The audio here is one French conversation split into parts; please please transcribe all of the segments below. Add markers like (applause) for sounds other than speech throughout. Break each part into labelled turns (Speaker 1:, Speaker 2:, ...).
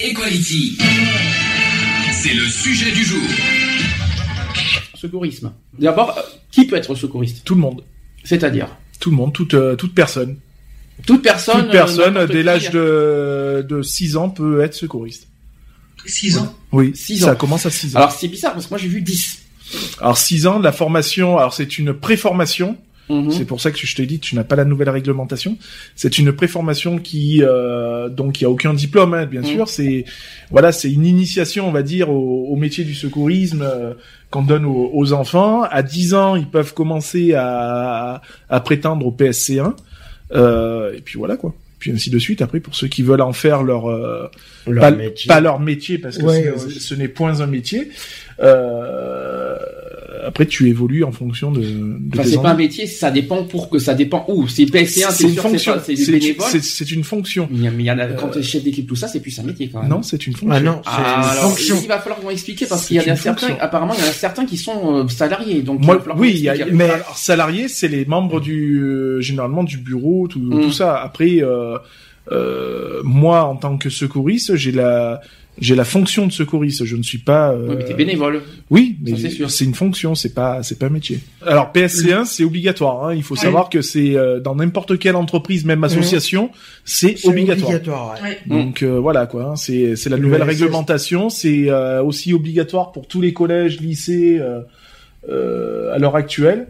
Speaker 1: Equality. C'est le sujet du jour.
Speaker 2: Secourisme. D'abord, euh, qui peut être secouriste
Speaker 3: Tout le monde.
Speaker 2: C'est-à-dire
Speaker 3: Tout le monde, toute, euh, toute personne.
Speaker 2: toute personne.
Speaker 3: Toute personne
Speaker 2: euh,
Speaker 3: dès l'âge
Speaker 2: n'importe
Speaker 3: de, de 6 ans peut être secouriste.
Speaker 1: 6 ans.
Speaker 3: Oui,
Speaker 2: Six
Speaker 3: ça
Speaker 2: ans.
Speaker 3: commence à 6
Speaker 2: qui.
Speaker 3: ans.
Speaker 2: Alors c'est bizarre parce que moi j'ai vu 10.
Speaker 3: Alors 6 ans, la formation, alors c'est une préformation.
Speaker 2: Mhm.
Speaker 3: C'est pour ça que je t'ai dit, tu n'as pas la nouvelle réglementation. C'est une préformation qui, euh, donc, il y a aucun diplôme, hein, bien
Speaker 2: Mhm.
Speaker 3: sûr. C'est, voilà, c'est une initiation, on va dire, au, au métier du secourisme euh, qu'on donne aux, aux enfants. À 10 ans, ils peuvent commencer à, à prétendre au PSC1. Euh, et puis voilà quoi. Puis ainsi de suite. Après, pour ceux qui veulent en faire leur, euh,
Speaker 4: Leur
Speaker 3: pas,
Speaker 4: métier.
Speaker 3: pas leur métier parce que
Speaker 4: Ouais,
Speaker 3: ce,
Speaker 4: ouais.
Speaker 3: ce n'est point un métier. Euh, après, tu évolues en fonction de, de
Speaker 2: Enfin,
Speaker 3: tes
Speaker 2: c'est
Speaker 3: envies.
Speaker 2: pas un métier, ça dépend pour que ça dépend où. C'est PSC1,
Speaker 3: C'est
Speaker 2: c'est
Speaker 3: une
Speaker 2: sûr, c'est
Speaker 3: fonction.
Speaker 2: pas- c'est du
Speaker 3: C'est-
Speaker 2: bénévole.
Speaker 3: c'est- C'est une fonction.
Speaker 2: Mais il y en a, quand t'es chef d'équipe, tout ça, c'est plus un métier quand même.
Speaker 3: Non, c'est une fonction.
Speaker 4: Ah non, c'est
Speaker 2: Ah,
Speaker 4: une
Speaker 2: alors,
Speaker 4: fonction.
Speaker 2: Il va falloir qu'on explique parce qu'il y
Speaker 3: C'est
Speaker 2: en a
Speaker 3: une
Speaker 2: certains,
Speaker 3: fonction.
Speaker 2: apparemment, il y en a certains qui sont euh, salariés. Donc, il va
Speaker 3: Moi,
Speaker 2: falloir qu'on
Speaker 3: oui, il y a-
Speaker 2: explique.
Speaker 3: mais alors, salariés, c'est les membres du euh, généralement du bureau, tout,
Speaker 2: Mm.
Speaker 3: tout ça. Après, euh, euh, moi, en tant que secouriste, j'ai la j'ai la fonction de secouriste. Je ne suis pas. euh,
Speaker 2: Oui, mais t'es bénévole.
Speaker 3: Oui, mais
Speaker 2: Ça, c'est sûr. Mm.
Speaker 3: c'est une fonction, c'est pas c'est pas un métier. Alors PSC1, c'est obligatoire. hein. Il faut
Speaker 2: Oui. Mm.
Speaker 3: savoir que c'est euh, dans n'importe quelle entreprise, même association, c'est
Speaker 4: C'est
Speaker 3: obligatoire.
Speaker 4: obligatoire, ouais.
Speaker 3: Donc euh, voilà quoi, hein. c'est c'est la
Speaker 4: Le
Speaker 3: nouvelle
Speaker 4: SS.
Speaker 3: réglementation, c'est euh, aussi obligatoire pour tous les collèges, lycées euh, euh, à l'heure actuelle.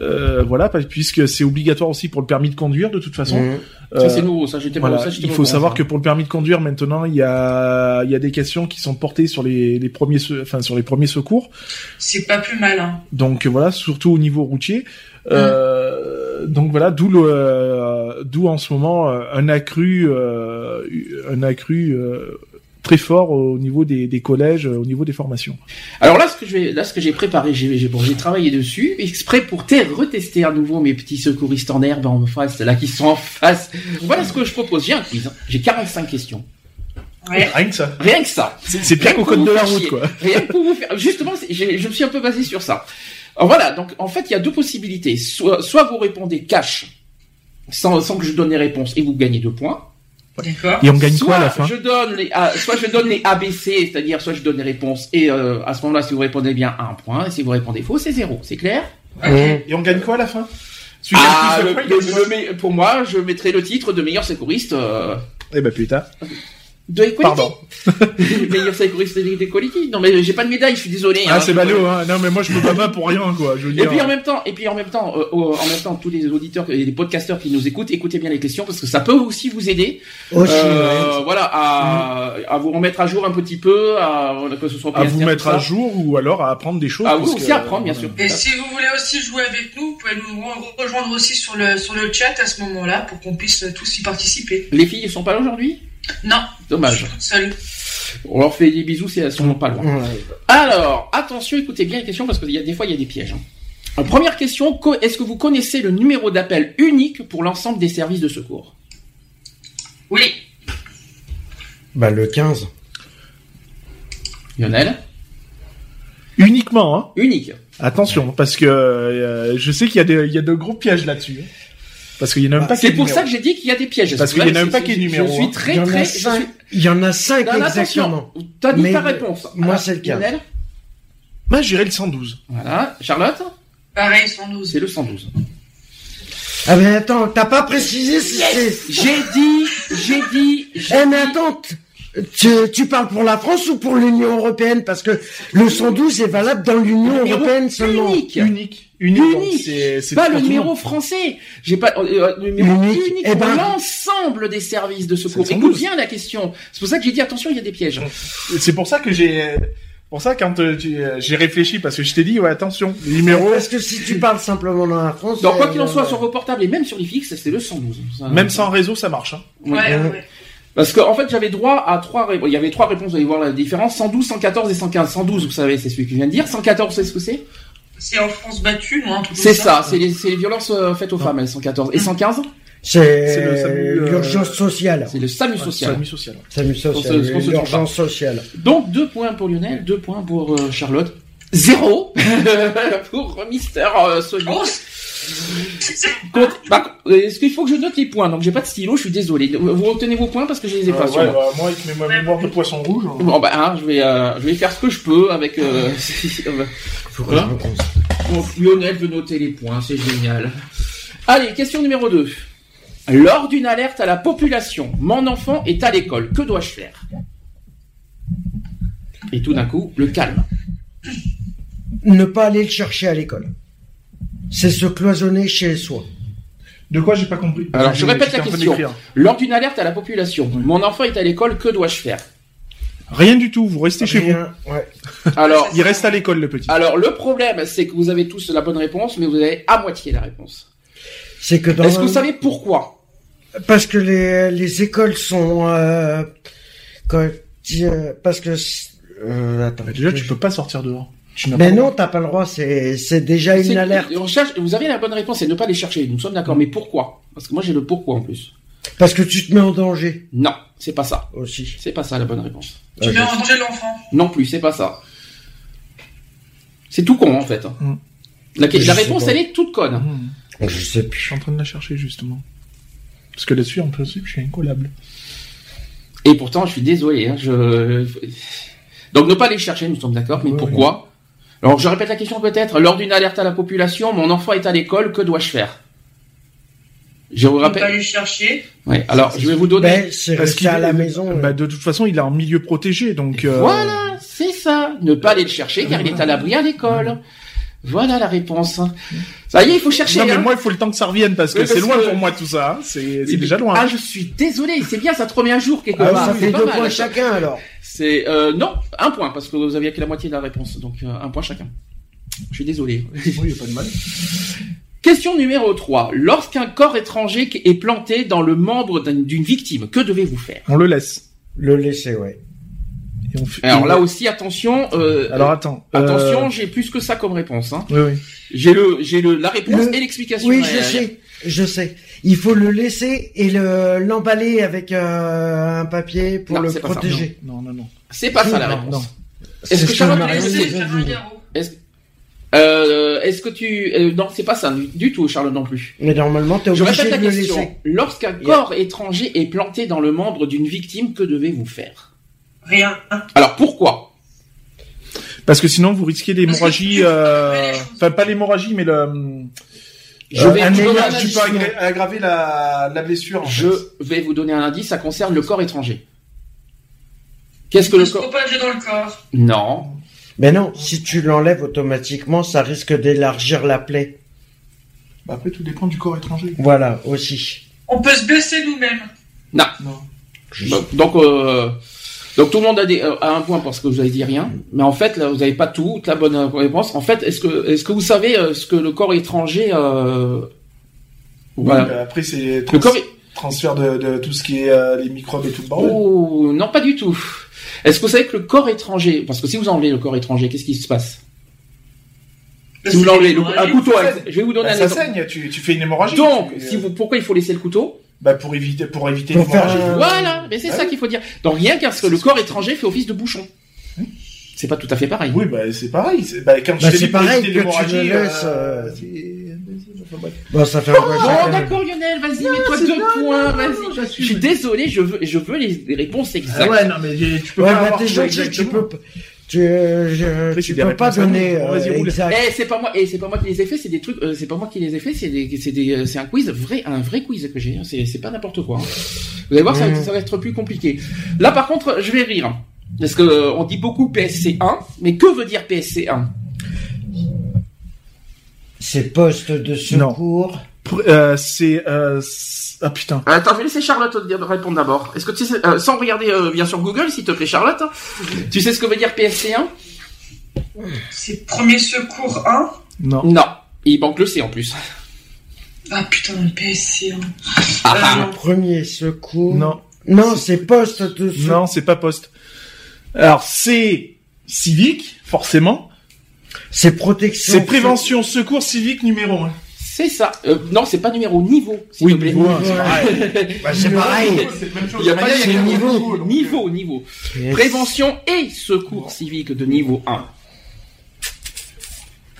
Speaker 3: Euh, voilà, parce- puisque c'est obligatoire aussi pour le permis de conduire de toute façon.
Speaker 4: Mhm.
Speaker 2: Mm. Ça,
Speaker 3: Euh,
Speaker 2: c'est nouveau. Ça, j'étais pas
Speaker 3: voilà,
Speaker 2: ça, j'étais
Speaker 3: il
Speaker 2: pas au
Speaker 3: faut
Speaker 2: courant,
Speaker 3: savoir
Speaker 2: ça.
Speaker 3: que pour le permis de conduire maintenant, il y a il y a des questions qui sont portées sur les, les premiers se- enfin sur les premiers secours.
Speaker 5: C'est pas plus mal. Hein.
Speaker 3: Donc euh, voilà, surtout au niveau routier. Euh, Donc voilà, d'où le, euh, d'où en ce moment euh, un accru, euh, un accru euh, très fort au niveau des, des collèges, euh, au niveau des formations.
Speaker 2: Alors là, ce que je vais, là, ce que j'ai préparé, j'ai, j'ai, bon, j'ai travaillé dessus exprès pour te- retester à nouveau mes petits secouristes en herbe en face, là, qui sont en face. Voilà ce que je propose. J'ai un quiz. hein. J'ai 45 questions.
Speaker 5: Ouais.
Speaker 3: Eh, Rien que ça.
Speaker 2: Rien que ça.
Speaker 3: C'est pire
Speaker 2: Rien
Speaker 3: qu'au
Speaker 2: pour
Speaker 3: code
Speaker 2: vous
Speaker 3: de la
Speaker 2: faire
Speaker 3: route,
Speaker 2: chier.
Speaker 3: quoi. (laughs)
Speaker 2: Rien que pour vous faire. Justement, c'est- j'ai- je me suis un peu basé sur ça. Alors voilà. Donc, en fait, il y a deux possibilités. Soit, soit vous répondez cash, sans, sans que je donne les réponses, et vous gagnez deux points.
Speaker 5: D'accord.
Speaker 3: Et on gagne
Speaker 2: soit
Speaker 3: quoi à la fin
Speaker 2: je donne les A- soit je donne les ABC, c'est-à-dire soit je donne les réponses et euh, à ce moment-là, si vous répondez bien, un point, et si vous répondez faux, c'est zéro. C'est clair
Speaker 4: Mmh.
Speaker 5: Ok.
Speaker 3: Et on gagne quoi à la fin
Speaker 2: Ah, le- le- le me- pour moi, je mettrai le titre de meilleur secouriste euh,
Speaker 3: Eh ben putain.
Speaker 2: de Equality.
Speaker 3: Pardon.
Speaker 2: (laughs) meilleur secouriste de d'Equality. Non, mais j'ai pas de médaille, je suis désolé.
Speaker 3: Ah
Speaker 2: hein.
Speaker 3: c'est ballot, hein. Non mais moi je me bats pas pour rien, quoi. Je veux
Speaker 2: Et
Speaker 3: dire.
Speaker 2: puis en même temps, et puis en même temps, euh, euh, en même temps, tous les auditeurs et les podcasteurs qui nous écoutent, écoutez bien les questions parce que ça peut aussi vous aider
Speaker 3: Oh,
Speaker 4: Aussi,
Speaker 2: euh,
Speaker 4: ouais.
Speaker 2: voilà, à, à vous remettre à jour un petit peu, à, que ce soit
Speaker 3: Mm. à vous
Speaker 2: PSR,
Speaker 3: mettre
Speaker 2: tout ça.
Speaker 3: à jour ou alors à apprendre des choses.
Speaker 2: Ah oui,
Speaker 3: parce
Speaker 2: aussi
Speaker 3: que- euh,
Speaker 2: apprendre, bien sûr.
Speaker 5: Et si vous voulez aussi jouer avec nous, vous pouvez nous re- rejoindre aussi sur le, sur le chat à ce moment-là pour qu'on puisse tous y participer.
Speaker 2: Les filles, elles sont pas là aujourd'hui
Speaker 5: Non, je
Speaker 2: Dommage.
Speaker 5: suis toute seule.
Speaker 2: On leur fait des bisous si elles sont pas loin.
Speaker 4: Ouais.
Speaker 2: Alors, attention, écoutez bien les questions parce que il y a, des fois, il y a des pièges. hein. Alors, Première question, co- est-ce que vous connaissez le numéro d'appel unique pour l'ensemble des services de secours
Speaker 5: Oui,
Speaker 4: Bah, le 15.
Speaker 2: Lionel
Speaker 3: Uniquement, hein.
Speaker 2: Unique.
Speaker 3: Attention, parce que euh, je sais qu'il y, a des- il y a de gros pièges là-dessus. hein. Parce qu'il y en a même
Speaker 4: Ah,
Speaker 3: pas
Speaker 2: Bah, C'est
Speaker 3: qui
Speaker 2: pour
Speaker 3: est
Speaker 2: ça que j'ai dit qu'il y a des pièges.
Speaker 3: Parce qu'il y en a un paquet de
Speaker 2: numéro.
Speaker 3: numéros,
Speaker 2: Je
Speaker 3: hein.
Speaker 2: suis très,
Speaker 4: il y en
Speaker 2: très...
Speaker 4: a
Speaker 2: je suis-
Speaker 4: 5. Il y en a 5
Speaker 2: Non, non,
Speaker 4: exactement.
Speaker 2: attention, t'as dit
Speaker 4: Mais
Speaker 2: ta
Speaker 4: le-
Speaker 2: réponse.
Speaker 4: moi,
Speaker 2: Alors,
Speaker 4: c'est le cas.
Speaker 2: Lionel
Speaker 3: Moi, j'irais le 112.
Speaker 2: Voilà. Charlotte
Speaker 5: pareil, sans nous.
Speaker 2: C'est le 112.
Speaker 4: Ah, mais attends, t'as pas précisé si c'est.
Speaker 2: J'ai dit, j'ai dit, j'ai
Speaker 4: Eh, mais
Speaker 2: dit-
Speaker 4: attends, t- tu, tu parles pour la France ou pour l'Union Européenne Parce que le 112 est valable dans l'Union
Speaker 2: Numéro
Speaker 4: Européenne seulement.
Speaker 2: unique.
Speaker 3: Unique. Unique. donc
Speaker 2: Unique.
Speaker 3: c'est- c'est
Speaker 2: pas
Speaker 3: pour
Speaker 2: le
Speaker 3: tout
Speaker 2: numéro
Speaker 3: monde.
Speaker 2: français. J'ai pas euh, euh, numéro
Speaker 4: Unique.
Speaker 2: unique
Speaker 4: Eh
Speaker 2: pour
Speaker 4: ben-
Speaker 2: l'ensemble des services de secours.
Speaker 3: C'est le
Speaker 2: Écoute
Speaker 3: 112.
Speaker 2: bien la question. C'est pour ça que j'ai dit attention, il y a des pièges.
Speaker 3: C'est pour ça que j'ai. Pour ça, quand euh, tu- euh, j'ai réfléchi, parce que je t'ai dit, ouais, attention, les numéros,
Speaker 4: Parce que si tu parles simplement dans la France.
Speaker 2: Donc quoi
Speaker 4: euh,
Speaker 2: qu'il en soit,
Speaker 4: euh,
Speaker 2: sur vos portables et même sur les fixes, c'est le 112. Ça-
Speaker 3: même sans réseau, ça marche. hein.
Speaker 5: Ouais, ouais.
Speaker 2: Parce qu'en en fait, j'avais droit à trois réponses. Il y avait trois réponses, vous allez voir la différence. 112, 114 et 115. 112, vous savez, c'est celui que je viens de dire. 114, c'est ce que c'est
Speaker 6: C'est en France battue,
Speaker 5: hein,
Speaker 6: non un truc comme
Speaker 2: C'est ça, c'est les, c'est les violences euh, faites aux
Speaker 7: Non.
Speaker 2: femmes, elles, 114. Et 115,
Speaker 7: C'est le SAMU,
Speaker 4: C'est
Speaker 7: euh,
Speaker 4: l'urgence sociale.
Speaker 2: c'est le SAMU
Speaker 7: Ouais,
Speaker 2: social.
Speaker 7: SAMU social.
Speaker 4: SAMU
Speaker 2: se-
Speaker 4: sociale.
Speaker 2: on se trompe pas.
Speaker 4: L'urgence sociale.
Speaker 2: Donc, deux points pour Lionel, deux poins pour euh, Charlotte. Zéro (laughs) pour Mister euh,
Speaker 5: hein.
Speaker 2: Sonic.
Speaker 6: Oh, c'est- c'est-
Speaker 2: Contre- par- euh, Est-ce qu'il faut que je note les points Donc j'ai pas de stylo, je suis désolé. Vous retenez vos points parce que je les ai
Speaker 4: Ah,
Speaker 2: pas.
Speaker 7: Euh,
Speaker 2: sur
Speaker 7: ouais,
Speaker 2: moi.
Speaker 7: bah, moi, avec mes- ma mémoire de poisson rouge. hein.
Speaker 2: Bon bah hein, je vais euh, je vais faire ce que je peux avec euh, (laughs)
Speaker 4: Faut que
Speaker 2: Voilà.
Speaker 4: je me concentre.
Speaker 2: Donc, Lionel veut noter les points, c'est génial. Allez, question numéro 2. Lors d'une alerte à la population, mon enfant est à l'école, que dois-je faire Et tout d'un coup, le calme.
Speaker 4: Ne pas aller le chercher à l'école. C'est se cloisonner chez soi.
Speaker 7: De quoi j'ai pas compris
Speaker 2: Alors, je
Speaker 7: J'ai-
Speaker 2: répète
Speaker 7: j'étais
Speaker 2: la
Speaker 7: en train
Speaker 2: question.
Speaker 7: d'écrire.
Speaker 2: Lors d'une alerte à la population, mon enfant est à l'école, que dois-je faire
Speaker 7: Rien du tout, vous restez chez vous.
Speaker 4: Rien. Ouais.
Speaker 2: Alors,
Speaker 7: Il reste à l'école, le petit.
Speaker 2: alors le problème, c'est que vous avez tous la bonne réponse, mais vous avez à moitié la réponse.
Speaker 4: C'est que dans
Speaker 2: Est-ce que
Speaker 4: un-
Speaker 2: vous savez pourquoi
Speaker 4: Parce que les, les écoles sont. euh, quand- euh, parce que. c'est- euh, attends.
Speaker 7: Bah, déjà, tu peux pas sortir dehors. Tu n'as
Speaker 4: Mais
Speaker 7: pas-
Speaker 4: non, t'as pas le droit, c'est c'est déjà
Speaker 2: C'est-
Speaker 4: une alerte.
Speaker 2: on cherche- vous avez la bonne réponse, c'est ne pas les chercher. Nous sommes d'accord, mais pourquoi Parce que moi j'ai le pourquoi en plus.
Speaker 4: Parce que tu te mets en danger
Speaker 2: Non, c'est pas ça.
Speaker 4: aussi.
Speaker 2: C'est pas ça la bonne réponse.
Speaker 6: Tu mets en danger l'enfant.
Speaker 2: Non plus, c'est pas ça. C'est tout con en fait.
Speaker 7: Mm.
Speaker 2: La, que-
Speaker 4: Je
Speaker 2: la
Speaker 4: sais
Speaker 2: réponse
Speaker 4: pas.
Speaker 2: elle est toute conne.
Speaker 3: Hmm.
Speaker 7: Mmh.
Speaker 4: Je sais
Speaker 7: Je
Speaker 4: plus.
Speaker 7: suis en train de la chercher, justement. Parce que là-dessus, en principe, je suis incollable.
Speaker 2: Et pourtant, je suis désolé. hein, je... Donc ne pas les chercher, nous sommes d'accord, mais
Speaker 7: Oui,
Speaker 2: pourquoi Alors je répète la question peut-être. Lors d'une alerte à la population, mon enfant est à l'école, que dois-je faire Je
Speaker 6: On
Speaker 2: vous
Speaker 6: va
Speaker 2: rappelle.
Speaker 6: aller chercher.
Speaker 2: Ouais, alors je vais vous donner.
Speaker 4: Ben, c'est
Speaker 7: Parce
Speaker 4: rester
Speaker 7: qu'il
Speaker 4: à la
Speaker 7: est-
Speaker 4: maison. euh.
Speaker 7: Bah, de toute façon, il est en milieu protégé, donc. euh,
Speaker 2: Voilà, c'est ça. Ne pas aller le chercher car il est à l'abri à l'école. Voilà la réponse. Ça y est, il faut chercher.
Speaker 7: Non, mais
Speaker 2: hein.
Speaker 7: moi, il faut le temps que ça revienne parce que
Speaker 2: Oui, parce
Speaker 7: c'est loin
Speaker 2: que-
Speaker 7: pour moi tout ça. hein. C'est c'est déjà loin.
Speaker 2: Ah, je suis désolé. C'est bien, ça te remet un jour quelque
Speaker 4: Ah,
Speaker 2: part.
Speaker 4: ça
Speaker 2: C'est
Speaker 4: fait
Speaker 2: pas
Speaker 4: deux
Speaker 2: mal.
Speaker 4: points chacun alors.
Speaker 2: C'est euh, non, un point parce que vous aviez que la moitié de la réponse, donc euh, un point chacun. Je suis désolé.
Speaker 7: Oui, y a pas de mal.
Speaker 2: Question numéro 3. Lorsqu'un corps étranger est planté dans le membre d'un- d'une victime, que devez-vous faire
Speaker 7: On le laisse.
Speaker 4: Le laisser, ouais.
Speaker 7: Et on fait-
Speaker 2: Alors
Speaker 7: Et-
Speaker 2: là aussi, attention. euh,
Speaker 7: Alors
Speaker 2: euh,
Speaker 7: attends.
Speaker 2: attention, j'ai plus que ça comme réponse. Hein.
Speaker 7: euh, Oui, oui.
Speaker 2: J'ai le, j'ai le la réponse
Speaker 4: Le-
Speaker 2: et l'explication.
Speaker 4: Oui, je
Speaker 2: derrière.
Speaker 4: sais, je sais. Il faut le laisser et le l'emballer avec euh, un papier pour
Speaker 2: Non,
Speaker 4: le
Speaker 2: c'est pas ça,
Speaker 4: protéger.
Speaker 7: Non, non, non.
Speaker 2: C'est pas ça la
Speaker 4: Non,
Speaker 2: réponse.
Speaker 4: non.
Speaker 2: Est-ce
Speaker 4: C'est
Speaker 2: que
Speaker 4: ce
Speaker 2: Charlotte
Speaker 4: Marion
Speaker 2: laisse-
Speaker 6: Laisser
Speaker 4: nous a
Speaker 6: faire un
Speaker 4: dit.
Speaker 6: garrot.
Speaker 2: Euh, Est-ce que tu euh, non, c'est pas ça du, du tout, Charles non plus.
Speaker 4: Mais normalement, t'es
Speaker 2: Je
Speaker 4: obligé
Speaker 2: répète
Speaker 4: de
Speaker 2: la
Speaker 4: le
Speaker 2: question.
Speaker 4: laisser.
Speaker 2: Lorsqu'un
Speaker 4: Yeah.
Speaker 2: corps étranger est planté dans le membre d'une victime, que devez-vous faire
Speaker 6: Rien.
Speaker 2: Alors pourquoi
Speaker 7: Parce que sinon, vous risquez l'hémorragie.
Speaker 6: Parce que-
Speaker 7: euh, Enfin, pas l'hémorragie, mais le.
Speaker 2: Je
Speaker 7: euh,
Speaker 2: vais
Speaker 7: un
Speaker 2: vous donner
Speaker 7: élan,
Speaker 2: un
Speaker 7: tu
Speaker 2: indice.
Speaker 7: peux aggra- aggraver la, la blessure. en
Speaker 2: Je
Speaker 7: fait.
Speaker 2: vais vous donner un indice. Ça concerne le corps étranger. Qu'est-ce que le
Speaker 6: Se
Speaker 2: corps
Speaker 6: propager dans le corps.
Speaker 2: Non.
Speaker 4: Mais non, si tu l'enlèves automatiquement, ça risque d'élargir la plaie.
Speaker 7: Bah, après, tout dépend du corps étranger.
Speaker 4: Voilà, aussi.
Speaker 6: On peut se blesser nous-mêmes.
Speaker 7: Non.
Speaker 2: Bon, Donc euh, donc tout le monde a, des, euh, a un point parce que vous avez dit rien, mais en fait là vous n'avez pas toute la bonne réponse. En fait, est-ce que est-ce que vous savez euh, ce que le corps étranger euh,
Speaker 7: Oui,
Speaker 2: voilà.
Speaker 7: bah, après, c'est
Speaker 2: Le
Speaker 7: trans-
Speaker 2: corps
Speaker 7: transfert de, de tout ce qui est euh, les microbes et tout le bordel.
Speaker 2: Oh, non, pas du tout. Est-ce que vous savez que le corps étranger, parce que si vous enlevez le corps étranger, qu'est-ce qui se passe Si vous l'enlevez, le- un couteau,
Speaker 7: ça
Speaker 2: à- je vais vous donner
Speaker 7: Bah,
Speaker 2: un
Speaker 7: ça
Speaker 2: exemple.
Speaker 7: saigne, tu, tu fais une hémorragie.
Speaker 2: Donc,
Speaker 7: tu fais,
Speaker 2: si
Speaker 7: euh,
Speaker 2: vous, pourquoi il faut laisser le couteau
Speaker 7: Bah, pour éviter, pour éviter
Speaker 4: Pour faire
Speaker 7: l'hémorragie.
Speaker 4: un- Euh,
Speaker 2: Voilà, mais c'est
Speaker 7: ouais.
Speaker 2: ça qu'il faut dire. Dans rien qu'à ce que
Speaker 7: C'est
Speaker 2: le
Speaker 7: ce
Speaker 2: corps
Speaker 7: que-
Speaker 2: étranger fait office de bouchon. C'est pas tout à fait pareil.
Speaker 7: Oui, bah, c'est pareil. c'est- Bah, quand
Speaker 4: Bah,
Speaker 7: tu
Speaker 4: c'est
Speaker 7: fais
Speaker 4: pareil
Speaker 7: éviter
Speaker 4: que tu
Speaker 7: l'hémorragie,
Speaker 4: le laisses,
Speaker 7: euh,
Speaker 4: euh,
Speaker 7: c'est- enfin, bref. Oh,
Speaker 4: Bon, ça fait un point
Speaker 2: Bon,
Speaker 4: chacun.
Speaker 2: d'accord, Lionel, vas-y, mets-toi deux points, vas-y. Je suis désolé, je veux, je veux les, les réponses
Speaker 7: Ah
Speaker 2: exactes.
Speaker 7: ouais, non, mais tu peux
Speaker 4: Ouais,
Speaker 7: pas
Speaker 4: bah,
Speaker 7: avoir
Speaker 4: t'es
Speaker 7: tout
Speaker 4: gentil, tu
Speaker 7: exactement.
Speaker 4: peux, p- tu, euh, je-
Speaker 7: Après,
Speaker 4: tu
Speaker 7: c'est des
Speaker 4: peux pas
Speaker 7: réponses à
Speaker 4: donner
Speaker 7: nous. Bon, vas-y,
Speaker 4: euh,
Speaker 7: roule.
Speaker 4: exact.
Speaker 2: Eh, c'est pas moi, eh, c'est pas moi qui les ai fait, c'est des trucs, euh, c'est pas moi qui les ai fait, c'est des, c'est des, euh, c'est un quiz vrai, un vrai quiz que j'ai, hein, c'est, c'est pas n'importe quoi. hein. Vous allez voir,
Speaker 7: Mm.
Speaker 2: ça, va être- ça va être plus compliqué. Là, par contre, je vais rire. Parce que, euh, on dit beaucoup PSC1, mais que veut dire PSC1?
Speaker 4: Ces postes de secours.
Speaker 7: Pr- euh, c'est euh, c'est- ah putain.
Speaker 2: Euh, Attends, je vais laisser Charlotte répondre d'abord. Est-ce que tu sais, euh, sans regarder, euh, bien sûr Google, s'il te plaît, Charlotte, hein. tu sais ce que veut dire PSC1?
Speaker 6: C'est premier secours hein. 1.
Speaker 7: Non.
Speaker 2: Non. Il manque le C en plus.
Speaker 6: Ah putain, le PSC. hein.
Speaker 2: Ah,
Speaker 4: Premier secours.
Speaker 7: Non.
Speaker 4: Non, c'est poste tout de
Speaker 3: Non, c'est pas poste. Alors c'est civique, forcément.
Speaker 4: C'est protection.
Speaker 3: C'est prévention, secours civique numéro 1.
Speaker 2: C'est ça. Euh, non, c'est pas numéro, niveau, s'il
Speaker 3: Oui,
Speaker 2: te plaît.
Speaker 3: niveau un, c'est
Speaker 4: Ouais.
Speaker 3: pareil.
Speaker 4: Bah, c'est pareil.
Speaker 2: Il y a pas
Speaker 4: Là, il y a
Speaker 2: de
Speaker 4: niveau.
Speaker 2: niveau, niveau, niveau. Prévention et secours civique de niveau 1.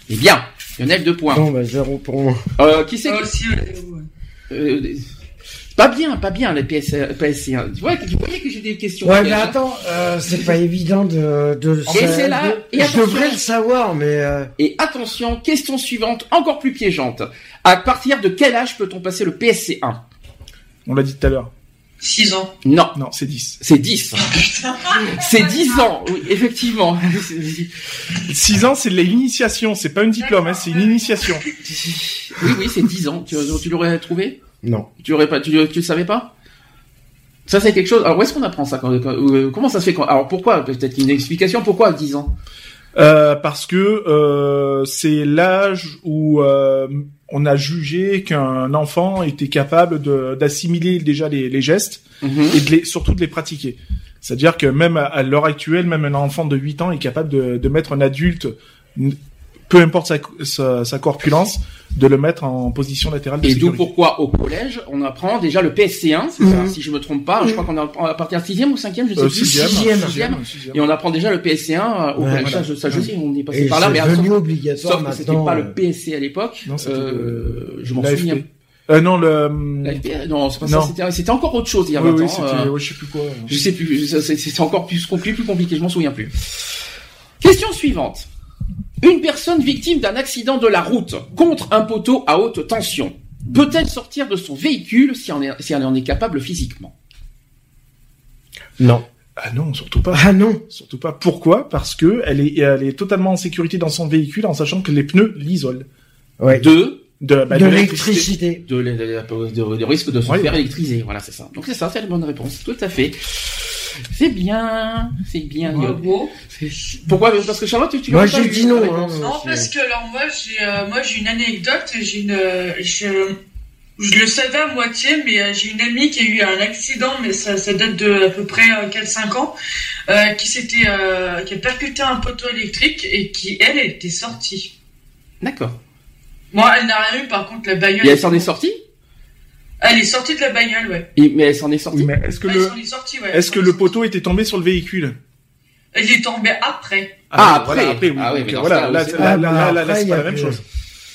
Speaker 2: Eh bien, Lionel, deux points.
Speaker 4: Non, bah, zéro pour moi.
Speaker 2: Euh, qui c'est
Speaker 6: Ah,
Speaker 2: qui-
Speaker 6: si, ouais, ouais.
Speaker 2: euh, Pas bien, pas bien, la PS, PS1. Tu vois, tu voyais que j'ai des questions.
Speaker 4: Ouais,
Speaker 2: pièges,
Speaker 4: mais
Speaker 2: hein.
Speaker 4: attends, euh, c'est pas évident de, de le
Speaker 2: Et c'est là,
Speaker 4: de-
Speaker 2: et
Speaker 4: je
Speaker 2: attention.
Speaker 4: devrais le savoir, mais euh,
Speaker 2: Et attention, question suivante, encore plus piégeante. À partir de quel âge peut-on passer le PSC1
Speaker 3: On l'a dit tout à l'heure.
Speaker 6: 6 ans.
Speaker 2: Non,
Speaker 3: Non, c'est 10.
Speaker 2: c'est 10. c'est 10 ans, oui, effectivement. (laughs)
Speaker 3: 6 ans, c'est de l'initiation. C'est pas un diplôme, hein, c'est une initiation.
Speaker 2: oui, oui, c'est 10 ans. Tu, tu l'aurais trouvé
Speaker 4: non.
Speaker 2: Tu aurais pas, tu, tu le savais pas Ça, c'est quelque chose. Alors, où est-ce qu'on apprend ça quand- quand- euh, Comment ça se fait quand- Alors, pourquoi Peut-être une explication. Pourquoi 10 ans
Speaker 3: Euh, parce que euh, c'est l'âge où euh, on a jugé qu'un enfant était capable de- d'assimiler déjà les, les gestes et de les, surtout de les pratiquer. C'est-à-dire que même à, à l'heure actuelle, même un enfant de 8 ans est capable de, de mettre un adulte, n- peu importe sa, sa, sa corpulence, de le mettre en position latérale de
Speaker 2: Et d'où
Speaker 3: sécurité.
Speaker 2: pourquoi au collège, on apprend déjà le PSC1, c'est ça,
Speaker 4: Mhm.
Speaker 2: si je me trompe pas. Je crois qu'on apprend à partir de 6 ou 5 je sais
Speaker 3: Euh,
Speaker 2: plus.
Speaker 3: sixième,
Speaker 4: sixième.
Speaker 2: Sixième.
Speaker 3: sixième.
Speaker 2: Et on apprend déjà le PSC1 euh, au
Speaker 4: Ouais,
Speaker 2: collège.
Speaker 4: voilà.
Speaker 2: Ça, je, ça, je sais, on est passé
Speaker 4: Et
Speaker 2: par là, mais
Speaker 4: c'est
Speaker 2: alors,
Speaker 4: devenu
Speaker 2: sauf,
Speaker 4: obligatoire
Speaker 2: sauf que c'était
Speaker 4: maintenant. euh,
Speaker 2: pas le PSC à l'époque.
Speaker 3: Non, c'était
Speaker 2: Euh, je m'en
Speaker 3: l'AFP.
Speaker 2: souviens.
Speaker 3: Euh, non, le...
Speaker 2: L'AFP, euh, non, c'est pas ça,
Speaker 3: Non.
Speaker 2: c'était- c'était encore autre chose il y a 20
Speaker 3: oui, oui,
Speaker 2: ans.
Speaker 3: c'était...
Speaker 2: euh,
Speaker 3: ouais, je sais plus quoi.
Speaker 2: je sais plus, ça, c'est c'est encore plus compliqué, plus compliqué, je m'en souviens plus. Question suivante. Une personne victime d'un accident de la route contre un poteau à haute tension peut-elle sortir de son véhicule si, en est- si elle en est capable physiquement
Speaker 4: Non.
Speaker 3: Ah non, surtout pas.
Speaker 4: Ah non.
Speaker 3: Surtout pas. Pourquoi Parce que elle est, elle est totalement en sécurité dans son véhicule en sachant que les pneus l'isolent.
Speaker 4: Ouais. De,
Speaker 2: De,
Speaker 3: De, bah,
Speaker 4: l'électricité.
Speaker 2: de, l'é- de, de- de risque de se
Speaker 3: Ouais.
Speaker 2: faire électriser, voilà, c'est ça. Donc c'est ça, c'est la bonne réponse, tout à fait. C'est bien, c'est bien. Lionel.
Speaker 6: Bravo.
Speaker 2: Pourquoi Parce que Charlotte, tu, tu
Speaker 4: Moi
Speaker 2: l'aurais pas
Speaker 4: j'ai
Speaker 2: eu,
Speaker 4: dit
Speaker 2: la
Speaker 4: non.
Speaker 2: réponse.
Speaker 4: hein,
Speaker 6: Non,
Speaker 4: c'est-
Speaker 6: parce que alors moi j'ai euh, moi j'ai une anecdote, j'ai une euh, je, je le savais à moitié, mais euh, j'ai une amie qui a eu un accident, mais ça, ça date de à peu près euh, 4-5 ans, euh, qui s'était euh, qui a percuté un poteau électrique et qui elle était sortie.
Speaker 2: D'accord.
Speaker 6: Moi, elle n'a rien eu. Par contre, la bagnole.
Speaker 2: Et elle s'en est sortie
Speaker 6: Elle est sortie de la bagnole, ouais.
Speaker 2: Et- Mais elle s'en est sortie.
Speaker 3: Oui, mais est-ce que
Speaker 6: Ah,
Speaker 3: le,
Speaker 6: elle s'en est sortie, ouais.
Speaker 3: est-ce que le poteau était tombé sur le véhicule
Speaker 6: Elle est tombée après.
Speaker 2: Ah,
Speaker 3: voilà,
Speaker 2: après.
Speaker 3: après, oui.
Speaker 2: Ah oui,
Speaker 3: Donc,
Speaker 2: mais dans
Speaker 3: voilà,
Speaker 2: ce
Speaker 3: là,
Speaker 2: cas, oui,
Speaker 3: là,
Speaker 2: c'est-
Speaker 3: là,
Speaker 4: Ah, bah,
Speaker 3: là, là,
Speaker 4: après,
Speaker 3: c'est
Speaker 4: il y
Speaker 3: pas
Speaker 4: a
Speaker 3: la même
Speaker 4: plus-
Speaker 3: chose.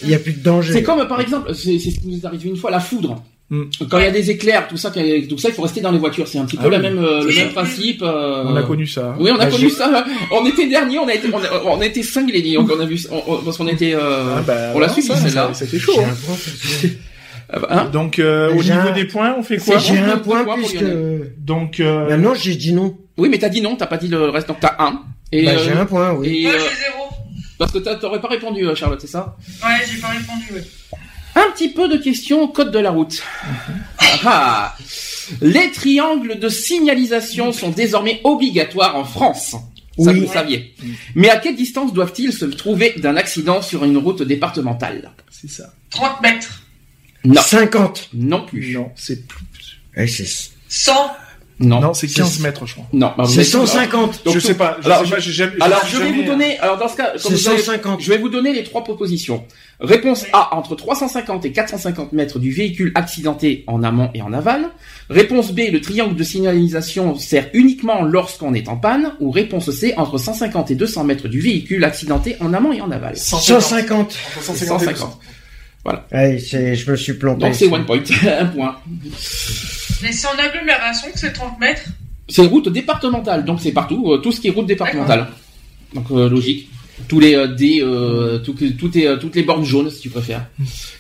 Speaker 4: Il y a plus de danger.
Speaker 2: C'est comme par exemple, c'est c'est ce qui nous est arrivé une fois, la foudre.
Speaker 3: Mm.
Speaker 2: Quand il y a des éclairs, tout ça, qui- tout ça, il faut rester dans les voitures. C'est un petit peu
Speaker 3: Ah
Speaker 2: la
Speaker 3: oui.
Speaker 2: même, euh, le
Speaker 6: Oui.
Speaker 2: même principe. euh,
Speaker 3: On a connu ça. hein.
Speaker 2: Oui, on a
Speaker 4: Bah,
Speaker 2: connu
Speaker 4: j'ai-
Speaker 2: ça. (laughs) On était dernier, on a été, on a, on a été cinglés. dis donc, on a vu, ça, on- on- parce qu'on était, euh,
Speaker 3: Ah, bah,
Speaker 2: on l'a
Speaker 3: non,
Speaker 2: subi
Speaker 3: ça,
Speaker 2: celle-là.
Speaker 3: ça, C'était
Speaker 4: J'ai
Speaker 3: chaud.
Speaker 4: un
Speaker 3: hein.
Speaker 4: point,
Speaker 2: (laughs)
Speaker 4: parce que-
Speaker 2: Ah bah, hein
Speaker 3: Donc euh, au
Speaker 4: J'ai
Speaker 3: niveau
Speaker 4: un-
Speaker 3: des points, on fait quoi
Speaker 2: C'est-
Speaker 4: J'ai
Speaker 2: on
Speaker 4: un
Speaker 2: peut
Speaker 4: point
Speaker 2: voir pour
Speaker 4: puisque.
Speaker 3: Donc euh,
Speaker 4: Bah non, j'ai dit non.
Speaker 2: oui, mais t'as dit non, t'as pas dit le reste. Donc t'as un. Et,
Speaker 4: Bah,
Speaker 2: euh,
Speaker 4: j'ai un point, oui.
Speaker 2: et,
Speaker 6: Moi,
Speaker 2: euh,
Speaker 6: j'ai zéro.
Speaker 2: parce que t'as- t'aurais pas répondu, euh, Charlotte, c'est ça
Speaker 6: Ouais, j'ai pas répondu, ouais.
Speaker 2: Un petit peu de questions au code de la route.
Speaker 4: Mhm.
Speaker 2: Ah, ah. Les triangles de signalisation sont désormais obligatoires en France. Ça,
Speaker 4: Oui.
Speaker 2: vous le saviez. Mais à quelle distance doivent-ils se trouver d'un accident sur une route départementale
Speaker 3: c'est ça.
Speaker 6: 30 mètres.
Speaker 2: Non,
Speaker 4: 50.
Speaker 2: non plus.
Speaker 3: Non, c'est plus.
Speaker 4: Eh, c'est
Speaker 6: 100.
Speaker 2: Non,
Speaker 3: Non, c'est 15
Speaker 4: C'est-
Speaker 3: mètres, je crois.
Speaker 2: non. bah, vous
Speaker 4: c'est
Speaker 2: avez-
Speaker 4: 150.
Speaker 2: Donc,
Speaker 3: je
Speaker 2: tout-
Speaker 3: sais pas. Je Ah,
Speaker 2: alors,
Speaker 3: sais pas, j'ai jamais-
Speaker 2: Alors,
Speaker 3: j'ai
Speaker 2: je vais
Speaker 3: jamais- hein.
Speaker 2: vous donner. Alors, dans ce cas, comme
Speaker 4: C'est
Speaker 2: vous savez-
Speaker 4: 150.
Speaker 2: je vais vous donner les trois propositions. Réponse A entre 350 et 450 mètres du véhicule accidenté en amont et en aval. Réponse B le triangle de signalisation sert uniquement lorsqu'on est en panne. Ou réponse C entre 150 et 200 mètres du véhicule accidenté en amont et en aval.
Speaker 4: 150.
Speaker 3: Entre 150 et
Speaker 2: 150.
Speaker 4: Ouais, Eh, c'est, je me suis planté.
Speaker 2: Donc c'est one point, (laughs) un point.
Speaker 6: Mais c'est en agglomération que c'est 30 mètres.
Speaker 2: C'est route départementale, donc c'est partout, euh, tout ce qui est route départementale. Donc euh, logique. Tous les euh, dés, euh, tout, tout est, euh, toutes les bornes jaunes si tu préfères.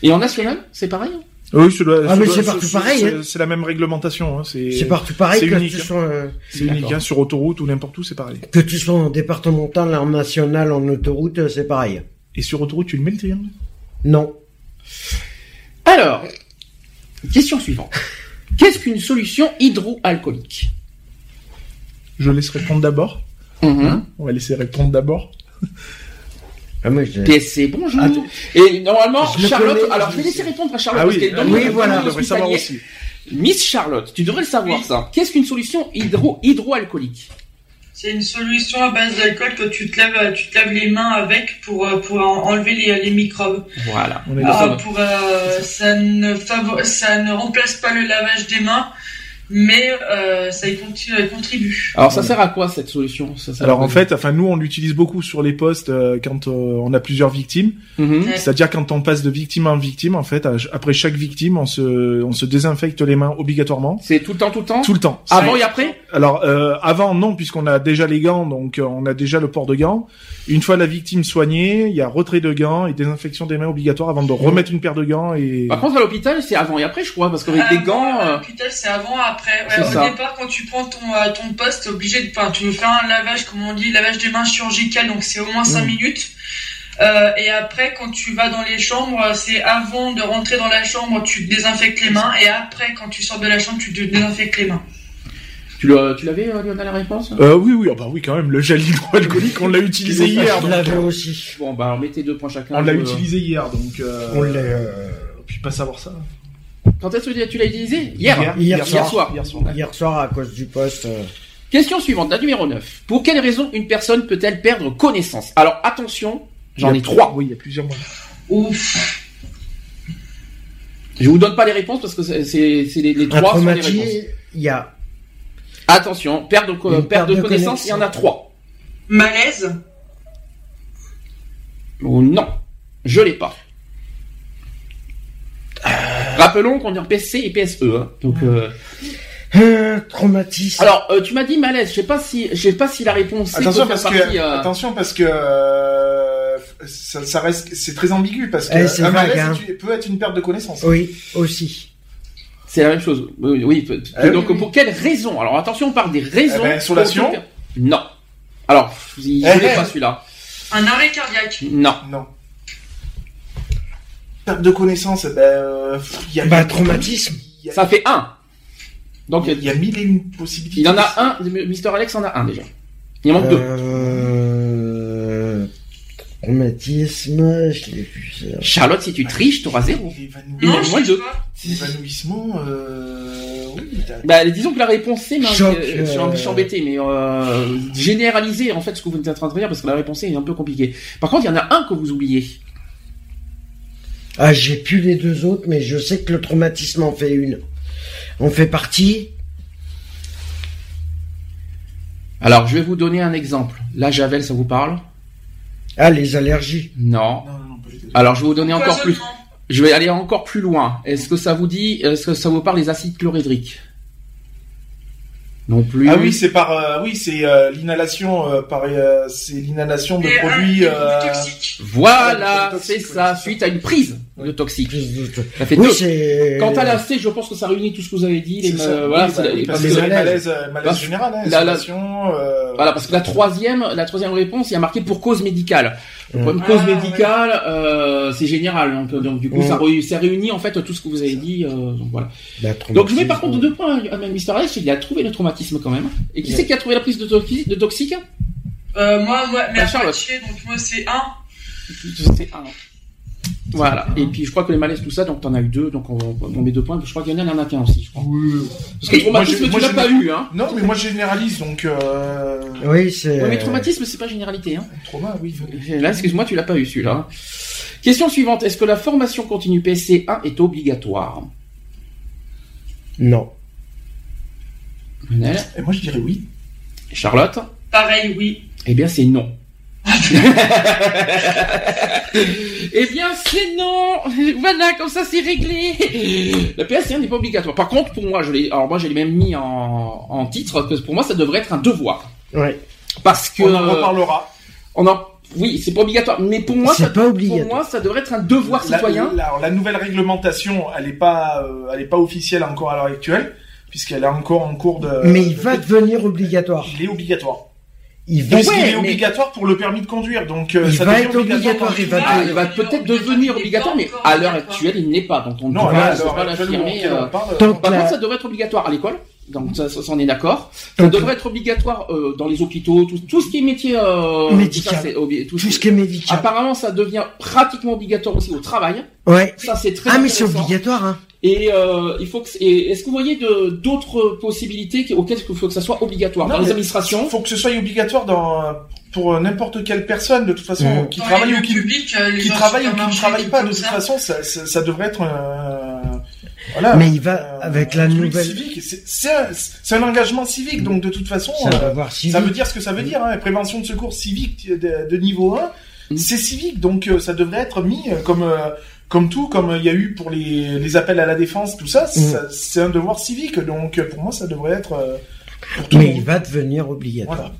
Speaker 2: Et en national, c'est pareil. hein
Speaker 3: Oui, ça doit-
Speaker 4: Ah,
Speaker 3: ça
Speaker 4: mais
Speaker 3: doit-
Speaker 4: c'est
Speaker 3: ça-
Speaker 4: partout
Speaker 3: ça-
Speaker 4: pareil,
Speaker 3: c'est-
Speaker 4: hein.
Speaker 3: C'est la même réglementation. hein, C'est
Speaker 4: C'est partout pareil
Speaker 3: c'est
Speaker 4: que,
Speaker 3: unique,
Speaker 4: tu
Speaker 3: hein.
Speaker 4: sois, euh,
Speaker 3: C'est unique,
Speaker 2: D'accord.
Speaker 3: hein, sur autoroute ou n'importe où, c'est pareil.
Speaker 4: que tu sois en départemental, en national, en autoroute, euh, c'est pareil.
Speaker 3: Et sur autoroute, tu le mets le triangle
Speaker 4: Non.
Speaker 2: Alors, question suivante. Qu'est-ce qu'une solution hydroalcoolique
Speaker 3: Je laisse répondre d'abord.
Speaker 2: Mhm.
Speaker 3: On va laisser répondre d'abord.
Speaker 4: Ah, moi, je-
Speaker 2: PSC, bonjour.
Speaker 3: Ah, d-
Speaker 2: Et normalement,
Speaker 4: Je le
Speaker 2: Charlotte.
Speaker 4: connais,
Speaker 2: alors, je vais
Speaker 4: je
Speaker 2: laisser
Speaker 4: sais.
Speaker 3: Ah
Speaker 2: répondre à Charlotte Ah parce qu'elle est dans
Speaker 4: oui,
Speaker 2: le-
Speaker 4: voilà,
Speaker 2: dans
Speaker 3: on
Speaker 2: le
Speaker 3: devrait savoir
Speaker 2: hospitalier.
Speaker 3: aussi.
Speaker 2: Miss Charlotte, tu devrais le savoir ça. Qu'est-ce qu'une solution hydro hydroalcoolique
Speaker 6: C'est une solution à base d'alcool que tu te laves, euh, tu te laves les mains avec pour, euh, pour en- enlever les, les microbes.
Speaker 2: Voilà.
Speaker 7: On est
Speaker 3: ben,
Speaker 2: Ah,
Speaker 6: Euh, pour, euh, ça, ne favo- ça ne remplace pas le lavage des mains, mais euh, ça y conti- contribue.
Speaker 2: Alors ça sert à quoi cette solution Ça sert
Speaker 7: Alors
Speaker 2: à
Speaker 7: en
Speaker 2: quoi
Speaker 7: fait, enfin nous on l'utilise beaucoup sur les postes euh, quand euh, on a plusieurs victimes.
Speaker 2: Mhm.
Speaker 7: C'est-à-dire quand on passe de victime en victime, en fait, à- après chaque victime, on se, on se désinfecte les mains obligatoirement.
Speaker 2: c'est tout le temps, tout le temps,
Speaker 7: Tout le temps.
Speaker 2: avant et après.
Speaker 7: Alors euh, avant non, puisqu'on a déjà les gants, donc euh, on a déjà le port de gants. Une fois la victime soignée, il y a retrait de gants et désinfection des mains obligatoire avant de remettre une paire de gants et
Speaker 2: Par contre, à l'hôpital, c'est avant et après, je crois, parce qu'avec
Speaker 6: Euh,
Speaker 2: des gants.
Speaker 6: à
Speaker 2: euh,
Speaker 6: l'hôpital, c'est avant, après. Ouais,
Speaker 2: c'est
Speaker 6: au
Speaker 2: ça.
Speaker 6: départ, quand tu prends ton, euh, ton poste, t'es obligé de. Enfin, tu veux faire un lavage, comme on dit, lavage des mains chirurgical, donc c'est au moins
Speaker 2: Mm.
Speaker 6: 5 minutes. Euh, et après, quand tu vas dans les chambres, euh, c'est avant de rentrer dans la chambre, tu te désinfectes les mains. Et après, quand tu sors de la chambre, tu te désinfectes les mains.
Speaker 2: Tu l'as- tu l'avais, euh, Lionel, la réponse
Speaker 7: Euh, oui oui ah bah oui quand même le gel hydroalcoolique on l'a utilisé hier.
Speaker 4: Je
Speaker 7: donc-
Speaker 4: l'avais aussi.
Speaker 2: Bon, bah alors mettez deux points chacun.
Speaker 7: on l'a
Speaker 2: Euh,
Speaker 7: utilisé hier donc. euh,
Speaker 4: On l'a. euh,
Speaker 7: Puis pas savoir ça.
Speaker 2: Quand est-ce que tu l'as utilisé Hier.
Speaker 4: Hier soir.
Speaker 2: soir.
Speaker 7: Hier soir.
Speaker 4: Hier soir, à cause du poste. euh,
Speaker 2: Question suivante, la numéro 9. Pour quelle raison une personne peut-elle perdre connaissance Alors attention, j'en ai trois.
Speaker 7: Oui, il y a plusieurs mois.
Speaker 6: Ouf.
Speaker 2: Je vous donne pas les réponses parce que c'est c'est- c'est les, les
Speaker 4: un
Speaker 2: trois sont les réponses.
Speaker 4: traumatisme, il y a.
Speaker 2: Attention, perte de, co-
Speaker 4: Une
Speaker 2: perte de connaissance, il y en a trois.
Speaker 6: Malaise.
Speaker 2: Ou non, je l'ai pas. Rappelons qu'on est en PSC et PSE. hein. Donc, euh,
Speaker 4: Euh, traumatisme.
Speaker 2: Alors, euh, tu m'as dit malaise. Je sais pas si, je sais pas si la réponse. c'est
Speaker 3: Attention
Speaker 2: peut
Speaker 3: parce,
Speaker 2: faire
Speaker 3: que,
Speaker 2: partie, euh,
Speaker 3: attention parce que euh, ça, ça reste c'est très ambigu parce que
Speaker 4: Eh, c'est
Speaker 3: un
Speaker 4: vague,
Speaker 3: malaise
Speaker 4: hein.
Speaker 3: est- peut être une perte de connaissance.
Speaker 4: Oui, aussi.
Speaker 2: C'est la même chose. Oui, oui, peut-
Speaker 3: Ah oui,
Speaker 2: donc,
Speaker 3: oui.
Speaker 2: pour quelles raisons Alors, attention, on parle des raisons.
Speaker 3: Eh ben, insolation
Speaker 2: pour- Non. Alors, il- je
Speaker 3: Eh
Speaker 2: l'ai
Speaker 3: ben.
Speaker 2: pas celui-là.
Speaker 6: Un arrêt cardiaque.
Speaker 2: Non.
Speaker 3: Non. Perte de connaissance, eh ben, euh, il y a
Speaker 4: Bah, traumatisme.
Speaker 3: il y a-
Speaker 2: Ça fait un. Donc,
Speaker 3: il y a mille et une possibilités.
Speaker 2: il en a un. Mister Alex en a un déjà. Il en manque deux.
Speaker 4: Euh, Traumatisme, je l'ai euh. vu.
Speaker 3: Euh.
Speaker 4: ça.
Speaker 2: Charlotte, si tu triches, t'auras zéro. Il y en
Speaker 6: Non,
Speaker 2: a
Speaker 3: L'évanouissement,
Speaker 6: je
Speaker 2: moins
Speaker 6: sais
Speaker 2: deux.
Speaker 6: pas.
Speaker 3: l'évanouissement, euh, oui, t'as-
Speaker 2: Bah, disons que la réponse c'est, mais,
Speaker 4: Choc,
Speaker 2: euh, je suis
Speaker 4: euh,
Speaker 2: je suis embêté, mais euh, généraliser en fait ce que vous êtes en train de dire parce que la réponse C est un peu compliquée. Par contre, il y en a un que vous oubliez.
Speaker 4: Ah, j'ai plus les deux autres, mais je sais que le traumatisme en fait une. On fait partie.
Speaker 2: Alors, je vais vous donner un exemple. La javel, ça vous parle
Speaker 4: Ah, les allergies.
Speaker 2: Non.
Speaker 3: non, non, non, pas du tout.
Speaker 2: Alors, je vais vous donner encore plus.
Speaker 6: Poisonnement.
Speaker 2: Je vais aller encore plus loin. Est-ce que ça vous dit Est-ce que ça vous parle des acides chlorhydriques Non plus.
Speaker 3: Ah oui, c'est par, euh, oui, c'est euh, l'inhalation, euh, par, euh, c'est l'inhalation de
Speaker 6: Et un-
Speaker 3: produits.
Speaker 6: des
Speaker 3: euh,
Speaker 6: produits toxiques.
Speaker 2: Voilà,
Speaker 3: Ouais,
Speaker 2: c'est
Speaker 3: toxique,
Speaker 2: ça.
Speaker 3: ouais.
Speaker 2: Suite à une prise de toxique.
Speaker 4: Plus de-
Speaker 2: Ça fait
Speaker 4: Oui,
Speaker 2: deux.
Speaker 4: c'est.
Speaker 2: Quant à la C, je pense que ça réunit tout ce que vous avez dit. Les,
Speaker 3: c'est ça.
Speaker 2: euh,
Speaker 3: Oui,
Speaker 2: voilà,
Speaker 3: bah,
Speaker 2: c'est la-
Speaker 3: oui, parce
Speaker 2: parce
Speaker 3: que
Speaker 2: que-
Speaker 3: les malaises, euh, malaise
Speaker 2: parce-
Speaker 3: général, hein,
Speaker 2: la- la-
Speaker 3: isolation, euh,
Speaker 2: Voilà, parce que la troisième, la troisième réponse, il y a marqué pour cause médicale. Le
Speaker 4: Mm.
Speaker 2: problème cause
Speaker 6: Ah,
Speaker 2: médicale, euh, c'est général. Donc, donc du coup,
Speaker 4: Mm.
Speaker 2: ça, réu- ça réunit en fait tout ce que vous avez dit. euh, donc voilà.
Speaker 4: Bah,
Speaker 2: Donc je mets par
Speaker 4: traumatisme.
Speaker 2: contre deux points à à Mister Alex. Il a trouvé le traumatisme quand même. Et qui
Speaker 4: Ouais.
Speaker 2: c'est qui a trouvé la prise de, toxi- de toxique
Speaker 6: Euh, moi, moi, mais
Speaker 2: Ah,
Speaker 6: à
Speaker 2: Charlotte.
Speaker 6: moitié, donc moi c'est un.
Speaker 2: C'est un. Voilà. Et puis je crois que les malaises, tout ça, donc t'en as eu deux, donc on, on met deux points. Je crois qu'il y en a, il en a qu'un aussi, je crois.
Speaker 3: oui.
Speaker 2: Parce que
Speaker 3: Moi,
Speaker 2: traumatisme,
Speaker 3: je- moi,
Speaker 2: tu l'as
Speaker 3: je-
Speaker 2: pas eu, hein.
Speaker 3: Non, mais moi je généralise, donc euh,
Speaker 4: Oui, c'est.
Speaker 2: Ouais, mais traumatisme, c'est pas généralité, hein.
Speaker 3: trauma, oui. oui.
Speaker 2: Là, excuse-moi, tu l'as pas eu celui-là. Question suivante. Est-ce que la formation continue PSC1 est obligatoire
Speaker 4: Non.
Speaker 2: Lionel,
Speaker 3: Et moi je dirais oui.
Speaker 2: Charlotte
Speaker 6: Pareil, oui. (laughs)
Speaker 2: Eh bien, c'est non. eh bien, c'est non. (laughs) Voilà, comme ça, c'est réglé. La PSC1 n'est pas obligatoire. Par contre, pour moi, je l'ai. Alors moi, je l'ai même mis en, en titre que pour moi, ça devrait être un devoir
Speaker 4: Ouais.
Speaker 2: parce que
Speaker 3: On en reparlera.
Speaker 2: on en- Oh Oui, c'est pas obligatoire, mais pour moi, ça,
Speaker 4: C'est pas
Speaker 2: pour
Speaker 4: obligatoire.
Speaker 2: moi, ça devrait être un devoir
Speaker 3: La-
Speaker 2: citoyen.
Speaker 3: La, la nouvelle réglementation, elle est pas, euh, elle est pas officielle encore à l'heure actuelle, puisqu'elle est encore en cours de.
Speaker 2: Euh,
Speaker 4: Mais il
Speaker 3: de-
Speaker 4: va devenir obligatoire.
Speaker 3: Il est obligatoire.
Speaker 4: Il va.
Speaker 3: Puisqu'il
Speaker 2: ouais,
Speaker 3: est
Speaker 2: mais-
Speaker 3: obligatoire pour le permis de conduire, donc euh,
Speaker 4: Il
Speaker 3: ça
Speaker 4: va
Speaker 3: devient
Speaker 4: être obligatoire,
Speaker 3: quand
Speaker 4: il va
Speaker 3: tu-
Speaker 2: Ah,
Speaker 4: Ouais,
Speaker 2: il va
Speaker 6: il est
Speaker 2: peut-être
Speaker 6: obligatoire,
Speaker 2: devenir
Speaker 6: il est
Speaker 2: obligatoire,
Speaker 6: pas
Speaker 2: mais
Speaker 6: encore
Speaker 2: à l'heure
Speaker 6: obligatoire.
Speaker 2: actuelle, il n'est pas. Donc on
Speaker 3: Non,
Speaker 2: voilà,
Speaker 3: là,
Speaker 2: c'est
Speaker 3: alors,
Speaker 2: pas
Speaker 3: actuellement,
Speaker 2: l'affirmer,
Speaker 3: auquel
Speaker 2: euh.
Speaker 3: on parle,
Speaker 4: Tant que
Speaker 2: Par contre,
Speaker 4: la-
Speaker 2: ça devrait être obligatoire à l'école. Donc ça, ça, ça, on est d'accord. Ça
Speaker 4: tant que-
Speaker 2: devrait être obligatoire euh, dans les hôpitaux, tout, tout ce qui est métier euh,
Speaker 4: Médical.
Speaker 2: tout ça, c'est obli- tout-
Speaker 4: Tout ce qui est médical.
Speaker 2: Apparemment, ça devient pratiquement obligatoire aussi au travail.
Speaker 4: Ouais.
Speaker 2: Ça, c'est très
Speaker 4: Ah, mais c'est
Speaker 2: intéressant.
Speaker 4: obligatoire, hein.
Speaker 2: Et euh, il faut que. et Est-ce que vous voyez de- d'autres possibilités qui- auxquelles il faut que ça soit obligatoire
Speaker 3: Non,
Speaker 2: dans les
Speaker 3: mais
Speaker 2: administrations
Speaker 3: faut que ce soit obligatoire dans, pour euh, n'importe quelle personne, de toute façon, qui
Speaker 6: Dans
Speaker 3: travaille
Speaker 6: le
Speaker 3: ou qui,
Speaker 6: public, euh, les
Speaker 3: qui
Speaker 6: gens
Speaker 3: travaille ou qui ne
Speaker 6: supermarchés,
Speaker 3: travaille
Speaker 6: des
Speaker 3: pas, de
Speaker 6: trucs
Speaker 3: toute
Speaker 6: comme ça.
Speaker 3: façon, ça, ça, ça devrait être. euh,
Speaker 2: Ah.
Speaker 3: voilà. Euh,
Speaker 4: Mais il va avec la
Speaker 3: un truc
Speaker 4: nouvelle-
Speaker 3: civique. C'est- C'est un, c'est un engagement civique, donc de toute façon,
Speaker 4: C'est un
Speaker 3: euh,
Speaker 4: devoir
Speaker 3: ça veut
Speaker 4: civique.
Speaker 3: dire ce que ça veut dire. Hein. Prévention de secours civique de, de niveau 1,
Speaker 4: Mm.
Speaker 3: c'est civique, donc euh, ça devrait être mis euh, comme. euh, comme tout, comme euh, il y a eu pour les, les appels à la défense, tout
Speaker 4: Mm.
Speaker 3: ça, ça- c'est un devoir civique. Donc euh, pour moi, ça devrait être euh, pour tout le
Speaker 4: Mais il
Speaker 3: monde.
Speaker 4: va devenir obligatoire.
Speaker 3: Voilà.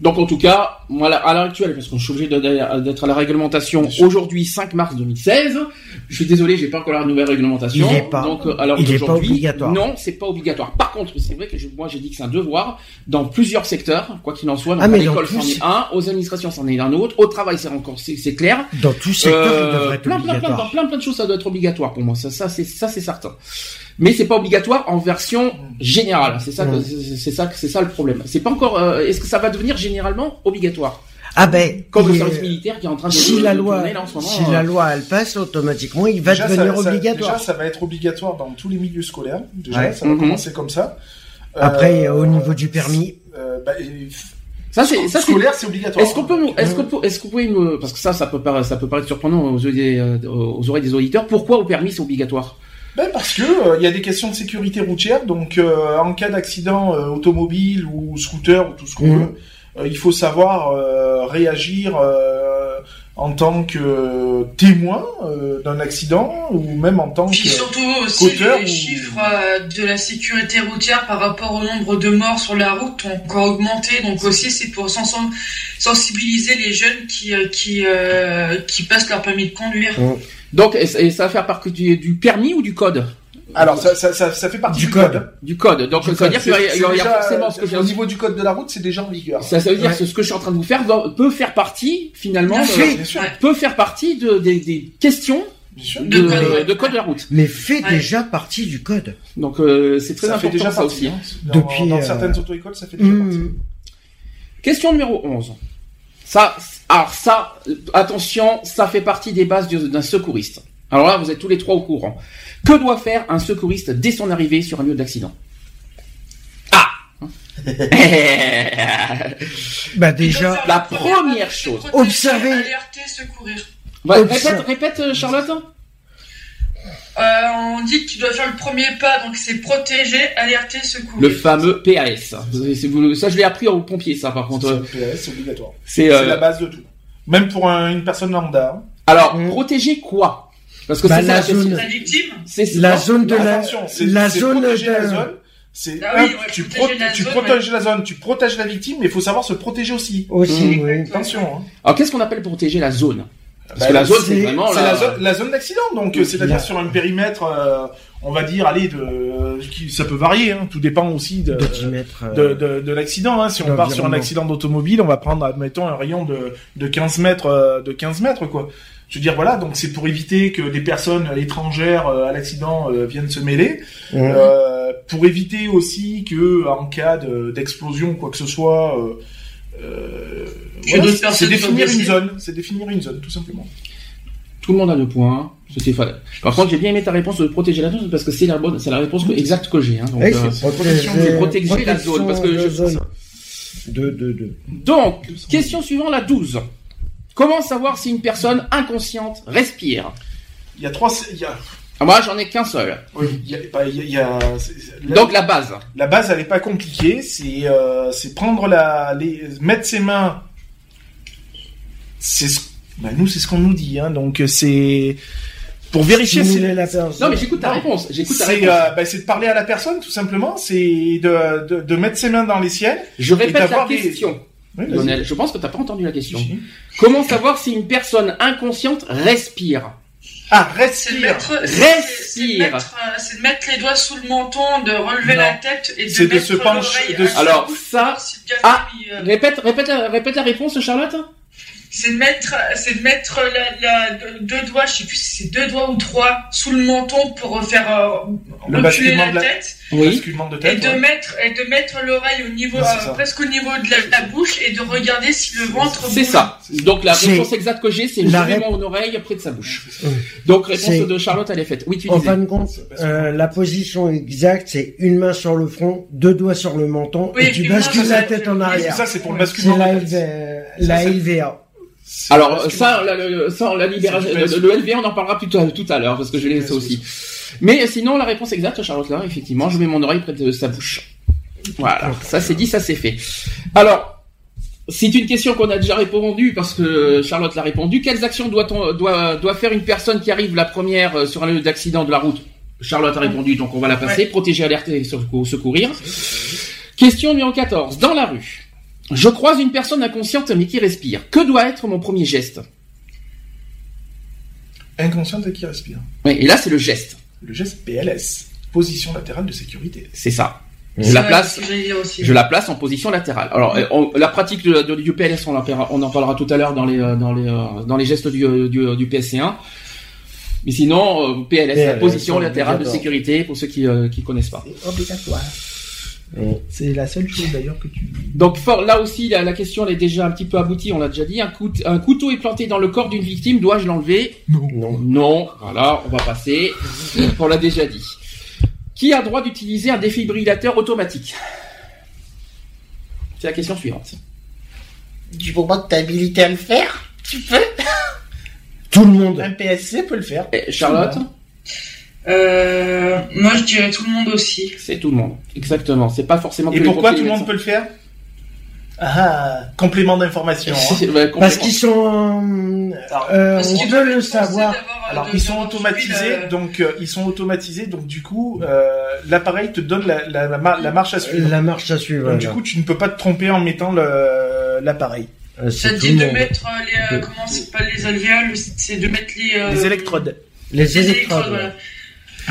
Speaker 2: Donc en tout cas, voilà, à l'heure actuelle, parce qu'on est obligé de- de- d'être à la réglementation aujourd'hui 5 mars 2016. Je suis désolé, j'ai pas encore la nouvelle réglementation.
Speaker 4: Il est pas-
Speaker 2: Donc euh, alors
Speaker 4: il est pas
Speaker 2: d'aujourd'hui,
Speaker 4: obligatoire.
Speaker 2: Non, c'est pas obligatoire. Par contre, c'est vrai que je- moi j'ai dit que c'est un devoir dans plusieurs secteurs, quoi qu'il en soit. Donc,
Speaker 4: Ah, mais
Speaker 2: à l'école
Speaker 4: en
Speaker 2: c'en
Speaker 4: plus-
Speaker 2: est un, aux administrations c'en est un autre, au travail c'est encore c'est c'est clair.
Speaker 4: Dans tout secteur,
Speaker 2: Euh,
Speaker 4: il devrait être
Speaker 2: plein, plein, plein, dans
Speaker 4: obligatoire.
Speaker 2: plein, plein de choses, ça doit être obligatoire pour moi. Ça, ça c'est ça, c'est certain. Mais c'est pas obligatoire en version générale. C'est ça, que-
Speaker 4: Mm.
Speaker 2: c'est c'est ça, que- c'est ça le problème. C'est pas encore. euh, Est-ce que ça va devenir généralement obligatoire
Speaker 4: Ah ben,
Speaker 2: comme le
Speaker 4: il-
Speaker 2: service militaire qui est en train de
Speaker 4: si
Speaker 2: de-
Speaker 4: la
Speaker 2: de
Speaker 4: loi,
Speaker 2: tourner, là, en ce moment,
Speaker 4: si
Speaker 2: euh,
Speaker 4: la loi elle passe, automatiquement il va
Speaker 3: Déjà, ça-
Speaker 4: devenir
Speaker 3: ça-
Speaker 4: obligatoire.
Speaker 3: déjà, ça va être obligatoire dans tous les milieux scolaires. Déjà,
Speaker 4: Ouais.
Speaker 3: ça va
Speaker 2: Mhm.
Speaker 3: commencer comme ça. Euh,
Speaker 4: Après, au niveau du permis,
Speaker 3: euh, bah, et-
Speaker 2: ça Ah, c'est ça c'est
Speaker 3: scolaire, c'est obligatoire.
Speaker 2: Est-ce qu'on peut, nous- est-ce qu'on peut, est-ce que vous pouvez me, parce que ça, ça peut paraître, ça peut paraître surprenant aux, yeux des, euh, aux oreilles des auditeurs. Pourquoi au permis c'est obligatoire
Speaker 3: Ben, parce que euh, il y a des questions de sécurité routière. Donc, euh, en cas d'accident euh, automobile ou scooter ou tout ce qu'on
Speaker 4: Mhm.
Speaker 3: veut, euh, il faut savoir euh, réagir euh, en tant que euh, témoin euh, d'un accident ou même en tant
Speaker 6: Puis
Speaker 3: que
Speaker 6: surtout aussi
Speaker 3: euh, Scooter
Speaker 6: les
Speaker 3: ou-
Speaker 6: chiffres euh, de la sécurité routière par rapport au nombre de morts sur la route ont encore augmenté. Donc aussi c'est pour sens- sensibiliser les jeunes qui euh, qui euh, qui passent leur permis de conduire.
Speaker 2: Donc, et, et ça va faire partie du, du permis ou du code
Speaker 3: Alors, ça, ça, ça, ça fait partie
Speaker 4: Du
Speaker 3: du,
Speaker 4: code.
Speaker 2: Du code. Donc,
Speaker 3: Du
Speaker 2: ça veut
Speaker 3: code.
Speaker 2: dire qu'il va y-
Speaker 3: C'est-
Speaker 2: il va y
Speaker 3: c'est
Speaker 2: a
Speaker 3: déjà,
Speaker 2: forcément ce que j'ai
Speaker 3: Au niveau du code de la route, c'est déjà en vigueur.
Speaker 2: Ça, ça veut dire
Speaker 4: Ouais.
Speaker 2: que ce que je suis en train de vous faire va- peut faire partie, finalement,
Speaker 4: Mais
Speaker 2: euh,
Speaker 4: fais-
Speaker 3: Bien sûr,
Speaker 6: Ouais.
Speaker 2: peut faire partie de, des, des questions
Speaker 3: bien sûr.
Speaker 2: de, euh,
Speaker 6: De code.
Speaker 2: de code de la route.
Speaker 4: mais fait
Speaker 6: Ouais.
Speaker 4: déjà partie du code.
Speaker 2: Donc euh, c'est très
Speaker 3: ça fait
Speaker 2: important
Speaker 3: déjà
Speaker 2: ça
Speaker 3: partie,
Speaker 2: aussi.
Speaker 3: hein. Dans-
Speaker 4: Depuis,
Speaker 3: dans
Speaker 4: euh,
Speaker 3: certaines auto-écoles, ça fait déjà partie.
Speaker 4: Hmm.
Speaker 2: Question numéro 11. Ça, alors ça, euh, attention, ça fait partie des bases du- d'un secouriste. Alors là, vous êtes tous les trois au courant. Que doit faire un secouriste dès son arrivée sur un lieu d'accident Ah
Speaker 4: Bah
Speaker 6: Et
Speaker 4: déjà,
Speaker 6: donc,
Speaker 2: (laughs) la
Speaker 6: faire
Speaker 2: première chose.
Speaker 6: protéger,
Speaker 4: Observer.
Speaker 6: alerter, secourir.
Speaker 2: Bah,
Speaker 4: Oups.
Speaker 2: Répète, répète, Charlotte.
Speaker 6: Euh, on dit que tu dois faire le premier pas, donc c'est protéger, alerter, secourir.
Speaker 2: Le fameux PAS. Vous avez- c'est- vous- Ça, je l'ai appris aux pompiers, ça, par contre.
Speaker 3: C'est le PLS, c'est obligatoire.
Speaker 2: C'est
Speaker 3: C'est
Speaker 2: euh,
Speaker 3: la base de tout. Même pour un- une personne lambda. hein.
Speaker 2: Alors,
Speaker 4: Mm.
Speaker 2: protéger quoi Parce que
Speaker 4: Bah,
Speaker 2: c'est ça
Speaker 4: la
Speaker 2: la question.
Speaker 4: zone.
Speaker 6: La victime.
Speaker 2: C'est c'est-
Speaker 4: la
Speaker 2: non,
Speaker 4: zone de la,
Speaker 3: Attention, c'est
Speaker 4: la
Speaker 3: c'est
Speaker 4: zone
Speaker 3: protéger
Speaker 4: de-
Speaker 3: la zone. C'est
Speaker 6: Ah oui,
Speaker 3: un,
Speaker 6: ouais,
Speaker 3: tu,
Speaker 6: protéger
Speaker 3: pro-
Speaker 6: la
Speaker 3: tu
Speaker 6: zone,
Speaker 3: protèges la zone, tu protèges la victime, mais il faut savoir se protéger aussi.
Speaker 4: aussi.
Speaker 2: Mmh.
Speaker 4: oui.
Speaker 3: Attention. hein.
Speaker 2: Alors, qu'est-ce qu'on appelle protéger la zone Parce
Speaker 3: Bah,
Speaker 2: que la zone, c'est
Speaker 4: c'est-
Speaker 2: vraiment
Speaker 3: C'est
Speaker 2: la-
Speaker 3: la zone, la zone d'accident, donc
Speaker 4: Oui,
Speaker 3: euh, c'est-à-dire
Speaker 4: là.
Speaker 3: sur un périmètre, euh, on va dire, allez, de, euh, qui- ça peut varier, hein, tout dépend aussi de,
Speaker 4: De 10 mètres.
Speaker 3: de,
Speaker 4: euh,
Speaker 3: de, de l'accident. Hein. Si on part sur un
Speaker 4: L'environnement.
Speaker 3: accident d'automobile, on va prendre, admettons, un rayon de, de 15 mètres, euh, de 15 mètres, quoi. Je veux dire, voilà, donc c'est pour éviter que des personnes étrangères euh, à l'accident euh, viennent se mêler,
Speaker 4: Mmh.
Speaker 3: Euh, pour éviter aussi que, euh, en cas de- d'explosion ou quoi que ce soit, euh, euh,
Speaker 6: Que d'autres
Speaker 3: c'est- c'est
Speaker 6: personnes
Speaker 3: définir
Speaker 6: soient
Speaker 3: une
Speaker 6: blessées.
Speaker 3: zone, c'est définir une zone, tout simplement.
Speaker 2: Tout le monde a deux points. C'était fade. Par contre, j'ai bien aimé ta réponse de protéger la zone parce que c'est la bonne, c'est la réponse que- exacte que j'ai. Hein, donc,
Speaker 4: Eh,
Speaker 2: euh,
Speaker 4: c'est
Speaker 3: protection,
Speaker 4: protéger-
Speaker 2: c'est protéger la
Speaker 4: protection
Speaker 2: zone, parce que
Speaker 4: de
Speaker 2: je-
Speaker 4: zone. De, de, de.
Speaker 2: donc, question suivante, la 12. Comment savoir si une personne inconsciente respire
Speaker 3: Il y a trois, il y a,
Speaker 2: Ah, Moi, j'en ai qu'un seul.
Speaker 3: oui, il y a, bah, il y a- il y a- c'est- c'est-
Speaker 2: Donc, la base.
Speaker 3: La base, elle est pas compliquée. C'est euh, c'est prendre la, les, mettre ses mains. C'est ce, bah, nous, c'est ce qu'on nous dit. Hein, donc euh, c'est pour vérifier.
Speaker 4: Stimuler
Speaker 3: C'est
Speaker 4: la personne.
Speaker 2: Non, mais j'écoute ta
Speaker 3: Non.
Speaker 2: réponse. J'écoute ta
Speaker 3: c'est,
Speaker 2: réponse.
Speaker 3: euh, bah, c'est de parler à la personne, tout simplement. C'est de, de, de mettre ses mains dans les ciels.
Speaker 2: Je répète la
Speaker 3: d'avoir des-
Speaker 2: question,
Speaker 3: Oui, vas-y.
Speaker 2: Lionel. Je pense que t'as pas entendu la question.
Speaker 3: Si.
Speaker 2: Comment savoir si une personne inconsciente respire
Speaker 3: Ah,
Speaker 6: C'est de
Speaker 3: respire.
Speaker 6: mettre, c'est- c'est- c'est de
Speaker 2: Respire.
Speaker 6: mettre, euh, c'est de mettre les doigts sous le menton, de relever
Speaker 3: Non.
Speaker 6: la tête et de,
Speaker 3: C'est de
Speaker 6: mettre
Speaker 3: se pencher-
Speaker 6: l'oreille
Speaker 3: de
Speaker 6: à
Speaker 3: se-
Speaker 6: la
Speaker 2: Alors,
Speaker 6: bouche
Speaker 2: ça-
Speaker 6: pour voir si le gars
Speaker 2: Ah.
Speaker 6: lui, euh,
Speaker 2: Répète, répète, la, répète la réponse, Charlotte.
Speaker 6: c'est de mettre, c'est de mettre la, la- deux- deux doigts, je sais plus si c'est deux doigts ou trois, sous le menton pour faire euh,
Speaker 3: Le
Speaker 6: reculer
Speaker 3: basculement
Speaker 6: la,
Speaker 3: de la-
Speaker 6: tête,
Speaker 2: Oui.
Speaker 3: Basculement de
Speaker 6: et
Speaker 3: tête.
Speaker 6: de
Speaker 3: ouais.
Speaker 6: mettre, et de mettre l'oreille au niveau,
Speaker 3: Ouais, c'est
Speaker 6: euh,
Speaker 3: ça.
Speaker 6: presque au niveau de la, la bouche, et de regarder si le ventre.
Speaker 2: C'est
Speaker 6: bouge.
Speaker 2: ça. Donc la
Speaker 4: C'est-
Speaker 2: réponse exacte que j'ai, c'est
Speaker 4: La
Speaker 2: le
Speaker 4: rép-
Speaker 2: en oreille près de sa bouche. Donc réponse
Speaker 4: C'est-
Speaker 2: de Charlotte, elle est faite. Oui, tu
Speaker 4: En
Speaker 2: disais.
Speaker 4: fin de compte, euh, la position exacte, c'est une main sur le front, deux doigts sur le menton,
Speaker 6: Oui,
Speaker 4: et tu
Speaker 6: une main
Speaker 4: bascules
Speaker 6: sur
Speaker 4: la
Speaker 6: le-
Speaker 4: tête en
Speaker 6: oui,
Speaker 3: Et
Speaker 4: arrière.
Speaker 3: ça, c'est pour le
Speaker 4: C'est
Speaker 3: basculement.
Speaker 4: la,
Speaker 3: de tête.
Speaker 4: LV- la
Speaker 3: Ça, c'est-
Speaker 4: LVA.
Speaker 3: C'est le
Speaker 2: Alors
Speaker 3: basculement.
Speaker 2: ça, la, le, ça, la libération,
Speaker 3: C'est
Speaker 2: le,
Speaker 3: du PS.
Speaker 2: le LV, on en parlera plus tard- tout à l'heure parce que je l'ai
Speaker 3: PS,
Speaker 2: ça aussi. Mais sinon, la réponse exacte, Charlotte, là, effectivement, je mets mon oreille près de sa bouche. Voilà, ça c'est dit, ça c'est fait. Alors, c'est une question qu'on a déjà répondu parce que Charlotte l'a répondu. Quelles actions doit-on doit, doit faire une personne qui arrive la première euh, sur un lieu d'accident de la route Charlotte a répondu, donc on va la passer. Protéger, alerter, et secou- secourir. Question numéro 14. Dans la rue, je croise une personne inconsciente mais qui respire. Que doit être mon premier geste
Speaker 3: Inconsciente et qui respire.
Speaker 2: Ouais, Et là, c'est le geste.
Speaker 3: Le geste PLS. Position latérale de sécurité.
Speaker 2: C'est ça.
Speaker 4: Oui.
Speaker 2: Je la
Speaker 6: Ouais,
Speaker 2: place
Speaker 6: c'est ce que j'allais dire aussi.
Speaker 2: Je la place en position latérale. Alors, euh, on- la pratique de, de- du PLS, on en, parlera, on en parlera tout à l'heure dans les, euh, dans, les, euh, dans les gestes du, euh, du, euh, du PSC1. Mais sinon, euh, PLS, la
Speaker 4: PLS,
Speaker 2: position latérale de
Speaker 4: obligatoire.
Speaker 2: sécurité, pour ceux qui ne connaissent pas.
Speaker 8: Obligatoire.
Speaker 4: Oui.
Speaker 8: C'est la seule chose d'ailleurs que tu.
Speaker 2: Donc fort, là aussi, la, la question elle est déjà un petit peu aboutie, on l'a déjà dit. Un, cout- un couteau est planté dans le corps d'une victime, dois-je l'enlever
Speaker 4: Non.
Speaker 2: Non, voilà, on va passer. on l'a déjà dit. Qui a droit d'utiliser un défibrillateur automatique C'est la question suivante.
Speaker 8: Du moment que t'es habilité à le faire, tu peux.
Speaker 4: Tout le monde.
Speaker 3: Ah,
Speaker 8: Un PSC peut le faire.
Speaker 2: Eh, Charlotte
Speaker 6: Euh, moi, je dirais tout le monde aussi.
Speaker 2: C'est tout le monde. Exactement. C'est pas forcément.
Speaker 3: Et pourquoi tout le monde peut le faire Ah, complément d'information. (laughs) hein.
Speaker 2: (laughs)
Speaker 4: Parce qu'ils sont...
Speaker 3: Alors,
Speaker 4: Euh,
Speaker 6: Parce
Speaker 4: on
Speaker 6: qu'il
Speaker 4: veut
Speaker 6: doit
Speaker 4: le savoir.
Speaker 6: euh,
Speaker 3: Alors ils sont automatisés, donc euh, ils sont automatisés, donc du coup euh, l'appareil te donne la, la, la mar- la marche à suivre.
Speaker 4: La marche à suivre.
Speaker 3: Donc,
Speaker 4: voilà.
Speaker 3: du coup tu ne peux pas te tromper en mettant le- l'appareil.
Speaker 4: Euh,
Speaker 6: Ça
Speaker 4: c'est
Speaker 6: te
Speaker 4: tout
Speaker 6: dit
Speaker 4: le
Speaker 6: de
Speaker 4: monde.
Speaker 6: mettre euh, les, euh, comment c'est pas les alvéoles, c'est de mettre les, euh,
Speaker 3: Les électrodes.
Speaker 4: Les
Speaker 6: les
Speaker 4: électrodes.
Speaker 6: voilà.
Speaker 4: ouais.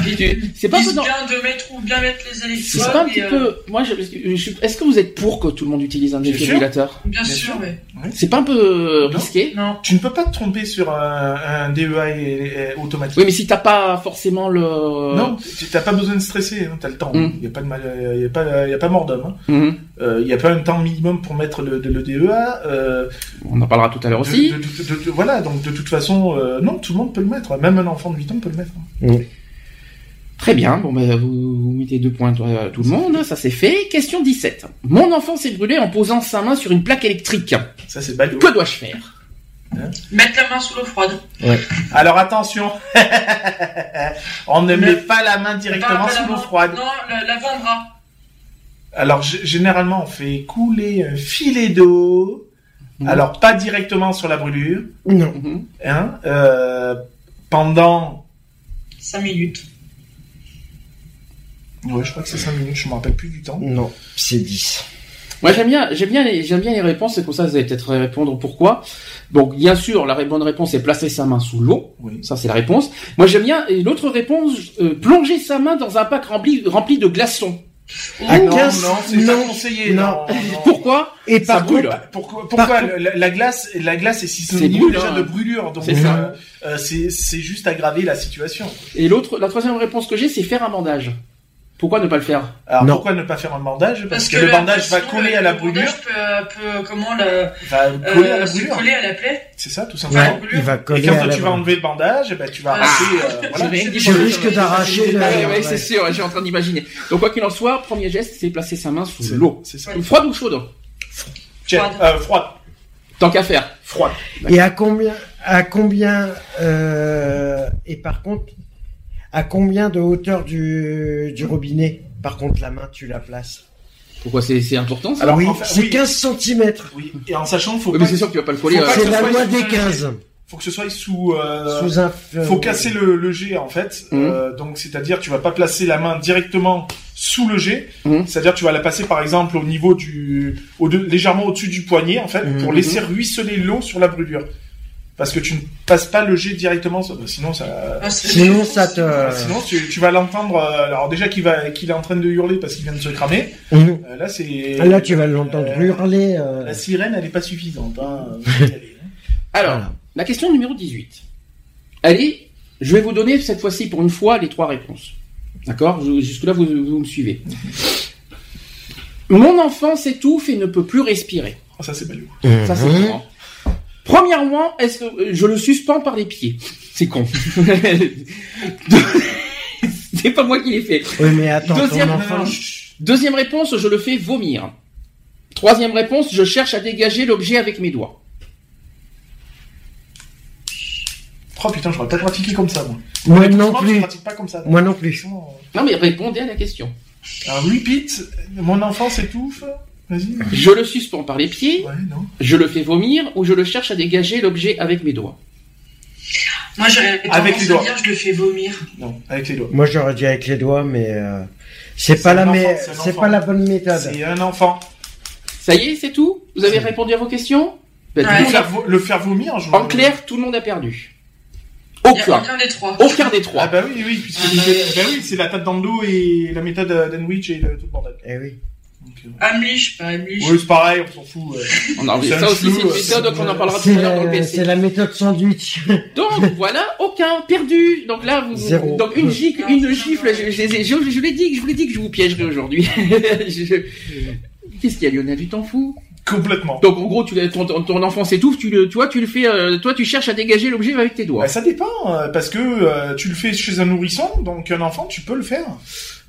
Speaker 2: Tu- c'est
Speaker 6: C'est
Speaker 2: pas
Speaker 6: pas
Speaker 2: un peu dans-
Speaker 6: bien de mettre ou bien mettre les
Speaker 2: C'est
Speaker 6: électrodes.
Speaker 2: pas un
Speaker 6: et,
Speaker 2: petit
Speaker 6: euh,
Speaker 2: peu. Moi, je, je suis- est-ce que vous êtes pour que tout le monde utilise un
Speaker 3: Bien sûr.
Speaker 2: défibrillateur
Speaker 6: Bien
Speaker 3: Bien sûr.
Speaker 6: sûr, mais
Speaker 2: C'est pas un peu euh,
Speaker 3: Non.
Speaker 2: risqué
Speaker 6: non.
Speaker 3: Tu ne peux pas te tromper sur un, un DEA et- et automatique.
Speaker 2: Oui, mais si t'as pas forcément le.
Speaker 3: Non, tu t'as pas besoin de stresser, hein, t'as le temps. Il
Speaker 2: Mm.
Speaker 3: n'y a pas de mal, euh, y a pas, y a pas mort d'homme. hein.
Speaker 2: Mhm.
Speaker 3: Euh, y a pas un temps minimum pour mettre le, le- le DEA. euh,
Speaker 2: On en parlera tout à l'heure
Speaker 3: de-
Speaker 2: aussi.
Speaker 3: de- de- de- de- voilà, donc de toute façon, euh, non, tout le monde peut le mettre. Même un enfant de 8 ans peut le mettre. hein.
Speaker 2: Très bien. Bon, bah, vous, vous mettez deux points toi, tout le monde. Ça c'est fait. Question 17. Mon enfant s'est brûlé en posant sa main sur une plaque électrique.
Speaker 3: Ça, c'est ballot.
Speaker 2: Que dois-je faire
Speaker 6: Mettre la main sous l'eau froide.
Speaker 3: Alors attention, (laughs) on ne
Speaker 6: Mais-
Speaker 3: met pas la main directement
Speaker 6: Pas- pas la
Speaker 3: sous l'eau
Speaker 6: main-
Speaker 3: froide.
Speaker 6: Non, la- l'avant-bras.
Speaker 3: Alors g- généralement, on fait couler un filet d'eau.
Speaker 2: Mhm.
Speaker 3: Alors pas directement sur la brûlure,
Speaker 4: Non.
Speaker 2: Mhm.
Speaker 3: hein, euh, pendant.
Speaker 6: 5 minutes.
Speaker 3: Ouais, je crois que c'est 5 minutes. Je me rappelle plus du temps.
Speaker 4: Non. C'est 10.
Speaker 2: Moi j'aime bien, j'aime bien, les, j'aime bien les réponses. C'est comme ça, vous allez peut-être répondre pourquoi. Donc bien sûr, la bonne réponse est placer sa main sous l'eau.
Speaker 3: Oui.
Speaker 2: Ça, c'est la réponse. Moi, j'aime bien. Et l'autre réponse, euh, plonger sa main dans un pack rempli, rempli de glaçons.
Speaker 4: À
Speaker 3: Ah Non,
Speaker 4: 15,
Speaker 3: non, c'est
Speaker 4: non.
Speaker 3: pas conseillé.
Speaker 4: non.
Speaker 3: Non. non.
Speaker 2: Pourquoi
Speaker 4: Et
Speaker 2: Ça
Speaker 4: par
Speaker 2: brûle.
Speaker 4: contre,
Speaker 3: Pourquoi, pourquoi
Speaker 4: Par
Speaker 3: la, la glace, la glace est
Speaker 2: C'est
Speaker 3: synonyme
Speaker 2: brûlant,
Speaker 3: déjà
Speaker 2: hein.
Speaker 3: de brûlure, donc
Speaker 2: C'est ça.
Speaker 3: euh, euh, c'est c'est juste aggraver la situation.
Speaker 2: Et l'autre, la troisième réponse que j'ai, c'est faire un bandage. Pourquoi ne pas le faire
Speaker 3: Alors
Speaker 4: Non.
Speaker 3: pourquoi ne pas faire un bandage Parce, que, le bandage va coller à la
Speaker 6: euh,
Speaker 3: brûlure,
Speaker 6: Le bandage peut, euh, peut comment le,
Speaker 3: va
Speaker 6: euh,
Speaker 3: coller à la
Speaker 6: se
Speaker 3: brûlure.
Speaker 6: coller à la plaie.
Speaker 3: C'est ça, tout
Speaker 4: Ouais,
Speaker 3: simplement.
Speaker 4: il va coller
Speaker 3: Et quand
Speaker 4: à la
Speaker 3: tu vas
Speaker 4: main.
Speaker 3: enlever le bandage, eh ben, tu vas
Speaker 6: Ah.
Speaker 3: arracher.
Speaker 6: (laughs)
Speaker 3: euh, voilà.
Speaker 2: J'ai rien dit
Speaker 4: Tu
Speaker 2: pour le-
Speaker 4: risques d'arracher
Speaker 2: Ah,
Speaker 4: le-
Speaker 2: ouais, c'est
Speaker 4: ouais.
Speaker 2: sûr, je suis en train d'imaginer. Donc, quoi qu'il en soit, premier geste, c'est placer sa main sous
Speaker 3: C'est
Speaker 2: l'eau.
Speaker 3: C'est ça.
Speaker 6: Ouais.
Speaker 2: Froide ou chaude
Speaker 3: Tiens,
Speaker 6: Froide.
Speaker 3: euh, froide.
Speaker 2: Tant qu'à faire.
Speaker 3: Froide.
Speaker 4: Et à combien, à combien, euh, et par contre, à combien de hauteur du, du robinet Par contre, la main, tu la places.
Speaker 2: Pourquoi c'est c'est important ça
Speaker 3: Alors,
Speaker 4: oui,
Speaker 3: enfin,
Speaker 4: c'est
Speaker 3: oui.
Speaker 4: 15 cm.
Speaker 3: Oui. Et en sachant, faut
Speaker 2: Oui,
Speaker 3: pas.
Speaker 2: mais c'est sûr que tu vas pas le coller.
Speaker 3: Faut
Speaker 2: euh,
Speaker 3: pas
Speaker 4: C'est
Speaker 3: que ce
Speaker 4: la
Speaker 3: soit
Speaker 4: loi
Speaker 3: sous
Speaker 4: des
Speaker 3: un-
Speaker 4: 15.
Speaker 3: Faut que ce soit sous. euh,
Speaker 4: Sous un.
Speaker 3: Faut casser le, le jet en fait.
Speaker 4: Mmh.
Speaker 2: Mhm.
Speaker 3: Euh, donc c'est-à-dire tu vas pas placer la main directement sous le jet.
Speaker 4: Mmh.
Speaker 2: Mhm.
Speaker 3: C'est-à-dire tu vas la passer par exemple au niveau du, au de- légèrement au-dessus du poignet en fait pour
Speaker 4: Mhm.
Speaker 3: laisser ruisseler l'eau sur la brûlure. Parce que tu ne passes pas le jet directement, sur- bah, sinon ça.
Speaker 6: Ah, c'est-
Speaker 4: Sinon, ça te.
Speaker 3: Sinon tu, tu vas l'entendre. euh, alors déjà qu'il va qu'il est en train de hurler parce qu'il vient de se cramer.
Speaker 4: Mhm.
Speaker 3: Euh, là c'est.
Speaker 4: Là, tu vas l'entendre hurler. euh, (laughs)
Speaker 3: La sirène elle est pas suffisante. Hein. Faut y aller, hein.
Speaker 2: Alors,
Speaker 4: Voilà.
Speaker 2: la question numéro 18. Allez, je vais vous donner cette fois-ci pour une fois les trois réponses. D'accord Je- Jusque-là, vous, vous me suivez. Mon enfant s'étouffe et ne peut plus respirer.
Speaker 3: Oh, ça, c'est pas du coup.
Speaker 2: Ça,
Speaker 4: Mmh.
Speaker 2: c'est
Speaker 3: Mhm.
Speaker 2: con, hein. Premièrement, est-ce que euh, je le suspends par les pieds C'est con. (laughs) c'est pas moi qui l'ai fait.
Speaker 4: Oui, mais attends,
Speaker 2: Deuxième-
Speaker 4: ton enfant.
Speaker 2: Deuxième réponse, je le fais vomir. Troisième réponse, je cherche à dégager l'objet avec mes doigts.
Speaker 3: Oh putain, j'aurais pas pratiqué comme ça, moi.
Speaker 4: Moi non
Speaker 3: Franchement, Je
Speaker 4: plus.
Speaker 3: pratique pas comme ça.
Speaker 4: Moi non plus.
Speaker 3: Franchement,
Speaker 2: Non mais répondez à la question.
Speaker 3: euh, Oh. Alors, repeat, mon enfant s'étouffe. Vas-y.
Speaker 2: Je le suspends par les pieds,
Speaker 3: Ouais, non.
Speaker 2: je le fais vomir ou je le cherche à dégager l'objet avec mes doigts.
Speaker 6: Moi, j'aurais
Speaker 3: Avec
Speaker 6: tendance
Speaker 3: les
Speaker 6: à
Speaker 3: doigts.
Speaker 6: dire je le fais vomir.
Speaker 3: Non, avec les doigts.
Speaker 4: Moi j'aurais dit avec les doigts, mais euh, c'est
Speaker 3: C'est
Speaker 4: pas la
Speaker 3: un enfant,
Speaker 4: mé-
Speaker 3: c'est un
Speaker 4: c'est
Speaker 3: enfant.
Speaker 4: pas la bonne méthode.
Speaker 3: C'est un enfant.
Speaker 2: Ça y est, c'est tout Vous avez répondu à vos questions Ben,
Speaker 6: Ouais.
Speaker 2: tout
Speaker 3: Le
Speaker 2: le
Speaker 3: faire,
Speaker 2: monde
Speaker 3: vo- le faire vomir, je
Speaker 2: a- En clair, tout le monde a perdu.
Speaker 6: Il n'y a
Speaker 2: Aucun.
Speaker 6: aucun des trois.
Speaker 2: Aucun des trois.
Speaker 3: Ah bah oui, oui, puisque c'était- bah oui, c'est la tête dans le dos et la méthode euh, d'Andwich et le, tout le bordel.
Speaker 4: Eh oui.
Speaker 3: Donc, euh,
Speaker 6: Amlich, pas Amlich.
Speaker 3: Oui, c'est pareil, on s'en fout. euh, ouais.
Speaker 2: On a enlevé
Speaker 3: c'est un
Speaker 2: ça aussi, c'est une
Speaker 3: chelou,
Speaker 2: méthode qu'on en parlera tout
Speaker 4: C'est
Speaker 2: à l'heure dans le
Speaker 4: la, c'est
Speaker 2: PC.
Speaker 4: la méthode sandwich.
Speaker 2: Donc (laughs) voilà, aucun perdu. Donc là, vous,
Speaker 4: Zéro.
Speaker 2: donc une gifle,
Speaker 6: Ah,
Speaker 2: une
Speaker 6: c'est
Speaker 2: gifle. Je,
Speaker 6: sympa.
Speaker 2: je, je, je l'ai dit, je vous l'ai dit que je vous piégerais aujourd'hui. (laughs) Je- Qu'est-ce qu'il y a, Lionel Tu t'en fous
Speaker 3: Complètement.
Speaker 2: Donc en gros, tu, l'as- ton, ton ton enfant s'étouffe, tu le, toi, tu le fais, euh, toi, tu cherches à dégager l'objet avec tes doigts.
Speaker 3: Bah, ça dépend, euh, parce que euh, tu le fais chez un nourrisson, donc un enfant, tu peux le faire.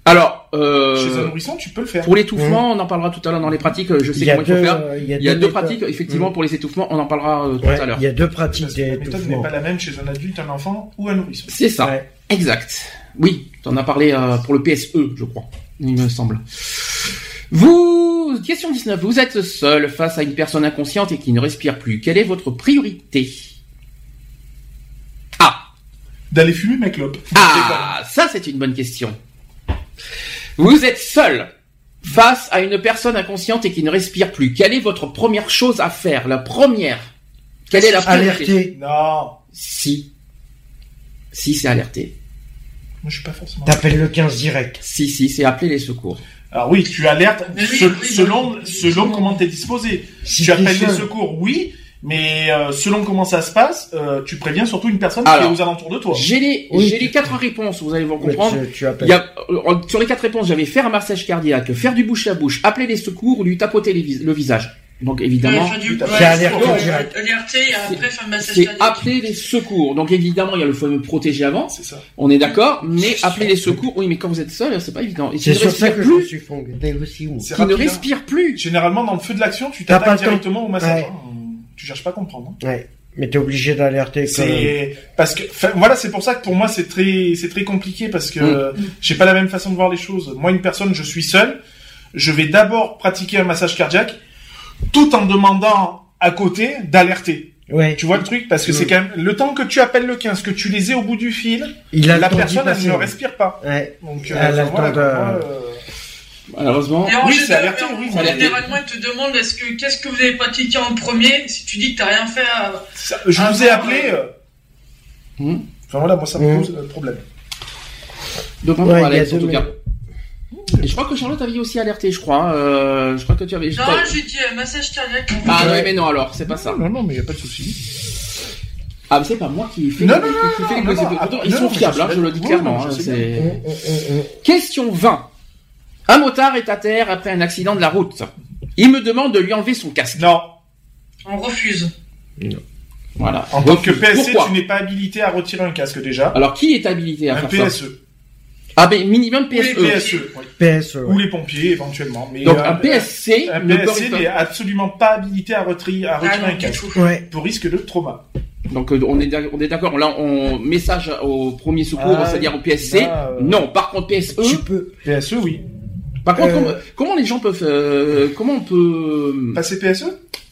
Speaker 2: Alors,
Speaker 3: Chez un
Speaker 2: euh,
Speaker 3: nourrisson, tu peux le faire.
Speaker 2: pour l'étouffement, on en parlera tout à l'heure dans les pratiques. euh, Je sais
Speaker 4: Mmh. Il y a
Speaker 2: comment il faut
Speaker 4: deux,
Speaker 2: faire.
Speaker 4: il y a
Speaker 2: Il y a deux
Speaker 4: méthodes.
Speaker 2: pratiques, effectivement,
Speaker 4: Mm.
Speaker 2: pour les étouffements, on en parlera euh, tout
Speaker 4: Ouais,
Speaker 2: à l'heure.
Speaker 4: il y a deux
Speaker 3: Parce
Speaker 4: pratiques
Speaker 3: que la méthode n'est
Speaker 4: d'étouffement.
Speaker 3: pas la même chez un adulte, un enfant ou un nourrisson.
Speaker 2: C'est ça,
Speaker 4: Ouais.
Speaker 2: exact. Oui, t'en as parlé euh, pour le PSE, je crois, il me semble. Vous, question 19, vous êtes seul face à une personne inconsciente et qui ne respire plus. Quelle est votre priorité Ah,
Speaker 3: D'aller fumer ma clope.
Speaker 2: Ah, ça c'est une bonne question. Vous êtes seul face à une personne inconsciente et qui ne respire plus. Quelle est votre première chose à faire La première. Quelle est la priorité
Speaker 4: Alerté.
Speaker 3: Non,
Speaker 2: Si. Si c'est alerté.
Speaker 3: moi je suis pas forcément.
Speaker 4: T'appelles le 15 direct.
Speaker 2: Si, si, c'est appeler les secours.
Speaker 3: Alors Ah oui, tu alertes
Speaker 6: Mais oui,
Speaker 3: se-
Speaker 6: oui,
Speaker 3: selon,
Speaker 6: oui.
Speaker 3: selon comment t'es disposé.
Speaker 4: Si
Speaker 3: Tu appelles
Speaker 4: seul.
Speaker 3: les secours, oui, mais euh, selon comment ça se passe, euh, tu préviens surtout une personne
Speaker 2: Alors.
Speaker 3: qui est aux alentours de toi.
Speaker 2: J'ai les,
Speaker 4: Oui,
Speaker 2: j'ai les
Speaker 4: tu-
Speaker 2: quatre réponses, vous allez vous
Speaker 4: Oui,
Speaker 2: comprendre.
Speaker 4: tu, tu appelles.
Speaker 2: Il y a, euh, sur les quatre réponses, j'avais faire un massage cardiaque, faire du bouche à bouche, appeler les secours ou lui tapoter les vis- le visage. Donc évidemment,
Speaker 6: Ouais, faire du-
Speaker 3: T'as
Speaker 6: ouais,
Speaker 4: fait alerte
Speaker 6: ouais,
Speaker 4: en direct.
Speaker 6: alerter et après faire le massage
Speaker 2: c'est
Speaker 6: cardiaque.
Speaker 2: appeler les secours. Donc évidemment, il y a le fameux protéger avant.
Speaker 3: C'est ça.
Speaker 2: On est d'accord, mais appeler les secours. Oui, mais quand vous êtes seul, c'est pas évident. Et qui
Speaker 4: C'est
Speaker 2: ne
Speaker 4: sur ça
Speaker 2: respire
Speaker 4: que je me
Speaker 2: plus,
Speaker 4: suis fondé aussi. moi.
Speaker 3: C'est
Speaker 2: qui ne
Speaker 3: rapide, hein.
Speaker 2: respire plus.
Speaker 3: Généralement, dans le feu de l'action, tu
Speaker 4: T'as pas
Speaker 3: t'attaques
Speaker 4: le temps.
Speaker 3: directement au massacre. Hum,
Speaker 4: Ouais.
Speaker 3: Tu cherches pas à comprendre. hein.
Speaker 4: Ouais. Mais t'es obligé d'alerter quand même.
Speaker 3: C'est parce que enfin, voilà, c'est pour ça que pour moi c'est très c'est très compliqué parce que
Speaker 2: Mm.
Speaker 3: euh,
Speaker 4: Hum.
Speaker 3: j'ai pas la même façon de voir les choses. Moi, une personne, je suis seul, je vais d'abord pratiquer un massage cardiaque, tout en demandant à côté d'alerter.
Speaker 4: Ouais.
Speaker 3: Tu vois le truc Parce que c'est
Speaker 4: Mm.
Speaker 3: quand même le temps que tu appelles le 15, que tu les aies au bout du fil,
Speaker 4: Il
Speaker 3: la
Speaker 4: a le temps d'y
Speaker 3: personne elle
Speaker 4: passer.
Speaker 3: ne respire pas.
Speaker 4: Ouais.
Speaker 3: Donc euh,
Speaker 4: Elle a le temps
Speaker 3: voilà,
Speaker 4: de-
Speaker 3: pour moi, euh,
Speaker 2: Malheureusement.
Speaker 6: Et en
Speaker 3: Oui,
Speaker 6: général-
Speaker 3: c'est alerté, oui,
Speaker 2: c'est alerté.
Speaker 6: Généralement, ils te demandent est-ce que qu'est-ce que vous avez pratiqué en premier Si tu dis que t'as rien fait, à...
Speaker 3: ça- je
Speaker 6: Ah,
Speaker 3: vous ai
Speaker 6: non,
Speaker 3: appelé.
Speaker 6: ouais.
Speaker 3: euh,
Speaker 4: Hmm.
Speaker 2: Mm.
Speaker 3: Enfin voilà, moi ça me
Speaker 4: Mm.
Speaker 3: pose euh, problème.
Speaker 2: De
Speaker 4: Ouais,
Speaker 2: pour
Speaker 4: il y a
Speaker 2: Alex, en
Speaker 4: deux
Speaker 2: tout cas.
Speaker 4: minutes.
Speaker 2: Et je crois que Charlotte avait aussi alerté, je crois. hein. Euh, je crois que tu avais.
Speaker 6: non, j'ai dit euh, massage cardiaque.
Speaker 2: Ah
Speaker 4: Ouais.
Speaker 2: non, mais non, alors, c'est pas ça.
Speaker 3: Non non, mais y a pas de souci.
Speaker 2: Ah, mais c'est pas moi qui fais
Speaker 3: Non,
Speaker 2: qui-
Speaker 3: non, non,
Speaker 2: qui- qui
Speaker 3: non,
Speaker 2: fait les
Speaker 3: non,
Speaker 2: possibles.
Speaker 3: non,
Speaker 2: Pourtant,
Speaker 3: ah,
Speaker 2: Ils
Speaker 3: non,
Speaker 2: sont
Speaker 3: non,
Speaker 2: fiables,
Speaker 3: je
Speaker 2: hein,
Speaker 3: sais
Speaker 2: je le
Speaker 3: bien.
Speaker 2: dis
Speaker 3: Oui,
Speaker 2: clairement.
Speaker 3: non, je
Speaker 2: hein,
Speaker 3: sais
Speaker 2: c'est-
Speaker 4: Hum, hum, hum, hum.
Speaker 2: Question 20. Un motard est à terre après un accident de la route. Il me demande de lui enlever son casque.
Speaker 3: Non,
Speaker 6: On refuse.
Speaker 2: Voilà.
Speaker 3: en tant que PSC,
Speaker 2: Pourquoi
Speaker 3: tu n'es pas habilité à retirer un casque déjà.
Speaker 2: Alors, qui est habilité à
Speaker 3: un
Speaker 2: faire ça
Speaker 3: PSE.
Speaker 2: Ah, ben, minimum
Speaker 3: Ou les
Speaker 2: PSE.
Speaker 3: PSE. oui. E.
Speaker 4: PSE.
Speaker 3: Ou
Speaker 4: ouais.
Speaker 3: les pompiers éventuellement. Mais
Speaker 2: Donc,
Speaker 3: euh,
Speaker 2: un PSC
Speaker 3: Un
Speaker 2: ne peut
Speaker 3: PSC
Speaker 2: pas-
Speaker 3: n'est absolument pas habilité à retirer,
Speaker 2: Bah,
Speaker 3: à
Speaker 6: Ah
Speaker 3: retirer
Speaker 6: non,
Speaker 3: un
Speaker 6: du
Speaker 3: casque
Speaker 6: tout.
Speaker 4: Ouais.
Speaker 3: pour risque de trauma.
Speaker 2: Donc euh, on est d'ac- on est d'accord. Là on message au premier secours,
Speaker 3: Ah,
Speaker 2: c'est-à-dire au PSC.
Speaker 3: là, euh,
Speaker 2: Non, par contre PSE.
Speaker 4: Tu peux.
Speaker 3: PSE, E, oui.
Speaker 2: Par contre,
Speaker 4: euh,
Speaker 2: comment, comment les gens peuvent, euh, comment on peut, euh,
Speaker 3: Passer PSE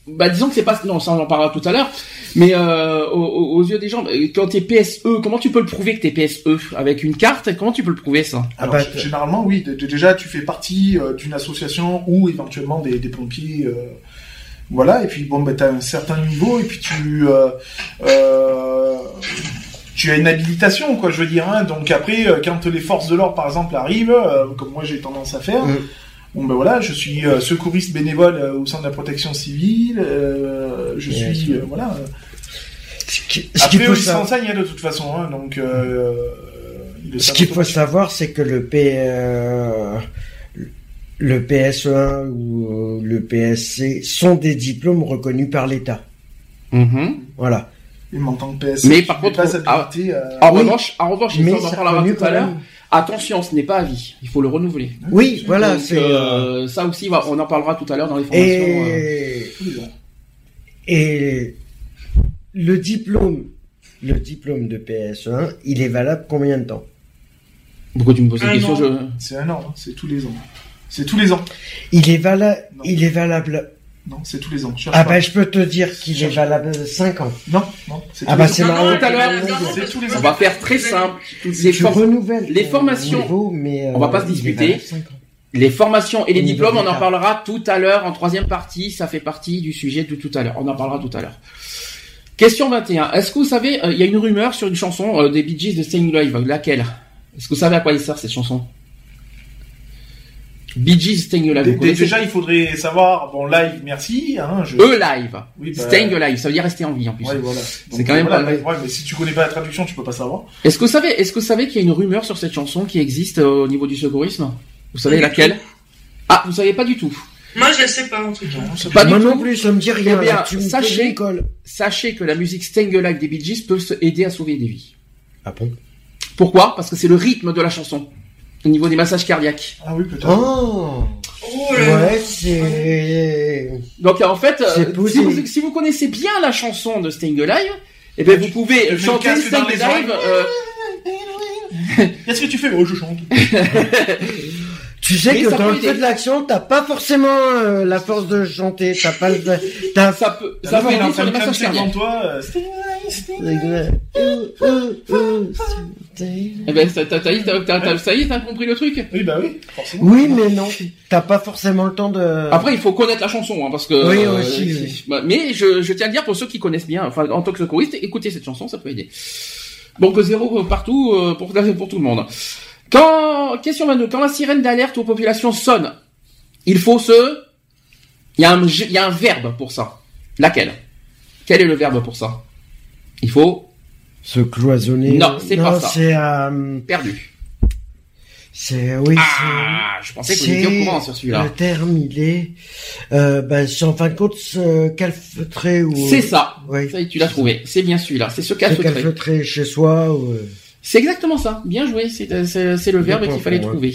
Speaker 2: bah disons que c'est pas, non ça on en parlera tout à l'heure, mais euh, aux, aux- aux yeux des gens, euh, quand t'es PSE, comment tu peux le prouver que t'es PSE avec une carte Comment tu peux le prouver ça
Speaker 3: Alors,
Speaker 4: bah,
Speaker 3: g- généralement, oui. d- d- Déjà, tu fais partie euh, d'une association ou éventuellement des, des pompiers. euh, voilà, et puis bon, bah, tu as un certain niveau, et puis tu, euh, euh, tu as une habilitation, quoi, je veux dire. hein. Donc après, euh, quand les forces de l'ordre, par exemple, arrivent, euh, comme moi j'ai tendance à faire,
Speaker 4: Mm.
Speaker 3: bon, ben voilà, je suis euh, secouriste bénévole euh, au sein de la protection civile, euh, je
Speaker 4: Ouais,
Speaker 3: suis. euh, voilà.
Speaker 4: Ce qui, ce
Speaker 3: Après,
Speaker 4: qu'il faut
Speaker 3: eux, ils
Speaker 4: savoir-
Speaker 3: s'enseignent, hein, de toute façon, hein, donc... Euh, ils le
Speaker 4: Ce
Speaker 3: savent
Speaker 4: qu'il faut
Speaker 3: automatiquement.
Speaker 4: savoir, c'est que le P, euh, le PSE1 ou euh, le PSC sont des diplômes reconnus par l'État. Mm-hmm.
Speaker 2: Mhm.
Speaker 4: Voilà.
Speaker 3: Même en tant que PS,
Speaker 2: Mais
Speaker 3: tu
Speaker 2: par
Speaker 3: n'es
Speaker 2: contre,
Speaker 3: pas euh,
Speaker 2: ah,
Speaker 3: habilité à-
Speaker 2: En
Speaker 4: Oui.
Speaker 2: revanche, en revanche, et ça,
Speaker 4: Mais
Speaker 2: on en
Speaker 4: c'est
Speaker 2: parlera
Speaker 4: reconnu
Speaker 2: tout à
Speaker 4: quand
Speaker 2: l'heure.
Speaker 4: même.
Speaker 2: Attention, ce n'est pas à vie. Il faut le renouveler.
Speaker 4: Oui, voilà.
Speaker 2: Ah, Donc,
Speaker 4: C'est
Speaker 2: euh, ça aussi, va- on en parlera tout à l'heure dans les formations. euh.
Speaker 4: et et le diplôme, le diplôme de PSE1, il est valable combien de temps
Speaker 2: Pourquoi tu me poses la
Speaker 6: Ah,
Speaker 2: question
Speaker 6: non.
Speaker 2: je...
Speaker 3: C'est un an, hein, c'est tous les ans. C'est tous les ans.
Speaker 4: Il est valable.
Speaker 3: Non.
Speaker 4: Il est valable.
Speaker 3: Non, c'est tous les ans. Cherche
Speaker 4: Ah
Speaker 3: pas.
Speaker 4: ben, je peux te dire qu'il est valable 5 ans.
Speaker 3: Non, non, c'est
Speaker 4: Ah
Speaker 3: tous
Speaker 4: bah,
Speaker 3: les
Speaker 4: c'est
Speaker 3: ans.
Speaker 6: Non, non,
Speaker 4: marrant.
Speaker 2: Tout à l'heure,
Speaker 6: non, non,
Speaker 3: c'est
Speaker 6: parce
Speaker 3: tous les
Speaker 6: que
Speaker 3: ans.
Speaker 2: On va faire très simple. Les,
Speaker 4: Tu
Speaker 2: form-
Speaker 4: renouvelles
Speaker 2: les
Speaker 4: ton
Speaker 2: formations-
Speaker 4: niveau, mais,
Speaker 2: on va pas
Speaker 4: euh,
Speaker 2: se
Speaker 4: il est
Speaker 2: disputer.
Speaker 4: valable 5 ans.
Speaker 2: les formations et les
Speaker 4: Au niveau
Speaker 2: diplômes,
Speaker 4: de
Speaker 2: on en
Speaker 4: l'État.
Speaker 2: parlera tout à l'heure en troisième partie. Ça fait partie du sujet de tout à l'heure. On en parlera tout à l'heure. Question 21. Est-ce que vous savez, euh, il y a une rumeur sur une chanson euh, des Bee Gees de Staying Live. Laquelle Est-ce que vous savez à quoi il sert cette chanson Bee Gees Staying Alive.
Speaker 3: Dé-
Speaker 2: vous connaissez
Speaker 3: Déjà, il faudrait savoir, bon, live, merci. Hein, je...
Speaker 2: E live.
Speaker 3: Oui, bah,
Speaker 2: Staying Alive. Ça veut dire rester en vie en plus.
Speaker 3: Ouais, voilà. Donc,
Speaker 2: quand même
Speaker 3: voilà,
Speaker 2: pas vrai.
Speaker 3: mais- Ouais, mais si tu connais pas la traduction, tu peux pas savoir.
Speaker 2: Est-ce que vous savez, est-ce que vous savez qu'il y a une rumeur sur cette chanson qui existe euh, au niveau du secourisme Vous savez
Speaker 6: Pas du
Speaker 2: laquelle Ah, vous savez pas du tout.
Speaker 6: Moi, je le sais pas, en tout cas.
Speaker 2: Pas
Speaker 4: Moi
Speaker 2: du
Speaker 4: non
Speaker 2: tout.
Speaker 4: plus, ça me dit rien.
Speaker 2: Eh bien,
Speaker 4: là, tu me
Speaker 2: sachez-
Speaker 4: fais l'école.
Speaker 2: Sachez que la musique Staying Alive des Bee Gees peut se- aider à sauver des vies.
Speaker 4: Ah bon
Speaker 2: Pourquoi Parce que c'est le rythme de la chanson au niveau des massages cardiaques.
Speaker 3: Ah oui, peut-être.
Speaker 4: Oh
Speaker 6: Oh là là.
Speaker 4: Ouais, c'est.
Speaker 2: Donc en fait, euh,
Speaker 4: C'est
Speaker 2: si,
Speaker 4: possible.
Speaker 2: vous, si vous connaissez bien la chanson de Staying Alive, eh ben vous
Speaker 3: mets
Speaker 2: pouvez
Speaker 3: le
Speaker 2: chanter
Speaker 3: casque dans
Speaker 2: Staying
Speaker 3: les
Speaker 2: Alive.
Speaker 3: oreilles.
Speaker 2: euh,
Speaker 3: Qu'est-ce que tu fais Oh, je chante.
Speaker 4: Tu sais
Speaker 2: Mais
Speaker 4: que
Speaker 2: ça
Speaker 4: dans
Speaker 2: peut
Speaker 4: le feu
Speaker 2: aider.
Speaker 4: de l'action, t'as pas forcément euh, la force de chanter. T'as pas le. T'as.
Speaker 2: ça peut, ça
Speaker 3: Non,
Speaker 2: peut
Speaker 3: il est en
Speaker 2: aider sur
Speaker 3: train
Speaker 2: les
Speaker 3: de
Speaker 2: massages
Speaker 3: clamser devant
Speaker 2: cardiaques.
Speaker 3: toi. euh, c'est-
Speaker 2: Eh ben ça, t'as- t'as- t'as- t'as- t'as- ça y est, t'as compris le truc.
Speaker 3: Oui, bah oui, forcément.
Speaker 4: Oui, mais non. T'as pas forcément le temps de.
Speaker 2: Après, il faut connaître la chanson, hein, parce que.
Speaker 4: Oui, aussi, oui.
Speaker 2: bah, Mais je, je tiens à le dire pour ceux qui connaissent bien, enfin, en tant que secouriste, écoutez cette chanson, ça peut aider. Donc, zéro partout euh, pour, (laughs) pour tout le monde. Quand, question 22, quand la sirène d'alerte aux populations sonne, il faut se. Il y, a un, je- il y a un verbe pour ça. Laquelle Quel est le verbe pour ça Il faut
Speaker 4: Se cloisonner.
Speaker 2: Non, c'est pas ça.
Speaker 4: C'est. euh,
Speaker 2: perdu.
Speaker 4: c'est. Oui,
Speaker 2: Ah, je pensais que vous étiez au courant sur
Speaker 4: c'est.
Speaker 2: celui-là.
Speaker 4: Le terme, il est. Euh, ben, c'est en fin de compte, se calfeutrer ou.
Speaker 2: C'est ça.
Speaker 4: Oui.
Speaker 2: Ça y est, tu l'as trouvé. C'est bien celui-là. C'est ce
Speaker 4: Se
Speaker 2: casse-trait.
Speaker 4: calfeutrer chez soi ou. euh,
Speaker 2: C'est exactement ça. Bien joué. C'est euh, c'est- c'est le verbe
Speaker 4: D'accord,
Speaker 2: qu'il fallait
Speaker 4: ouais.
Speaker 2: trouver.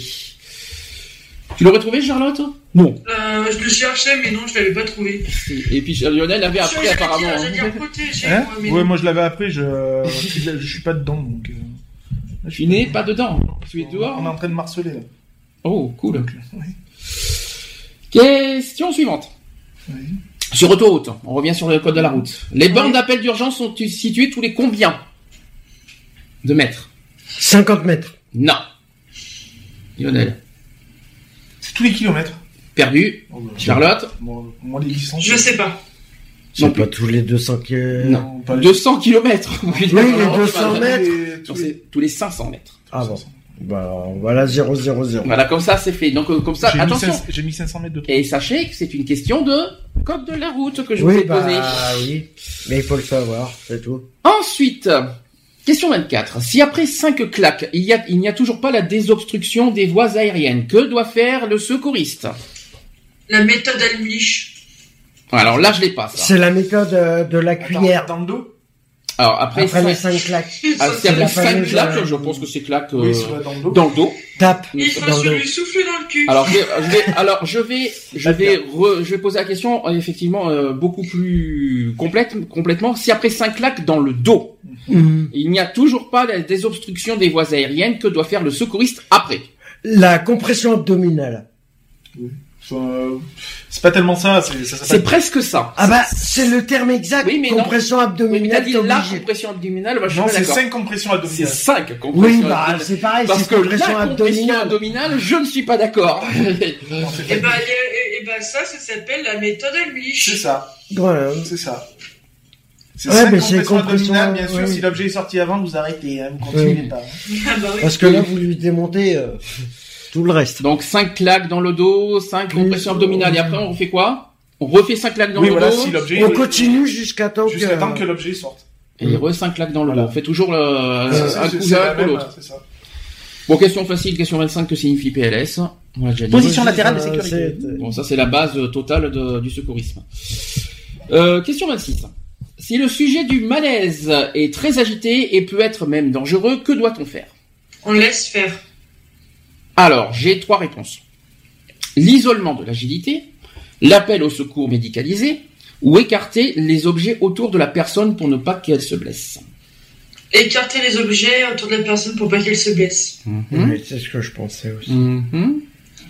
Speaker 2: Tu l'aurais trouvé, Charlotte Non.
Speaker 6: Euh, je le cherchais, mais non, je l'avais pas trouvé.
Speaker 2: Et puis euh, Lionel avait
Speaker 6: Je- je
Speaker 2: appris
Speaker 6: vais
Speaker 2: apparemment.
Speaker 6: dire- je vais dire
Speaker 2: hein.
Speaker 6: protéger,
Speaker 3: Hein
Speaker 6: moi, mais
Speaker 3: Ouais,
Speaker 6: non.
Speaker 3: moi je l'avais appris, je... je suis pas dedans donc. euh, là, je
Speaker 2: Tu n'es pas dedans. Tu es
Speaker 3: On est en
Speaker 2: dehors.
Speaker 3: train de marceler là.
Speaker 2: Oh, cool.
Speaker 3: Donc, oui.
Speaker 2: Question suivante.
Speaker 3: Oui.
Speaker 2: Sur autoroute, on revient sur le code de la route. Les bornes d'appel d'urgence sont situées tous les combien de mètres
Speaker 4: 50 mètres.
Speaker 2: Non. Lionel.
Speaker 3: C'est tous les kilomètres.
Speaker 2: Perdu.
Speaker 3: Oh, bah,
Speaker 2: Charlotte.
Speaker 3: Moi, moi, les licences.
Speaker 6: Je sais pas.
Speaker 2: Non
Speaker 4: C'est
Speaker 2: plus.
Speaker 4: pas tous les 200 que.
Speaker 2: Non.
Speaker 3: pas les-
Speaker 2: 200 km. (laughs)
Speaker 4: Oui, les 200 mètres.
Speaker 3: tous les-
Speaker 2: Tous les 500 mètres.
Speaker 4: Ah bon. Bah, voilà, 0, 0, 0.
Speaker 2: Voilà, comme ça, c'est fait. Donc, euh, comme ça,
Speaker 3: J'ai mis
Speaker 2: attention.
Speaker 3: 500 J'ai mis 500 mètres de trop.
Speaker 2: Et sachez que c'est une question de code de la route que je vous
Speaker 4: oui,
Speaker 2: ai
Speaker 4: bah
Speaker 2: posée.
Speaker 4: oui, mais il faut le savoir, c'est tout.
Speaker 2: Ensuite, question 24. Si après 5 claques, il y a- il n'y a, toujours pas la désobstruction des voies aériennes, que doit faire le secouriste
Speaker 6: La méthode Almlich.
Speaker 2: Alors là, je l'ai pas, ça.
Speaker 4: C'est la méthode euh, de la
Speaker 3: Attends,
Speaker 4: cuillère.
Speaker 3: Dans le dos
Speaker 2: Alors après,
Speaker 4: Après les
Speaker 2: cinq-
Speaker 4: 5 claques,
Speaker 2: ah, si
Speaker 4: c'est
Speaker 2: après
Speaker 4: la
Speaker 2: 5
Speaker 4: fameuse,
Speaker 2: claques,
Speaker 4: euh,
Speaker 2: je pense que c'est claques euh,
Speaker 3: Oui, c'est vrai, dans le dos.
Speaker 2: dans le dos.
Speaker 4: tape
Speaker 6: Il faut
Speaker 4: dans
Speaker 6: se
Speaker 4: le.
Speaker 6: lui souffler dans le cul.
Speaker 2: Alors, je vais, je vais- alors je vais, je vais, re- je vais poser la question euh, effectivement euh, beaucoup plus complète, complètement. Si après 5 claques dans le dos,
Speaker 4: Mhm.
Speaker 2: Il n'y a toujours pas la désobstruction des voies aériennes que doit faire le secouriste après.
Speaker 4: La compression abdominale.
Speaker 3: Enfin, euh, C'est pas tellement ça, c'est- ça
Speaker 2: C'est
Speaker 3: s'appelle.
Speaker 2: presque ça.
Speaker 4: Ah bah, c'est le terme exact.
Speaker 2: Oui, mais non.
Speaker 4: compression
Speaker 2: Oui, mais t'as
Speaker 4: abdominale,
Speaker 2: dit
Speaker 4: t'es
Speaker 2: la
Speaker 4: obligé.
Speaker 2: compression abdominale, moi, je suis
Speaker 3: Non,
Speaker 2: pas
Speaker 3: c'est
Speaker 2: d'accord.
Speaker 3: 5 compressions
Speaker 2: C'est
Speaker 3: abdominales.
Speaker 2: 5 compressions
Speaker 4: Oui, bah,
Speaker 2: abdominales.
Speaker 4: c'est pareil,
Speaker 2: Parce
Speaker 4: c'est
Speaker 2: que la
Speaker 4: compression
Speaker 2: compression
Speaker 4: abdominale.
Speaker 2: abdominale, je ne suis pas d'accord. (laughs)
Speaker 3: Non, c'est
Speaker 6: Et
Speaker 3: pas-
Speaker 6: bah, et, bah ça, ça s'appelle la méthode Almlich.
Speaker 3: C'est ça,
Speaker 4: Voilà.
Speaker 3: c'est ça. C'est
Speaker 4: Ouais,
Speaker 3: 5
Speaker 4: mais c'est
Speaker 3: compressions
Speaker 4: compression,
Speaker 3: abdominales, bien sûr.
Speaker 4: ouais.
Speaker 3: Si l'objet est sorti avant, vous arrêtez, hein, vous continuez
Speaker 4: Ouais.
Speaker 3: pas.
Speaker 6: (laughs) Ah bah oui.
Speaker 4: Parce que là, vous lui démontez euh, tout le reste.
Speaker 2: Donc 5 claques dans le dos, 5
Speaker 4: Plus,
Speaker 2: compressions abdominales. Et après, on refait quoi On refait 5 claques dans
Speaker 3: Oui,
Speaker 2: le
Speaker 3: voilà,
Speaker 2: dos.
Speaker 3: si l'objet.
Speaker 4: On continue euh, jusqu'à temps que.
Speaker 3: Jusqu'à temps que l'objet sorte.
Speaker 2: Et re 5 claques dans le dos. On fait toujours le,
Speaker 3: C'est- c'est-
Speaker 2: euh, un coup
Speaker 3: c'est
Speaker 2: d'un
Speaker 3: la
Speaker 2: coup
Speaker 3: même, euh.
Speaker 2: l'autre.
Speaker 3: c'est ça.
Speaker 2: Bon, question facile, question 25, que signifie PLS On l'a déjà dit.
Speaker 4: Position latérale de sécurité.
Speaker 2: Bon, ça c'est la base euh, totale de- du secourisme. Euh, question 26. Si le sujet du malaise est très agité et peut être même dangereux, que doit-on faire
Speaker 6: On laisse faire.
Speaker 2: Alors, j'ai trois réponses. L'isolement de l'agilité, l'appel au secours médicalisé, ou écarter les objets autour de la personne pour ne pas qu'elle se blesse.
Speaker 6: Écarter les objets autour de la personne pour pas qu'elle se blesse.
Speaker 2: Mhm.
Speaker 4: Mais C'est ce que je pensais aussi.
Speaker 2: Mhm.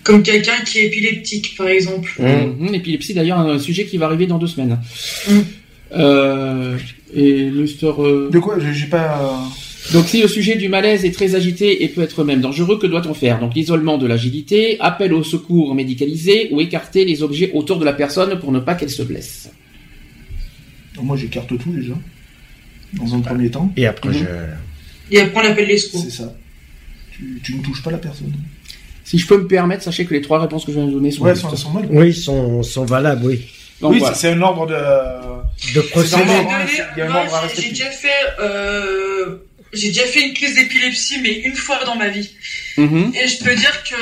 Speaker 6: Comme quelqu'un qui est épileptique, par exemple.
Speaker 2: Mhm. L'épilepsie, d'ailleurs, un sujet qui va arriver dans deux semaines.
Speaker 6: Mhm.
Speaker 2: Euh, et Luster. euh,
Speaker 3: De quoi J'ai j'ai pas. euh,
Speaker 2: Donc, si le sujet du malaise est très agité et peut être même dangereux, que doit-on faire Donc, l'isolement de l'agilité, appel au secours médicalisé ou écarter les objets autour de la personne pour ne pas qu'elle se blesse.
Speaker 3: Moi, j'écarte tout déjà. Dans un premier temps,
Speaker 4: Et après,
Speaker 6: Hmm.
Speaker 2: Mhm.
Speaker 4: je.
Speaker 6: Et après, on appelle les secours.
Speaker 3: c'est ça. Tu, tu ne touches pas la personne.
Speaker 2: Si je peux me permettre, sachez que les trois réponses que je viens de vous donner sont
Speaker 3: Ouais, elles
Speaker 2: justes.
Speaker 3: sont, elles sont molles.
Speaker 4: Oui, ils sont, sont valables, oui.
Speaker 2: Donc,
Speaker 3: oui,
Speaker 2: voilà.
Speaker 3: c'est c'est un ordre de.
Speaker 4: De
Speaker 3: C'est
Speaker 6: J'ai
Speaker 3: normal,
Speaker 4: procéder.
Speaker 3: hein,
Speaker 6: donné-
Speaker 3: il y a un
Speaker 6: moi,
Speaker 3: ordre à
Speaker 6: j'ai-
Speaker 3: respecter.
Speaker 6: j'ai déjà fait, euh, j'ai déjà fait une crise d'épilepsie, mais une fois dans ma vie.
Speaker 2: Mhm.
Speaker 6: Et je peux dire que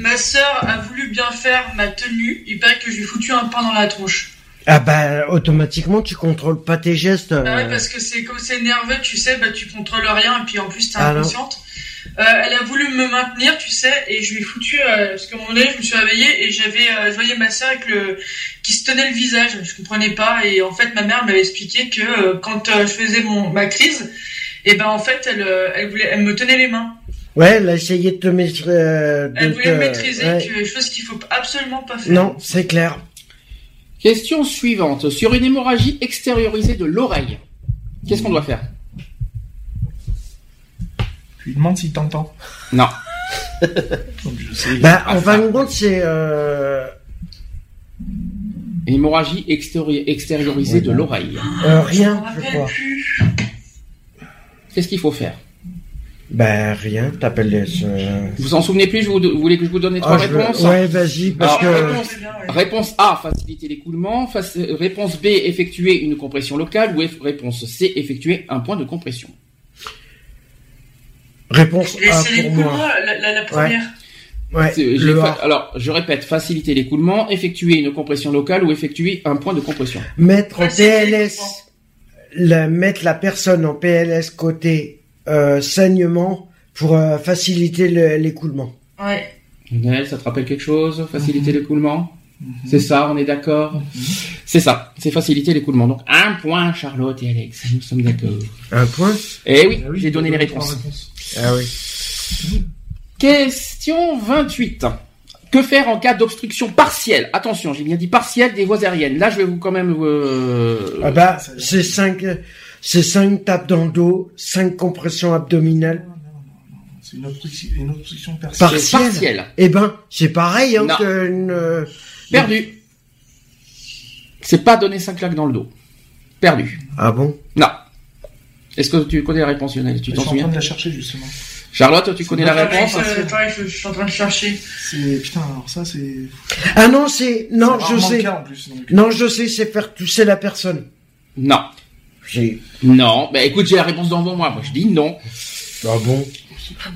Speaker 6: ma sœur a voulu bien faire ma tenue. Il paraît que je lui ai foutu un pain dans la tronche.
Speaker 4: Ah bah, automatiquement, tu contrôles pas tes gestes.
Speaker 6: Bah ouais,
Speaker 4: euh,
Speaker 6: parce que c'est comme c'est nerveux, tu sais, bah tu contrôles rien et puis en plus t'es
Speaker 4: Ah non.
Speaker 6: inconsciente. Euh, elle a voulu me maintenir, tu sais, et je lui ai foutu euh, parce qu'à un moment donné, je me suis réveillée et j'avais, euh, je voyais ma sœur avec le qui se tenait le visage. Je comprenais pas et en fait ma mère m'avait expliqué que euh, quand euh, je faisais mon ma crise, et ben en fait elle, euh, elle voulait, elle me tenait les mains.
Speaker 4: Ouais, elle a essayé de te maîtriser. euh, de
Speaker 6: Elle voulait
Speaker 4: te-
Speaker 6: me maîtriser,
Speaker 4: ouais.
Speaker 6: que- chose qu'il faut absolument pas faire.
Speaker 4: Non, c'est clair.
Speaker 2: Question suivante. Sur une hémorragie extériorisée de l'oreille, qu'est-ce qu'on doit faire
Speaker 3: Tu lui demandes s'il t'entend.
Speaker 2: Non.
Speaker 3: (laughs) Donc, je sais.
Speaker 4: Bah, en fin de compte, c'est. Euh,
Speaker 2: Une hémorragie extéri- extériorisée de l'oreille.
Speaker 4: euh,
Speaker 6: Ah, Je me
Speaker 4: rien, je
Speaker 6: rappelle
Speaker 4: crois.
Speaker 6: plus.
Speaker 2: Qu'est-ce qu'il faut faire
Speaker 4: Bah, rien, t'appelles les. euh,
Speaker 2: Vous vous en souvenez plus je vous, vous voulez que je vous donne les trois
Speaker 4: ah, je veux-
Speaker 6: hein.
Speaker 2: réponses
Speaker 4: Ouais, vas-y, parce
Speaker 6: Ah,
Speaker 2: Alors,
Speaker 4: que. Ah,
Speaker 2: réponse, réponse A, faciliter l'écoulement. Fac- Réponse B, effectuer une compression locale. Ou eff- réponse C, effectuer un point de compression.
Speaker 4: Réponse A
Speaker 6: Laissez les
Speaker 4: pour moi.
Speaker 6: couleurs, la, la, la première.
Speaker 4: Ouais,
Speaker 2: C'est- j'ai
Speaker 4: le
Speaker 2: fa-
Speaker 4: A.
Speaker 2: Alors, je répète, faciliter l'écoulement, effectuer une compression locale ou effectuer un point de compression.
Speaker 4: Mettre en
Speaker 6: Ouais, c'est-
Speaker 4: PLS. La, mettre la personne en PLS côté euh, saignement pour euh, faciliter le- l'écoulement.
Speaker 6: Ouais.
Speaker 2: Lionel, ça te rappelle quelque chose Faciliter
Speaker 4: Mhm.
Speaker 2: l'écoulement C'est ça, on est d'accord C'est ça, c'est faciliter l'écoulement. Donc un point, Charlotte et Alex, nous sommes d'accord.
Speaker 4: Un point
Speaker 2: Eh oui,
Speaker 3: Ah oui,
Speaker 2: j'ai donné les
Speaker 3: trois
Speaker 2: réponses.
Speaker 4: Ah oui.
Speaker 2: Question 28. Que faire en cas d'obstruction partielle Attention, j'ai bien dit partielle des voies aériennes. Là, je vais vous quand même... euh,
Speaker 4: Ah bah, c'est cinq, c'est cinq tapes dans le dos, cinq compressions abdominales.
Speaker 3: C'est une obstruction, une obstruction
Speaker 2: c'est
Speaker 3: personnelle.
Speaker 4: Par- partielle.
Speaker 2: partielle.
Speaker 4: Eh ben, c'est pareil, hein,
Speaker 2: Non.
Speaker 4: que une, euh,
Speaker 2: Perdu. C'est pas donner 5 claques dans le dos. Perdu.
Speaker 4: Ah bon?
Speaker 2: Non. Est-ce que tu connais la réponse, Lionel Tu
Speaker 3: Je suis
Speaker 2: t'en
Speaker 3: en train
Speaker 2: souviens
Speaker 3: de la chercher justement.
Speaker 2: Charlotte, tu connais la
Speaker 6: Attends,
Speaker 2: réponse hein.
Speaker 6: je- attends, je, je suis en train de chercher.
Speaker 3: C'est putain alors ça c'est.
Speaker 4: Ah non, c'est, non,
Speaker 3: c'est
Speaker 4: je
Speaker 3: rarement le
Speaker 4: sais.
Speaker 3: cas, en plus. donc.
Speaker 4: Non, je sais, c'est faire tousser la personne.
Speaker 2: Non.
Speaker 4: J'ai,
Speaker 2: Non, bah écoute, j'ai la réponse devant moi. Moi, je dis non.
Speaker 4: ah bon?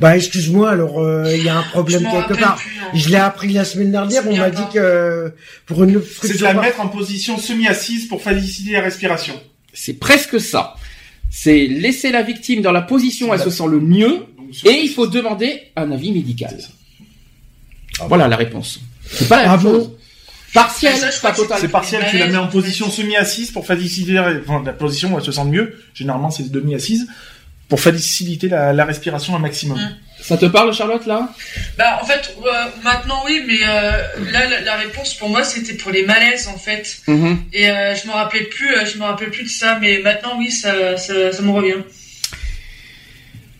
Speaker 4: Bah, excuse-moi, alors, euh, il y a un
Speaker 6: Je
Speaker 4: problème
Speaker 6: m'en
Speaker 4: quelque
Speaker 6: rappelle
Speaker 4: part.
Speaker 6: plus. hein.
Speaker 4: Je l'ai appris la semaine dernière,
Speaker 6: C'est
Speaker 4: on
Speaker 6: bien
Speaker 4: m'a
Speaker 6: pas.
Speaker 4: dit que, pour une
Speaker 3: C'est de la
Speaker 4: obstruction. par-
Speaker 3: mettre en position semi-assise pour faciliter la respiration.
Speaker 2: C'est presque ça. C'est laisser la victime dans la position où elle
Speaker 3: C'est
Speaker 2: se
Speaker 3: la-
Speaker 2: sent le mieux
Speaker 3: Donc, sur-
Speaker 2: et il faut demander un avis médical.
Speaker 3: C'est ça. Ah
Speaker 2: Voilà la réponse. C'est pas la
Speaker 4: Ah
Speaker 2: même
Speaker 4: bon
Speaker 2: chose. Partielle,
Speaker 6: Ça, je
Speaker 2: pas
Speaker 6: crois que
Speaker 2: totale.
Speaker 3: C'est partiel, tu la mets en position semi-assise pour faciliter la- enfin, la position où elle se sent mieux. Généralement, c'est demi-assise pour faciliter la, la respiration un maximum.
Speaker 6: Mm.
Speaker 2: Ça te parle, Charlotte, là
Speaker 6: Bah, en fait, euh, maintenant oui, mais euh, là, la, la réponse pour moi, c'était pour les malaises, en fait.
Speaker 3: Mhm.
Speaker 6: Et euh, je me rappelais plus, euh, je me rappelais plus de ça, mais maintenant oui, ça, ça, ça me revient.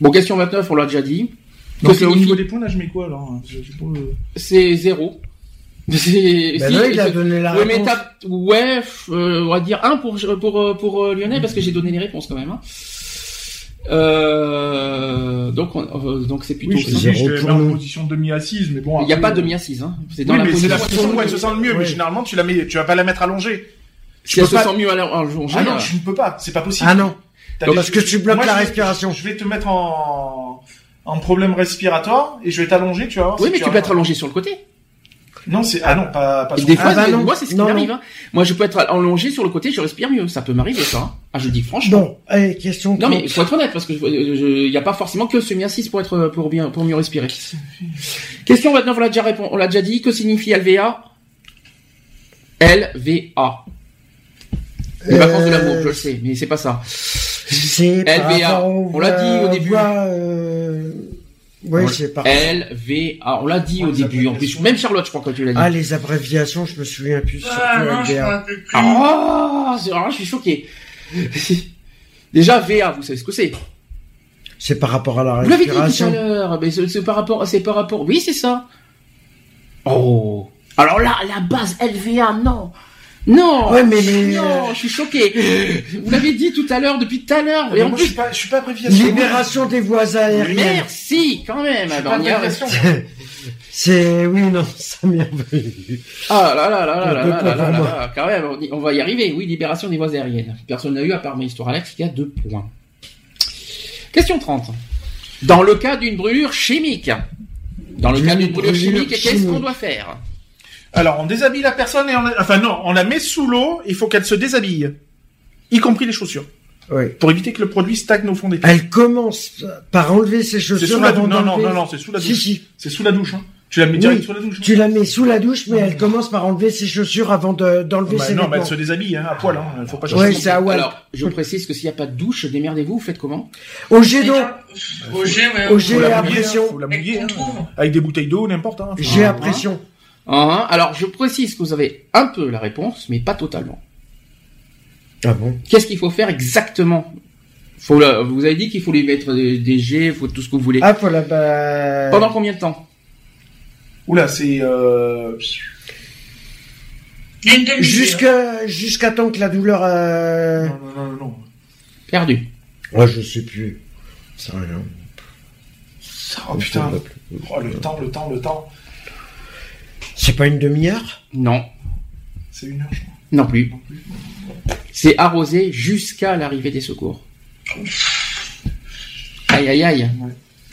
Speaker 2: Bon, question 29, on l'a déjà dit.
Speaker 3: Donc,
Speaker 2: Que
Speaker 3: euh, au
Speaker 2: signifie-
Speaker 3: niveau des points, là, je mets quoi alors Je- je pose, euh,
Speaker 2: C'est zéro. (laughs) C'est...
Speaker 4: Ben
Speaker 2: si,
Speaker 4: là, il a
Speaker 2: c'est-
Speaker 4: donné la
Speaker 2: Ouais, mais
Speaker 4: réponse.
Speaker 2: t'as- ouais, f- euh, on va dire un pour pour euh, pour euh, Lionel parce que j'ai donné les réponses quand même. hein. Euh, donc on- euh, donc c'est plutôt.
Speaker 3: Oui, je,
Speaker 2: ça.
Speaker 3: dis, je
Speaker 4: Zéro
Speaker 3: te
Speaker 4: pour
Speaker 3: mets en
Speaker 4: nous.
Speaker 3: position demi-assise, mais bon.
Speaker 2: Il n'y a
Speaker 3: après,
Speaker 2: pas de
Speaker 3: euh,
Speaker 2: mi assise, hein. C'est dans
Speaker 3: Oui,
Speaker 2: la
Speaker 3: mais c'est
Speaker 2: position.
Speaker 3: la position où elle se sent le mieux,
Speaker 4: Oui.
Speaker 3: mais généralement, tu la mets, tu vas pas la mettre allongée. Ah
Speaker 2: Si elle
Speaker 3: peux
Speaker 2: se
Speaker 3: pas-
Speaker 2: sent mieux à la- en jour
Speaker 3: Ah non, tu ne peux pas, c'est pas possible.
Speaker 4: Ah non.
Speaker 3: T'as
Speaker 4: Donc,
Speaker 3: des-
Speaker 4: parce que tu bloques la
Speaker 3: je vais-
Speaker 4: respiration.
Speaker 3: Je vais te mettre en, en problème respiratoire et je vais t'allonger, tu vas voir.
Speaker 2: Oui,
Speaker 3: si
Speaker 2: mais tu
Speaker 3: vas-
Speaker 2: peux être allongé sur le côté.
Speaker 3: Non, c'est ah non, pas pas
Speaker 2: Et
Speaker 3: sur-
Speaker 2: des fois,
Speaker 4: Ah bah
Speaker 2: c'est-
Speaker 4: non.
Speaker 2: moi, c'est ce qui
Speaker 4: Non,
Speaker 2: m'arrive. hein. Moi, je peux être allongé sur le côté, je respire mieux. Ça peut m'arriver, ça. hein. Ah, je le dis franchement.
Speaker 4: Bon, allez, question.
Speaker 2: Non, mais
Speaker 4: trente.
Speaker 2: faut être honnête, parce que il n'y a pas forcément que ce mien 6 pour être pour bien pour mieux respirer. Question 29, on l'a déjà répond, on l'a déjà dit. Que signifie LVA LVA. Les
Speaker 4: Euh,
Speaker 2: vacances de l'amour, je le sais, mais c'est pas ça.
Speaker 4: C'est par
Speaker 2: LVA.
Speaker 4: rapport aux
Speaker 2: On l'a dit au
Speaker 4: voix-
Speaker 2: début.
Speaker 4: voix, euh, Oui,
Speaker 2: On-
Speaker 4: c'est par.
Speaker 2: LVA, on l'a dit au
Speaker 3: Ouais, les
Speaker 2: début, en plus.
Speaker 3: abréviations.
Speaker 2: Même Charlotte, je crois, quand tu l'as dit.
Speaker 4: Ah, les abréviations, je me souviens plus. surtout
Speaker 6: Ah non, je me
Speaker 4: LVA.
Speaker 6: rappelle plus.
Speaker 4: oh,
Speaker 2: Ah, c'est- ah, je suis choqué. (laughs) Déjà, VA, vous savez ce que c'est
Speaker 4: C'est par rapport à la
Speaker 2: Vous l'avez dit tout à
Speaker 4: respiration.
Speaker 2: l'heure, mais c'est c'est par rapport, c'est par rapport. Oui, c'est ça. Oh. Alors là, la base LVA, non. Non.
Speaker 4: Ouais, mais les-
Speaker 2: Non, je suis choqué. Vous l'avez dit tout à l'heure, depuis tout à l'heure, et
Speaker 3: Mais
Speaker 2: en
Speaker 3: moi, je suis
Speaker 2: plus.
Speaker 3: pas, je suis pas abréviation.
Speaker 4: Libération des voies aériennes.
Speaker 2: Merci, quand même.
Speaker 3: Je suis
Speaker 2: alors,
Speaker 3: pas
Speaker 2: on y arrive.
Speaker 3: abréviation.
Speaker 4: C'est oui, non, (laughs) ça m'est revenu.
Speaker 2: Ah là là là là
Speaker 4: Le
Speaker 2: là
Speaker 4: peu
Speaker 2: là
Speaker 4: pour
Speaker 2: là là
Speaker 4: moi.
Speaker 2: là, quand même, on, y- on va y arriver. Oui, libération des voies aériennes. Personne n'a eu, à part ma histoire Alex, il y a deux points. Question 30. Dans le cas d'une brûlure chimique, dans le
Speaker 4: Une
Speaker 2: cas d'une brûlure
Speaker 4: brûlure
Speaker 2: chimique, qu'est-ce
Speaker 4: chimique.
Speaker 2: qu'on doit faire
Speaker 3: Alors, on déshabille la personne et on la... enfin non, on la met sous l'eau. Il faut qu'elle se déshabille, y compris les chaussures,
Speaker 4: Oui.
Speaker 3: pour éviter que le produit stagne au fond des pieds.
Speaker 4: Elle commence par enlever ses
Speaker 3: C'est
Speaker 4: chaussures
Speaker 3: sous la
Speaker 4: avant
Speaker 3: douche. Non, non,
Speaker 4: d'enlever-
Speaker 3: non, non, c'est sous la
Speaker 4: Si,
Speaker 3: douche.
Speaker 4: si.
Speaker 3: C'est sous la douche. Hein. Tu la mets
Speaker 4: Oui,
Speaker 3: direct sous la douche. hein.
Speaker 4: Tu la mets sous la douche, mais elle commence par enlever ses chaussures avant de-
Speaker 3: Ah,
Speaker 4: d'enlever
Speaker 3: bah,
Speaker 4: ses
Speaker 3: non, mais elle
Speaker 4: vêtements.
Speaker 3: se déshabille hein, à poil. Hein. Faut pas chercher.
Speaker 4: Ouais, c'est à Wall.
Speaker 2: Alors, je précise que s'il n'y a pas de douche, démerdez-vous, vous faites comment
Speaker 4: Au jet d'eau,
Speaker 6: Au G, euh, ouais.
Speaker 4: au jet
Speaker 3: Faut la mouiller, hein,
Speaker 4: à
Speaker 3: faut
Speaker 4: pression,
Speaker 3: la
Speaker 6: Avec
Speaker 3: mouiller,
Speaker 6: qu'on
Speaker 3: hein.
Speaker 6: trouve.
Speaker 3: avec des bouteilles d'eau, n'importe. Hein.
Speaker 4: jet
Speaker 2: Ah,
Speaker 4: à pression.
Speaker 2: Hein, hein. Alors, je précise que vous avez un peu la réponse, mais pas totalement.
Speaker 4: Ah bon
Speaker 2: Qu'est-ce qu'il faut faire exactement faut la- Vous avez dit qu'il faut lui mettre des, des jets, faut tout ce que vous voulez.
Speaker 4: Ah, faut la bah...
Speaker 2: Pendant combien de temps
Speaker 3: Oula, c'est euh...
Speaker 6: Il y a une demi
Speaker 4: Jusqu'à jusqu'à temps que la douleur. euh,
Speaker 3: non, non, non, non, non.
Speaker 2: Perdu.
Speaker 4: Ouais, Ah, je sais plus. C'est rien.
Speaker 3: Oh putain. Oh, le temps, le temps, le temps.
Speaker 4: C'est pas une demi-heure
Speaker 2: Non,
Speaker 3: C'est une heure. je crois.
Speaker 2: non plus. C'est arrosé jusqu'à l'arrivée des secours. Aïe aïe aïe.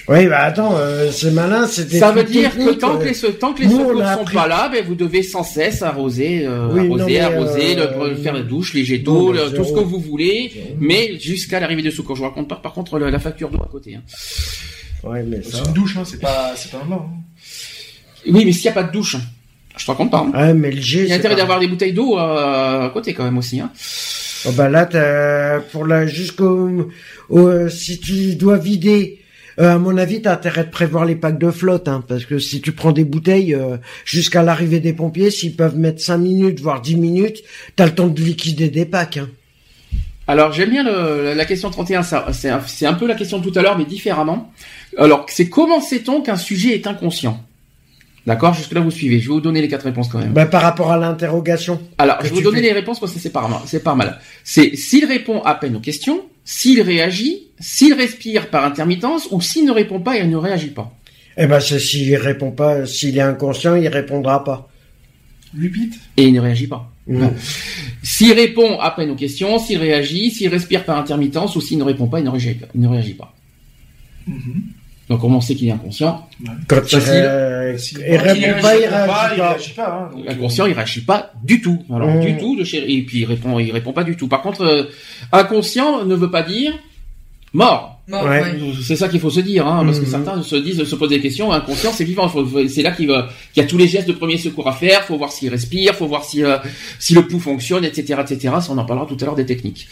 Speaker 4: Oui, bah attends, euh, c'est malin, c'était.
Speaker 2: Ça
Speaker 4: plus
Speaker 2: veut dire que
Speaker 4: technique,
Speaker 2: tant
Speaker 4: euh.
Speaker 2: que les, se- tant que les
Speaker 4: Nous, on
Speaker 2: secours
Speaker 4: a
Speaker 2: sont
Speaker 4: appris-
Speaker 2: pas là, ben, vous devez sans cesse arroser, euh,
Speaker 4: Oui, non,
Speaker 2: arroser,
Speaker 4: mais,
Speaker 2: arroser,
Speaker 4: euh,
Speaker 2: le- faire la douche, les jets
Speaker 4: non,
Speaker 2: d'eau,
Speaker 4: mais
Speaker 2: le- tout ce
Speaker 4: zéro.
Speaker 2: que vous voulez, mais jusqu'à l'arrivée des secours. Je vous raconte pas par contre le- la facture d'eau à côté. hein.
Speaker 4: Ouais, mais ça.
Speaker 3: C'est une douche, hein. c'est pas, c'est pas un bain. hein.
Speaker 2: Oui, mais s'il n'y a pas de douche, hein, je te raconte pas. hein.
Speaker 4: Ouais, Ah, mais le jet.
Speaker 2: Il y a
Speaker 4: c'est
Speaker 2: intérêt
Speaker 4: pas-
Speaker 2: d'avoir des bouteilles d'eau euh, à côté quand même aussi. Hein.
Speaker 4: Oh, bah là, t'as- pour la jusqu'au. au- euh, si tu dois vider. euh, à mon avis, t'as intérêt de prévoir les packs de flotte, hein, parce que si tu prends des bouteilles euh, jusqu'à l'arrivée des pompiers, s'ils peuvent mettre 5 minutes, voire 10 minutes, t'as le temps de liquider des packs. Hein.
Speaker 2: Alors j'aime bien le- la question 31, ça, c'est, un- c'est un peu la question de tout à l'heure, mais différemment. Alors c'est comment sait-on qu'un sujet est inconscient D'accord Jusque-là vous suivez, je vais vous donner les quatre réponses quand même.
Speaker 4: Bah, par rapport à l'interrogation.
Speaker 2: Alors
Speaker 4: que
Speaker 2: je vais vous
Speaker 4: tu
Speaker 2: donner
Speaker 4: fais.
Speaker 2: les réponses parce que c'est pas mal. C'est pas mal. C'est s'il répond à peine aux questions, s'il réagit, s'il respire par intermittence ou s'il ne répond pas et ne réagit pas.
Speaker 4: Eh ben, c'est s'il répond pas, euh, s'il est inconscient, il répondra pas.
Speaker 3: Lupite.
Speaker 2: Et il ne réagit pas.
Speaker 4: Mm.
Speaker 2: S'il répond à peine aux questions, s'il réagit, s'il respire par intermittence ou s'il ne répond pas, il ne réagit pas. Il ne réagit pas.
Speaker 4: Mm-hmm.
Speaker 3: Mhm.
Speaker 2: Donc comment on sait qu'il est inconscient
Speaker 4: Quand il,
Speaker 2: Facile.
Speaker 4: ré- euh, il répond pas, il réagit pas.
Speaker 3: réagit pas. hein. Donc,
Speaker 2: Inconscient, il réagit pas du tout. Alors
Speaker 4: euh, Mm.
Speaker 2: du tout de chez et puis il répond, il répond pas du tout. Par contre, euh, inconscient ne veut pas dire mort.
Speaker 6: Mort,
Speaker 4: Ouais.
Speaker 6: ouais.
Speaker 2: C'est ça qu'il faut se dire, hein, parce que
Speaker 4: Mhm.
Speaker 2: certains se disent, se posent des questions, inconscient, c'est vivant. Faut- faut- C'est là qu'il va- qu'il y a tous les gestes de premier secours à faire. Faut voir s'il respire, faut voir si, euh, si le pouls fonctionne, etc., etc. Ça, on en parlera tout à l'heure des techniques.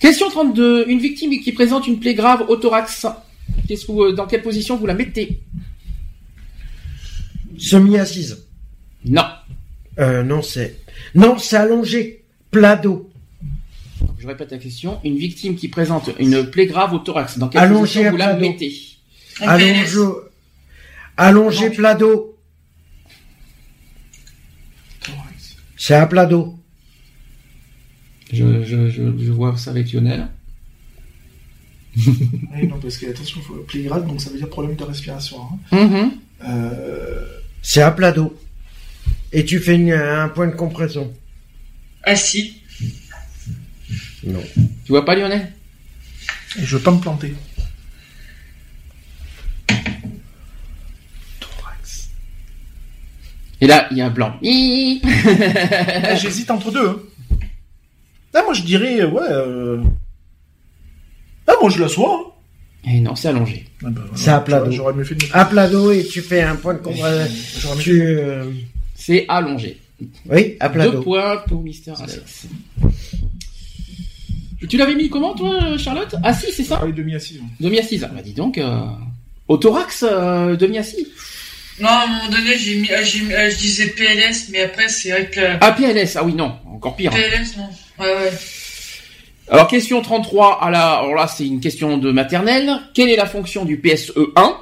Speaker 2: Question 32. Une victime qui présente une plaie grave au thorax. Qu'est-ce que vous- euh, dans quelle position vous la mettez
Speaker 4: Semi-assise.
Speaker 2: Non,
Speaker 4: Euh, non, c'est, non, c'est allongé. Plat dos.
Speaker 2: je répète la question. Une victime qui présente une plaie grave au thorax. Dans quelle
Speaker 4: Allongée
Speaker 2: position
Speaker 4: à
Speaker 2: vous la
Speaker 4: plat dos.
Speaker 2: mettez
Speaker 6: En
Speaker 4: Allongé.
Speaker 6: PLS.
Speaker 4: Allongé plat dos.
Speaker 3: thorax.
Speaker 4: C'est un plat dos.
Speaker 2: je, je, je, je vois ça avec Lionel.
Speaker 3: Oui, non, parce que attention, faut appeler grave, donc ça veut dire problème de respiration. hein.
Speaker 2: Mhm.
Speaker 3: Euh,
Speaker 4: C'est un plat dos. Et tu fais une- un point de
Speaker 6: Ah,
Speaker 4: compression.
Speaker 6: Assis.
Speaker 2: Tu vois pas Lionel
Speaker 3: Je veux pas me planter.
Speaker 2: Et là, il y a un blanc. Hi (laughs)
Speaker 3: Ah, (laughs) J'hésite entre deux. hein. Ah, moi je dirais, euh, ouais. euh, Ah, moi je l'assois.
Speaker 2: Et non, c'est allongé.
Speaker 3: hein. Ah, bah, voilà.
Speaker 4: C'est à plat d'eau.
Speaker 3: J'aurais mieux fait de
Speaker 4: À plat d'eau et tu fais un point de combat.
Speaker 3: J'aurais mieux fait
Speaker 4: Tu, euh,
Speaker 2: C'est allongé.
Speaker 4: Oui, à plat
Speaker 2: Deux
Speaker 4: d'eau.
Speaker 2: points pour Mister Alex. Tu l'avais mis comment, toi, Charlotte Ah si, c'est
Speaker 3: de
Speaker 2: ça
Speaker 3: travailler demi assis.
Speaker 2: Demi assis. Ah, bah dis donc, euh, au thorax, euh, demi assis.
Speaker 6: Non, à un moment donné, j'ai mis, ah, j'ai mis- ah, je disais PLS, mais après, c'est vrai que euh,
Speaker 2: Ah, PLS. Ah oui, non, encore pire.
Speaker 6: PLS, non. Ouais, ouais.
Speaker 2: Alors, question 33, à la... alors là, c'est une question de maternelle. Quelle est la fonction du E PSE1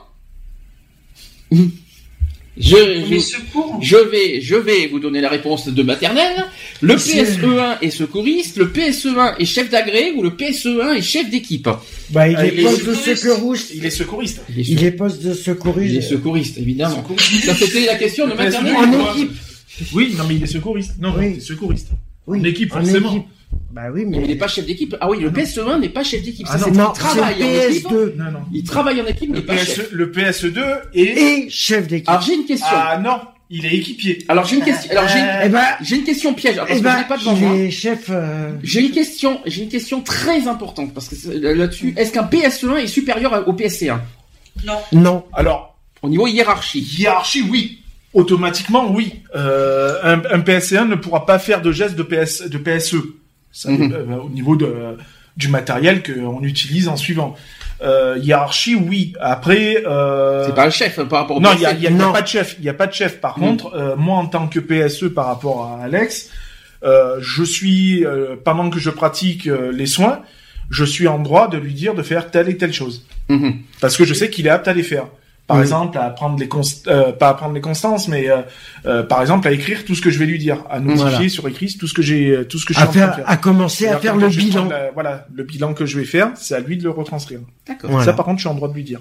Speaker 2: je,
Speaker 6: Premier
Speaker 2: je,
Speaker 6: secours.
Speaker 2: je vais, je vais vous donner la réponse de maternelle. Le
Speaker 4: Monsieur.
Speaker 2: PSE1 est secouriste, le PSE1 est chef d'agré ou le PSE1 est chef d'équipe.
Speaker 4: Bah, il
Speaker 3: Ah,
Speaker 4: est
Speaker 3: il est
Speaker 4: poste de
Speaker 6: secouriste.
Speaker 4: secouriste.
Speaker 3: Il est secouriste. hein.
Speaker 4: Il est poste de secouriste.
Speaker 2: Il est secouriste,
Speaker 4: Ah,
Speaker 2: évidemment. Ça, c'était la question de
Speaker 3: Le
Speaker 4: E
Speaker 3: PSE2,
Speaker 2: maternelle.
Speaker 3: il est quoi Oui, non, mais il est secouriste. Non,
Speaker 4: Oui.
Speaker 3: non, il est secouriste.
Speaker 4: Oui,
Speaker 3: En équipe, forcément.
Speaker 4: Bah oui,
Speaker 2: Mais
Speaker 4: mais.
Speaker 2: il n'est pas chef d'équipe. Ah oui, le PSE1 n'est pas chef d'équipe.
Speaker 3: Ah
Speaker 2: Ça,
Speaker 3: non,
Speaker 2: c'est
Speaker 4: Non,
Speaker 2: qu'il
Speaker 4: c'est
Speaker 2: travaille en équipe. hein. Ah.
Speaker 4: PS2
Speaker 3: Non, non.
Speaker 2: Il travaille en équipe, mais
Speaker 3: Le,
Speaker 2: pas
Speaker 4: E
Speaker 3: PS...
Speaker 2: chef.
Speaker 3: le PS2 est.
Speaker 4: et chef d'équipe.
Speaker 2: Alors, j'ai une question.
Speaker 3: Ah non, il est équipier.
Speaker 2: Alors, j'ai une question. Alors, j'ai une-
Speaker 4: Eh ben,
Speaker 2: j'ai une question piège. Alors, parce
Speaker 4: eh
Speaker 2: que je l'ai
Speaker 4: ben,
Speaker 2: pas devant
Speaker 4: il
Speaker 2: moi.
Speaker 4: est chef. euh,
Speaker 2: J'ai une question, j'ai une question très importante parce que c'est- là-dessus, est-ce qu'un PSE1 est supérieur au PSC1
Speaker 6: Non.
Speaker 4: Non.
Speaker 3: Alors,
Speaker 2: au niveau hiérarchie
Speaker 3: hiérarchie, oui. Automatiquement, oui. Euh, un, un PSE1 ne pourra pas faire de gestes de, PS... de PSE. Ça,
Speaker 2: Mhm.
Speaker 3: euh, au niveau de, du matériel qu'on utilise en suivant. Euh, hiérarchie, oui. Après. Euh...
Speaker 2: C'est pas un chef hein, par rapport au
Speaker 3: Non, il
Speaker 2: PSC.
Speaker 3: n'y a, y a- y a
Speaker 4: Non.
Speaker 3: pas de chef. Il y a pas de chef. Par
Speaker 2: Mm.
Speaker 3: contre, euh, moi, en tant que PSE par rapport à Alex, euh, je suis, euh, pendant que je pratique euh, les soins, je suis en droit de lui dire de faire telle et telle chose.
Speaker 2: Mhm.
Speaker 3: Parce que je sais qu'il est apte à les faire. Par
Speaker 4: Oui.
Speaker 3: exemple, à apprendre les const- euh, pas à apprendre les constances, mais euh, euh, par exemple à écrire tout ce que je vais lui dire, à notifier
Speaker 2: Voilà.
Speaker 3: sur écrit tout ce que j'ai, euh, tout ce que je suis
Speaker 4: À,
Speaker 3: en train de
Speaker 4: faire,
Speaker 3: faire.
Speaker 4: à commencer à
Speaker 3: C'est-à-dire
Speaker 4: faire
Speaker 3: que
Speaker 4: le
Speaker 3: je vais
Speaker 4: bilan.
Speaker 3: prendre la- voilà, le bilan que je vais faire, c'est à lui de le retranscrire.
Speaker 2: D'accord.
Speaker 4: Voilà.
Speaker 3: Ça, par contre, je suis en droit de lui dire.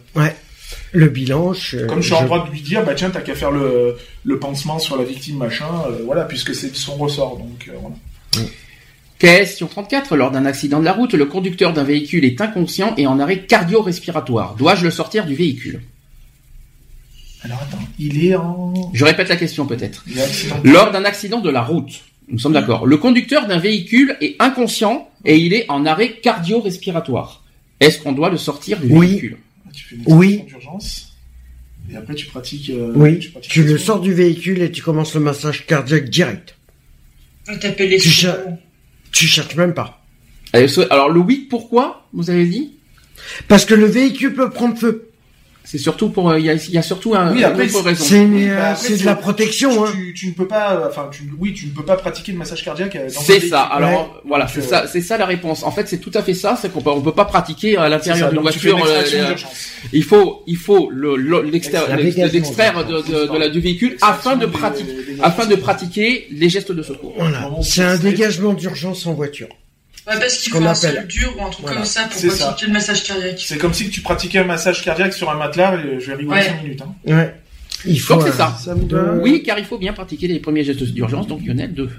Speaker 4: Le bilan, Euh, je.
Speaker 3: Comme je suis en droit de lui dire, bah tiens, t'as qu'à faire le, le pansement sur la victime, machin, euh, voilà, puisque c'est de son ressort, donc euh, voilà.
Speaker 2: Question 34. Lors d'un accident de la route, le conducteur d'un véhicule est inconscient et en arrêt cardio-respiratoire. Dois-je le sortir du véhicule
Speaker 3: Alors attends, il est en.
Speaker 2: Je répète la question peut-être.
Speaker 3: Il est accident.
Speaker 2: Lors d'un accident de la route, nous sommes d'accord, le conducteur d'un véhicule est inconscient et il est en arrêt cardio-respiratoire. Est-ce qu'on doit le sortir du
Speaker 4: Oui.
Speaker 2: véhicule
Speaker 3: Tu fais une
Speaker 4: Oui.
Speaker 3: extraction d'urgence, et après tu pratiques. euh,
Speaker 4: Oui,
Speaker 3: pratiques
Speaker 4: tu
Speaker 3: la
Speaker 4: le
Speaker 3: soins.
Speaker 4: sors du véhicule et tu commences le massage cardiaque direct.
Speaker 6: On t'appelle les
Speaker 4: Tu
Speaker 6: secours.
Speaker 4: Tu cherches même pas.
Speaker 2: Euh, so- Alors le oui, pourquoi Vous avez dit
Speaker 4: Parce que le véhicule peut prendre feu.
Speaker 2: C'est surtout pour. euh, Il y, a, il y a surtout un,
Speaker 3: Oui,
Speaker 2: une
Speaker 3: après,
Speaker 2: autre
Speaker 3: c'est-
Speaker 2: raison.
Speaker 4: C'est
Speaker 3: Oui,
Speaker 4: euh,
Speaker 3: bah, après,
Speaker 4: c'est de
Speaker 3: c'est-
Speaker 4: la
Speaker 3: Tu,
Speaker 4: protection. hein.
Speaker 3: tu- tu ne peux pas, euh, enfin, tu, oui, tu ne peux pas pratiquer le massage cardiaque. euh, dans un
Speaker 2: C'est
Speaker 3: véhicule.
Speaker 2: ça. Alors voilà,
Speaker 3: Donc,
Speaker 2: c'est
Speaker 3: euh,
Speaker 2: ça, c'est ça la réponse. En fait, c'est tout à fait ça. C'est qu'on peut, on peut pas pratiquer à
Speaker 3: C'est
Speaker 2: l'intérieur
Speaker 3: ça,
Speaker 2: d'une
Speaker 3: donc tu fais une
Speaker 2: voiture.
Speaker 3: extraction
Speaker 2: euh,
Speaker 3: d'urgence.
Speaker 2: il faut, il faut le- le- l'extra-
Speaker 4: La
Speaker 2: l'ex-
Speaker 4: dégagement,
Speaker 2: l'extraire de, de, de la du véhicule afin de pratiquer,
Speaker 3: Des- des-
Speaker 2: afin de pratiquer les gestes de secours.
Speaker 4: Voilà.
Speaker 3: Vraiment,
Speaker 4: C'est un
Speaker 3: c'est-
Speaker 4: dégagement d'urgence en voiture.
Speaker 6: Ouais, parce qu'il
Speaker 4: Qu'on
Speaker 6: faut un
Speaker 4: appelle.
Speaker 6: sol dur ou un truc
Speaker 4: Voilà.
Speaker 6: comme ça pour
Speaker 3: C'est
Speaker 6: pas
Speaker 3: ça.
Speaker 6: sortir le massage cardiaque.
Speaker 3: C'est comme si tu pratiquais un massage cardiaque sur un matelas, et je vais arriver
Speaker 6: Ouais.
Speaker 3: à 5 minutes. Hein.
Speaker 4: Ouais. Il faut.
Speaker 2: Donc c'est
Speaker 4: un-
Speaker 2: ça.
Speaker 3: Ça vous va (laughs)
Speaker 2: Oui, car il faut bien pratiquer les premiers gestes d'urgence. Donc Lionel deux.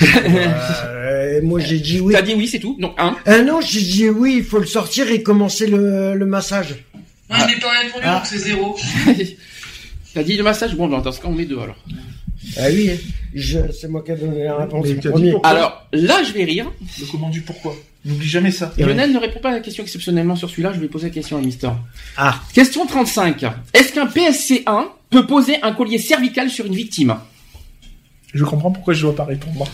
Speaker 4: Euh, moi j'ai dit oui.
Speaker 2: (laughs) T'as dit oui, c'est tout. Donc un. (laughs)
Speaker 4: Ah non, j'ai dit oui, il faut le sortir et commencer le, le massage.
Speaker 6: Ouais, je n'ai pas répondu,
Speaker 4: Ah.
Speaker 6: donc c'est zéro.
Speaker 2: T'as dit le massage. Bon, ben, dans ce cas, on met deux alors.
Speaker 4: Ah oui, hein. Je- c'est moi qui ai donné la réponse.
Speaker 3: Mais tu
Speaker 4: en
Speaker 3: as dit
Speaker 4: premier.
Speaker 3: pourquoi
Speaker 2: Alors là, je vais rire.
Speaker 3: Le comment du pourquoi. N'oublie jamais ça.
Speaker 4: Ouais.
Speaker 2: Lionel ne répond pas à la question exceptionnellement sur celui-là. Je vais poser la question à Mister.
Speaker 4: Ah.
Speaker 2: Question 35. Est-ce qu'un PSC1 peut poser un collier cervical sur une victime
Speaker 3: Je comprends pourquoi je dois pas répondre.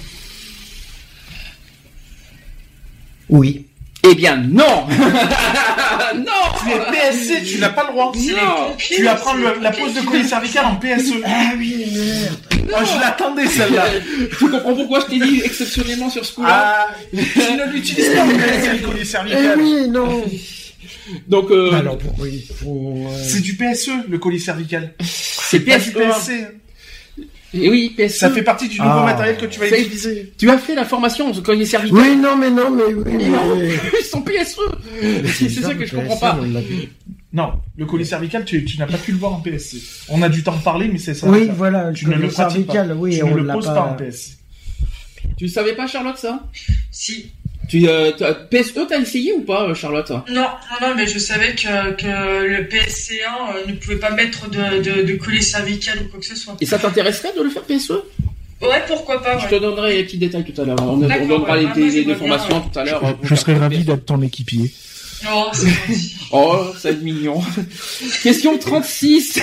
Speaker 4: Oui.
Speaker 2: Eh bien non (laughs) Non
Speaker 3: Tu es PSC, tu n'as pas le droit.
Speaker 2: Non
Speaker 3: Tu apprends le- la pose de collier cervical en PSE.
Speaker 4: Ah oui, merde.
Speaker 3: Oh, je l'attendais celle-là.
Speaker 2: Tu comprends pourquoi je t'ai dit exceptionnellement sur ce coup-là
Speaker 3: Ah, tu ne l'utilises pas en PSE, le collier
Speaker 4: Eh
Speaker 3: cervical.
Speaker 4: oui, non.
Speaker 2: Donc euh,
Speaker 4: Alors pourquoi il faut. euh,
Speaker 3: C'est du PSE, le collier cervical.
Speaker 2: c'est
Speaker 3: Pas du
Speaker 2: PSE1.
Speaker 3: PSC. hein.
Speaker 2: Eh oui, PSE.
Speaker 3: Ça fait partie du nouveau
Speaker 4: Ah.
Speaker 3: matériel que tu vas
Speaker 2: C'est-
Speaker 3: utiliser.
Speaker 2: Tu as fait la formation au collier cervical (laughs)
Speaker 4: Oui, non, mais non, mais oui.
Speaker 2: Et en
Speaker 4: mais-
Speaker 2: plus, son PSE C'est ça que je comprends pas.
Speaker 3: Non, le collier cervical, tu, tu n'as pas pu le voir en PSC. On a du temps de parler, mais c'est ça.
Speaker 4: Oui,
Speaker 3: ça.
Speaker 4: voilà,
Speaker 3: Tu ne le pratiques pas.
Speaker 4: cervical, oui,
Speaker 3: tu
Speaker 4: on
Speaker 3: ne le
Speaker 4: l'a
Speaker 3: poses pas en PSC.
Speaker 2: Tu savais pas, Charlotte, ça
Speaker 6: Si.
Speaker 2: Tu, euh, t'as- PSE, t'as essayé ou pas, euh, Charlotte
Speaker 6: Non, non, non, mais je savais que, que le PSC1 euh, ne pouvait pas mettre de, de, de collier cervical ou quoi que ce soit.
Speaker 2: Et ça t'intéresserait de le faire PSE
Speaker 6: Ouais, pourquoi pas, Ah
Speaker 2: Je
Speaker 6: ouais.
Speaker 2: te donnerai les petits détails tout à l'heure. On, on
Speaker 6: D'accord,
Speaker 2: donnera
Speaker 6: ouais,
Speaker 2: les,
Speaker 6: moi,
Speaker 2: les- les
Speaker 6: j'aimerais
Speaker 2: informations
Speaker 6: bien,
Speaker 2: tout à l'heure. euh, pour
Speaker 3: Je
Speaker 2: faire
Speaker 3: serais
Speaker 2: le
Speaker 3: ravi
Speaker 2: PSE.
Speaker 3: d'être ton équipier.
Speaker 6: Non, c'est gentil.
Speaker 2: Oh, c'est mignon. (laughs) Question 36.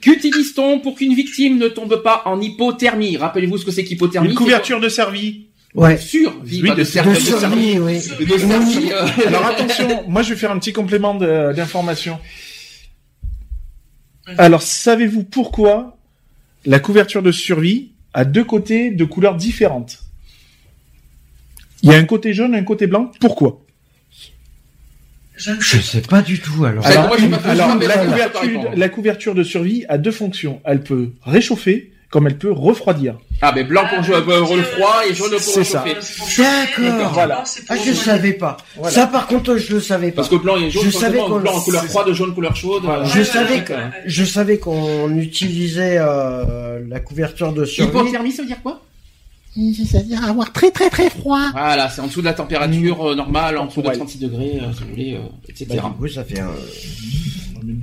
Speaker 2: Qu'utilise-t-on pour qu'une victime ne tombe pas en hypothermie Rappelez-vous ce que c'est qu'hypothermie.
Speaker 3: Une
Speaker 2: couverture
Speaker 3: couverture de servie.
Speaker 4: Ouais.
Speaker 2: Sur, vie,
Speaker 3: Oui,
Speaker 2: pas de
Speaker 3: de-
Speaker 2: cercle,
Speaker 4: De
Speaker 2: de cervelle.
Speaker 4: survie, oui.
Speaker 2: De cervelle, euh,
Speaker 3: (laughs) Alors attention, moi je vais faire un petit complément de- d'information.
Speaker 6: Ouais.
Speaker 3: Alors savez-vous pourquoi la couverture de survie a deux côtés de couleurs différentes Il y a un côté jaune et un côté blanc. Pourquoi
Speaker 6: Je ne
Speaker 4: Je sais pas du tout, alors.
Speaker 2: Ah, moi, j'ai
Speaker 3: une-
Speaker 2: pas compris,
Speaker 3: alors,
Speaker 2: mais
Speaker 3: la,
Speaker 2: ça, ça
Speaker 3: couverture,
Speaker 2: répond.
Speaker 3: la couverture de survie a deux fonctions. Elle peut réchauffer comme elle peut refroidir.
Speaker 2: (laughs) Ah, mais blanc pour jouer euh, le froid et jaune pour
Speaker 3: C'est ça.
Speaker 2: réchauffer.
Speaker 6: c'est pour chauffer,
Speaker 4: D'accord.
Speaker 6: non,
Speaker 3: Voilà.
Speaker 6: c'est pour
Speaker 4: Ah, je
Speaker 6: chauffer.
Speaker 4: savais pas.
Speaker 3: Voilà.
Speaker 4: Ça, par contre, je le savais pas.
Speaker 2: Parce que blanc et jaune,
Speaker 4: Je
Speaker 2: forcément,
Speaker 4: savais qu'on-
Speaker 2: blanc en couleur
Speaker 3: c'est
Speaker 2: froide, jaune couleur chaude. euh,
Speaker 6: Ouais,
Speaker 4: Je
Speaker 6: ouais,
Speaker 4: savais
Speaker 6: ouais,
Speaker 4: que-
Speaker 6: ouais.
Speaker 4: Je savais qu'on utilisait euh, la couverture de survie.
Speaker 2: Hypothermie, ça veut dire quoi
Speaker 8: C'est-à-dire avoir très très très froid.
Speaker 2: Voilà, c'est en dessous de la température euh, normale, en dessous de
Speaker 3: Ouais.
Speaker 2: 36 degrés, euh, si vous voulez, euh, etc.
Speaker 4: Bah, du coup, ça fait un...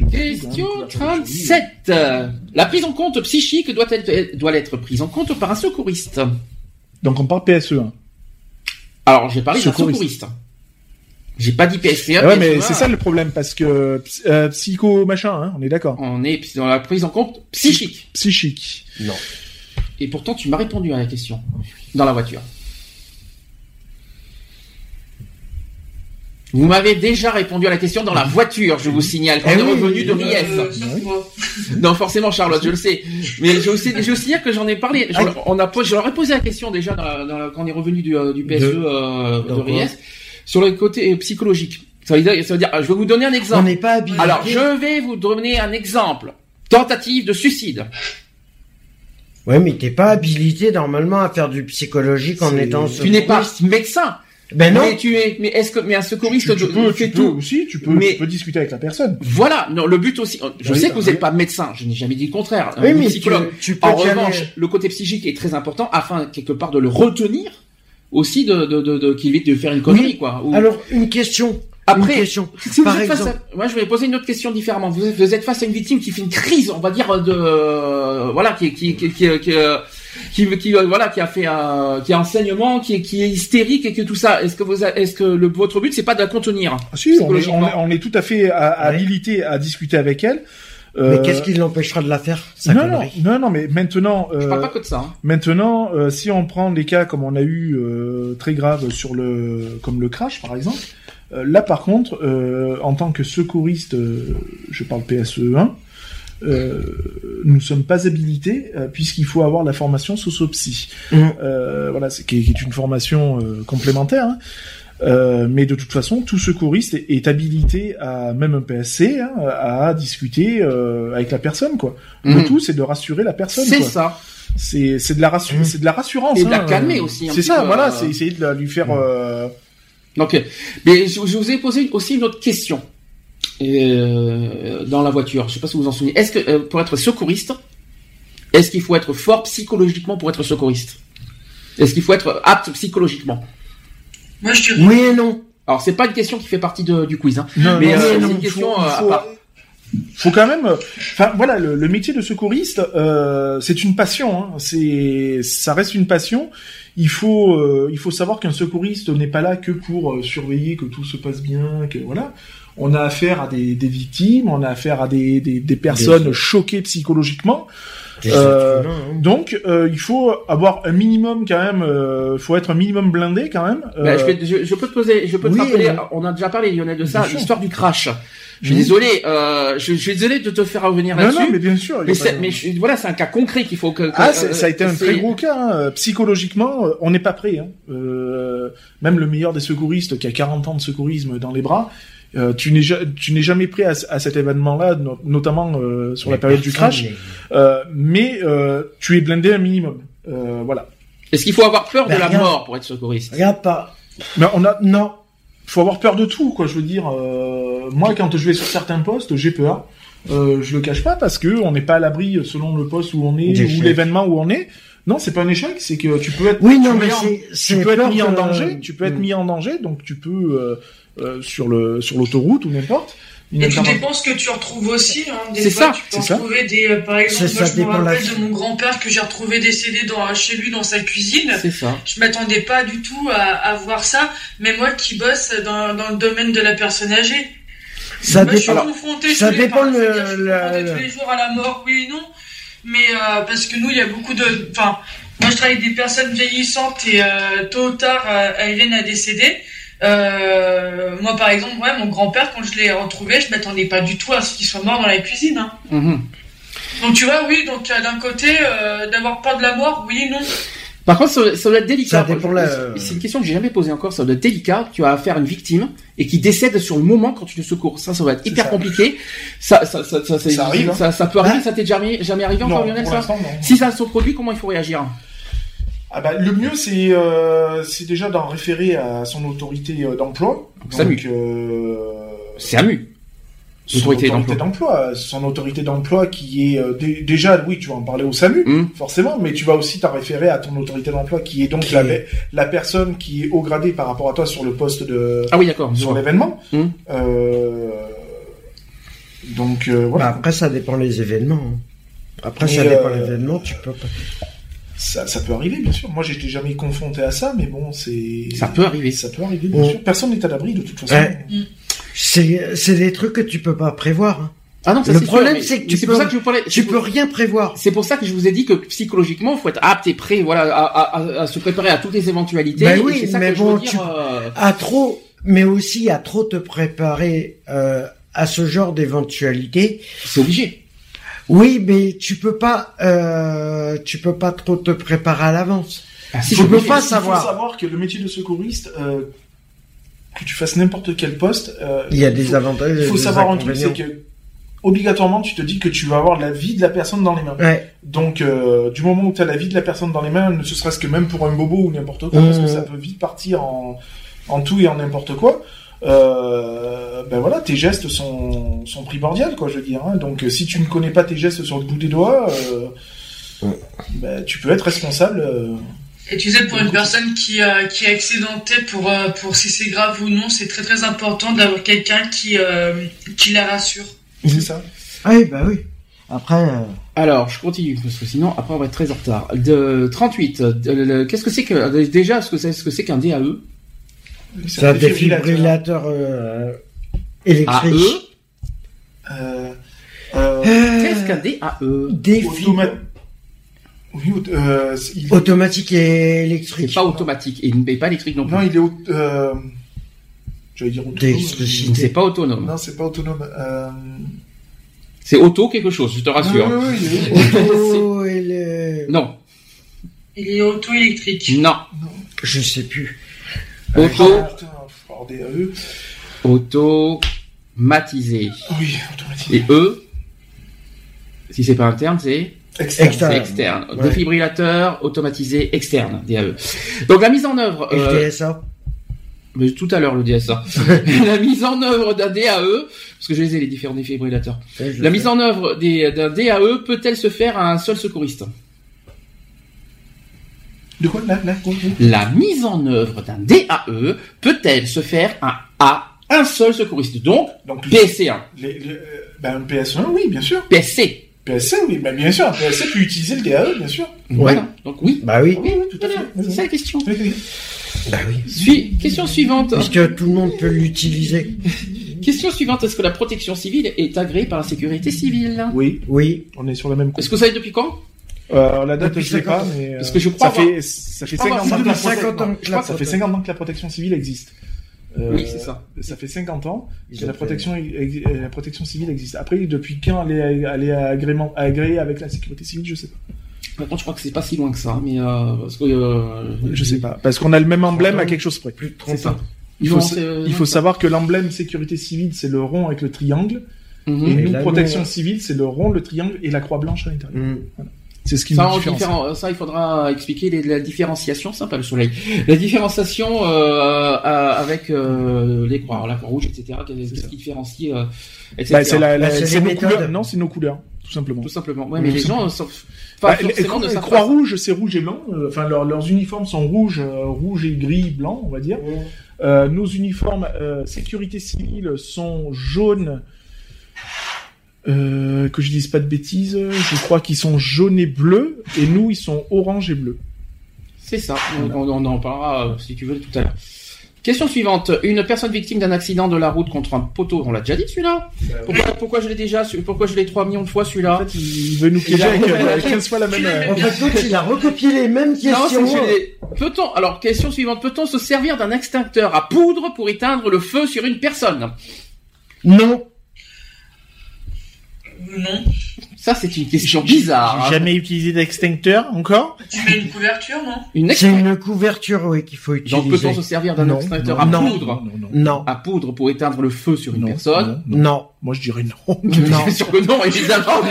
Speaker 2: Question 37. La prise en compte psychique doit être, doit être prise en compte par un secouriste.
Speaker 3: Donc on parle E PSE1.
Speaker 2: Alors, j'ai parlé d'un
Speaker 3: Secouriste.
Speaker 2: secouriste. J'ai pas dit PSP1.
Speaker 3: Ah ouais,
Speaker 2: PSE1.
Speaker 3: mais c'est ça le problème parce que ps- euh, psycho machin, hein, on est d'accord.
Speaker 2: On est dans la prise en compte psychique.
Speaker 3: Psychique.
Speaker 2: Et pourtant, tu m'as répondu à la question. Dans la voiture. Vous m'avez déjà répondu à la question dans la voiture, je vous signale. On
Speaker 4: Eh
Speaker 2: est
Speaker 4: oui,
Speaker 2: revenu de
Speaker 4: oui,
Speaker 6: Euh,
Speaker 2: Ries.
Speaker 6: sauf moi.
Speaker 2: (laughs) Non, forcément, Charlotte, je le sais. Mais je aussi, je aussi dire que j'en ai parlé. Je, on a, po- je leur ai posé la question déjà dans la- dans la- quand on est revenu du, euh, du PSE
Speaker 4: De-
Speaker 2: euh, de,
Speaker 4: dans quoi
Speaker 2: Ries sur le côté euh, psychologique. Ça veut dire, ça veut dire ah, je vais vous donner un
Speaker 4: On
Speaker 2: exemple.
Speaker 4: n'est pas habillé.
Speaker 2: Alors, je vais vous donner un exemple. Tentative de suicide.
Speaker 4: Ouais, mais t'es pas habilité normalement à faire du psychologique en
Speaker 3: C'est-
Speaker 4: étant.
Speaker 2: Tu n'es pas médecin.
Speaker 4: Ben non.
Speaker 2: Mais tu es. Mais est-ce que mais un secouriste
Speaker 3: Tu, tu
Speaker 2: de-
Speaker 3: peux,
Speaker 2: fait
Speaker 3: tu peux
Speaker 2: tout.
Speaker 3: aussi, tu peux,
Speaker 2: Mais-
Speaker 3: tu peux discuter avec la personne.
Speaker 2: Voilà. Non, le but aussi. Je
Speaker 3: Oui,
Speaker 2: sais que vous
Speaker 3: oui.
Speaker 2: n'êtes pas médecin. Je n'ai jamais dit le contraire.
Speaker 4: Oui,
Speaker 2: Vous
Speaker 4: mais
Speaker 2: êtes
Speaker 4: tu,
Speaker 2: psychologue.
Speaker 4: tu peux
Speaker 2: En
Speaker 4: jamais-
Speaker 2: revanche, le côté psychique est très important afin quelque part de le retenir aussi de, de, de, de- qu'il évite de faire une connerie
Speaker 4: Oui.
Speaker 2: quoi. Ou-
Speaker 4: Alors, une question. une
Speaker 2: après,
Speaker 4: question.
Speaker 2: (laughs) si vous
Speaker 4: par
Speaker 2: êtes face à...
Speaker 4: exemple.
Speaker 2: moi je vais poser une autre question différemment. Vous êtes, vous êtes face à une victime qui fait une crise, on va dire de euh, voilà qui qui qui qui, qui, euh, qui- qui, euh, voilà qui a fait un qui a un saignement, qui est qui est hystérique et que tout ça. Est-ce que vous a- est-ce que le votre but c'est pas de la contenir
Speaker 3: Ah, si, on est,
Speaker 2: Psychologiquement.
Speaker 3: on est- on est tout à fait à- à
Speaker 4: Ouais.
Speaker 3: habilité à discuter avec elle.
Speaker 4: Mais
Speaker 3: Euh,
Speaker 4: qu'est-ce qui l'empêchera de la faire sa
Speaker 3: non, non,
Speaker 4: connerie
Speaker 3: non, non, mais maintenant,
Speaker 2: Je parle
Speaker 3: euh,
Speaker 2: pas que de ça. hein.
Speaker 3: maintenant, euh, si on prend des cas comme on a eu euh, très grave sur le, comme le crash par exemple, euh, là par contre, euh, en tant que secouriste, euh, je parle PSE1, euh, nous sommes pas habilités euh, puisqu'il faut avoir la formation sociopsy.
Speaker 4: Mm.
Speaker 3: Euh, voilà, c'est- qui, est- qui est une formation euh, complémentaire. hein. Euh, mais de toute façon, tout secouriste est, est habilité à même un PSC hein, à discuter euh, avec la personne quoi. Le
Speaker 2: Mhm.
Speaker 3: tout, c'est de rassurer la personne.
Speaker 2: C'est
Speaker 3: quoi.
Speaker 2: ça.
Speaker 3: C'est c'est de la rassu-
Speaker 4: Mm.
Speaker 3: c'est de la rassurance.
Speaker 2: Et de la
Speaker 3: hein,
Speaker 2: calmer
Speaker 3: euh.
Speaker 2: aussi, un
Speaker 3: C'est
Speaker 2: petit
Speaker 3: ça,
Speaker 2: peu,
Speaker 3: voilà,
Speaker 2: euh.
Speaker 3: c'est essayer de la- lui faire. euh,
Speaker 2: Donc, euh, mais je, je vous ai posé aussi une autre question euh, dans la voiture. Je sais pas si vous vous en souvenez. Est-ce que euh, pour être secouriste, est-ce qu'il faut être fort psychologiquement pour être secouriste Est-ce qu'il faut être apte psychologiquement
Speaker 6: Moi, je dirais.
Speaker 4: Oui et non.
Speaker 2: Alors c'est pas une question qui fait partie de- du quiz. Hein.
Speaker 3: Non,
Speaker 2: Mais,
Speaker 3: non,
Speaker 2: euh,
Speaker 3: non,
Speaker 2: c'est
Speaker 3: non,
Speaker 2: une
Speaker 3: il
Speaker 2: question,
Speaker 3: faut- il
Speaker 2: euh, à
Speaker 3: faut-
Speaker 2: part.
Speaker 3: faut quand même. euh, Enfin, voilà, le, le métier de secouriste, euh, c'est une passion. hein, C'est, ça reste une passion. Il faut, euh, il faut savoir qu'un secouriste n'est pas là que pour euh, surveiller que tout se passe bien, que voilà. On a affaire à des, des victimes, on a affaire à des, des, des personnes
Speaker 4: Des-
Speaker 3: choquées psychologiquement.
Speaker 4: Des
Speaker 3: Euh,
Speaker 4: êtres humains, hein.
Speaker 3: Donc, euh, il faut avoir un minimum quand même. euh, faut être un minimum blindé quand même.
Speaker 2: Bah,
Speaker 3: euh,
Speaker 2: je, vais- je- je peux te poser, je peux
Speaker 4: oui,
Speaker 2: te rappeler.
Speaker 4: non.
Speaker 2: On a déjà parlé Lionel de
Speaker 3: Bien
Speaker 2: ça,
Speaker 3: sûr.
Speaker 2: l'histoire du crash. Je suis
Speaker 3: Mhm.
Speaker 2: désolé, euh, je, je suis désolé de te faire revenir
Speaker 3: non,
Speaker 2: là-dessus.
Speaker 3: non, mais
Speaker 2: mais
Speaker 3: bien sûr. il y a pas
Speaker 2: c'est-
Speaker 3: de-
Speaker 2: mais je- voilà, c'est un cas concret qu'il faut que. que-
Speaker 3: Ah, c'est-
Speaker 2: euh,
Speaker 3: ça a été un
Speaker 2: c'est-
Speaker 3: très gros cas. hein. Psychologiquement, euh, on n'est pas prêt. hein. Euh, même le meilleur des secouristes qui a 40 ans de secourisme dans les bras, euh, tu n'es ja- tu n'es jamais prêt à, ce- à cet événement-là, no- notamment euh, sur la
Speaker 4: Mais
Speaker 3: période du
Speaker 4: personne
Speaker 3: crash.
Speaker 4: n'est-
Speaker 3: Euh, mais euh, tu es blindé un minimum. Euh, voilà.
Speaker 2: Est-ce qu'il faut avoir peur
Speaker 4: Bah,
Speaker 2: de la
Speaker 4: rien.
Speaker 2: mort pour être secouriste
Speaker 4: Regarde pas.
Speaker 3: Mais on a,
Speaker 4: Non.
Speaker 3: faut avoir peur de tout, quoi. Je veux dire, euh, moi, quand je vais sur certains postes, j'ai peur. Euh, je le cache pas parce que on n'est pas à l'abri selon le poste où on est
Speaker 4: Des
Speaker 3: ou
Speaker 4: chefs.
Speaker 3: l'événement où on est Non, c'est pas un échec, c'est que tu peux être.
Speaker 4: Oui,
Speaker 3: tu
Speaker 4: non,
Speaker 3: peux
Speaker 4: mais
Speaker 3: être-
Speaker 4: c'est, c'est
Speaker 3: tu peux être
Speaker 4: peur
Speaker 3: mis en
Speaker 4: que-
Speaker 3: danger, tu peux être
Speaker 4: Mm.
Speaker 3: mis en danger, donc tu peux euh, euh, sur le sur l'autoroute ou n'importe. une
Speaker 6: Et tout
Speaker 3: intervention.
Speaker 6: dépend ce que tu retrouves aussi. Hein. Des
Speaker 2: C'est
Speaker 6: fois,
Speaker 2: ça,
Speaker 6: tu peux
Speaker 3: c'est ça.
Speaker 6: retrouver des. euh, par exemple,
Speaker 4: C'est
Speaker 6: moi, je
Speaker 4: ça,
Speaker 6: me
Speaker 4: dépend la-
Speaker 6: rappelle de mon grand-père que j'ai retrouvé décédé dans, chez lui dans sa cuisine.
Speaker 2: C'est ça.
Speaker 6: Je m'attendais pas du tout à, à voir ça, mais moi qui bosse dans, dans le domaine de la personne âgée.
Speaker 4: Ça
Speaker 6: moi, je suis
Speaker 4: dépend-
Speaker 6: confrontée,
Speaker 4: ça
Speaker 6: tous les-
Speaker 4: dépend
Speaker 6: enfin,
Speaker 4: le-
Speaker 6: c'est-à-dire, je suis
Speaker 4: la-
Speaker 6: confrontée tous les jours à la mort, oui et non. Mais euh, parce que nous, il y a beaucoup de. Enfin, moi, je travaille avec des personnes vieillissantes et euh, tôt ou tard, euh, elles viennent à décéder. Euh, moi, par exemple, ouais, mon grand-père, quand je l'ai retrouvé, je m'attendais pas du tout à ce qu'il soit mort dans la cuisine. hein.
Speaker 2: Mhm.
Speaker 6: Donc, tu vois, oui, donc euh, d'un côté, euh, d'avoir peur de la mort, oui et non.
Speaker 2: Par contre, ça, ça doit être délicat.
Speaker 4: Ça dépend la-
Speaker 2: C'est- C'est une question que j'ai jamais posée encore. Ça doit être délicat. Tu as affaire à une victime et qui décède sur le moment quand tu le secours. Ça, ça va être hyper
Speaker 3: ça.
Speaker 2: compliqué. Ça, ça, ça, ça, c'est-
Speaker 3: Ça arrive, hein.
Speaker 2: Ça, ça peut
Speaker 4: Bah.
Speaker 2: arriver. Ça t'est jamais, jamais arrivé
Speaker 3: Non,
Speaker 2: encore, Lionel,
Speaker 3: pour
Speaker 2: ça
Speaker 3: l'instant, non.
Speaker 2: Si ça se produit, comment il faut réagir
Speaker 3: Ah bah, le mieux, c'est euh, c'est déjà d'en référer à son autorité euh, d'emploi.
Speaker 2: Samu.
Speaker 3: Donc, euh,
Speaker 2: C'est amu.
Speaker 3: son
Speaker 2: Autorité
Speaker 3: autorité
Speaker 2: d'emploi.
Speaker 3: d'emploi. euh, Son autorité d'emploi qui est euh, dé- déjà, oui, tu vas en parler au SAMU,
Speaker 2: Hmm.
Speaker 3: forcément, mais tu vas aussi t'en référer à ton autorité d'emploi qui est donc
Speaker 4: Qui
Speaker 3: la,
Speaker 4: est-
Speaker 3: la personne qui est haut gradée par rapport à toi sur le poste de
Speaker 2: Ah oui, d'accord.
Speaker 3: sur l'événement.
Speaker 2: Hmm.
Speaker 3: Euh, donc euh,
Speaker 4: Bah,
Speaker 3: voilà,
Speaker 4: après, ça dépend les événements. hein. Après, ça
Speaker 3: Mais,
Speaker 4: dépend
Speaker 3: euh,
Speaker 4: les événements, tu peux pas.
Speaker 3: ça, ça peut arriver, bien sûr. Moi, j'étais jamais confronté à ça, mais bon, c'est
Speaker 2: Ça peut arriver.
Speaker 3: ça peut arriver, bien
Speaker 4: Hmm.
Speaker 3: sûr. Personne n'est à l'abri de toute façon.
Speaker 4: Ouais. C'est, c'est des trucs que tu peux pas prévoir. hein.
Speaker 2: Ah non, ça,
Speaker 4: Le
Speaker 2: c'est sûr,
Speaker 4: problème,
Speaker 2: mais-
Speaker 4: c'est que
Speaker 2: mais
Speaker 4: tu
Speaker 2: c'est pour
Speaker 4: peux-
Speaker 2: ça que je vous parlais.
Speaker 4: Tu peux rien prévoir.
Speaker 2: C'est pour ça que je vous ai dit que psychologiquement, il faut être apte et prêt, voilà, à, à- à se préparer à toutes les éventualités.
Speaker 4: Ben
Speaker 2: Et
Speaker 4: oui,
Speaker 2: c'est ça
Speaker 4: mais
Speaker 2: que je veux
Speaker 4: bon,
Speaker 2: dire,
Speaker 4: tu-
Speaker 2: euh,
Speaker 4: À trop, mais aussi à trop te préparer euh, à ce genre d'éventualité.
Speaker 2: c'est obligé.
Speaker 4: Oui, mais tu peux pas, euh, tu peux pas trop te préparer à l'avance.
Speaker 2: Ah, si,
Speaker 4: Tu
Speaker 2: c'est
Speaker 4: peux
Speaker 2: obligé.
Speaker 4: pas
Speaker 3: Il faut
Speaker 4: savoir.
Speaker 3: savoir que le métier de secouriste, euh, que tu fasses n'importe quel poste, euh,
Speaker 4: Il y a des
Speaker 3: faut-
Speaker 4: avantages. et
Speaker 3: Il faut
Speaker 4: des
Speaker 3: savoir un truc, c'est
Speaker 4: inconvénients.
Speaker 3: que obligatoirement, tu te dis que tu vas avoir la vie de la personne dans les mains.
Speaker 4: Ouais.
Speaker 3: Donc, euh, du moment où tu as la vie de la personne dans les mains, ne ce serait-ce que même pour un bobo ou n'importe quoi,
Speaker 4: Mmh.
Speaker 3: parce que ça peut vite partir en, en tout et en n'importe quoi. euh, ben voilà, tes gestes sont, sont primordiaux, quoi, je veux dire. hein. Donc, euh, si tu ne connais pas tes gestes sur le bout des doigts, euh, ben, tu peux être responsable. euh,
Speaker 6: Et tu sais, pour une personne qui, euh, qui est accidentée, pour, euh, pour si c'est grave ou non, c'est très très important d'avoir quelqu'un qui, euh, qui la rassure.
Speaker 3: c'est ça.
Speaker 4: Ah oui, bah oui. Après, euh,
Speaker 2: Alors, je continue parce que sinon, après, on va être très en retard. De 38. de- le- Qu'est-ce que c'est que déjà ce que c'est ce que c'est qu'un E? DAE
Speaker 4: c'est un
Speaker 3: défibrillateur.
Speaker 4: défibrillateur euh,
Speaker 2: AE
Speaker 4: électrique.
Speaker 3: Euh, euh,
Speaker 4: Euh,
Speaker 2: E? Qu'est-ce qu'un E? DAE
Speaker 4: défi-
Speaker 3: automa- Oui, aut- euh, il-
Speaker 4: automatique et électrique.
Speaker 3: (laughs)
Speaker 2: C'est pas automatique et, et pas électrique non plus.
Speaker 3: Non, il est. aut- Euh... J'allais dire autonome.
Speaker 4: D'électricité.
Speaker 2: Donc, c'est pas autonome.
Speaker 3: Non, c'est pas autonome. Euh... Ah,
Speaker 2: C'est auto quelque chose, je te rassure.
Speaker 3: oui, oui, oui, il est-
Speaker 4: Auto et le-
Speaker 2: Non,
Speaker 6: Il est auto-électrique.
Speaker 2: non.
Speaker 4: Je sais plus.
Speaker 2: Auto,
Speaker 3: Ah, putain, faut avoir des AE.
Speaker 2: automatisé.
Speaker 3: Oui, automatique.
Speaker 2: Et E, si c'est pas interne, c'est
Speaker 3: Externe.
Speaker 4: Externe.
Speaker 2: c'est externe.
Speaker 4: Ouais.
Speaker 2: Défibrillateur automatisé externe, DAE. Donc la mise en œuvre.
Speaker 4: Et
Speaker 2: euh,
Speaker 4: le DSA.
Speaker 2: Mais tout à l'heure le
Speaker 3: (laughs)
Speaker 2: DSA. (laughs) la mise en œuvre d'un DAE, parce que je les ai les différents défibrillateurs.
Speaker 4: Ouais, je
Speaker 2: La
Speaker 4: sais.
Speaker 2: mise en œuvre des- d'un DAE peut-elle se faire à un seul secouriste
Speaker 3: De quoi Là, là, quoi, quoi
Speaker 2: La mise en œuvre d'un DAE peut-elle se faire à, à un seul secouriste Donc
Speaker 3: Donc, les,
Speaker 2: PSC1,
Speaker 3: les, les- euh, ben, un PS1, oui, bien sûr.
Speaker 2: PSC.
Speaker 3: PSC, oui, ben, bien sûr. Un PSC peut utiliser le DAE, bien sûr.
Speaker 2: Voilà. Donc oui.
Speaker 4: Bah oui.
Speaker 3: Oui, oui, tout à
Speaker 2: Voilà,
Speaker 3: fait.
Speaker 2: c'est ça
Speaker 3: Oui,
Speaker 2: la question.
Speaker 3: oui. Oui,
Speaker 2: Sui- question suivante.
Speaker 4: Parce que tout le monde peut l'utiliser.
Speaker 2: Question suivante. Est-ce que la protection civile est agréée par la sécurité civile
Speaker 3: Oui,
Speaker 4: Oui.
Speaker 3: on est sur la même
Speaker 2: Est-ce que vous savez depuis quand
Speaker 3: Euh, la date,
Speaker 4: Depuis
Speaker 3: je ne sais pas,
Speaker 4: 50
Speaker 3: mais. euh,
Speaker 2: Parce que je crois
Speaker 3: Ça fait, ça fait
Speaker 2: Je
Speaker 3: 50
Speaker 2: crois
Speaker 3: ans
Speaker 2: avoir
Speaker 3: que la
Speaker 4: vu depuis 50 ans
Speaker 3: protection-
Speaker 4: que
Speaker 3: je
Speaker 4: la
Speaker 3: crois que ça fait
Speaker 4: protection-
Speaker 3: 50 ans que la protection civile existe. Euh,
Speaker 2: Oui, c'est ça.
Speaker 3: Ça fait 50 ans
Speaker 4: Ils
Speaker 3: que
Speaker 4: ont
Speaker 3: la
Speaker 4: fait-
Speaker 3: protection, ex- euh, la protection civile existe. Après, depuis quand elle est, elle est agrément- agréée avec la sécurité civile, je sais pas.
Speaker 2: Par contre, je crois que c'est pas si loin que ça, mais euh, parce que euh,
Speaker 3: Je sais pas. Parce qu'on a le même emblème
Speaker 4: ans.
Speaker 3: à quelque chose près.
Speaker 4: Plus de 30
Speaker 2: C'est ça.
Speaker 4: ans.
Speaker 3: Il
Speaker 2: Non,
Speaker 3: faut,
Speaker 2: c'est, euh,
Speaker 3: il faut savoir que l'emblème sécurité civile, c'est le rond avec le triangle.
Speaker 2: Mhm.
Speaker 3: Mmh. Et
Speaker 4: Mais
Speaker 3: nous,
Speaker 4: là,
Speaker 3: protection
Speaker 4: nous-
Speaker 3: civile, c'est le rond, le triangle et la croix blanche à l'intérieur.
Speaker 4: Mm.
Speaker 3: C'est ce qui
Speaker 2: Ça,
Speaker 3: nous
Speaker 2: en
Speaker 3: différencie.
Speaker 2: différen- ça, il faudra expliquer les- la différenciation, sympa le soleil, la différenciation euh, à- avec euh, les croix, la croix rouge, etc. Qu'est-ce qui différencie, euh, etc.
Speaker 3: Bah, c'est la- la-
Speaker 4: Bah, c'est
Speaker 3: c'est
Speaker 4: les
Speaker 3: nos
Speaker 4: méthodes.
Speaker 3: couleurs. Non, c'est nos couleurs. tout simplement.
Speaker 2: tout simplement. Ouais, mais les gens, euh, sont-
Speaker 3: Bah,
Speaker 2: enfin,
Speaker 3: les-
Speaker 2: forcément, ne
Speaker 3: les
Speaker 2: savent
Speaker 3: croix
Speaker 2: pas.
Speaker 3: rouges, c'est rouge et blanc. euh, Enfin, leurs- leurs uniformes sont rouges, euh, rouge et gris, blanc, on va dire. Euh, nos uniformes euh, sécurité civile sont jaunes. Euh, que je dise pas de bêtises, je crois qu'ils sont jaunes et bleus, et nous ils sont orange et bleu.
Speaker 2: C'est ça. On, on- on en parlera euh, si tu veux tout à l'heure. Question suivante. Une personne victime d'un accident de la route contre un poteau. On l'a déjà dit celui-là. Pourquoi, pourquoi je l'ai déjà su- Pourquoi je l'ai 3 millions de fois celui-là
Speaker 3: En fait, il veut nous piéger
Speaker 2: a-
Speaker 3: avec euh, 15 fois la même. euh,
Speaker 4: En fait, l'autre, il a recopié les mêmes
Speaker 2: Non, c'est
Speaker 4: questions.
Speaker 2: que je l'ai- Peut-on alors question suivante peut-on se servir d'un extincteur à poudre pour éteindre le feu sur une personne
Speaker 4: Non.
Speaker 2: Mm.
Speaker 6: Non.
Speaker 2: Ça c'est une question bizarre. hein.
Speaker 3: Ah,
Speaker 9: J'ai jamais utilisé d'extincteur encore.
Speaker 6: Tu mets une couverture, non
Speaker 2: Une
Speaker 4: C'est
Speaker 2: extincteur.
Speaker 4: une couverture, oui, qu'il faut
Speaker 2: Donc
Speaker 4: utiliser.
Speaker 2: peut-on se servir d'un
Speaker 3: non,
Speaker 2: extincteur
Speaker 3: non,
Speaker 2: à
Speaker 3: non,
Speaker 2: poudre
Speaker 3: Ah, non, non, non.
Speaker 4: Non.
Speaker 2: à poudre pour éteindre le feu sur une
Speaker 3: Non,
Speaker 2: (laughs) personne
Speaker 3: non, non.
Speaker 4: Non.
Speaker 3: Moi je dirais non.
Speaker 4: Non.
Speaker 2: C'est sûr que non
Speaker 4: (laughs)
Speaker 2: évidemment.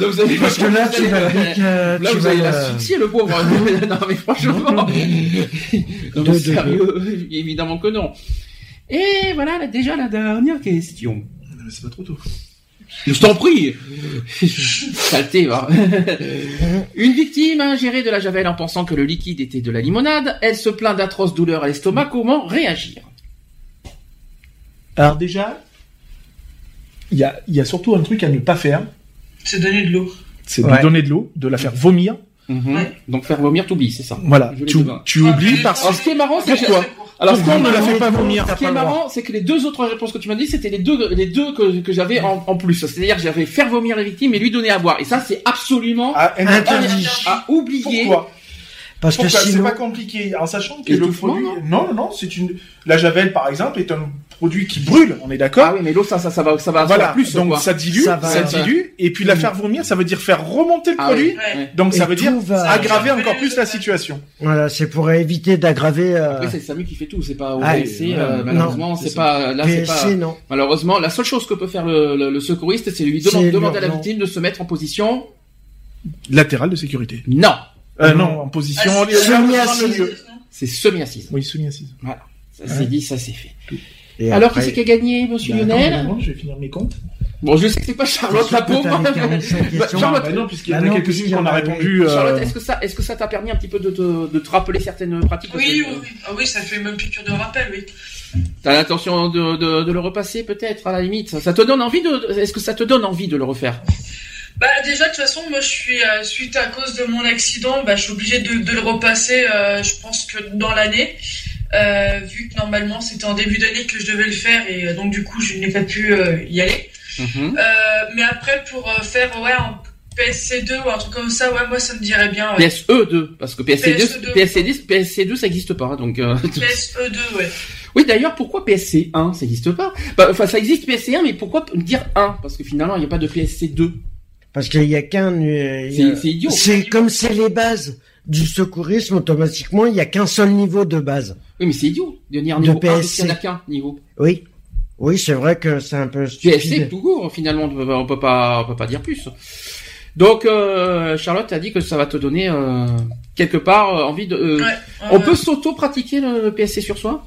Speaker 2: Là, vous avez
Speaker 4: Parce que là, tu vas, vite, euh,
Speaker 2: Là,
Speaker 4: tu
Speaker 2: vous
Speaker 4: vas,
Speaker 2: allez
Speaker 4: euh,
Speaker 2: l'asphyxier, le pauvre. (laughs)
Speaker 4: (laughs)
Speaker 2: non, mais franchement. (laughs) non, mais
Speaker 4: De- de-
Speaker 2: sérieux, évidemment que non. Et voilà, là, déjà la dernière question.
Speaker 3: Mais C'est pas trop tôt.
Speaker 2: Je t'en prie (laughs) Saleté, va. (laughs) Une victime a ingéré de la javel en pensant que le liquide était de la limonade. Elle se plaint d'atroces douleurs à l'estomac. Comment réagir
Speaker 3: Alors déjà, il y a, il y a surtout un truc à ne pas faire,
Speaker 6: C'est donner de l'eau.
Speaker 3: c'est de
Speaker 9: Ouais.
Speaker 3: lui donner de l'eau, de la faire vomir.
Speaker 2: Mhm.
Speaker 6: Ouais.
Speaker 2: Donc faire vomir, t'oublies, c'est ça.
Speaker 3: Voilà,
Speaker 2: Je l'ai
Speaker 3: tu,
Speaker 2: devin.
Speaker 3: tu oublies parce
Speaker 2: Alors ce qui est marrant, c'est que...
Speaker 6: Pourquoi
Speaker 2: Alors ce qui
Speaker 3: Pourquoi
Speaker 2: est
Speaker 3: on ne la
Speaker 2: marrant-
Speaker 3: fait pas vomir
Speaker 2: ce qui est marrant, c'est que les deux autres réponses que tu m'as dit, c'était les deux, les deux que, que j'avais en, en plus. C'est-à-dire, j'avais faire vomir la victime et lui donner à boire. Et ça, c'est absolument
Speaker 3: Ah, un-
Speaker 4: Interdit.
Speaker 2: à oublier. Ah
Speaker 3: Pourquoi
Speaker 4: Parce que
Speaker 3: Pourquoi C'est
Speaker 4: sinon,
Speaker 3: pas compliqué, en sachant que le
Speaker 2: Étouffement,
Speaker 3: produit... Non, non, non, c'est une... La javel, par exemple, est un produit qui brûle, on est d'accord
Speaker 2: Ah oui, mais l'eau, ça, ça, ça va, ça Ah, va, ça va
Speaker 3: Voilà,
Speaker 2: plus.
Speaker 3: donc
Speaker 2: quoi.
Speaker 3: ça dilue,
Speaker 4: Ça
Speaker 3: ça,
Speaker 4: va,
Speaker 2: ça va.
Speaker 3: dilue, et puis la faire vomir, ça veut dire faire remonter le
Speaker 2: Ah
Speaker 3: produit,
Speaker 2: oui.
Speaker 6: Ouais.
Speaker 3: donc ça
Speaker 4: Et
Speaker 3: veut
Speaker 4: tout
Speaker 3: dire
Speaker 4: va-
Speaker 3: aggraver encore plus la situation.
Speaker 4: voilà, c'est pour éviter d'aggraver euh,
Speaker 2: Après, c'est Samu qui fait tout, c'est pas au
Speaker 4: Ah,
Speaker 2: PSC,
Speaker 3: voilà.
Speaker 2: euh,
Speaker 3: Non,
Speaker 2: malheureusement,
Speaker 3: c'est
Speaker 2: c'est
Speaker 3: ça.
Speaker 2: pas, là, c'est pas,
Speaker 4: PSC, non.
Speaker 2: malheureusement, la seule chose que peut faire le, le- le secouriste, c'est lui
Speaker 4: C'est
Speaker 2: demander, demander à la
Speaker 4: l'urgence.
Speaker 2: victime de se mettre en position,
Speaker 3: Latéral de sécurité.
Speaker 2: non,
Speaker 3: Euh, non, en position...
Speaker 6: Ah,
Speaker 3: les-
Speaker 4: semi-
Speaker 3: les-
Speaker 2: c'est semi-assise.
Speaker 3: Oui, semi-assise.
Speaker 2: Ça c'est dit, ça c'est fait.
Speaker 4: Et
Speaker 2: Alors, qui
Speaker 4: après-
Speaker 2: c'est qui a gagné, monsieur
Speaker 3: Bah, attends,
Speaker 2: Lionel?
Speaker 3: maman, Je vais finir mes comptes.
Speaker 2: Bon, je sais que c'est pas Charlotte,
Speaker 4: C'est
Speaker 2: la
Speaker 4: sûr que
Speaker 2: pauvre.
Speaker 4: t'avais 45 questions.
Speaker 2: Charlotte,
Speaker 3: Bah non, puisqu'il y
Speaker 4: Bah
Speaker 3: en
Speaker 4: non,
Speaker 3: a quelques-unes
Speaker 4: puisqu'il y
Speaker 3: qu'on
Speaker 4: en
Speaker 3: a
Speaker 4: a-
Speaker 3: répondu... euh,
Speaker 2: Charlotte, est-ce que ça, est-ce que ça t'a permis un petit peu de te, de te rappeler certaines pratiques?
Speaker 6: Oui, oui,
Speaker 2: Parce que,
Speaker 6: oui. Ah oui, ça fait même piqûre de rappel, oui.
Speaker 2: euh, T'as l'intention de, de, de le repasser peut-être à la limite. Ça, ça te donne envie de, de- est-ce que ça te donne envie de le refaire?
Speaker 6: Bah déjà, de toute façon, moi, je suis euh, suite à cause de mon accident, bah, je suis obligée de, de le repasser. euh, je pense que dans l'année, euh, vu que normalement c'était en début d'année que je devais le faire et euh, donc du coup je n'ai pas pu euh, y aller.
Speaker 2: Mhm.
Speaker 6: Euh, mais après pour euh, faire ouais un PSC2 ou un truc comme ça, ouais moi ça me dirait bien. ouais.
Speaker 2: PSE2, E parce que PSC2, PSC2, PSC2 ça n'existe pas, donc. euh,
Speaker 6: PSE2, E ouais.
Speaker 2: Oui, d'ailleurs, pourquoi PSC1 Ça n'existe pas. Bah, Enfin, ça existe PSC1, mais pourquoi p- dire 1 Parce que finalement, il n'y a pas de PSC2.
Speaker 4: Parce qu'il y a qu'un. euh, il y
Speaker 2: C'est
Speaker 4: a-
Speaker 2: c'est idiot.
Speaker 4: C'est comme c'est les bases du secourisme. Automatiquement, il y a qu'un seul niveau de base.
Speaker 2: Oui, mais c'est idiot de dire niveau
Speaker 4: De
Speaker 2: 1 parce qu'il n'y en a
Speaker 4: PSC.
Speaker 2: qu'un niveau.
Speaker 4: Oui. Oui, c'est vrai que c'est un peu stupide.
Speaker 2: PSC tout court, finalement, on peut pas- on peut pas, on peut pas dire plus. Donc, euh, Charlotte a dit que ça va te donner euh, quelque part euh, envie de. euh,
Speaker 6: Ouais,
Speaker 2: On
Speaker 6: euh,
Speaker 2: peut s'auto-pratiquer le, le PSC sur soi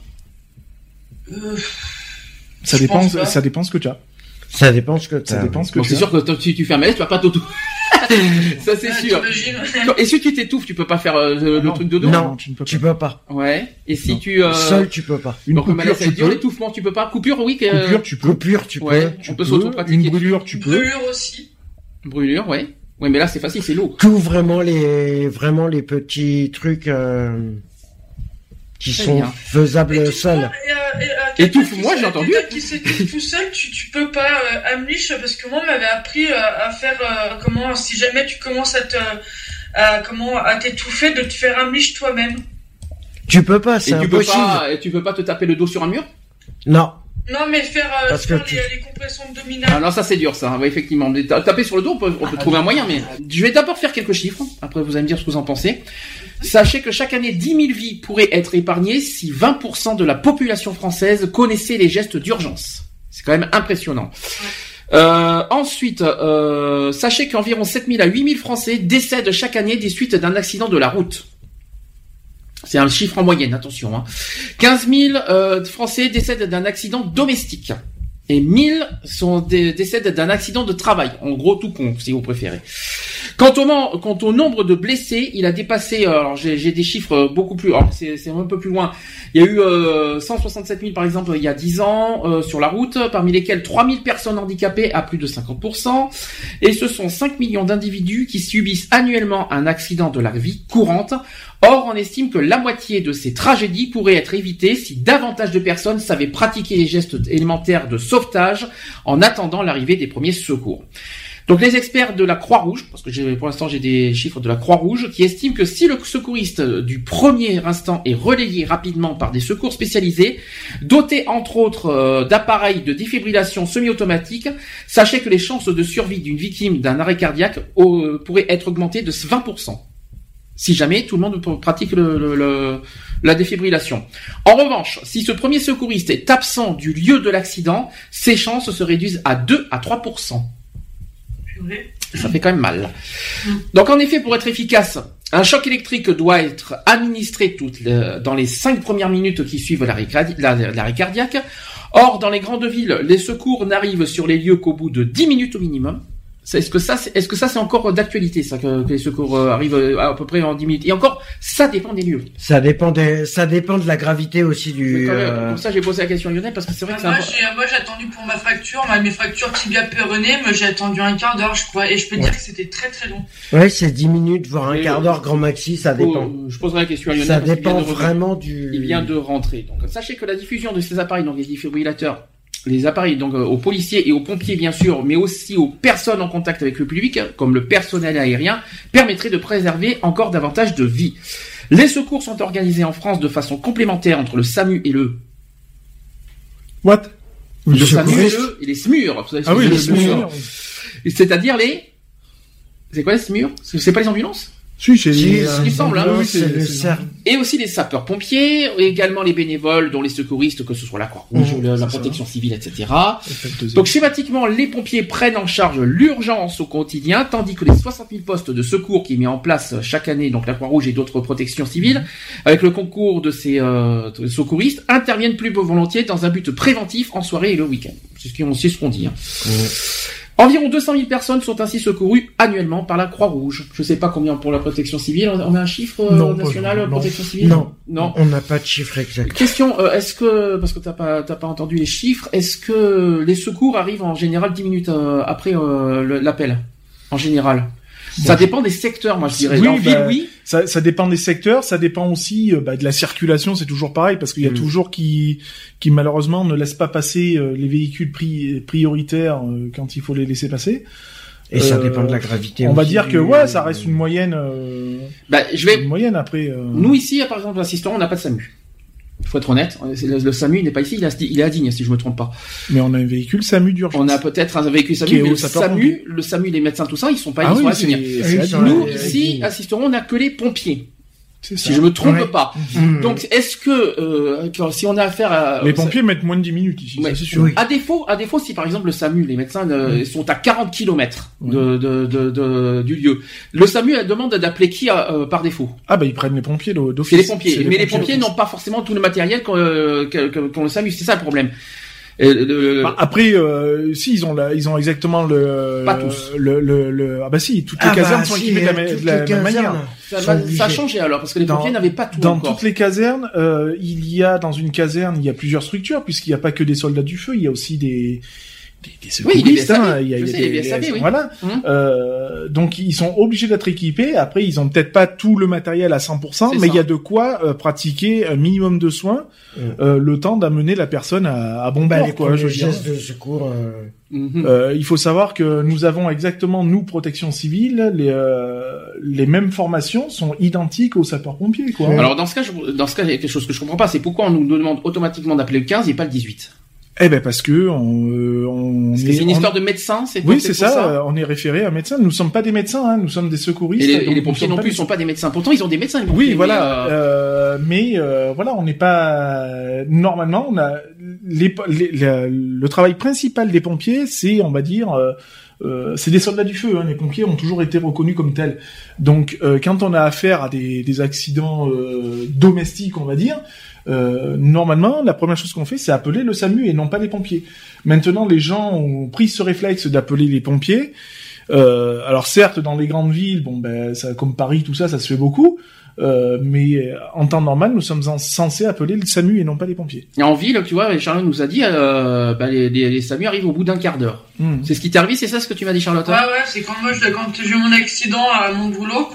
Speaker 6: euh,
Speaker 3: Ça
Speaker 6: Je
Speaker 3: dépend,
Speaker 6: pense pas.
Speaker 3: ça dépend ce que tu as.
Speaker 4: Ça dépend ce que tu
Speaker 3: Ça dépend ce que
Speaker 2: Bon,
Speaker 3: tu
Speaker 2: c'est
Speaker 3: as.
Speaker 2: sûr que t- si tu fais un malaise, tu vas pas t'auto. (laughs) ça, c'est
Speaker 6: ah,
Speaker 2: sûr.
Speaker 6: t'imagines
Speaker 2: Et si tu t'étouffes, tu peux pas faire euh, le
Speaker 3: Ah Non.
Speaker 2: truc de dos
Speaker 4: Non.
Speaker 3: tu ne peux pas.
Speaker 4: Tu peux pas.
Speaker 2: Ouais. Et si
Speaker 3: Non.
Speaker 2: tu. euh,
Speaker 4: Seul, tu peux pas.
Speaker 3: Une
Speaker 2: donc, le
Speaker 3: coupure,
Speaker 2: malaise, ça
Speaker 3: tu
Speaker 2: veut dire
Speaker 3: peux.
Speaker 2: l'étouffement, tu peux pas. Coupure, oui. que- euh,
Speaker 3: Coupure, tu peux.
Speaker 4: Coupure, tu
Speaker 2: ouais,
Speaker 4: peux.
Speaker 2: on peut s'auto-pratiquer.
Speaker 3: Une brûlure, tu peux.
Speaker 6: Brûlure aussi.
Speaker 2: Brûlure, ouais. Ouais, mais là, c'est facile, c'est l'eau.
Speaker 4: Tout vraiment les vraiment les petits trucs euh, qui
Speaker 2: Très
Speaker 4: sont
Speaker 2: bien.
Speaker 4: faisables
Speaker 6: Étouffe-moi,
Speaker 4: seuls.
Speaker 6: et, euh, et, euh, quelqu'un qui
Speaker 2: Étouffe-moi, j'ai
Speaker 6: se-
Speaker 2: entendu.
Speaker 6: quelqu'un qui s'étouffe tout seul, tu, tu peux pas euh, Amlish parce que moi on m'avait appris euh, à faire euh, comment si jamais tu commences à te euh, à, comment à t'étouffer de te faire Amlish toi-même.
Speaker 4: Tu peux pas, c'est
Speaker 2: Et tu peux
Speaker 4: impossible.
Speaker 2: pas, et tu peux pas te taper le dos sur un mur
Speaker 4: Non.
Speaker 6: Non mais faire, euh,
Speaker 4: Parce
Speaker 6: faire
Speaker 4: que tu-
Speaker 6: les, les compressions abdominales.
Speaker 2: Ah non, ça c'est dur, ça. Ouais, effectivement. Mais ta- Taper sur le dos, on peut, on peut trouver un moyen, mais je vais d'abord faire quelques chiffres. Après, vous allez me dire ce que vous en pensez. Sachez que chaque année, 10 000 vies pourraient être épargnées si 20% de la population française connaissait les gestes d'urgence. C'est quand même impressionnant. Euh, ensuite, euh, sachez qu'environ 7 000 à 8 000 Français décèdent chaque année des suites d'un accident de la route. C'est un chiffre en moyenne, attention. Hein. 15 000 euh, Français décèdent d'un accident domestique. et 1000 sont dé- décèdent d'un accident de travail. En gros, tout con, si vous préférez. Quant au, man- quant au nombre de blessés, il a dépassé, euh, alors j'ai j'ai des chiffres euh, beaucoup plus, alors c'est c'est un peu plus loin. Il y a eu euh, 167 000 par exemple il y a 10 ans euh, sur la route, parmi lesquels 3000 personnes handicapées à plus de 50%. Et ce sont 5 millions d'individus qui subissent annuellement un accident de la vie courante. Or, on estime que la moitié de ces tragédies pourraient être évitées si davantage de personnes savaient pratiquer les gestes élémentaires de sauvetage en attendant l'arrivée des premiers secours. Donc les experts de la Croix-Rouge, parce que j'ai- pour l'instant j'ai des chiffres de la Croix-Rouge, qui estiment que si le secouriste du premier instant est relayé rapidement par des secours spécialisés, dotés entre autres euh, d'appareils de défibrillation semi-automatique, sachez que les chances de survie d'une victime d'un arrêt cardiaque euh, pourraient être augmentées de 20% si jamais tout le monde pr- pratique le- le- le- la défibrillation. En revanche, si ce premier secouriste est absent du lieu de l'accident, ses chances se réduisent à 2 à 3%. Ça fait quand même mal. Donc en effet, pour être efficace, un choc électrique doit être administré toutes les- dans les cinq premières minutes qui suivent l'arrêt cradi- la- l'arrêt cardiaque. Or, dans les grandes villes, les secours n'arrivent sur les lieux qu'au bout de 10 minutes au minimum. Ça, Est-ce que ça, c'est- est-ce que ça c'est encore d'actualité, ça, que, que les secours euh, arrivent euh, à, peu près en 10 minutes Et encore, ça dépend des lieux.
Speaker 4: Ça dépend des, ça dépend de la gravité aussi du.
Speaker 2: Comme,
Speaker 4: euh,
Speaker 2: ça, j'ai posé la question à Lionel parce que c'est vrai que c'est
Speaker 6: Moi,
Speaker 2: important.
Speaker 6: j'ai- euh, moi, j'ai attendu pour ma fracture, ma- mes fractures tibia péroné, moi j'ai attendu un quart d'heure, je crois, et je peux dire que c'était très très long.
Speaker 4: euh, Ouais, c'est 10 minutes, voire un
Speaker 2: Mais,
Speaker 4: quart d'heure, grand maxi, ça
Speaker 2: Faut-
Speaker 4: dépend.
Speaker 2: Je poserai la question à Lionel.
Speaker 4: Ça
Speaker 2: parce qu'il
Speaker 4: dépend
Speaker 2: vient de revenir.
Speaker 4: vraiment du-
Speaker 2: Il vient de rentrer. Donc, sachez que la diffusion de ces appareils, donc les défibrillateurs, les appareils donc euh, aux policiers et aux pompiers bien sûr, mais aussi aux personnes en contact avec le public, comme le personnel aérien, permettrait de préserver encore davantage de vies. Les secours sont organisés en France de façon complémentaire entre le SAMU et le
Speaker 3: What
Speaker 2: le SAMU et, le- et les SMUR. Vous savez ce
Speaker 3: Ah
Speaker 2: que
Speaker 3: oui,
Speaker 2: c'est,
Speaker 3: les
Speaker 2: le
Speaker 3: SMUR.
Speaker 2: Et C'est-à-dire les. C'est quoi les SMUR C'est c'est pas les ambulances
Speaker 3: Si, c'est
Speaker 2: Si,
Speaker 3: euh,
Speaker 2: ce qui semble, hein.
Speaker 3: oui,
Speaker 2: Oui,
Speaker 3: c'est-
Speaker 2: c'est le
Speaker 3: c'est-
Speaker 2: Et aussi les sapeurs-pompiers, et également les bénévoles, dont les secouristes, que ce soit la Croix-Rouge,
Speaker 3: Mmh.
Speaker 2: ou la- la protection civile, etc. Donc schématiquement, les pompiers prennent en charge l'urgence au quotidien, tandis que les 60 000 postes de secours qui met en place chaque année, donc la Croix-Rouge et d'autres protections civiles, avec le concours de ces euh, de secouristes, interviennent plus volontiers dans un but préventif en soirée et le week-end. C'est ce qu'on c'est ce qu'on dit. hein. Environ 200 000 personnes sont ainsi secourues annuellement par la Croix-Rouge. Je sais pas combien pour la protection civile. On a un chiffre euh,
Speaker 4: Non, pas
Speaker 2: national
Speaker 4: du-
Speaker 2: euh,
Speaker 4: non.
Speaker 2: protection civile
Speaker 4: Non.
Speaker 2: Non.
Speaker 4: On n'a pas de chiffre exact.
Speaker 2: Question, euh, est-ce que, parce que t'as pas, t'as pas entendu les chiffres, est-ce que les secours arrivent en général 10 minutes euh, après euh, le- l'appel En général Ça dépend des secteurs, moi je dirais. euh,
Speaker 3: Oui,
Speaker 2: Dans
Speaker 3: bah,
Speaker 2: ville, oui.
Speaker 3: Ça, ça dépend des secteurs, ça dépend aussi euh, bah, de la circulation, c'est toujours pareil, parce
Speaker 2: Mm.
Speaker 3: qu'il y a toujours qui, qui malheureusement ne laisse pas passer euh, les véhicules pri- prioritaires euh, quand il faut les laisser passer.
Speaker 4: Et
Speaker 2: Euh,
Speaker 4: ça dépend de la gravité
Speaker 3: On va
Speaker 4: aussi
Speaker 3: dire que
Speaker 4: du-
Speaker 3: ouais, ça reste une moyenne. euh,
Speaker 2: Bah, je vais.
Speaker 3: Une moyenne après. euh,
Speaker 2: Nous ici, par exemple, à Sistan, on n'a pas de SAMU. Faut être honnête, on- c'est le, le SAMU il n'est pas ici, il est à- il est à Digne, si je me trompe pas.
Speaker 3: Mais on a un véhicule SAMU d'urgence.
Speaker 2: On a peut-être un véhicule
Speaker 3: Qui
Speaker 2: SAMU,
Speaker 3: est
Speaker 2: mais
Speaker 3: au
Speaker 2: le
Speaker 3: sapeur-pompier.
Speaker 2: SAMU, le SAMU, les médecins, tout ça, ils sont pas
Speaker 3: Ah
Speaker 2: ils sont
Speaker 3: oui,
Speaker 2: à
Speaker 3: c'est-
Speaker 2: Digne.
Speaker 3: c'est
Speaker 4: Ils
Speaker 3: à
Speaker 4: sont
Speaker 3: Digne.
Speaker 2: Nous
Speaker 4: Ouais,
Speaker 2: ici,
Speaker 4: ouais.
Speaker 2: à Sistan, on n'a que les pompiers.
Speaker 3: C'est ça. Mm.
Speaker 2: Si je me trompe
Speaker 4: Ouais.
Speaker 2: pas.
Speaker 4: Hmm.
Speaker 2: Donc, est-ce que euh, quand- si on a affaire à
Speaker 3: Les pompiers mettent moins de 10 minutes ici,
Speaker 2: Ah, Ouais.
Speaker 3: ça, c'est sûr.
Speaker 4: Oui.
Speaker 2: À défaut, à défaut, si par exemple le SAMU, les médecins euh, sont à 40 km de, de, de, de- du lieu, le SAMU elle demande d'appeler qui euh, par défaut
Speaker 3: Ah bah ils prennent les pompiers d'o-
Speaker 2: C'est
Speaker 3: d'office.
Speaker 2: les pompiers. Mais les pompiers
Speaker 3: d'office.
Speaker 2: n'ont pas forcément tout le matériel qu'on euh, que- que- qu'ont le SAMU, c'est ça le problème. Et le- le-
Speaker 3: Bah, après, euh, si ils ont la, ils ont exactement le,
Speaker 2: Pas tous.
Speaker 3: le, le, le- ah bah si, toutes les
Speaker 4: Ah
Speaker 3: casernes
Speaker 4: bah,
Speaker 3: sont
Speaker 4: si,
Speaker 3: équipées de la, ma-
Speaker 4: toutes
Speaker 3: de la
Speaker 4: les
Speaker 3: même manière.
Speaker 4: casernes.
Speaker 2: ça,
Speaker 4: sont
Speaker 2: va-
Speaker 4: obligés.
Speaker 2: ça a changé alors parce que les
Speaker 3: Dans-
Speaker 2: pompiers n'avaient pas tout
Speaker 3: Dans
Speaker 2: encore.
Speaker 3: toutes les casernes, euh, il y a dans une caserne, il y a plusieurs structures puisqu'il n'y a pas que des soldats du feu, il y a aussi des des, des secouristes,
Speaker 2: Oui, les VSAV,
Speaker 3: hein, il y a,
Speaker 2: je
Speaker 3: il y a
Speaker 2: sais, les
Speaker 3: des-
Speaker 2: VSAV,
Speaker 3: des-
Speaker 2: oui.
Speaker 3: voilà.
Speaker 2: Mhm.
Speaker 3: Euh, donc ils sont obligés d'être équipés. Après, ils ont peut-être pas tout le matériel à 100%,
Speaker 2: C'est
Speaker 3: mais
Speaker 2: ça.
Speaker 3: il y a de quoi euh, pratiquer un minimum de soins,
Speaker 4: Mhm.
Speaker 3: euh, le temps d'amener la personne à, à bon
Speaker 4: Bah,
Speaker 3: port,
Speaker 4: les
Speaker 3: quoi.
Speaker 4: quoi,
Speaker 3: Je veux dire.
Speaker 4: gestes de secours. euh,
Speaker 2: Mhm.
Speaker 3: Euh, il faut savoir que nous avons exactement, nous, protection civile, les, euh, les mêmes formations sont identiques aux sapeurs-pompiers, quoi.
Speaker 2: Alors dans ce cas, je- dans ce cas, il y a quelque chose que je comprends pas, c'est pourquoi on nous demande automatiquement d'appeler le 15 et pas le 18.
Speaker 3: Eh ben, parce que on, euh, on
Speaker 2: Parce que
Speaker 3: est-
Speaker 2: C'est une
Speaker 3: on-
Speaker 2: histoire de médecin, c'est
Speaker 3: Oui,
Speaker 2: pour
Speaker 3: c'est ça, euh, on est référé à un médecin. Nous ne sommes pas des médecins, hein, nous sommes des secouristes.
Speaker 2: Et les, et
Speaker 3: donc
Speaker 2: les
Speaker 3: nous
Speaker 2: pompiers
Speaker 3: sommes
Speaker 2: non
Speaker 3: pas
Speaker 2: plus
Speaker 3: des-
Speaker 2: sont pas des médecins. Pourtant, ils ont des médecins. les pompiers,
Speaker 3: Oui,
Speaker 2: mais,
Speaker 3: voilà.
Speaker 2: euh,
Speaker 3: euh, mais euh, voilà, on n'est pas normalement. On a les, po- les- la- le travail principal des pompiers, c'est on va dire euh, euh, c'est des soldats du feu. Hein, les pompiers ont toujours été reconnus comme tels. Donc, euh, quand on a affaire à des, des accidents euh, domestiques, on va dire, euh, normalement, la première chose qu'on fait, c'est appeler le SAMU et non pas les pompiers. Maintenant, les gens ont pris ce réflexe d'appeler les pompiers. Euh, alors certes, dans les grandes villes, bon ben, ça, comme Paris, tout ça, ça se fait beaucoup. Euh, mais euh, en temps normal, nous sommes en- censés appeler le SAMU et non pas les pompiers.
Speaker 2: Et en ville, tu vois, Charlotte nous a dit, euh, bah, les, les, les SAMU arrivent au bout d'un quart d'heure.
Speaker 3: Hmm.
Speaker 2: C'est ce qui t'est arrivé, c'est ça ce que tu m'as dit, Charlotte
Speaker 6: Ouais, ouais, c'est quand moi, je, quand j'ai eu mon accident à mon boulot,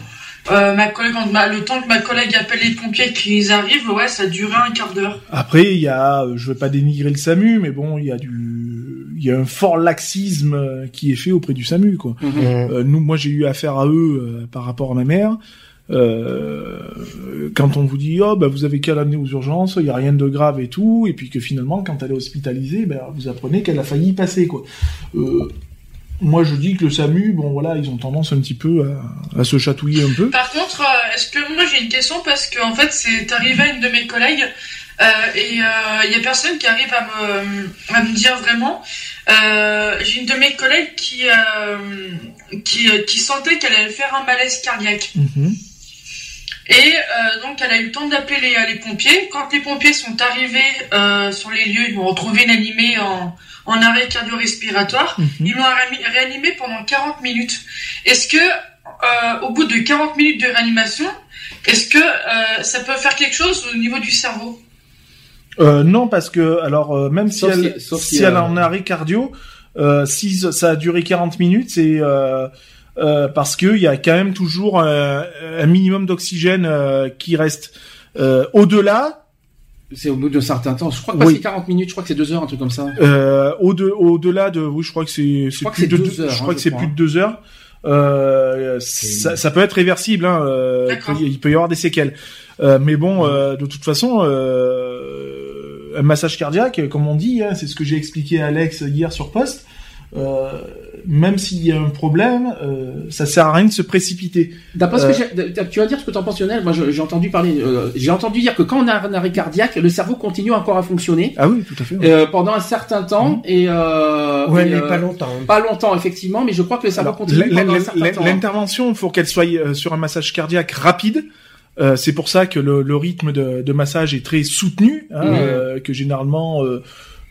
Speaker 6: euh, ma collègue, quand ma- le temps que ma collègue appelle les pompiers qu'ils arrivent, ouais, ça durait un quart d'heure.
Speaker 3: Après, il y a, euh, je veux pas dénigrer le SAMU, mais bon, il y a du, il y a un fort laxisme euh, qui est fait auprès du SAMU, quoi.
Speaker 4: Hmm.
Speaker 2: Mhm.
Speaker 3: Euh, nous, moi, j'ai eu affaire à eux euh, par rapport à ma mère. Euh, quand on vous dit oh bah vous avez qu'à l'amener aux urgences, il y a rien de grave et tout, et puis que finalement quand elle est hospitalisée, ben vous apprenez qu'elle a failli y passer quoi. Euh, moi je dis que le SAMU, bon voilà, ils ont tendance un petit peu à, à se chatouiller un peu.
Speaker 6: Par contre, euh, est-ce que moi j'ai une question parce que en fait c'est arrivé à une de mes collègues euh, et il y a personne qui arrive à me, à me dire vraiment. Euh, j'ai une de mes collègues qui euh, qui, euh, qui sentait qu'elle allait faire un malaise cardiaque. Et euh, donc, elle a eu le temps d'appeler les, euh, les pompiers. Quand les pompiers sont arrivés euh, sur les lieux, ils l'ont retrouvé inanimée en, en arrêt cardio-respiratoire. Ils l'ont réami- réanimée pendant 40 minutes. Est-ce que, euh, au bout de 40 minutes de réanimation, est-ce que euh, ça peut faire quelque chose au niveau du cerveau
Speaker 3: Euh, non, parce que alors euh, même si
Speaker 2: Sauf
Speaker 3: elle,
Speaker 2: si- sauf
Speaker 3: si
Speaker 2: si,
Speaker 3: elle est
Speaker 2: euh,
Speaker 3: en arrêt cardio, euh, si ça ça a duré 40 minutes, c'est euh, euh, parce qu'il y a quand même toujours euh, un minimum d'oxygène euh, qui reste. Euh, Au-delà,
Speaker 2: C'est au bout d'un certain temps. Je crois que pas
Speaker 3: Oui.
Speaker 2: c'est 40 minutes, je crois que c'est 2 heures, un truc comme ça.
Speaker 3: euh, au de- au-delà de, oui, je crois que c'est c'est
Speaker 2: crois que
Speaker 3: plus de
Speaker 2: c'est deux
Speaker 3: deux-
Speaker 2: heures,
Speaker 3: je
Speaker 2: hein,
Speaker 3: crois que
Speaker 2: je
Speaker 3: c'est
Speaker 2: crois.
Speaker 3: plus de deux heures. Euh, ça, ça peut être réversible, hein, euh,
Speaker 6: D'accord.
Speaker 3: il peut y avoir des séquelles. Euh, mais bon, euh, de toute façon, euh, un massage cardiaque, comme on dit, hein, c'est ce que j'ai expliqué à Alex hier sur poste. euh, même s'il y a un problème, euh, ça sert à rien de se précipiter.
Speaker 2: D'après ce
Speaker 3: Euh,
Speaker 2: que j'ai- d- d- tu vas dire ce que t'en penses, Lionel. Moi, je- j'ai entendu parler, euh, j'ai entendu dire que quand on a un arrêt cardiaque, le cerveau continue encore à fonctionner
Speaker 3: Ah oui, tout à fait. ouais.
Speaker 2: euh, pendant un certain temps et euh,
Speaker 4: Ouais,
Speaker 2: et,
Speaker 4: mais
Speaker 2: euh,
Speaker 4: pas longtemps. hein.
Speaker 2: pas longtemps effectivement, mais je crois que le cerveau
Speaker 3: Alors,
Speaker 2: continue
Speaker 3: l'in-
Speaker 2: pendant un
Speaker 3: l'in-
Speaker 2: certain
Speaker 3: l'in-
Speaker 2: temps. hein.
Speaker 3: L'intervention, il faut qu'elle soit euh, sur un massage cardiaque rapide. Euh, c'est pour ça que le, le rythme de, de massage est très soutenu, hein,
Speaker 2: Mhm.
Speaker 3: euh, que généralement euh,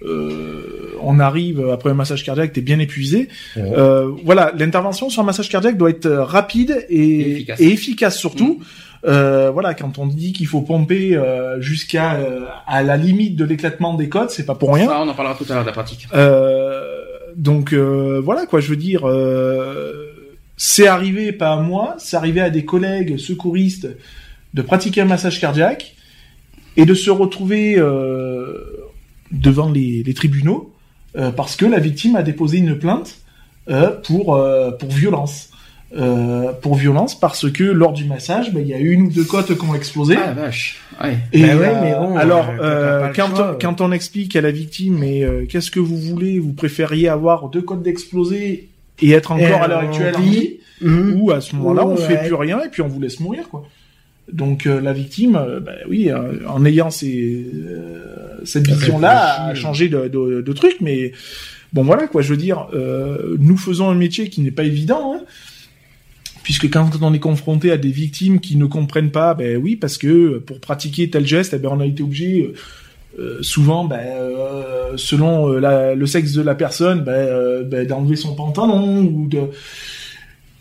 Speaker 3: euh, on arrive après un massage cardiaque, t'es bien épuisé. Euh, voilà, l'intervention sur un massage cardiaque doit être euh, rapide et,
Speaker 2: Et efficace. Mm.
Speaker 3: et efficace surtout. Euh, voilà, quand on dit qu'il faut pomper euh, jusqu'à euh, à la limite de l'éclatement des côtes, c'est pas pour rien.
Speaker 2: Ça, Ah, on en parlera tout à l'heure de la pratique.
Speaker 3: Euh, donc euh, voilà quoi, je veux dire, euh, c'est arrivé pas à moi, c'est arrivé à des collègues secouristes de pratiquer un massage cardiaque et de se retrouver euh, devant les, les tribunaux euh, parce que la victime a déposé une plainte euh, pour euh, pour violence. Euh, pour violence parce que lors du massage, ben, il y a une ou deux côtes qui ont explosé.
Speaker 2: Ah la vache. Ouais.
Speaker 3: Et
Speaker 4: Bah ouais,
Speaker 3: euh,
Speaker 4: mais bon,
Speaker 3: alors, euh,
Speaker 4: euh, quand t'as pas le
Speaker 3: quand,
Speaker 4: choix,
Speaker 3: on, quand on explique à la victime, mais euh, qu'est-ce que vous voulez Vous préfériez avoir deux codes d'explosé et être encore
Speaker 4: Et
Speaker 3: à l'heure
Speaker 4: en
Speaker 3: actuelle en
Speaker 4: vie,
Speaker 3: vie,
Speaker 4: Mhm.
Speaker 3: ou à ce moment-là, on
Speaker 4: Ouais.
Speaker 3: fait plus rien et puis on vous laisse mourir, quoi. Donc euh, la victime, euh, bah oui, euh, en ayant ces, euh, cette vision-là, a
Speaker 4: Réfléchit,
Speaker 3: changé de, de, de truc, mais bon voilà quoi, je veux dire, euh, nous faisons un métier qui n'est pas évident, hein, puisque quand on est confronté à des victimes qui ne comprennent pas, ben oui, parce que pour pratiquer tel geste, eh ben on a été obligé euh, euh, souvent, ben, euh, selon euh, la- le sexe de la personne, ben, euh, ben, d'enlever son pantalon ou de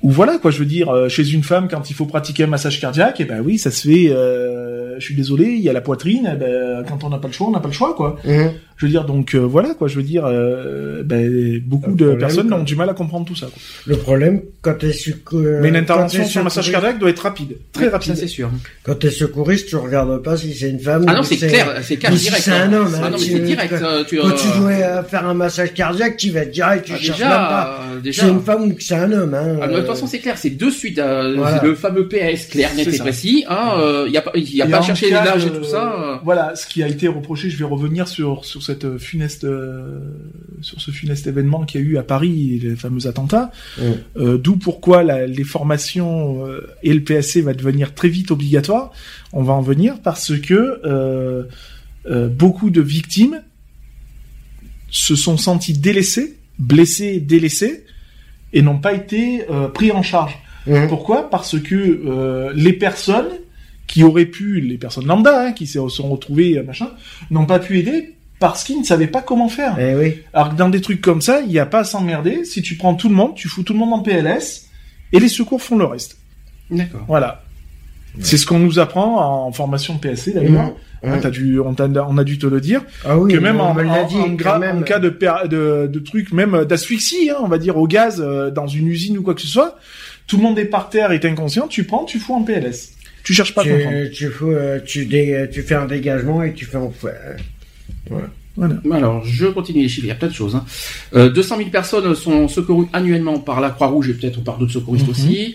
Speaker 3: ou voilà quoi, je veux dire, euh, chez une femme quand il faut pratiquer un massage cardiaque, et ben oui, ça se fait. euh, je suis désolé, il y a la poitrine. eh ben, quand on n'a pas le choix, on n'a pas le choix quoi.
Speaker 4: Mhm.
Speaker 3: Je veux dire donc euh, voilà quoi, je veux dire, euh, ben, beaucoup
Speaker 4: Le
Speaker 3: de
Speaker 4: problème,
Speaker 3: personnes
Speaker 4: quoi.
Speaker 3: ont du mal à comprendre tout ça. quoi.
Speaker 4: Le problème, quand t'es euh, secours...
Speaker 2: Euh,
Speaker 3: Mais une intervention sur un massage cardiaque doit être rapide, très
Speaker 2: Ouais,
Speaker 3: rapide.
Speaker 2: Ça c'est sûr.
Speaker 4: Quand t'es secouriste, tu regardes pas si c'est une femme
Speaker 2: Ah
Speaker 4: ou
Speaker 2: non, c'est
Speaker 4: si
Speaker 2: clair, c'est clair
Speaker 4: ou si
Speaker 2: direct.
Speaker 4: c'est
Speaker 2: hein.
Speaker 4: un homme. hein,
Speaker 2: Ah non, mais
Speaker 4: tu-
Speaker 2: c'est direct.
Speaker 4: Quand,
Speaker 2: euh, Tu,
Speaker 4: quand tu
Speaker 2: euh,
Speaker 4: jouais à faire un massage cardiaque, tu vas te dire, ah, tu
Speaker 2: ah,
Speaker 4: cherches même pas.
Speaker 2: déjà, euh,
Speaker 4: si
Speaker 2: déjà.
Speaker 4: C'est une femme ou que c'est un homme. Hein,
Speaker 2: Ah, mais de toute
Speaker 4: euh,
Speaker 2: façon, c'est clair, c'est de suite. euh,
Speaker 4: Voilà.
Speaker 2: c'est Le fameux PS, clair, net
Speaker 3: C'est
Speaker 2: et
Speaker 3: ça.
Speaker 2: précis. Il hein, euh, y a pas, y a
Speaker 3: Et
Speaker 2: pas
Speaker 3: en
Speaker 2: cherché les
Speaker 3: cas
Speaker 2: l'âge
Speaker 3: de-
Speaker 2: et tout ça.
Speaker 3: euh,
Speaker 2: euh.
Speaker 3: Voilà, ce qui a été reproché, je vais revenir sur, sur cette euh, funeste, euh, sur ce funeste événement qu'il y a eu à Paris, le fameux attentat.
Speaker 4: Mm.
Speaker 3: Euh, D'où pourquoi la- les formations euh, et le PSC va devenir très vite obligatoire. On va en venir parce que euh, euh, beaucoup de victimes se sont senties délaissées, blessées, délaissées, et n'ont pas été euh, pris en charge.
Speaker 4: Mhm.
Speaker 3: Pourquoi Parce que euh, les personnes qui auraient pu, les personnes lambda, hein, qui se sont retrouvées, euh, machin, n'ont pas pu aider parce qu'ils ne savaient pas comment faire.
Speaker 4: Eh
Speaker 3: Alors que dans des trucs comme ça, il n'y a pas à s'emmerder. Si tu prends tout le monde, tu fous tout le monde en PLS et les secours font le reste.
Speaker 2: D'accord.
Speaker 3: Voilà. C'est ce qu'on nous apprend en formation PSC
Speaker 7: Mhm.
Speaker 3: d'ailleurs. Hein, t'as dû, on, t'a- on a dû te le dire.
Speaker 4: Ah oui,
Speaker 3: que même
Speaker 4: on
Speaker 3: en,
Speaker 4: me l'a
Speaker 3: en-
Speaker 4: dit,
Speaker 3: en
Speaker 4: quand
Speaker 3: gra-
Speaker 4: même.
Speaker 3: en cas de, per- de, de truc, même d'asphyxie, hein, on va dire au gaz euh, dans une usine ou quoi que ce soit, tout le monde est par terre, est inconscient. Tu prends, tu fous en PLS. Tu cherches pas à comprendre.
Speaker 4: tu, tu, fous, euh, tu, dé- tu fais un dégagement et tu fais en fou- euh,
Speaker 2: Mais Alors, je continue les chiffres, il y a plein de choses. hein. Euh, 200 000 personnes sont secourues annuellement par la Croix-Rouge et peut-être par d'autres secouristes
Speaker 3: Mhm.
Speaker 2: aussi.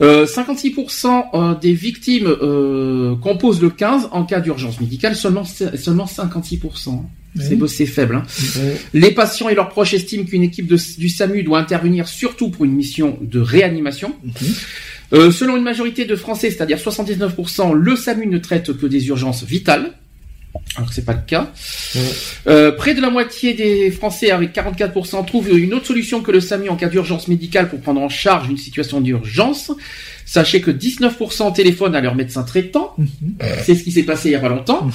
Speaker 2: Euh, 56% euh, des victimes euh, composent le 15 en cas d'urgence médicale, seulement, seulement 56%. C'est
Speaker 3: Oui.
Speaker 2: beau, c'est faible. hein.
Speaker 4: euh,
Speaker 2: Les patients et leurs proches estiment qu'une équipe de- du SAMU doit intervenir surtout pour une mission de réanimation. Euh, selon une majorité de Français, c'est-à-dire 79%, le SAMU ne traite que des urgences vitales. Alors que c'est pas le cas. Euh, près de la moitié des Français, avec 44%, trouvent une autre solution que le SAMU en cas d'urgence médicale pour prendre en charge une situation d'urgence. Sachez que 19% téléphonent à leur médecin traitant. C'est ce qui s'est passé il y a pas longtemps.
Speaker 4: mhm,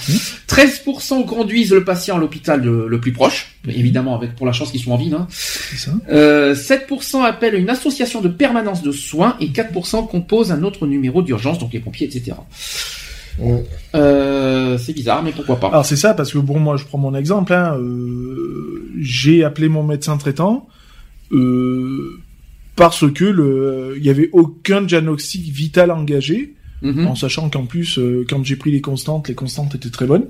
Speaker 2: 13% conduisent le patient à l'hôpital le, le plus proche, évidemment avec pour la chance qu'ils sont en ville. hein. Euh, 7% appellent une association de permanence de soins et 4% composent un autre numéro d'urgence, donc les pompiers, etc. Euh, c'est bizarre, mais pourquoi pas
Speaker 3: Alors c'est ça, parce que bon, moi je prends mon exemple. hein, euh, j'ai appelé mon médecin traitant euh, parce que le, il y avait aucun diagnostic vital engagé,
Speaker 2: Mhm.
Speaker 3: en sachant qu'en plus, euh, quand j'ai pris les constantes, les constantes étaient très bonnes.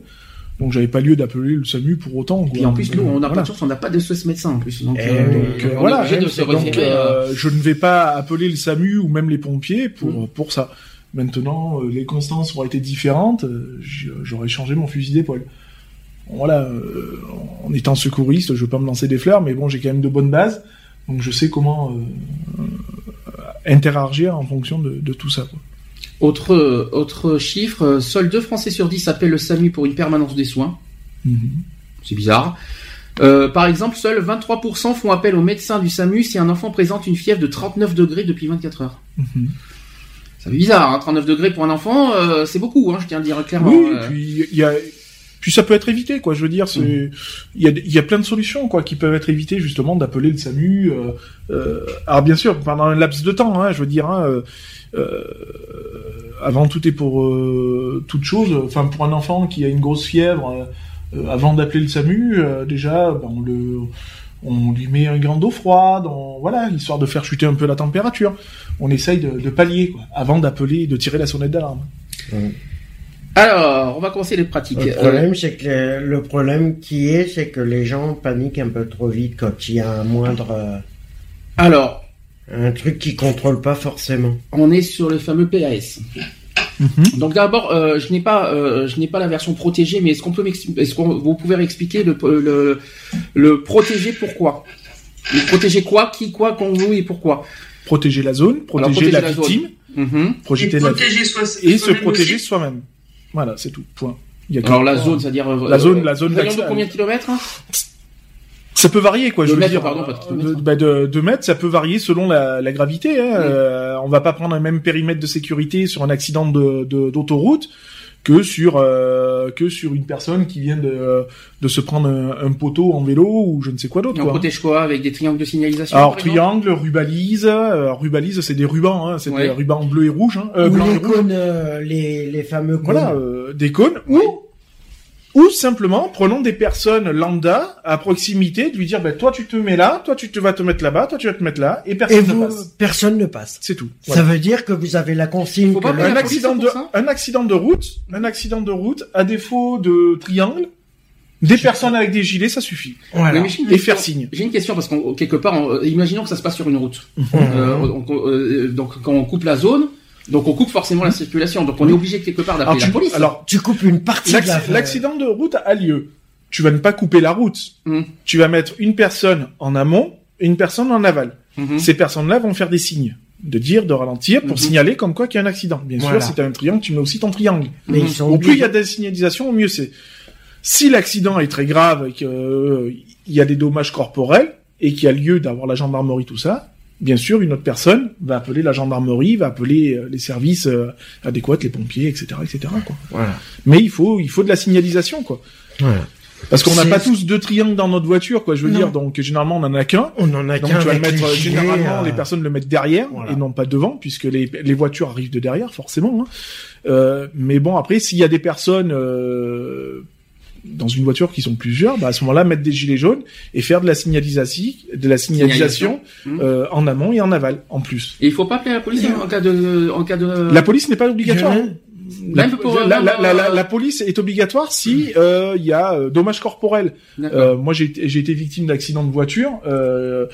Speaker 3: Donc j'avais pas lieu d'appeler le SAMU pour autant.
Speaker 2: Et en plus, nous, on n'a pas de
Speaker 3: tout
Speaker 2: source, on n'a pas de ce médecin en plus. Donc, euh,
Speaker 3: donc, euh,
Speaker 2: on est
Speaker 3: voilà,
Speaker 2: obligé de se
Speaker 3: donc,
Speaker 2: référer, euh,
Speaker 3: euh, je ne vais pas appeler le SAMU ou même les pompiers pour, pour ça. Maintenant, euh, les constances auraient été différentes, euh, j- j'aurais changé mon fusil d'épaule. Voilà, euh, en étant secouriste, je veux pas me lancer des fleurs, mais bon, j'ai quand même de bonnes bases, donc je sais comment euh, euh, interagir en fonction de, de tout ça. quoi.
Speaker 2: Autre, euh, autre chiffre, euh, seuls 2 Français sur 10 appellent le SAMU pour une permanence des soins. C'est bizarre. Euh, par exemple, seuls 23% font appel au médecin du SAMU si un enfant présente une fièvre de 39 degrés depuis 24 heures. C'est bizarre, hein, 39 degrés pour un enfant, euh, c'est beaucoup, hein, je tiens à le dire clairement.
Speaker 3: Oui,
Speaker 2: euh.
Speaker 3: et puis il y a puis ça peut être évité quoi, je veux dire c'est
Speaker 2: Mm.
Speaker 3: il y a il y a plein de solutions quoi qui peuvent être évitées justement d'appeler le SAMU euh, euh, alors bien sûr pendant un laps de temps hein, je veux dire hein, euh, euh, avant tout est pour euh, toute chose enfin pour un enfant qui a une grosse fièvre euh, euh, avant d'appeler le SAMU euh, déjà ben, on le on lui met un grand d'eau froide, on- voilà, histoire de faire chuter un peu la température. On essaye de, de pallier, quoi, avant d'appeler, de tirer la sonnette d'alarme.
Speaker 2: Alors, on va commencer les pratiques.
Speaker 4: Le
Speaker 2: Euh,
Speaker 4: problème, c'est que le, le problème qui est, c'est que les gens paniquent un peu trop vite quand il y a un moindre. euh,
Speaker 2: Alors.
Speaker 4: Un truc qu'ils contrôlent pas forcément.
Speaker 2: on est sur le fameux PAS. Donc d'abord, euh, je n'ai pas, euh, je n'ai pas la version protégée, mais est-ce qu'on peut m'expliquer, est-ce qu'on vous pouvez expliquer le le, le protégé pourquoi Le protéger quoi, qui, quoi, qu'on vous et pourquoi
Speaker 3: Protéger la zone, protéger, la,
Speaker 2: zone.
Speaker 3: victime,
Speaker 2: Mhm.
Speaker 3: projeter
Speaker 2: Et
Speaker 3: la-
Speaker 2: protéger soi-
Speaker 3: et se
Speaker 2: soi-même
Speaker 3: protéger
Speaker 2: aussi.
Speaker 3: soi-même. Voilà, c'est tout. Point. Il y a
Speaker 2: Alors
Speaker 3: que-
Speaker 2: la zone, c'est-à-dire euh,
Speaker 3: la zone, la zone
Speaker 2: nous allions
Speaker 3: d'accès
Speaker 2: de combien de kilomètres hein
Speaker 3: Ça peut varier, quoi.
Speaker 2: De
Speaker 3: je veux
Speaker 2: mètres,
Speaker 3: dire,
Speaker 2: pardon, pas de hein.
Speaker 3: de, bah, de- de mètres, ça peut varier selon la, la gravité. Hein. Euh, on va pas prendre un même périmètre de sécurité sur un accident de de- d'autoroute que sur euh, que sur une personne qui vient de de se prendre un, un poteau en vélo ou je ne sais quoi d'autre.
Speaker 2: Et On
Speaker 3: quoi.
Speaker 2: protège quoi avec des triangles de signalisation
Speaker 3: Alors
Speaker 2: par exemple
Speaker 3: triangle, rubalise, euh, rubalise, c'est des rubans, hein, c'est
Speaker 2: Ouais.
Speaker 3: des rubans bleus et rouges, hein, euh,
Speaker 4: Ou
Speaker 3: blancs et
Speaker 4: les
Speaker 3: rouges.
Speaker 4: cônes, euh, les, les fameux cônes.
Speaker 3: voilà, euh, des cônes, ou, ou simplement prenons des personnes lambda à proximité, de lui dire, ben toi tu te mets là, toi tu te vas te mettre là-bas, toi tu vas te mettre là, et personne
Speaker 4: et
Speaker 3: ne
Speaker 4: vous,
Speaker 3: passe.
Speaker 4: personne ne passe.
Speaker 3: C'est tout.
Speaker 4: Ça veut dire que vous avez la consigne. que le-
Speaker 3: un accident de un accident de route, un accident de route à défaut de triangle, des personnes avec des gilets, ça suffit.
Speaker 2: Mais j'ai
Speaker 3: Et
Speaker 2: une question-
Speaker 3: faire signe.
Speaker 2: J'ai une question parce qu'on quelque part, on- euh, imaginons que ça se passe sur une route.
Speaker 4: Mmh.
Speaker 2: Euh, on- on- euh, donc quand on coupe la zone, donc on coupe forcément la circulation. Donc on est obligé quelque part
Speaker 3: Alors,
Speaker 2: d'appeler Ah, la
Speaker 3: tu-
Speaker 2: police.
Speaker 3: alors,
Speaker 4: tu coupes une partie
Speaker 3: L'acc- L'accident de route a lieu. Tu vas ne pas couper la route. Tu vas mettre une personne en amont et une personne en aval.
Speaker 4: Mmh.
Speaker 3: Ces personnes-là vont faire des signes de dire, de ralentir, pour signaler comme quoi qu'il y a un accident. Bien
Speaker 4: Voilà.
Speaker 3: sûr, si tu as un triangle, tu mets aussi ton triangle.
Speaker 4: Mais ils sont
Speaker 3: Au plus il y
Speaker 4: obligés.
Speaker 3: a des signalisations, au mieux c'est. Si l'accident est très euh, grave et qu'il y a des dommages corporels et qu'il y a lieu d'avoir la gendarmerie, tout ça, bien sûr, une autre personne va appeler la gendarmerie, va appeler euh, les services euh, adéquats, les pompiers, etc., etc. Quoi.
Speaker 4: Voilà.
Speaker 3: Mais il faut, il faut de la signalisation, quoi.
Speaker 4: Voilà.
Speaker 3: Parce qu'on n'a
Speaker 4: C'est-
Speaker 3: pas tous deux triangles dans notre voiture, quoi. Je veux
Speaker 4: Non.
Speaker 3: dire, donc généralement on en a qu'un.
Speaker 4: On en a
Speaker 3: Donc
Speaker 4: qu'un
Speaker 3: tu vas le
Speaker 4: avec
Speaker 3: mettre
Speaker 4: les
Speaker 3: euh,
Speaker 4: gilets,
Speaker 3: généralement
Speaker 4: euh,
Speaker 3: les personnes le mettent derrière
Speaker 4: voilà.
Speaker 3: et non pas devant, puisque les, les voitures arrivent de derrière, forcément. hein. Euh, mais bon, après, s'il y a des personnes euh, dans une voiture qui sont plusieurs, bah, à ce moment-là, mettre des gilets jaunes et faire de la signalisation, de la signalisation,
Speaker 2: Signalisation.
Speaker 3: euh, en amont et en aval, en plus.
Speaker 2: Et il faut pas appeler la police hein, en cas de, en cas de.
Speaker 4: Euh,
Speaker 3: La police n'est pas obligatoire.
Speaker 4: Violent.
Speaker 3: La,
Speaker 2: Même pour, euh,
Speaker 3: la- la-
Speaker 2: même,
Speaker 3: la-
Speaker 2: euh,
Speaker 3: la- la police est obligatoire si euh, il y a euh, dommage corporel.
Speaker 2: D'accord.
Speaker 3: Euh, moi, j'ai été j'ai été victime d'accident de voiture. Euh,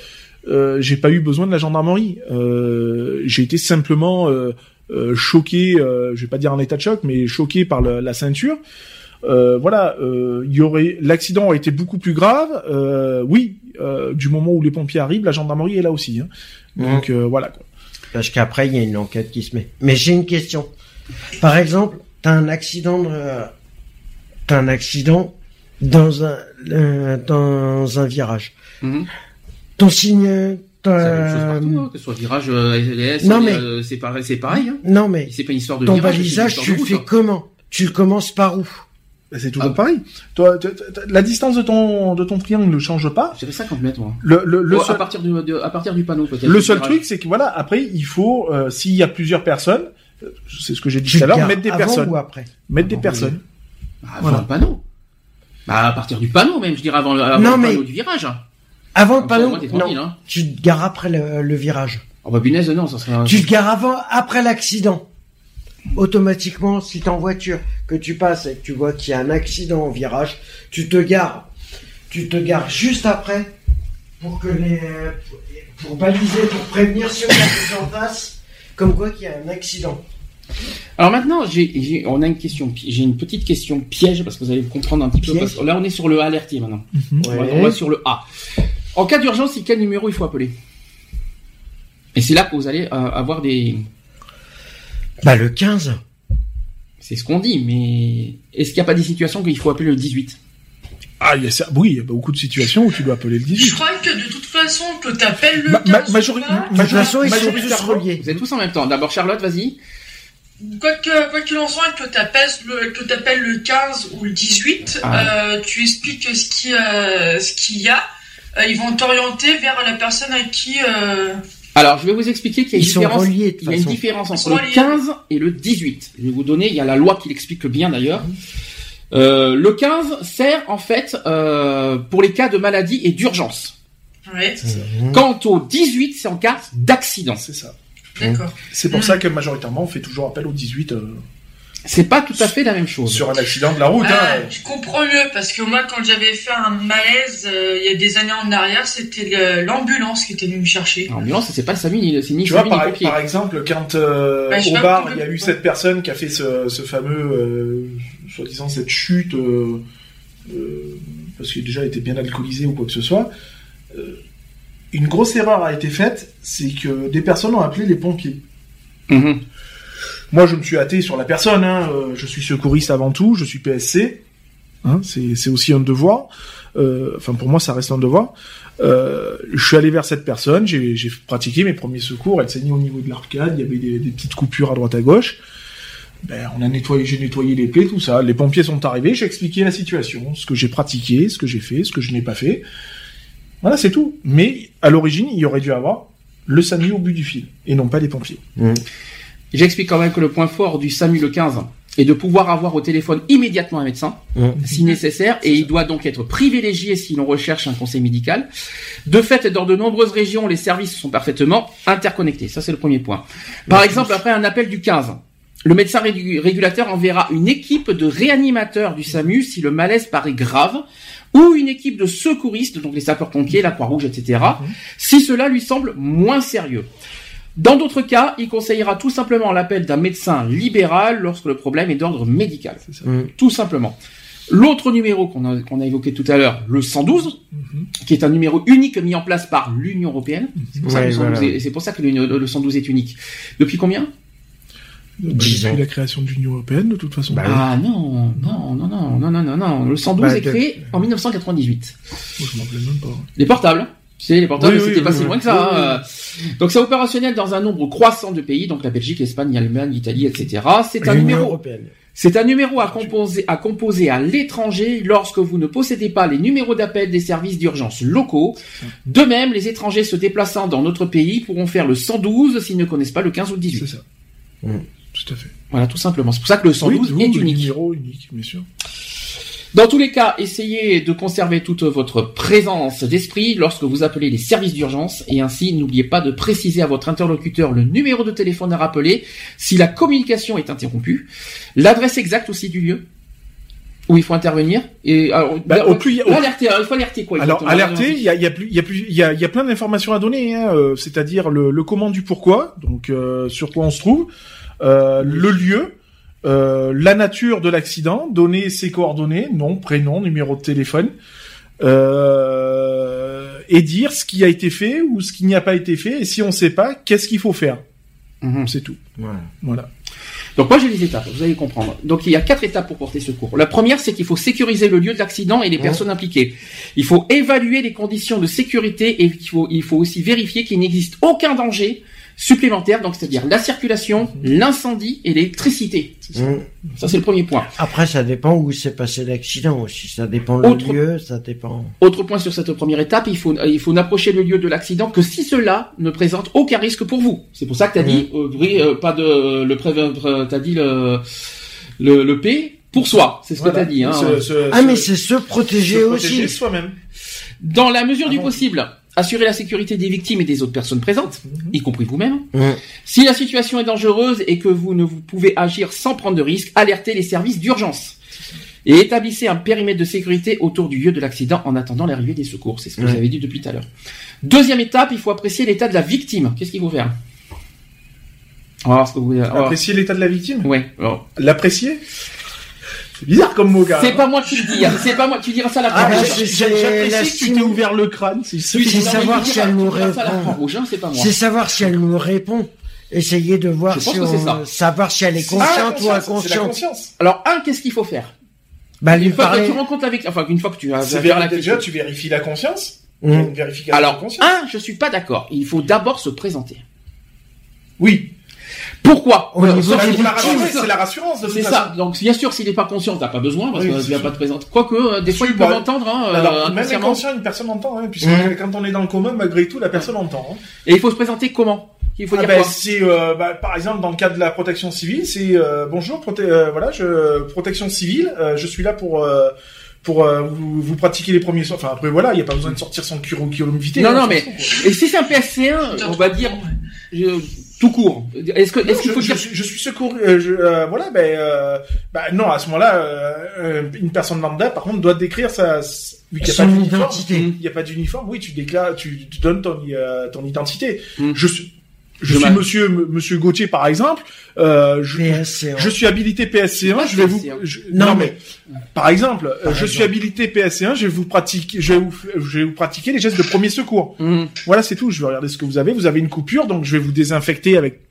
Speaker 3: euh, j'ai pas eu besoin de la gendarmerie. Euh, j'ai été simplement euh, euh, choqué. euh, je vais pas dire en état de choc, mais choqué par le- la ceinture. Euh, voilà, euh, il y aurait l'accident aurait été beaucoup plus grave. Euh, oui, euh, du moment où les pompiers arrivent, la gendarmerie est là aussi. hein. Donc euh, voilà. Quoi.
Speaker 4: Parce qu'après, il y a une enquête qui se met. Mais j'ai une question. Par exemple, t'as un accident, de- euh, t'as un accident dans un euh, dans un virage.
Speaker 2: Mhm.
Speaker 4: Ton signe,
Speaker 2: C'est la même chose partout, hein, que ce soit virage euh, SLS,
Speaker 4: Non, mais-
Speaker 2: euh, c'est pareil, c'est pareil. Hein.
Speaker 4: euh, non mais
Speaker 2: C'est pas une histoire de
Speaker 4: ton
Speaker 2: virage.
Speaker 4: balisage,
Speaker 2: c'est
Speaker 4: tu
Speaker 2: une
Speaker 4: le
Speaker 2: histoire de
Speaker 4: fais
Speaker 2: route, hein.
Speaker 4: comment Tu commences par où
Speaker 3: Bah, c'est toujours
Speaker 2: Ah.
Speaker 3: pareil. Toi, t- t- t- la distance de ton de ton triangle ne change pas.
Speaker 2: hein. J'avais 50 mètres, moi.
Speaker 3: Le, le, le
Speaker 2: Oh, à,
Speaker 3: seul,
Speaker 2: partir du, de- à partir du panneau, peut-être.
Speaker 3: le
Speaker 2: du
Speaker 3: seul
Speaker 2: virage.
Speaker 3: truc, c'est que voilà, après, il faut, euh, s'il y a plusieurs personnes, euh, c'est ce que j'ai dit
Speaker 4: Tu
Speaker 3: tout à l'heure,
Speaker 4: gares
Speaker 3: mettre des
Speaker 4: avant
Speaker 3: personnes.
Speaker 4: ou après
Speaker 3: Mettre des
Speaker 2: Avant,
Speaker 3: personnes.
Speaker 2: Bah, avant
Speaker 3: Voilà.
Speaker 2: le panneau. Bah, à partir du panneau, même, je dirais, avant le, avant
Speaker 4: Non,
Speaker 2: le
Speaker 4: mais-
Speaker 2: panneau du virage. hein.
Speaker 4: Avant le
Speaker 2: Comme ça, au
Speaker 4: panneau
Speaker 2: moins, t'es
Speaker 4: Non.
Speaker 2: tranquille, hein.
Speaker 4: Tu te gares après le, le virage.
Speaker 2: Oh, bah, punaise, non, ça serait un...
Speaker 4: Tu te gares avant, après l'accident. Automatiquement, si t'es en voiture, que tu passes et que tu vois qu'il y a un accident au virage, tu te gares. Tu te gares juste après pour que les, pour baliser, pour prévenir ceux qui en face, comme quoi qu'il y a un accident.
Speaker 2: Alors maintenant, j'ai, j'ai- on a une question, pi- j'ai une petite question piège parce que vous allez comprendre un petit peu.
Speaker 4: Piège. Mmh.
Speaker 2: parce que là, on est sur le A alerté maintenant.
Speaker 4: Hmm.
Speaker 2: On va- On va sur le A. En cas d'urgence, il- quel numéro il faut appeler Et c'est là que vous allez euh, avoir des.
Speaker 4: Bah, le 15.
Speaker 2: C'est ce qu'on dit, mais est-ce qu'il n'y a pas des situations qu'il faut appeler le 18
Speaker 3: Ah, il y a ça. Oui, il y a beaucoup de situations où tu dois appeler le
Speaker 6: Je
Speaker 3: 18.
Speaker 6: crois que de toute façon, que t'appelles le
Speaker 3: Ma- ma-
Speaker 6: 15 ou
Speaker 3: majori-
Speaker 6: pas,
Speaker 4: De toute façon, ils sont tous
Speaker 3: majoritairement-
Speaker 4: reliés.
Speaker 2: Vous êtes tous en même temps. D'abord, Charlotte, vas-y.
Speaker 6: Quoi que, quoi qu'il en soit, que t'appelles le, que t'appelles le 15 ou le 18,
Speaker 2: Ah.
Speaker 6: euh, tu expliques ce qui, euh, ce qu'il y a. Euh, ils vont t'orienter vers la personne à qui, euh,
Speaker 2: Alors, je vais vous expliquer qu'il y a
Speaker 4: Ils
Speaker 2: une
Speaker 4: sont
Speaker 2: différence.
Speaker 4: reliés, de
Speaker 2: Il y a une
Speaker 4: façon.
Speaker 2: différence entre
Speaker 6: Ils sont
Speaker 2: le
Speaker 6: liés.
Speaker 2: 15 et le 18. Je vais vous donner, il y a la loi qui l'explique bien d'ailleurs. Euh, le 15 sert en fait euh, pour les cas de maladie et d'urgence.
Speaker 6: ouais,
Speaker 3: Mmh.
Speaker 2: Quant au 18, c'est en cas d'accident.
Speaker 3: C'est ça.
Speaker 6: d'accord.
Speaker 3: C'est pour ça que majoritairement, on fait toujours appel au 18 euh,
Speaker 2: C'est pas tout à fait la même chose.
Speaker 3: sur un accident de la route.
Speaker 6: Ah,
Speaker 3: hein.
Speaker 6: je comprends mieux parce que moi, quand j'avais fait un malaise euh, il y a des années en arrière, c'était le- l'ambulance qui était venue me chercher.
Speaker 2: En ambulance, c'est pas le SAMU ni le, c'est ni
Speaker 3: Tu vois,
Speaker 2: SAMU ni
Speaker 3: par,
Speaker 2: pompier.
Speaker 3: par exemple, quand euh,
Speaker 6: Bah, je
Speaker 3: au
Speaker 6: sais
Speaker 3: bar,
Speaker 6: pas,
Speaker 3: il y a eu
Speaker 6: ouais.
Speaker 3: cette personne qui a fait ce, ce fameux, euh, soi-disant, cette chute, euh, euh, parce qu'il déjà était bien alcoolisé ou quoi que ce soit. euh, une grosse erreur a été faite, c'est que des personnes ont appelé les pompiers.
Speaker 2: Mhm.
Speaker 3: Moi, je me suis hâté sur la personne. hein, euh, je suis secouriste avant tout. Je suis PSC. hein, c'est c'est aussi un devoir. Euh, Enfin, pour moi, ça reste un devoir. Euh, je suis allé vers cette personne. J'ai j'ai pratiqué mes premiers secours. Elle saignait au niveau de l'arcade. Il y avait des, des petites coupures à droite à gauche. Ben, on a nettoyé, j'ai nettoyé les plaies, tout ça. Les pompiers sont arrivés. J'ai expliqué la situation, ce que j'ai pratiqué, ce que j'ai fait, ce que je n'ai pas fait. Voilà, c'est tout. Mais à l'origine, il y aurait dû avoir le SAMU au bout du fil et non pas les pompiers.
Speaker 2: J'explique quand même que le point fort du SAMU le 15 est de pouvoir avoir au téléphone immédiatement un médecin,
Speaker 4: Mhm.
Speaker 2: si nécessaire, et il doit donc être privilégié si l'on recherche un conseil médical. De fait, dans de nombreuses régions, les services sont parfaitement interconnectés. Ça, c'est le premier point. Par exemple, après un appel du 15, le médecin régu- régulateur enverra une équipe de réanimateurs du SAMU si le malaise paraît grave, ou une équipe de secouristes, donc les sapeurs-pompiers, la Croix-Rouge, etc., si cela lui semble moins sérieux. Dans d'autres cas, il conseillera tout simplement l'appel d'un médecin libéral lorsque le problème est d'ordre médical.
Speaker 4: Mm.
Speaker 2: Tout simplement. L'autre numéro qu'on a, qu'on a évoqué tout à l'heure, le 112, qui est un numéro unique mis en place par l'Union européenne. C'est pour, ça que
Speaker 4: Ouais,
Speaker 2: le 112
Speaker 4: voilà.
Speaker 2: est- c'est pour ça que l'Union- le 112 est unique. Depuis combien
Speaker 3: Bah,
Speaker 4: Dix
Speaker 3: depuis
Speaker 4: ans.
Speaker 3: la création de l'Union européenne, de toute façon.
Speaker 4: Bah,
Speaker 2: Ah non, non, non, non, non, non, non, non. Le 112
Speaker 4: Bah,
Speaker 2: est
Speaker 4: de-
Speaker 2: créé en 1998.
Speaker 3: Moi, je m'en rappelle même pas.
Speaker 2: Les portables, c'est les portables,
Speaker 3: Oui, oui,
Speaker 2: c'était pas
Speaker 3: oui,
Speaker 2: si
Speaker 3: oui.
Speaker 2: loin que ça. hein. Donc c'est opérationnel dans un nombre croissant de pays, donc la Belgique, l'Espagne, l'Allemagne, l'Italie, etc. C'est un
Speaker 4: L'Union
Speaker 2: numéro.
Speaker 4: européenne.
Speaker 2: C'est un numéro à composer, à composer à l'étranger lorsque vous ne possédez pas les numéros d'appel des services d'urgence locaux. De même, les étrangers se déplaçant dans notre pays pourront faire le 112 s'ils ne connaissent pas le 15 ou le 18.
Speaker 3: C'est ça. Tout à fait.
Speaker 2: Voilà, tout simplement. C'est pour ça que le 112
Speaker 3: Oui,
Speaker 2: est
Speaker 3: d'où le
Speaker 2: unique.
Speaker 3: numéro unique, bien sûr.
Speaker 2: Dans tous les cas, essayez de conserver toute votre présence d'esprit lorsque vous appelez les services d'urgence et ainsi n'oubliez pas de préciser à votre interlocuteur le numéro de téléphone à rappeler si la communication est interrompue, l'adresse exacte aussi du lieu où il faut intervenir et alors,
Speaker 3: Bah, au plus- au-
Speaker 2: alerter, alors, il faut alerter quoi
Speaker 3: Alors,
Speaker 2: exactement
Speaker 3: alerté, il y a, il y, a plus- il y, a plus- il y, a, il y a plein d'informations à donner, hein, euh, c'est-à-dire le, le comment du pourquoi, donc euh, sur quoi on se trouve, euh, le lieu, euh, la nature de l'accident, donner ses coordonnées, nom, prénom, numéro de téléphone, euh, et dire ce qui a été fait ou ce qui n'y a pas été fait, et si on ne sait pas, qu'est-ce qu'il faut faire.
Speaker 2: Mhm.
Speaker 3: C'est tout.
Speaker 4: Voilà.
Speaker 3: Voilà.
Speaker 2: Donc moi j'ai les étapes, vous allez comprendre. Donc il y a quatre étapes pour porter secours. La première c'est qu'il faut sécuriser le lieu de l'accident et les personnes impliquées. Il faut évaluer les conditions de sécurité et il faut, il faut aussi vérifier qu'il n'existe aucun danger supplémentaire, donc c'est-à-dire la circulation, l'incendie et l'électricité.
Speaker 4: Mm.
Speaker 2: Ça c'est le premier point.
Speaker 4: Après, ça dépend où s'est passé l'accident aussi. Ça dépend le
Speaker 2: Autre-
Speaker 4: lieu, ça dépend.
Speaker 2: Autre point sur cette première étape, il faut, euh, il faut n'approcher le lieu de l'accident que si cela ne présente aucun risque pour vous. C'est pour ça que t'as dit, euh, Brie, euh, pas de, le pré, euh, t'as dit le, le, le P pour soi. C'est ce
Speaker 10: Voilà.
Speaker 2: que t'as dit, hein.
Speaker 10: Se- se-
Speaker 4: Ah,
Speaker 10: se-
Speaker 4: mais c'est se protéger
Speaker 10: se protéger
Speaker 4: aussi.
Speaker 10: soi-même.
Speaker 2: Dans la mesure du possible, assurer la sécurité des victimes et des autres personnes présentes,
Speaker 4: Mhm.
Speaker 2: y compris vous-même.
Speaker 4: Mm.
Speaker 2: Si la situation est dangereuse et que vous ne vous pouvez agir sans prendre de risque, alertez les services d'urgence. Et établissez un périmètre de sécurité autour du lieu de l'accident en attendant l'arrivée des secours. C'est ce que
Speaker 4: Ouais.
Speaker 2: vous avez dit depuis tout à l'heure. Deuxième étape, il faut apprécier l'état de la victime. Qu'est-ce qu'il faut faire On va voir ce que vous voulez. Oh.
Speaker 3: Apprécier l'état de la victime
Speaker 2: Ouais. alors,
Speaker 3: L'apprécier C'est bizarre comme mot, gars.
Speaker 2: C'est pas moi qui le dis. hein. C'est pas moi. Tu diras ça à la
Speaker 4: Ah,
Speaker 2: première.
Speaker 4: mais c'est- c'est la
Speaker 3: J'apprécie que tu t'es
Speaker 4: stimule-
Speaker 3: ouvert le crâne. C'est
Speaker 2: Tu diras-
Speaker 4: savoir
Speaker 2: tu
Speaker 4: si elle
Speaker 2: diras- tu
Speaker 4: nous
Speaker 2: diras ça à la
Speaker 4: répond.
Speaker 2: Croix-Rouge, hein, c'est pas moi.
Speaker 4: C'est savoir si elle nous répond. Essayer de voir
Speaker 2: Je pense
Speaker 4: si
Speaker 2: que
Speaker 4: on...
Speaker 2: c'est ça.
Speaker 4: savoir si elle est
Speaker 3: Ah, la
Speaker 4: consciente ou
Speaker 3: conscience, c'est la
Speaker 4: inconsciente.
Speaker 3: conscience.
Speaker 2: Alors un, qu'est-ce qu'il faut faire
Speaker 4: Bah, lui
Speaker 2: Une fois que
Speaker 4: parler.
Speaker 2: tu rencontres avec, enfin, une fois que tu as
Speaker 3: C'est
Speaker 2: vers
Speaker 3: vers
Speaker 2: la
Speaker 3: déjà,
Speaker 2: question.
Speaker 3: tu vérifies la conscience.
Speaker 4: Mm.
Speaker 3: Il y a Une vérification de
Speaker 2: bah, Mmh. Alors, ah,
Speaker 3: conscience.
Speaker 2: un, je suis pas d'accord. Il faut d'abord se présenter.
Speaker 3: Oui.
Speaker 2: Pourquoi
Speaker 4: Au niveau
Speaker 2: sauf
Speaker 4: des
Speaker 2: si-
Speaker 3: C'est Bah, la
Speaker 4: victimes,
Speaker 3: rassurance, C'est la rassurance de
Speaker 2: C'est
Speaker 3: toute
Speaker 2: ça.
Speaker 3: façon.
Speaker 2: Donc, bien sûr, s'il n'est pas conscient, t'as pas besoin parce
Speaker 3: Oui,
Speaker 2: que
Speaker 3: c'est
Speaker 2: tu vas
Speaker 3: sûr.
Speaker 2: pas te présenter. Quoique, euh, des
Speaker 3: Si,
Speaker 2: fois, ils
Speaker 3: bah,
Speaker 2: peuvent entendre, hein, euh, Mmh.
Speaker 3: Alors, même
Speaker 2: inconsciemment.
Speaker 3: inconscient, une personne entend, hein, puisque
Speaker 4: Mm.
Speaker 3: quand on est dans le commun, malgré tout, la personne entend. hein.
Speaker 2: Et il faut se présenter comment Il faut
Speaker 3: Ah
Speaker 2: dire
Speaker 3: ben,
Speaker 2: quoi
Speaker 3: c'est, euh, bah, par exemple, dans le cadre de la protection civile, c'est euh, bonjour, prote- euh, voilà, je, protection civile, euh, je suis là pour. euh, pour euh, vous, vous pratiquer les premiers soins. Enfin après voilà, il n'y a pas besoin de sortir son cure ou vitae.
Speaker 2: Non,
Speaker 3: hein,
Speaker 2: non,
Speaker 3: de toute
Speaker 2: mais-
Speaker 3: façon, quoi.
Speaker 2: Et si c'est un PSC1, on va dire je- tout court. Est-ce que, est-ce qu'il
Speaker 3: je,
Speaker 2: faut
Speaker 3: je
Speaker 2: dire
Speaker 3: suis- je suis secouru. euh, je- euh, voilà, ben euh, bah, non, à ce moment-là, euh, euh, une personne lambda, par contre, doit décrire sa vu qu'il n'y a pas
Speaker 4: Son
Speaker 3: d'uniforme.
Speaker 4: identité.
Speaker 3: Il n'y a pas d'uniforme. Oui, tu déclares, tu, tu donnes ton, i- euh, ton identité.
Speaker 2: Mm.
Speaker 3: Je suis, je
Speaker 2: Dommage.
Speaker 3: suis Monsieur M- Monsieur Gauthier, par exemple. Euh, je,
Speaker 4: Mais, euh, c'est-
Speaker 3: je suis habilité PSC1. Je vais vous. je-
Speaker 4: Non, mais-
Speaker 3: par exemple, euh, je
Speaker 4: exemple.
Speaker 3: suis habilité PSC1. Je vais vous pratiquer. Je vais vous, f- je vais vous pratiquer les gestes de premier secours.
Speaker 2: Mhm.
Speaker 3: Voilà, c'est tout. Je vais regarder ce que vous avez. Vous avez une coupure, donc je vais vous désinfecter avec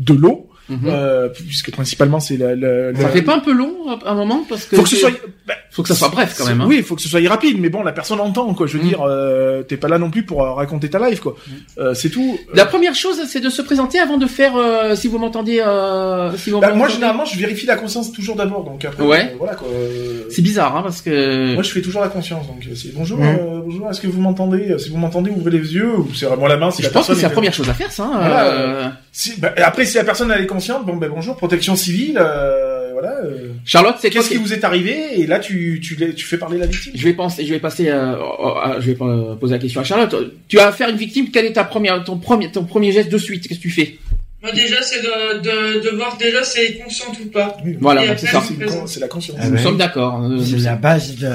Speaker 3: de l'eau,
Speaker 2: Mhm.
Speaker 3: euh, puisque principalement c'est la. la,
Speaker 2: Ça
Speaker 3: la-
Speaker 2: fait pas un peu long à un moment parce que
Speaker 3: Faut que ce
Speaker 2: c'est-
Speaker 3: soit. bah,
Speaker 2: faut que ça soit bref quand même. hein.
Speaker 3: Oui, faut que ce soit rapide, mais bon, la personne entend quoi. Je veux
Speaker 2: Mhm.
Speaker 3: dire, euh, t'es pas là non plus pour euh, raconter ta life quoi. Euh, c'est tout.
Speaker 2: Mmh. La première chose, c'est de se présenter avant de faire. euh, si vous m'entendez, euh, si vous
Speaker 3: Bah, moi
Speaker 2: m'entendez.
Speaker 3: généralement, je vérifie la conscience toujours d'abord, donc après.
Speaker 2: Ouais.
Speaker 3: euh, voilà quoi. Euh,
Speaker 2: C'est bizarre, hein, parce que.
Speaker 3: Moi, je fais toujours la conscience, donc euh, c'est bonjour,
Speaker 4: Mhm.
Speaker 3: euh, bonjour. Est-ce que vous m'entendez Euh, Si vous m'entendez, ouvrez les yeux ou c'est vraiment la main. Si
Speaker 2: je
Speaker 3: la
Speaker 2: pense que
Speaker 3: personne
Speaker 2: c'est la
Speaker 3: est-
Speaker 2: première chose à faire, ça. hein,
Speaker 3: Voilà,
Speaker 2: euh,
Speaker 3: Si- bah, et après, si la personne elle est consciente, bon ben bonjour, protection civile, euh, voilà. euh,
Speaker 2: Charlotte, c'est
Speaker 3: Qu'est-ce qui
Speaker 2: quoi-
Speaker 3: vous est arrivé Et là, tu, tu, l'es- tu fais parler la victime.
Speaker 2: Je vais penser, je vais passer, euh, oh, ah, je vais euh, poser la question à Charlotte. Tu as affaire à une victime. Quel est ta première, ton premier, ton premier geste de suite Qu'est-ce que tu fais
Speaker 6: Moi, déjà, c'est de, de, de voir déjà si elle est consciente ou pas.
Speaker 2: Voilà,
Speaker 6: Et
Speaker 2: donc c'est ça.
Speaker 6: après,
Speaker 3: C'est une con- c'est la conscience.
Speaker 4: Ah
Speaker 2: Nous
Speaker 4: ouais.
Speaker 2: sommes d'accord. euh,
Speaker 4: C'est
Speaker 2: nous,
Speaker 4: la base de.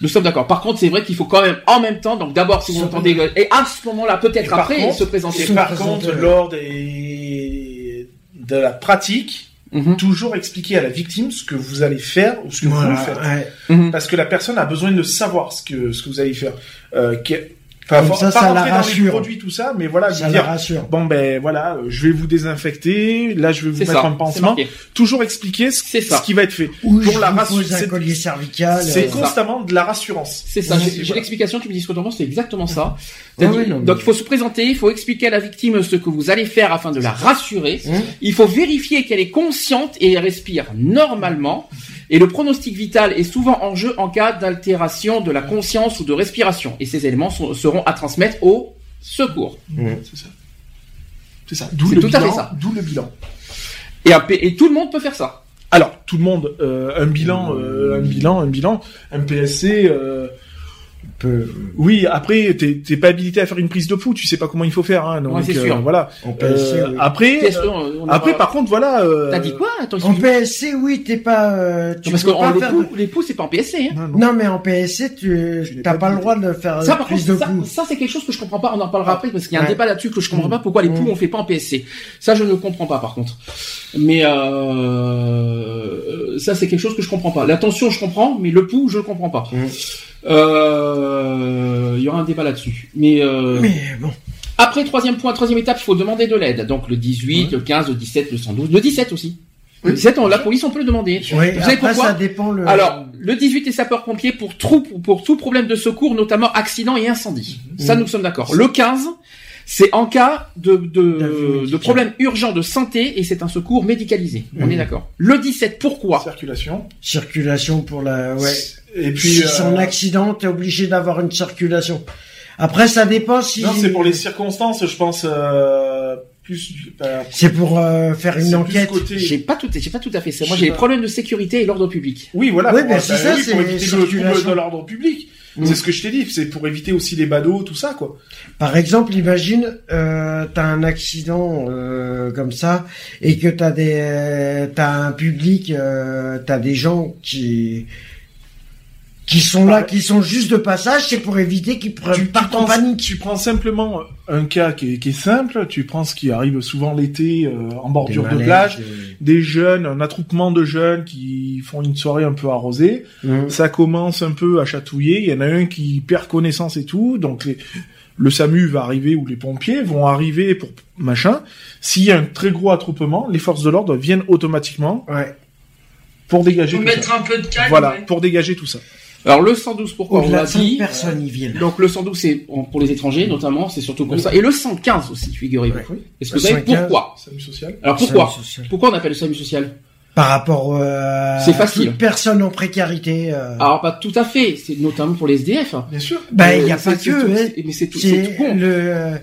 Speaker 2: nous sommes d'accord. Par contre, c'est vrai qu'il faut quand même, en même temps, donc d'abord, si vous
Speaker 3: Se-
Speaker 2: entendez, euh, et à ce moment-là,
Speaker 3: Et
Speaker 2: peut-être
Speaker 3: par
Speaker 2: après,
Speaker 3: contre,
Speaker 2: se présenter.
Speaker 3: Et par
Speaker 4: Sous-
Speaker 3: contre,
Speaker 4: présente- euh,
Speaker 3: lors des... de la pratique,
Speaker 2: Mhm,
Speaker 3: toujours expliquer à la victime ce que vous allez faire ou ce que vous
Speaker 4: Voilà,
Speaker 3: faites.
Speaker 4: ouais.
Speaker 2: mhm.
Speaker 3: Parce que la personne a besoin de savoir ce que, ce que vous allez faire. Euh, que- Enfin,
Speaker 4: Comme
Speaker 3: faut
Speaker 4: ça,
Speaker 3: pas
Speaker 4: ça la
Speaker 3: rentrer dans les
Speaker 4: rassure.
Speaker 3: produits, tout ça, mais voilà,
Speaker 4: Ça
Speaker 3: de
Speaker 4: la
Speaker 3: dire,
Speaker 4: rassure.
Speaker 3: bon ben voilà, euh, je vais vous désinfecter, là je vais vous
Speaker 2: C'est
Speaker 3: mettre
Speaker 2: ça,
Speaker 3: un pansement.
Speaker 2: c'est marqué.
Speaker 3: Toujours expliquer ce,
Speaker 2: C'est ça.
Speaker 3: ce qui va être fait.
Speaker 4: Ou je
Speaker 3: Pour la
Speaker 4: vous
Speaker 3: rassure,
Speaker 4: pose un
Speaker 3: c'est-
Speaker 4: collier cervical.
Speaker 3: c'est
Speaker 4: euh,
Speaker 3: constamment de la rassurance.
Speaker 2: C'est ça,
Speaker 3: Oui,
Speaker 2: j'ai
Speaker 3: c'est
Speaker 2: j'ai
Speaker 3: vrai.
Speaker 2: l'explication, tu me dis ce que t'en penses, c'est exactement ça.
Speaker 4: Ouais,
Speaker 2: C'est-à-dire-
Speaker 4: ouais, non, mais-
Speaker 2: Donc il faut se présenter, il faut expliquer à la victime ce que vous allez faire afin de la rassurer,
Speaker 4: Hein
Speaker 2: il faut vérifier qu'elle est consciente et elle respire normalement, et le pronostic vital est souvent en jeu en cas d'altération de la conscience ou de respiration, et ces éléments sont- seront à transmettre au secours.
Speaker 3: C'est ça. C'est ça. D'où
Speaker 2: C'est
Speaker 3: le
Speaker 2: tout à
Speaker 3: bilan.
Speaker 2: fait ça.
Speaker 3: D'où le bilan.
Speaker 2: Et, après- et tout le monde peut faire ça.
Speaker 3: Alors, tout le monde, euh, un bilan, euh, un bilan, un bilan, un PSC. euh,
Speaker 4: peu-
Speaker 3: oui, après, t'es t'es pas habilité à faire une prise de pouls, tu sais pas comment il faut faire. Hein, donc,
Speaker 2: Ouais, c'est sûr.
Speaker 3: Voilà.
Speaker 4: En PSC,
Speaker 3: Euh,
Speaker 4: oui.
Speaker 3: Après,
Speaker 2: Qu'est-ce
Speaker 3: euh,
Speaker 2: que- on a
Speaker 3: après,
Speaker 2: pas-
Speaker 3: par contre, voilà. euh,
Speaker 2: T'as dit quoi Attends,
Speaker 4: En
Speaker 2: excuse-moi.
Speaker 4: PSC, oui, t'es pas. euh, tu
Speaker 2: Non, parce
Speaker 4: peux
Speaker 2: que
Speaker 4: pas
Speaker 2: en- les,
Speaker 4: faire-
Speaker 2: poux, les poux, c'est pas en PSC. Hein.
Speaker 3: non, non.
Speaker 4: Non, mais en PSC, tu
Speaker 3: l'ai
Speaker 4: t'as
Speaker 3: pas
Speaker 4: pas Ah, le
Speaker 3: dit.
Speaker 4: droit de faire
Speaker 2: Ça,
Speaker 4: une
Speaker 2: par
Speaker 4: prise
Speaker 2: contre,
Speaker 4: de
Speaker 2: ça,
Speaker 4: pouls.
Speaker 2: ça, c'est quelque chose que je comprends pas. On en parlera après parce qu'il y a un
Speaker 4: Ouais.
Speaker 2: débat là-dessus que je comprends pas pourquoi les
Speaker 4: Mm.
Speaker 2: poux on fait pas en PSC. Ça, je ne comprends pas par contre. Mais euh, ça, c'est quelque chose que je comprends pas. La tension, je comprends, mais le pouls, je le comprends pas.
Speaker 4: Mm.
Speaker 2: Euh, Il y aura un débat là-dessus. Mais, euh,
Speaker 4: Mais bon.
Speaker 2: après, troisième point, troisième étape, il faut demander de l'aide. Donc le 18, le 15, le 17, le 112, le 17 aussi. Le 17, on, la police, on peut le demander.
Speaker 4: Oui,
Speaker 2: Vous savez
Speaker 4: après,
Speaker 2: pourquoi
Speaker 4: ça dépend le.
Speaker 2: alors, le 18 est sapeur-pompier pour, trou- pour tout problème de secours, notamment accident et incendie.
Speaker 4: Mhm.
Speaker 2: Ça, nous sommes d'accord. Le 15, c'est en cas de,
Speaker 4: D'avis
Speaker 2: de, de
Speaker 4: médical.
Speaker 2: problème urgent de santé et c'est un secours médicalisé. On est d'accord. Le 17, pourquoi
Speaker 3: Circulation.
Speaker 4: Circulation pour la. Ouais.
Speaker 3: Et puis.
Speaker 4: Si
Speaker 3: euh,
Speaker 4: c'est en accident, t'es obligé d'avoir une circulation. Après, ça dépend si.
Speaker 3: Non, c'est pour les circonstances, je pense. euh, plus. du- bah,
Speaker 4: C'est pour euh, faire
Speaker 3: c'est
Speaker 4: une
Speaker 3: plus
Speaker 4: enquête.
Speaker 3: côté-
Speaker 2: J'ai pas tout, j'ai pas tout à fait ça.
Speaker 3: Je
Speaker 2: Moi,
Speaker 3: sais
Speaker 2: j'ai les
Speaker 3: pas.
Speaker 2: problèmes de sécurité et l'ordre public.
Speaker 3: Oui, voilà.
Speaker 4: Oui,
Speaker 3: pour,
Speaker 4: ben,
Speaker 3: euh,
Speaker 4: c'est
Speaker 3: bah,
Speaker 4: ça,
Speaker 3: oui,
Speaker 4: c'est
Speaker 3: pour éviter le trouble
Speaker 4: circulation.
Speaker 3: de l'ordre public.
Speaker 4: Mm.
Speaker 3: C'est ce que je t'ai dit. C'est pour éviter aussi les badauds, tout ça, quoi.
Speaker 4: Par exemple, imagine, euh, t'as un accident euh, comme ça et que t'as des, euh, t'as un public, euh, t'as des gens qui qui sont là, qui sont juste de passage, c'est pour éviter qu'ils pre- partent en
Speaker 3: prends,
Speaker 4: panique.
Speaker 3: tu prends simplement un cas qui est, qui est simple. Tu prends ce qui arrive souvent l'été euh, en
Speaker 4: Des
Speaker 3: bordure de
Speaker 4: malaises,
Speaker 3: plage.
Speaker 4: des-
Speaker 3: Des jeunes, un attroupement de jeunes qui font une soirée un peu arrosée.
Speaker 4: Mm.
Speaker 3: Ça commence un peu à chatouiller. Il y en a un qui perd connaissance et tout. Donc les- le SAMU va arriver ou les pompiers vont arriver pour machin. S'il y a un très gros attroupement, les forces de l'ordre viennent automatiquement
Speaker 4: Ouais.
Speaker 3: pour dégager
Speaker 6: Pour
Speaker 3: tout
Speaker 6: mettre
Speaker 3: ça.
Speaker 6: un peu de calme.
Speaker 3: Voilà,
Speaker 6: ouais.
Speaker 3: pour dégager tout ça.
Speaker 2: Alors, le 112, pourquoi on
Speaker 4: Au-delà
Speaker 2: l'a
Speaker 4: de cinq
Speaker 2: dit
Speaker 4: personnes, ils
Speaker 3: euh,
Speaker 4: viennent.
Speaker 2: Donc, le 112, c'est pour les étrangers, notamment, c'est surtout pour ça. Et le 115 aussi, figurez-vous.
Speaker 4: Ouais.
Speaker 2: Est-ce que
Speaker 4: Le
Speaker 2: vous savez
Speaker 4: 115.
Speaker 2: pourquoi
Speaker 3: SAMU social.
Speaker 2: Alors, pourquoi
Speaker 4: Service social.
Speaker 2: Pourquoi on appelle le SAMU social
Speaker 4: Par rapport euh,
Speaker 2: C'est
Speaker 4: à
Speaker 2: facile. Ah,
Speaker 4: toute personne en précarité. euh,
Speaker 2: Alors pas tout à fait, c'est notamment pour les SDF.
Speaker 3: Bien sûr.
Speaker 4: bah,
Speaker 2: Euh,
Speaker 4: il n'y a
Speaker 2: c'est-
Speaker 4: pas
Speaker 2: c'est
Speaker 4: que.
Speaker 2: tout-
Speaker 4: hein.
Speaker 2: c'est- Mais c'est tout, c'est tout
Speaker 4: C'est
Speaker 2: con.
Speaker 4: le.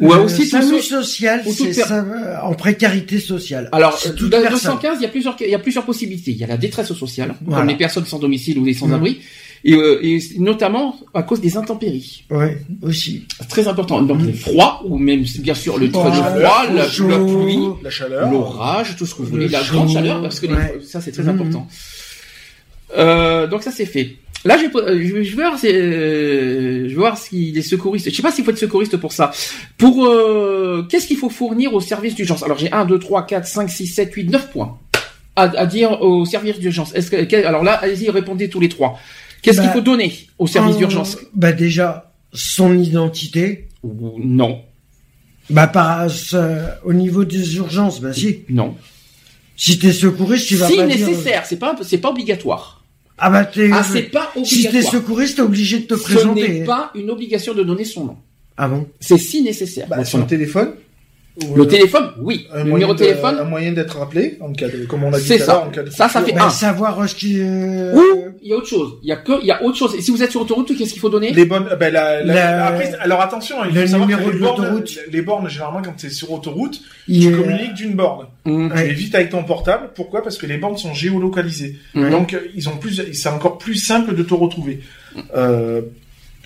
Speaker 2: Ouais,
Speaker 4: le
Speaker 2: aussi, tout
Speaker 4: SAMU
Speaker 2: so-
Speaker 4: social,
Speaker 2: ou toute
Speaker 4: c'est
Speaker 2: per-
Speaker 4: ça, euh, en précarité sociale.
Speaker 2: Alors,
Speaker 4: C'est
Speaker 2: euh,
Speaker 4: toute
Speaker 2: dans le
Speaker 4: personne.
Speaker 2: 215, il y a plusieurs, il y a plusieurs possibilités. Il y a la détresse sociale,
Speaker 4: Voilà. Mmh.
Speaker 2: comme les personnes sans domicile ou les sans-abri, et, euh, et notamment à cause des intempéries.
Speaker 4: Ouais, aussi.
Speaker 2: C'est Très important.
Speaker 4: Mmh.
Speaker 2: Donc le froid, ou même bien sûr le
Speaker 4: Oh,
Speaker 2: train de
Speaker 4: le
Speaker 2: froid, Ah, la,
Speaker 4: chaud.
Speaker 2: la pluie,
Speaker 3: La chaleur.
Speaker 2: l'orage, tout ce que vous
Speaker 4: Le
Speaker 2: voulez, la
Speaker 4: chaud.
Speaker 2: grande chaleur, parce que les-
Speaker 4: Ouais.
Speaker 2: ça c'est très
Speaker 4: Mhm.
Speaker 2: important. Euh, donc ça c'est fait. Là, je vais, po- euh, je vais- je vais voir, c'est, euh, je vais voir si les secouristes. Je sais pas s'il faut être secouriste pour ça. Pour euh, qu'est-ce qu'il faut fournir au service d'urgence Alors j'ai 1, 2, 3, 4, 5, 6, 7, 8, 9 points à, à dire au service d'urgence. Est-ce que que- alors là, allez-y, répondez tous les trois. Qu'est-ce qu'il
Speaker 4: Bah,
Speaker 2: faut donner au service
Speaker 4: Euh,
Speaker 2: d'urgence
Speaker 4: Bah déjà son identité.
Speaker 2: Non,
Speaker 4: Bah par ce- au niveau des urgences, bah si.
Speaker 2: non.
Speaker 4: Si t'es secouriste, tu vas
Speaker 2: Si
Speaker 4: pas dire. euh,
Speaker 2: nécessaire, c'est pas c'est pas obligatoire.
Speaker 4: Ah bah t'es.
Speaker 2: Ah, c'est pas
Speaker 4: si t'es
Speaker 2: obligatoire.
Speaker 4: secouriste, t'es obligé de te
Speaker 2: Ce
Speaker 4: présenter.
Speaker 2: n'est pas une obligation de donner son nom.
Speaker 4: Ah bon.
Speaker 2: C'est si nécessaire.
Speaker 11: Bah,
Speaker 2: Donc,
Speaker 11: sur
Speaker 2: son
Speaker 11: le
Speaker 2: nom.
Speaker 11: téléphone. ou,
Speaker 2: le
Speaker 11: euh,
Speaker 2: téléphone, oui.
Speaker 11: un
Speaker 2: Le
Speaker 11: moyen
Speaker 2: numéro de
Speaker 11: de- Un
Speaker 3: euh,
Speaker 2: téléphone,
Speaker 11: moyen d'être rappelé, en cas de, comme on l'a dit
Speaker 2: c'est
Speaker 11: tout à l'heure,
Speaker 2: ça.
Speaker 11: en cas de
Speaker 2: Ça, ça fait
Speaker 4: Bah,
Speaker 2: un.
Speaker 4: savoir euh, ce qui. euh,
Speaker 2: Ou il y a autre chose. Il y a que, il y a autre chose. Et si vous êtes sur autoroute, qu'est-ce qu'il faut donner
Speaker 3: Les bonnes, ben la, la-
Speaker 4: La-
Speaker 3: après, alors attention, hein, il
Speaker 4: le
Speaker 3: faut savoir que
Speaker 4: numéro
Speaker 3: les
Speaker 4: de
Speaker 3: bornes,
Speaker 4: l'autoroute.
Speaker 3: les bornes, généralement, quand c'est sur autoroute,
Speaker 4: il
Speaker 3: tu
Speaker 4: est-
Speaker 3: communiques d'une borne.
Speaker 2: Mmh.
Speaker 4: Ouais.
Speaker 3: Tu es vite avec ton portable. Pourquoi Parce que les banques sont géolocalisées.
Speaker 2: Mmh.
Speaker 3: Donc, euh, ils ont plus, c'est encore plus simple de te retrouver euh,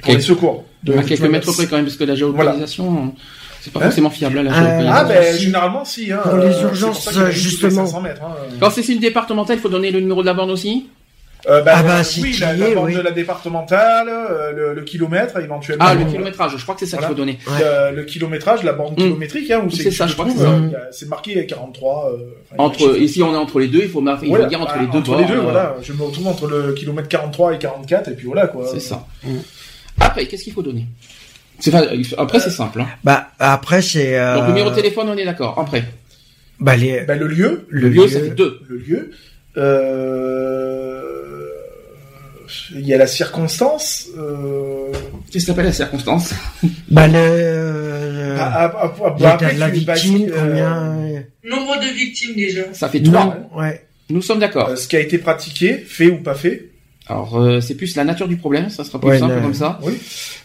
Speaker 3: pour
Speaker 2: Ok.
Speaker 3: les secours. De-
Speaker 2: à quelques
Speaker 3: de-
Speaker 2: mètres près quand même, parce que la géolocalisation, c'est pas
Speaker 3: Hein
Speaker 2: forcément fiable hein, la
Speaker 3: Ah,
Speaker 2: géolocalisation.
Speaker 3: ben,
Speaker 4: Si.
Speaker 3: généralement, si. Hein,
Speaker 4: Pour les
Speaker 3: euh, c'est
Speaker 4: urgences,
Speaker 3: pour ça qu'il y a eu tous les
Speaker 4: justement.
Speaker 3: 500 mètres, hein.
Speaker 2: Quand c'est une départementale, il faut donner le numéro de la borne aussi.
Speaker 3: Euh, bah,
Speaker 4: Ah bah, si
Speaker 3: oui,
Speaker 4: tu
Speaker 3: la,
Speaker 4: y
Speaker 3: la
Speaker 4: es,
Speaker 3: borne
Speaker 4: oui.
Speaker 3: de la départementale, euh, le, le kilomètre, éventuellement.
Speaker 2: Ah, le
Speaker 3: euh,
Speaker 2: kilométrage. Je crois que c'est ça
Speaker 3: Voilà.
Speaker 2: qu'il faut donner.
Speaker 3: euh, le kilométrage, la borne kilométrique, hein, où
Speaker 2: C'est
Speaker 3: c'est
Speaker 2: ça,
Speaker 3: tu
Speaker 2: je crois que
Speaker 3: trouves,
Speaker 4: c'est ça.
Speaker 3: euh, il y a- c'est marqué 43. euh, enfin, il y a un
Speaker 2: Entre,
Speaker 3: chiffre.
Speaker 2: et si on est entre les deux, il faut, mar- il faut
Speaker 3: Voilà,
Speaker 2: dire entre
Speaker 3: bah,
Speaker 2: les deux.
Speaker 3: entre les
Speaker 2: bornes,
Speaker 3: deux,
Speaker 2: euh,
Speaker 3: voilà. Je me retrouve entre le kilomètre 43 et 44, et puis voilà, quoi.
Speaker 2: C'est ça. Après, qu'est-ce qu'il faut donner C'est pas- Après, c'est simple. hein.
Speaker 4: Bah après c'est. euh,
Speaker 2: Donc, numéro de téléphone, on est d'accord. Après,
Speaker 4: Bah les.
Speaker 3: Bah, le lieu,
Speaker 2: le lieu, ça fait deux.
Speaker 3: le lieu. euh, Il y a la circonstance. euh,
Speaker 2: Qu'est-ce que t'appelles la circonstance
Speaker 4: Bah le. euh,
Speaker 3: ah, ah, ah, ah, bah,
Speaker 4: l'état
Speaker 3: après,
Speaker 4: de la
Speaker 3: tu- bah,
Speaker 4: victime
Speaker 3: euh,
Speaker 4: combien. euh,
Speaker 6: Nombre de victimes déjà.
Speaker 2: Ça fait
Speaker 4: non,
Speaker 2: trois.
Speaker 4: Ouais.
Speaker 2: Nous sommes d'accord.
Speaker 3: euh, ce qui a été pratiqué, fait ou pas fait.
Speaker 2: Alors, euh, c'est plus la nature du problème, ça sera plus
Speaker 4: Ouais,
Speaker 2: simple
Speaker 4: le-
Speaker 2: comme ça.
Speaker 3: oui.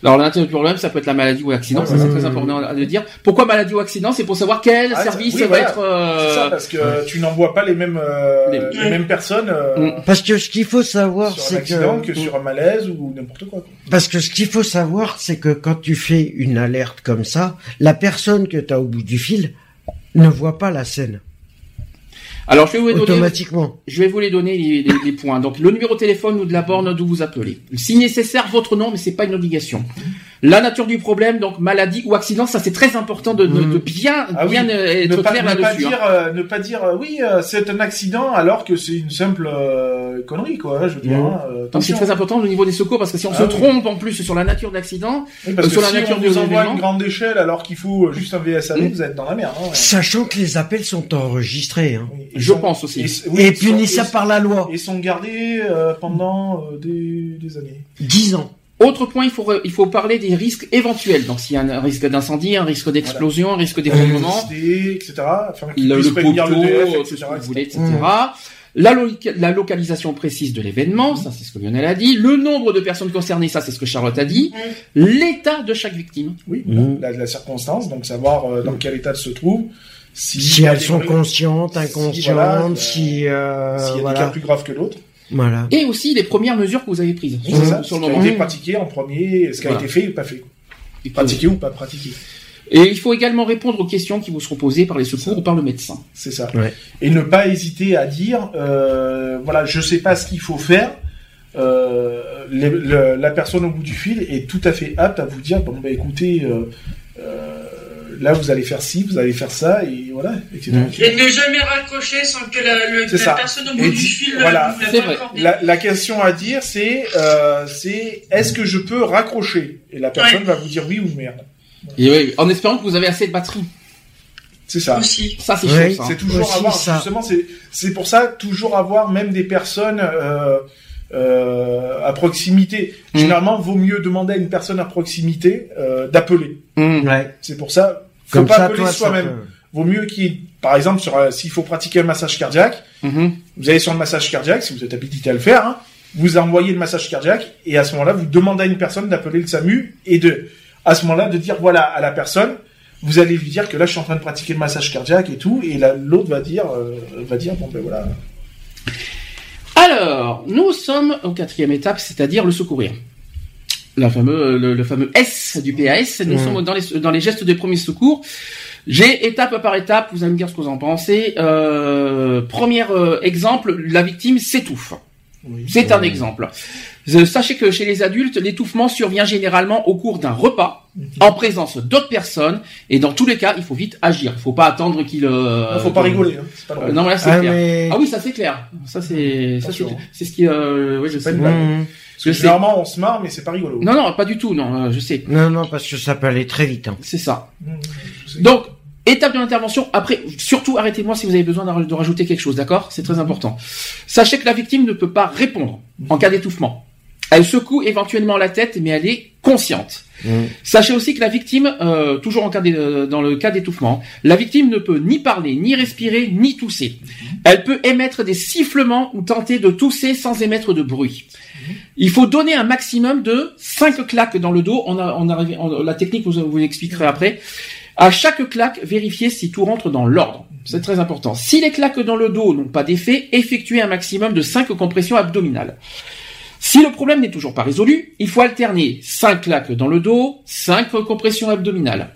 Speaker 2: Alors, la nature du problème, ça peut être la maladie ou l'accident,
Speaker 3: Ouais,
Speaker 2: ça
Speaker 3: ouais.
Speaker 2: c'est très
Speaker 4: Euh.
Speaker 2: important à- de dire. Pourquoi maladie ou accident C'est pour savoir quel
Speaker 3: Ah, ça-
Speaker 2: service
Speaker 3: oui,
Speaker 2: va
Speaker 3: voilà.
Speaker 2: être... euh,
Speaker 3: C'est ça, parce que euh, tu n'envoies pas les mêmes, euh,
Speaker 2: Les-
Speaker 3: les mêmes personnes euh,
Speaker 4: Parce que ce qu'il faut savoir,
Speaker 3: sur un
Speaker 4: Mm. c'est
Speaker 3: accident
Speaker 4: que,
Speaker 3: que sur un malaise ou n'importe quoi. quoi.
Speaker 4: parce que ce qu'il faut savoir, c'est que quand tu fais une alerte comme ça, la personne que t'as au bout du fil ne voit pas la scène
Speaker 2: Alors, je vais, vous les donner,
Speaker 4: automatiquement.
Speaker 2: je vais vous les donner les, les- les points. Donc, le numéro de téléphone ou de la borne d'où vous appelez. Si nécessaire, votre nom, mais c'est pas une obligation. La nature du problème, donc maladie ou accident, ça c'est très important de, de- de bien,
Speaker 3: Ah oui.
Speaker 2: bien euh, être
Speaker 3: ne pas,
Speaker 2: clair
Speaker 3: ne pas
Speaker 2: là-dessus. hein.
Speaker 3: dire, euh, ne pas dire, euh, oui, euh, c'est un accident alors que c'est une simple euh, connerie, quoi. Je veux dire,
Speaker 4: Mhm.
Speaker 3: hein, euh,
Speaker 2: Donc, c'est
Speaker 3: attention.
Speaker 2: très important au niveau des secours parce que si on
Speaker 3: Ah
Speaker 2: se
Speaker 3: oui.
Speaker 2: trompe en plus sur la nature de l'accident,
Speaker 3: Oui, parce
Speaker 2: Euh,
Speaker 3: que
Speaker 2: sur la
Speaker 3: si
Speaker 2: nature
Speaker 3: on
Speaker 2: des
Speaker 3: vous envoie
Speaker 2: événements.
Speaker 3: une grande échelle alors qu'il faut euh, juste un VSAV,
Speaker 2: Mhm.
Speaker 3: vous êtes dans la merde. hein, ouais.
Speaker 4: Sachant que les appels sont enregistrés hein,
Speaker 3: Oui, ils
Speaker 2: je
Speaker 3: sont-
Speaker 2: pense aussi.
Speaker 3: ils s- oui,
Speaker 4: et
Speaker 3: ils sont-
Speaker 4: punissables par la loi.
Speaker 3: ils- Ils sont gardés euh, pendant euh, des, des années.
Speaker 4: 10 ans.
Speaker 2: Autre point, il faut, il faut parler des risques éventuels. Donc, s'il y a un risque d'incendie, un risque d'explosion, un risque d'effondrement,
Speaker 3: Des, etc. Enfin, qu'ils
Speaker 2: le, le
Speaker 3: puissent
Speaker 2: poteau,
Speaker 3: prévenir le DF,
Speaker 2: tout
Speaker 3: etc.,
Speaker 2: ce que vous
Speaker 3: etc.
Speaker 2: voulez, etc. La, loca- la localisation précise de l'événement, ça c'est ce que Lionel a dit. Le nombre de personnes concernées, ça c'est ce que Charlotte a dit. L'état de chaque victime.
Speaker 3: Oui,
Speaker 4: Mhm.
Speaker 3: la, la circonstance, donc savoir euh,
Speaker 2: Mm.
Speaker 3: dans quel état elle se trouve. Si,
Speaker 4: Si
Speaker 3: il y a
Speaker 4: elles
Speaker 3: des
Speaker 4: sont
Speaker 3: bruits-
Speaker 4: conscientes,
Speaker 3: si, voilà,
Speaker 4: inconscientes, si, euh,
Speaker 3: s'il y a des cas
Speaker 4: voilà.
Speaker 3: plus graves que d'autres.
Speaker 4: Voilà.
Speaker 2: Et aussi les premières mesures que vous avez prises
Speaker 3: Oui,
Speaker 2: sur,
Speaker 3: c'est ça,
Speaker 2: Mm. sur
Speaker 3: ce qui
Speaker 2: le
Speaker 3: a
Speaker 2: moment.
Speaker 3: été pratiqué en premier, ce qui a
Speaker 2: Voilà. Mm.
Speaker 3: été fait et pas fait. Pratiqué ou pas pratiqué.
Speaker 2: Et il faut également répondre aux questions qui vous seront posées par les secours ou par le médecin.
Speaker 3: C'est ça.
Speaker 4: Ouais.
Speaker 3: Et ne pas hésiter à dire, euh, voilà, je sais pas ce qu'il faut faire. Euh, les- le- la personne au bout du fil est tout à fait apte à vous dire, bon bah écoutez, euh, euh, là vous allez faire ci, vous allez faire ça, et voilà, etc.
Speaker 6: Et ne jamais raccrocher sans que la, le-
Speaker 3: C'est
Speaker 6: la
Speaker 3: ça.
Speaker 6: personne au
Speaker 3: Et
Speaker 6: bout du
Speaker 3: dis-
Speaker 6: fil euh,
Speaker 3: voilà.
Speaker 6: vous l'a
Speaker 2: C'est
Speaker 6: pas
Speaker 2: vrai.
Speaker 6: accordé.
Speaker 3: La, la question à dire, c'est, euh, c'est, est-ce que je peux raccrocher Et la personne
Speaker 6: Ouais.
Speaker 3: va vous dire oui ou merde.
Speaker 2: Et oui, en espérant que vous avez assez de batterie.
Speaker 3: C'est ça.
Speaker 6: aussi.
Speaker 2: Ça c'est
Speaker 4: Oui,
Speaker 2: chaud, ça. hein.
Speaker 3: C'est toujours
Speaker 4: Aussi,
Speaker 3: avoir,
Speaker 4: ça.
Speaker 3: justement, c'est, c'est pour ça, toujours avoir même des personnes euh, euh, à proximité.
Speaker 2: Mm.
Speaker 3: Généralement, vaut mieux demander à une personne à proximité euh, d'appeler.
Speaker 2: Mm.
Speaker 4: Ouais.
Speaker 3: C'est pour ça, faut
Speaker 4: Comme
Speaker 3: pas
Speaker 4: ça,
Speaker 3: appeler
Speaker 4: toi, ça
Speaker 3: soi-même.
Speaker 4: peut-
Speaker 3: Vaut mieux qu'il, y ait- par exemple, sur, euh, s'il faut pratiquer un massage cardiaque,
Speaker 2: Mhm.
Speaker 3: vous allez sur le massage cardiaque, si vous êtes habilité à le faire, hein, vous envoyez le massage cardiaque, et à ce moment-là, vous demandez à une personne d'appeler le SAMU, et de, à ce moment-là, de dire, voilà, à la personne, vous allez lui dire que là, je suis en train de pratiquer le massage cardiaque et tout, et là, l'autre va dire, euh, va dire, bon, ben voilà.
Speaker 2: Alors, nous sommes aux quatrième étape, c'est-à-dire le secourir. La fameux, le, le fameux S du PAS. Nous
Speaker 4: Mm.
Speaker 2: sommes dans les, dans les gestes de premiers secours. J'ai étape par étape, vous allez me dire ce que vous en pensez. Euh, premier euh, exemple, la victime s'étouffe. C'est un exemple. Euh, Sachez que chez les adultes, l'étouffement survient généralement au cours d'un repas, en présence d'autres personnes, et dans tous les cas, il faut vite agir. Il faut pas attendre qu'il... euh,
Speaker 3: Non, faut pas
Speaker 2: qu'il-
Speaker 3: rigoler, hein, c'est pas
Speaker 2: Euh,
Speaker 3: drôle.
Speaker 2: non, là, c'est
Speaker 4: Ah,
Speaker 2: clair.
Speaker 4: mais...
Speaker 2: Ah oui, ça c'est clair. Ça c'est ça c'est
Speaker 3: Attention.
Speaker 2: c'est ce qui euh, ouais, je sais.
Speaker 3: une
Speaker 2: Non
Speaker 3: blague.
Speaker 4: Mmh.
Speaker 3: Parce que
Speaker 2: je sais.
Speaker 3: généralement, on se marre, mais c'est pas rigolo.
Speaker 2: non, pas du tout, non, euh, je sais.
Speaker 4: Non, non, parce que ça peut aller très vite. hein.
Speaker 2: C'est ça.
Speaker 3: Mmh, je sais.
Speaker 2: Donc étape de l'intervention après surtout arrêtez-moi si vous avez besoin de raj- de rajouter quelque chose, d'accord C'est très important. Sachez que la victime ne peut pas répondre en cas d'étouffement. Elle secoue éventuellement la tête mais elle est consciente.
Speaker 4: Mmh.
Speaker 2: Sachez aussi que la victime, euh, toujours en cas d'é- euh, dans le cas d'étouffement, la victime ne peut ni parler, ni respirer, ni tousser. Elle peut émettre des sifflements ou tenter de tousser sans émettre de bruit. Il faut donner un maximum de 5 claques dans le dos. On a, on arrive- on- la technique, vous, vous l'expliquerez après. À chaque claque, vérifiez si tout rentre dans l'ordre. C'est très important. Si les claques dans le dos n'ont pas d'effet, effectuez un maximum de 5 compressions abdominales. Si le problème n'est toujours pas résolu, il faut alterner 5 claques dans le dos, 5 compressions abdominales.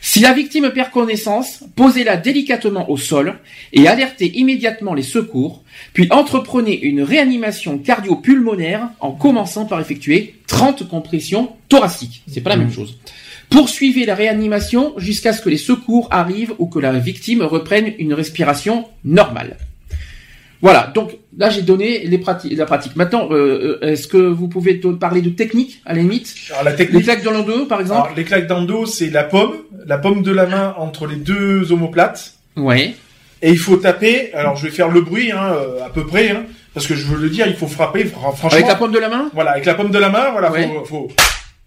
Speaker 2: Si la victime perd connaissance, posez-la délicatement au sol et alertez immédiatement les secours, puis entreprenez une réanimation cardio-pulmonaire en commençant par effectuer 30 compressions thoraciques. C'est pas la même chose. Poursuivez la réanimation jusqu'à ce que les secours arrivent ou que la victime reprenne une respiration normale. Voilà, donc là j'ai donné les pratiques, la pratique. Maintenant, euh, euh, est-ce que vous pouvez t- parler de technique à la limite
Speaker 3: Alors, la technique-
Speaker 2: Les claques dans le dos, par exemple.
Speaker 3: Alors, les claques dans le dos, c'est la paume, la paume de la main entre les deux omoplates.
Speaker 2: Ouais.
Speaker 3: Et il faut taper. Alors, je vais faire le bruit, hein, euh, à peu près, hein, parce que je veux le dire, il faut frapper, fr- franchement.
Speaker 2: Avec la paume de la main
Speaker 3: Voilà, avec la paume de la main, voilà, faut, faut-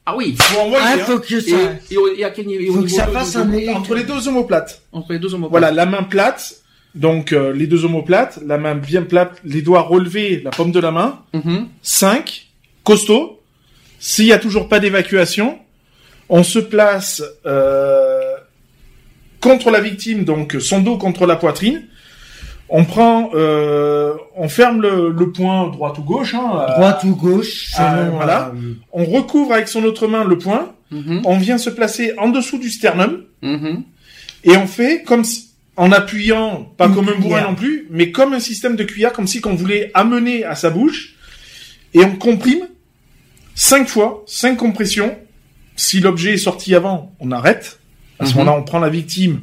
Speaker 2: Ah oui.
Speaker 3: faut envoyer.
Speaker 4: Ah,
Speaker 3: hein.
Speaker 4: faut que ça-
Speaker 2: Et, et au- et à quel niveau et au
Speaker 4: Faut que
Speaker 2: niveau
Speaker 4: ça
Speaker 2: de-
Speaker 4: fasse
Speaker 2: de-
Speaker 4: un
Speaker 2: de-
Speaker 4: électro-
Speaker 3: Entre les deux omoplates.
Speaker 2: entre les deux omoplates.
Speaker 3: Voilà, la main plate, donc euh, les deux omoplates, la main bien plate, les doigts relevés, la paume de la main.
Speaker 2: Mhm.
Speaker 3: 5, costaud. S'il n'y a toujours pas d'évacuation, on se place euh, contre la victime, donc son dos contre la poitrine. On prend, euh, on ferme le, le point droit ou gauche. Hein, euh,
Speaker 4: Droite ou gauche,
Speaker 3: Ah,
Speaker 4: selon,
Speaker 3: voilà.
Speaker 4: euh,
Speaker 3: On recouvre avec son autre main le point.
Speaker 2: Mhm.
Speaker 3: On vient se placer en dessous du sternum
Speaker 2: Mhm.
Speaker 3: et on fait comme si, en appuyant, pas
Speaker 4: Une
Speaker 3: comme un bourrin
Speaker 4: cuillère.
Speaker 3: non plus, mais comme un système de cuillère, comme si qu'on voulait amener à sa bouche, et on comprime cinq fois, cinq compressions. Si l'objet est sorti avant, on arrête. À ce
Speaker 2: Mhm.
Speaker 3: moment-là, on prend la victime,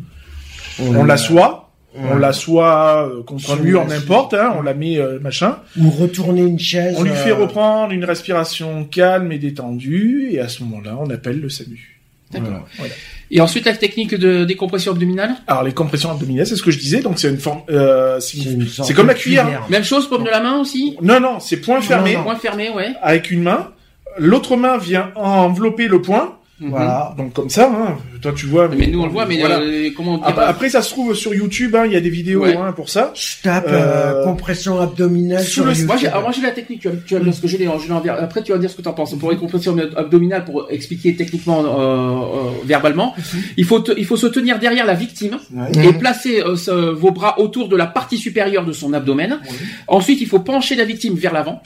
Speaker 3: on l'assoit, on l'assoit euh, contre un
Speaker 4: Sous
Speaker 3: mur,
Speaker 4: la-
Speaker 3: n'importe, hein, on la met euh, machin.
Speaker 4: ou retourner une chaise.
Speaker 3: On lui fait
Speaker 4: euh,
Speaker 3: reprendre une respiration calme et détendue, et à ce moment-là, on appelle le SAMU.
Speaker 2: D'accord.
Speaker 3: Voilà.
Speaker 2: Et ensuite la technique de décompression abdominale.
Speaker 3: Alors les compressions abdominales, c'est ce que je disais, donc c'est une forme, euh, c'est
Speaker 4: C'est une sorte
Speaker 3: c'est comme
Speaker 4: de
Speaker 3: la cuillère. hein.
Speaker 2: Même chose, paume de la main aussi.
Speaker 3: Non, non, c'est point fermé
Speaker 2: Point fermé, ouais.
Speaker 3: avec une main. L'autre main vient envelopper le point.
Speaker 2: Mhm.
Speaker 3: Voilà, donc comme ça, hein. toi tu vois.
Speaker 2: Mais nous on le voit, mais
Speaker 3: Voilà. Ah, bah,
Speaker 2: euh, comment on dit
Speaker 3: Ap- Après, ça se trouve sur YouTube, hein, il y a des vidéos
Speaker 2: Ouais.
Speaker 3: hein, pour ça.
Speaker 4: Je tape
Speaker 3: Euh,
Speaker 4: euh, compression abdominale
Speaker 3: sous
Speaker 4: sur
Speaker 3: le-
Speaker 4: YouTube.
Speaker 2: Moi j'ai, alors moi j'ai la technique, tu vas, tu vas me dire ce que j'ai, les- je vais en dire- après tu vas me dire ce que t'en penses. Pour les compressions abdominales, pour expliquer techniquement, euh, euh, verbalement,
Speaker 4: Mhm.
Speaker 2: il faut, te- il faut se tenir derrière la victime et placer euh, ce- vos bras autour de la partie supérieure de son abdomen. Ensuite, il faut pencher la victime vers l'avant.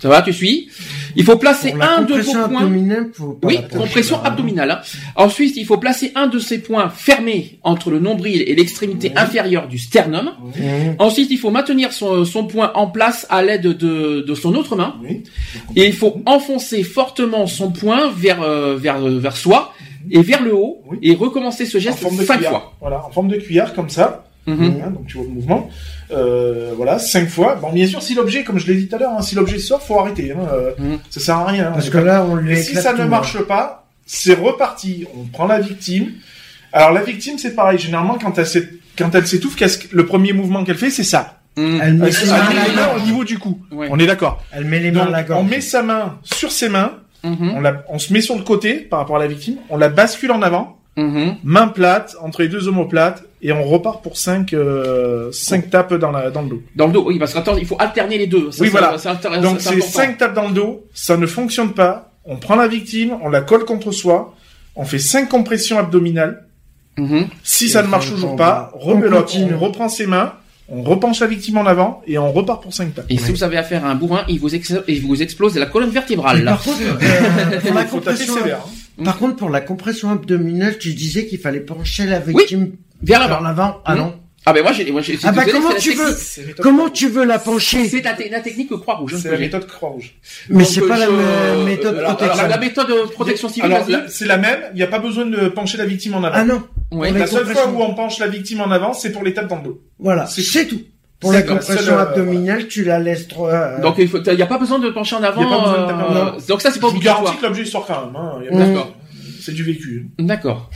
Speaker 2: Ça va, tu suis Il faut placer
Speaker 4: Pour la
Speaker 2: un de vos
Speaker 4: compression
Speaker 2: points.
Speaker 4: abdominale, faut pas
Speaker 2: Oui,
Speaker 4: la pencher,
Speaker 2: compression
Speaker 4: là.
Speaker 2: abdominale. hein. Ensuite, il faut placer un de ces points fermés entre le nombril et l'extrémité inférieure du sternum.
Speaker 4: Mmh.
Speaker 2: Ensuite, il faut maintenir son, son point en place à l'aide de, de son autre main. Et il faut enfoncer fortement son point vers, euh, vers, euh, vers soi et vers le haut
Speaker 3: Oui.
Speaker 2: et recommencer ce
Speaker 3: En
Speaker 2: geste
Speaker 3: forme de
Speaker 2: cinq
Speaker 3: cuillère.
Speaker 2: fois.
Speaker 3: Voilà, en forme de cuillère comme ça.
Speaker 2: Mhm.
Speaker 3: Hein, donc tu vois le mouvement. Euh, voilà, cinq fois. Bon, bien sûr, si l'objet, comme je l'ai dit tout à l'heure, hein, si l'objet sort, faut arrêter. Hein, euh,
Speaker 2: Mhm.
Speaker 3: Ça sert à rien. hein.
Speaker 4: Parce que là, on lui
Speaker 3: Et si
Speaker 4: éclate
Speaker 3: ça
Speaker 4: tout,
Speaker 3: ne
Speaker 4: hein.
Speaker 3: marche pas, c'est reparti. On prend la victime. Alors la victime, c'est pareil. Généralement, quand elle s'est- quand elle s'étouffe, qu'est-ce que- le premier mouvement qu'elle fait, c'est ça.
Speaker 2: Mhm.
Speaker 4: Elle met
Speaker 3: Elle
Speaker 4: ses
Speaker 3: se
Speaker 4: mains
Speaker 3: met
Speaker 4: à
Speaker 3: les
Speaker 4: la
Speaker 3: mains au
Speaker 4: gorge.
Speaker 3: niveau du cou.
Speaker 2: Ouais.
Speaker 3: On est d'accord.
Speaker 4: Elle met les mains à
Speaker 3: Donc,
Speaker 4: la gorge.
Speaker 3: on met sa main sur ses mains.
Speaker 2: Mhm.
Speaker 3: On, la- on se met sur le côté par rapport à la victime. On la bascule en avant,
Speaker 2: Mhm.
Speaker 3: main plate entre les deux omoplates, et on repart pour cinq euh, cinq tapes dans la dans le dos.
Speaker 2: Dans le dos, oui, parce qu'attends, il faut alterner les deux. Ça,
Speaker 3: Oui,
Speaker 2: c'est-
Speaker 3: voilà.
Speaker 2: c'est
Speaker 4: Ah,
Speaker 2: inter-
Speaker 3: Donc
Speaker 2: c'est
Speaker 3: c'est
Speaker 2: important.
Speaker 3: cinq tapes dans le dos, ça ne fonctionne pas. On prend la victime, on la colle contre soi, on fait cinq compressions abdominales.
Speaker 2: Mhm.
Speaker 3: Si ça ne marche toujours pas, rebelote,
Speaker 4: continue.
Speaker 3: on reprend ses mains, on repenche la victime en avant et on repart pour 5 (laughs) tapes.
Speaker 2: Et si vous avez affaire à un bourrin, il vous, ex- il vous explose la colonne vertébrale.
Speaker 4: Mais
Speaker 3: (laughs)
Speaker 4: Par contre, euh, pour la
Speaker 3: Il faut taper
Speaker 4: compression,
Speaker 3: sévère. hein.
Speaker 4: par contre, pour la compression abdominale, tu disais qu'il fallait pencher la victime
Speaker 2: Vers
Speaker 4: vers
Speaker 2: l'avant.
Speaker 4: l'avant. Ah
Speaker 2: Mmh.
Speaker 4: non.
Speaker 2: Ah ben moi j'ai, moi j'ai.
Speaker 4: Ah bah
Speaker 2: désolé,
Speaker 4: comment
Speaker 2: c'est la
Speaker 4: tu
Speaker 2: technique-
Speaker 4: veux Comment tu veux la pencher
Speaker 2: C'est la, te- la technique croix rouge. hein,
Speaker 3: C'est la méthode Croix-Rouge.
Speaker 4: Mais c'est pas la
Speaker 2: euh,
Speaker 4: mé- méthode protection.
Speaker 2: la méthode euh, protection civile.
Speaker 3: Alors
Speaker 2: vas-y.
Speaker 3: là, c'est la même, il n'y a pas besoin de pencher la victime en
Speaker 4: Ah
Speaker 3: avant.
Speaker 4: non.
Speaker 2: Ouais.
Speaker 4: on est-
Speaker 3: La seule fois
Speaker 4: compression.
Speaker 3: où on penche la victime en avant, c'est pour les tapes dans le dos.
Speaker 4: Voilà.
Speaker 3: C'est-
Speaker 4: C'est tout. Pour
Speaker 3: C'est
Speaker 4: la
Speaker 3: la seule,
Speaker 4: compression
Speaker 3: euh,
Speaker 4: abdominale, tu la laisses trois. euh,
Speaker 2: Donc il faut, il y a pas besoin de pencher en avant.
Speaker 3: Il y a pas besoin de taper en
Speaker 2: euh,
Speaker 3: avant.
Speaker 2: donc ça c'est
Speaker 3: Je
Speaker 2: pas
Speaker 3: vous garantis
Speaker 2: obligatoire.
Speaker 3: que l'objet sort quand même. hein, y a pas-
Speaker 2: D'accord.
Speaker 3: C'est du vécu.
Speaker 2: D'accord.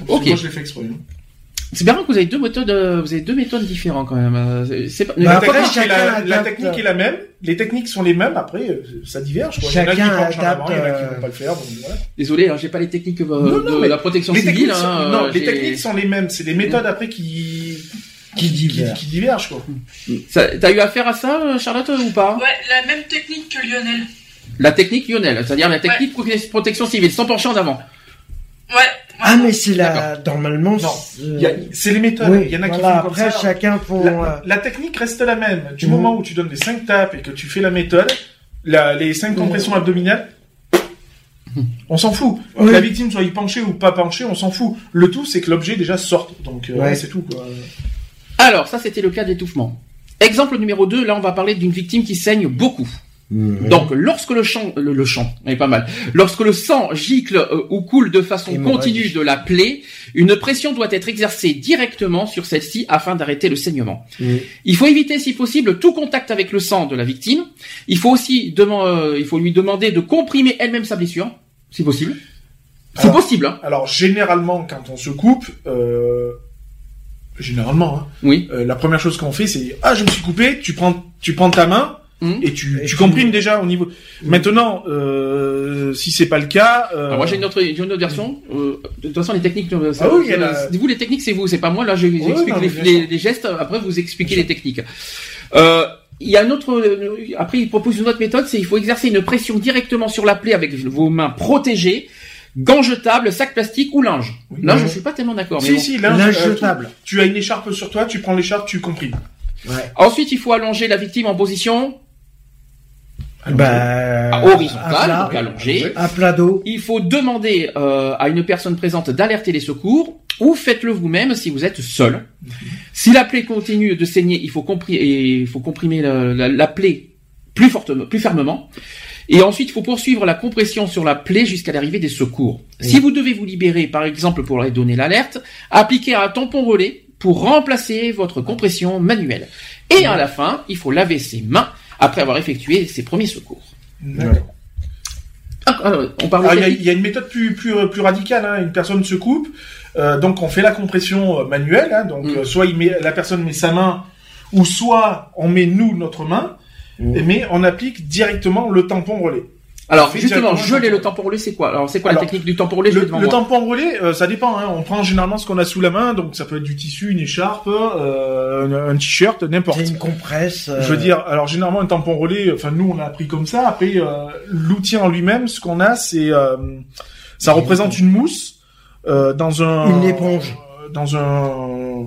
Speaker 3: hein.
Speaker 2: Ok.
Speaker 3: Moi, je l'ai fait exprès. hein.
Speaker 2: C'est bien que vous avez deux méthodes, euh, vous avez deux méthodes différentes quand même. euh, c'est- C'est pas.
Speaker 3: La
Speaker 4: Bah, après,
Speaker 3: technique est la-
Speaker 4: chacun
Speaker 3: la
Speaker 4: adapte.
Speaker 3: technique est la même, les techniques sont les mêmes, après, euh, ça diverge. quoi. Il y en a qui
Speaker 4: Chacun
Speaker 3: penchent en avant, il y en a qui
Speaker 4: adapte,
Speaker 3: ne vont pas le faire. donc voilà.
Speaker 2: Désolé, hein, j'ai pas les techniques euh,
Speaker 3: Non, non,
Speaker 2: de
Speaker 3: mais
Speaker 2: la protection
Speaker 3: les
Speaker 2: civile.
Speaker 3: techniques, sont,
Speaker 2: hein,
Speaker 3: non,
Speaker 2: euh,
Speaker 3: les
Speaker 2: j'ai-
Speaker 3: techniques sont les mêmes, c'est les méthodes après qui
Speaker 4: Qui divergent.
Speaker 3: qui divergent quoi.
Speaker 2: Ça- T'as eu affaire à ça, euh, Charlotte, ou pas
Speaker 6: Ouais, la même technique que Lionel.
Speaker 2: La technique Lionel, c'est-à-dire la technique prote- protection civile, sans pencher en avant.
Speaker 6: Ouais.
Speaker 4: Ah mais c'est la normalement.
Speaker 3: Non,
Speaker 4: c'est-
Speaker 3: Il y a- C'est les méthodes,
Speaker 4: Oui,
Speaker 3: il y en a qui font
Speaker 4: voilà,
Speaker 3: comme
Speaker 4: après
Speaker 3: ça.
Speaker 4: chacun font. euh,
Speaker 3: La, la technique reste la même. Du
Speaker 4: Mhm.
Speaker 3: moment où tu donnes les 5 tapes et que tu fais la méthode, la- les
Speaker 2: Mhm.
Speaker 3: 5 compressions abdominales, on s'en fout.
Speaker 4: Oui.
Speaker 3: Que la victime soit y penchée ou pas penchée, on s'en fout. Le tout, c'est que l'objet déjà sorte. Donc euh,
Speaker 4: Ouais.
Speaker 3: c'est tout. Quoi.
Speaker 2: Alors, ça, c'était le cas d'étouffement. Exemple numéro 2, là, on va parler d'une victime qui saigne beaucoup.
Speaker 3: Hmm.
Speaker 4: Mhm.
Speaker 2: Donc, lorsque le champ, le, le champ, mais pas mal, lorsque le sang gicle euh, ou coule de façon continue de la plaie, une pression doit être exercée directement sur celle-ci afin d'arrêter le saignement. Il faut éviter, si possible, tout contact avec le sang de la victime. Il faut aussi deman- euh, il faut lui demander de comprimer elle-même sa blessure, si possible. C'est possible. Hein.
Speaker 3: Alors généralement, quand on se coupe, euh, généralement, hein,
Speaker 2: Oui.
Speaker 3: euh, la première chose qu'on fait, c'est ah je me suis coupé, tu prends, tu prends ta main.
Speaker 2: Mhm.
Speaker 3: Et tu, tu Mmh. comprimes déjà au niveau. Maintenant, euh, si c'est pas le cas, euh,
Speaker 2: Alors Ah, moi j'ai une autre, j'ai une autre version. Euh, de toute façon les techniques, euh, ça-
Speaker 3: Ah oui, il y a
Speaker 2: euh,
Speaker 3: la-
Speaker 2: vous les techniques c'est vous, c'est pas moi. Là je vous
Speaker 3: Ouais,
Speaker 2: explique
Speaker 3: non, mais
Speaker 2: les,
Speaker 3: bien
Speaker 2: les-
Speaker 3: sûr.
Speaker 2: les gestes, après vous expliquez les techniques. Euh, il y a une autre. euh, Après il propose une autre méthode, c'est il faut exercer une pression directement sur la plaie avec vos mains protégées, gants jetables, sac plastique ou linge. là je suis pas tellement d'accord. mais
Speaker 3: si
Speaker 2: bon.
Speaker 3: si, là,
Speaker 4: Linge
Speaker 3: euh, tu-
Speaker 4: jetable.
Speaker 3: Tu, as une écharpe sur toi, tu prends l'écharpe, tu comprimes.
Speaker 2: Ensuite il faut allonger la victime en position
Speaker 4: Bah, à
Speaker 2: horizontale,
Speaker 4: plat.
Speaker 2: donc allongée.
Speaker 4: à plat d'eau.
Speaker 2: Il faut demander euh, à une personne présente d'alerter les secours ou faites-le vous-même si vous êtes seul. Si la plaie continue de saigner, il faut, compri- et il faut comprimer la, la- la plaie plus fortement, plus fermement. Et ensuite, il faut poursuivre la compression sur la plaie jusqu'à l'arrivée des secours. Si vous devez vous libérer, par exemple, pour leur donner l'alerte, appliquez un tampon relais pour remplacer votre compression manuelle. Et à la fin, il faut laver ses mains après avoir effectué ses premiers secours.
Speaker 3: D'accord.
Speaker 2: Ah, ah, on parle
Speaker 3: Alors, il y
Speaker 2: de
Speaker 3: a-
Speaker 2: technique.
Speaker 3: il y, a une méthode plus plus plus radicale. hein. Une personne se coupe, euh, donc on fait la compression euh, manuelle. hein. donc
Speaker 2: Mm.
Speaker 3: euh, soit il met, la personne met sa main, ou soit on met nous notre main,
Speaker 4: Mm.
Speaker 3: mais on applique directement le tampon relais.
Speaker 2: Alors
Speaker 3: Fait
Speaker 2: justement,
Speaker 3: directement
Speaker 2: geler
Speaker 3: le
Speaker 2: le tampon roulé, c'est quoi Alors c'est quoi
Speaker 3: Alors,
Speaker 2: la technique du tampon roulé Je
Speaker 3: Le,
Speaker 2: l'ai devant
Speaker 3: le
Speaker 2: moi.
Speaker 3: tampon relais, euh, ça dépend. hein. on prend généralement ce qu'on a sous la main, donc ça peut être du tissu, une écharpe, euh, un, un t-shirt, n'importe.
Speaker 4: C'est une compresse. euh,
Speaker 3: Je veux dire, alors généralement un tampon relais, enfin nous on l'a appris comme ça. Après euh, l'outil en lui-même, ce qu'on a, c'est euh, ça
Speaker 4: Une
Speaker 3: représente une mousse euh, dans un
Speaker 4: Une éponge.
Speaker 3: euh, dans un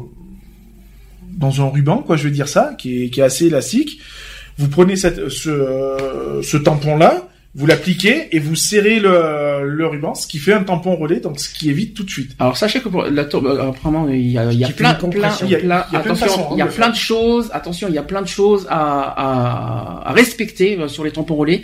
Speaker 3: dans un ruban quoi, je veux dire ça, qui est, qui est assez élastique. Vous prenez cette ce euh, ce tampon là. Vous l'appliquez et vous serrez le, le ruban, ce qui fait un tampon relais, donc ce qui évite tout de suite.
Speaker 2: Alors sachez que pour la tampon, euh, apparemment, il y a, il y a
Speaker 4: Qui fait
Speaker 2: plein,
Speaker 4: une
Speaker 2: plein,
Speaker 4: compression.
Speaker 3: Il y a-
Speaker 2: plein-
Speaker 3: il y a plein de façons,
Speaker 2: attention,
Speaker 3: hein,
Speaker 2: il y a
Speaker 3: de
Speaker 2: plein de choses. Attention, il y a plein de choses à, à, à respecter euh, sur les tampons roulés.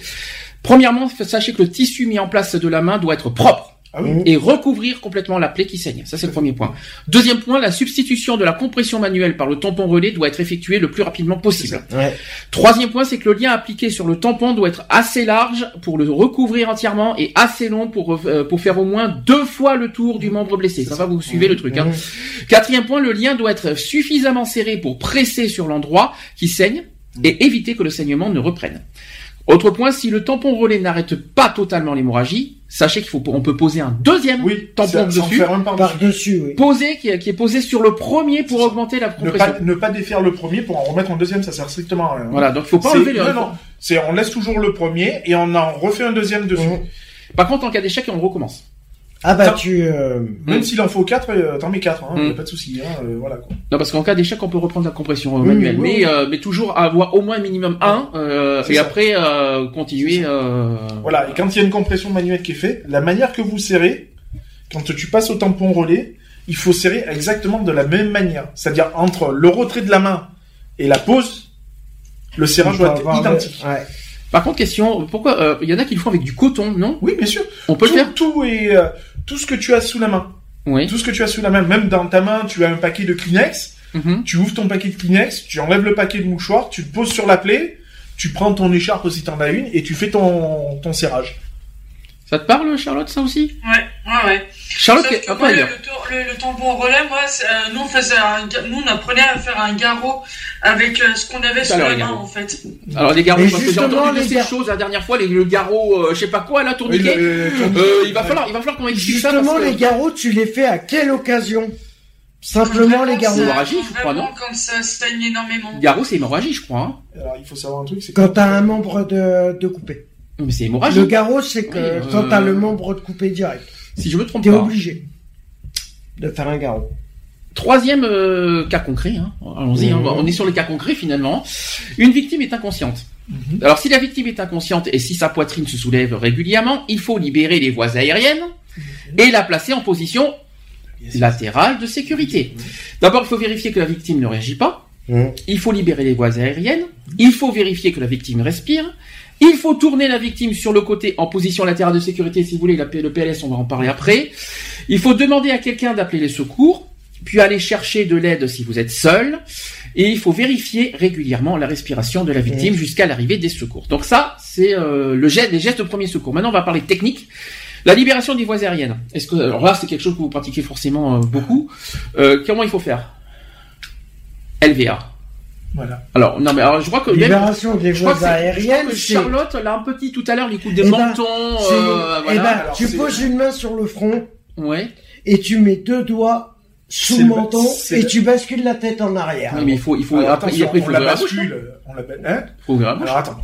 Speaker 2: Premièrement, sachez que le tissu mis en place de la main doit être propre
Speaker 3: Ah oui.
Speaker 2: et recouvrir complètement la plaie qui saigne. Ça, c'est le premier point. Deuxième point, la substitution de la compression manuelle par le tampon relais doit être effectuée le plus rapidement possible.
Speaker 4: ouais.
Speaker 2: Troisième point, c'est que le lien appliqué sur le tampon doit être assez large pour le recouvrir entièrement et assez long pour, euh, pour faire au moins deux fois le tour du membre blessé. Ça va, vous suivez le truc. Hein.
Speaker 4: Mhm.
Speaker 2: Quatrième point, le lien doit être suffisamment serré pour presser sur l'endroit qui saigne et éviter que le saignement ne reprenne. Autre point, si le tampon relais n'arrête pas totalement l'hémorragie, sachez qu'il faut, on peut poser un deuxième
Speaker 3: Oui,
Speaker 2: tampon
Speaker 3: sans- sans
Speaker 2: dessus,
Speaker 3: faire un par-dessus.
Speaker 4: Par-dessus, oui.
Speaker 2: posé, qui, est- qui est posé sur le premier pour augmenter la
Speaker 3: Ne
Speaker 2: compression.
Speaker 3: pas, ne pas défaire le premier pour en remettre un deuxième, ça sert strictement à rien.
Speaker 2: Voilà, donc il faut pas
Speaker 3: C'est-
Speaker 2: enlever le.
Speaker 3: non, non. C'est on laisse toujours le premier et on en refait un deuxième dessus.
Speaker 4: Mhm.
Speaker 2: Par contre, en cas d'échec, on recommence.
Speaker 4: Ah bah
Speaker 3: Ça-
Speaker 4: tu. euh,
Speaker 3: Même
Speaker 2: Mhm.
Speaker 3: s'il en faut quatre, euh, t'en mets quatre, hein,
Speaker 2: Mhm.
Speaker 3: y a pas de souci. Hein, euh, voilà quoi.
Speaker 2: Non, parce qu'en cas d'échec, on peut reprendre la compression euh,
Speaker 3: Oui,
Speaker 2: manuelle,
Speaker 3: oui,
Speaker 2: mais
Speaker 3: oui.
Speaker 2: euh, mais toujours avoir au moins minimum un, euh,
Speaker 3: C'est
Speaker 2: et
Speaker 3: ça.
Speaker 2: après euh, continuer. Euh...
Speaker 3: Voilà. Et quand il y a une compression manuelle qui est faite, la manière que vous serrez, quand tu passes au tampon relais, il faut serrer exactement de la même manière, c'est-à-dire entre le retrait de la main et la pose, le serrage
Speaker 4: on va
Speaker 3: doit être
Speaker 4: avoir-
Speaker 3: identique.
Speaker 4: Ouais.
Speaker 2: Par contre, question, pourquoi euh, il y en a qui le font avec du coton, non
Speaker 3: Oui, bien sûr.
Speaker 2: On peut
Speaker 3: tout,
Speaker 2: le faire
Speaker 3: tout est euh, tout ce que tu as sous la main,
Speaker 2: Oui.
Speaker 3: tout ce que tu as sous la main, même dans ta main, tu as un paquet de Kleenex.
Speaker 2: Mhm.
Speaker 3: tu ouvres ton paquet de Kleenex, tu enlèves le paquet de mouchoirs, tu le poses sur la plaie, tu prends ton écharpe si t'en as une et tu fais ton, ton serrage.
Speaker 2: Ça te parle, Charlotte, ça aussi
Speaker 6: Ouais, ouais, ouais.
Speaker 2: Charlotte,
Speaker 6: Sauf
Speaker 2: qui-
Speaker 6: que
Speaker 2: ah,
Speaker 6: moi,
Speaker 2: pas
Speaker 6: le,
Speaker 2: ailleurs.
Speaker 6: le tour- le- le tampon relais, moi, c'est, euh, nous, on faisait un ga- nous, on apprenait à faire un garrot avec euh, ce qu'on avait
Speaker 2: Tout à
Speaker 6: sur
Speaker 2: l'heure,
Speaker 6: la
Speaker 2: les
Speaker 6: main,
Speaker 2: garrots.
Speaker 6: en fait.
Speaker 2: Alors les garros,
Speaker 4: Et
Speaker 2: parce que j'ai
Speaker 4: justement,
Speaker 2: entendu de
Speaker 4: les
Speaker 2: ces
Speaker 4: gar-
Speaker 2: choses la dernière fois, les, le garrot, euh, je sais pas quoi, là, tourniquet. Euh, il va falloir, il va falloir qu'on explique ça.
Speaker 4: Justement,
Speaker 2: parce que-
Speaker 4: les garrots, tu les fais à quelle occasion Simplement les
Speaker 6: garrots.
Speaker 4: garrots.
Speaker 2: Hémorragie, je crois, non
Speaker 6: Quand ça saigne énormément.
Speaker 2: Garrot, c'est hémorragie, je crois. Hein.
Speaker 3: Alors il faut savoir un truc, c'est
Speaker 4: Quand t'as un membre de, de coupé.
Speaker 2: Mais c'est hémorragie.
Speaker 4: Le garrot, c'est que
Speaker 2: Ah, Oui,
Speaker 4: quand
Speaker 2: euh, Ah.
Speaker 4: t'as le membre de coupé direct,
Speaker 2: Si je me trompe
Speaker 4: t'es
Speaker 2: pas.
Speaker 4: obligé de faire un garrot.
Speaker 2: Troisième euh, cas concret, hein. allons-y, hein. on est sur les cas concrets finalement. Une victime est inconsciente. Alors si la victime est inconsciente et si sa poitrine se soulève régulièrement, il faut libérer les voies aériennes et la placer en position latérale de sécurité. D'abord, il faut vérifier que la victime ne réagit pas.
Speaker 4: Mhm.
Speaker 2: Il faut libérer les voies aériennes. Il faut vérifier que la victime respire. Il faut tourner la victime sur le côté en position latérale de sécurité, si vous voulez, la P- le PLS, on va en parler après. Il faut demander à quelqu'un d'appeler les secours, puis aller chercher de l'aide si vous êtes seul. Et il faut vérifier régulièrement la respiration de la
Speaker 4: Mmh.
Speaker 2: victime jusqu'à l'arrivée des secours. Donc ça, c'est euh, le geste, les gestes de premier secours. Maintenant, on va parler technique. La libération des voies aériennes. Est-ce que alors là, c'est quelque chose que vous pratiquez forcément euh, beaucoup Euh, Comment il faut faire LVA.
Speaker 3: Voilà.
Speaker 2: Alors non, mais alors, je crois que même-
Speaker 4: Libération des
Speaker 2: je crois
Speaker 4: voies
Speaker 2: que c'est-
Speaker 4: aériennes,
Speaker 2: je
Speaker 4: c'est...
Speaker 2: crois que Charlotte l'a un petit tout à l'heure, les coups de
Speaker 4: Eh ben,
Speaker 2: menton.
Speaker 4: c'est-
Speaker 2: euh,
Speaker 4: eh
Speaker 2: voilà.
Speaker 4: ben,
Speaker 2: Alors,
Speaker 4: tu
Speaker 2: c'est-
Speaker 4: poses une main sur le front
Speaker 2: Ouais.
Speaker 4: et tu mets deux doigts sous
Speaker 3: C'est
Speaker 4: le
Speaker 3: le-
Speaker 4: menton
Speaker 3: c'est
Speaker 4: et
Speaker 3: le-
Speaker 4: tu bascules la tête en arrière.
Speaker 2: Non, mais il faut, il faut
Speaker 3: Alors,
Speaker 2: après,
Speaker 3: attention,
Speaker 2: après, il faut
Speaker 3: on la
Speaker 2: ouvrir la bouche.
Speaker 3: bascule, on la ba- hein
Speaker 2: Faut ouvrir la bouche.
Speaker 3: Alors attends.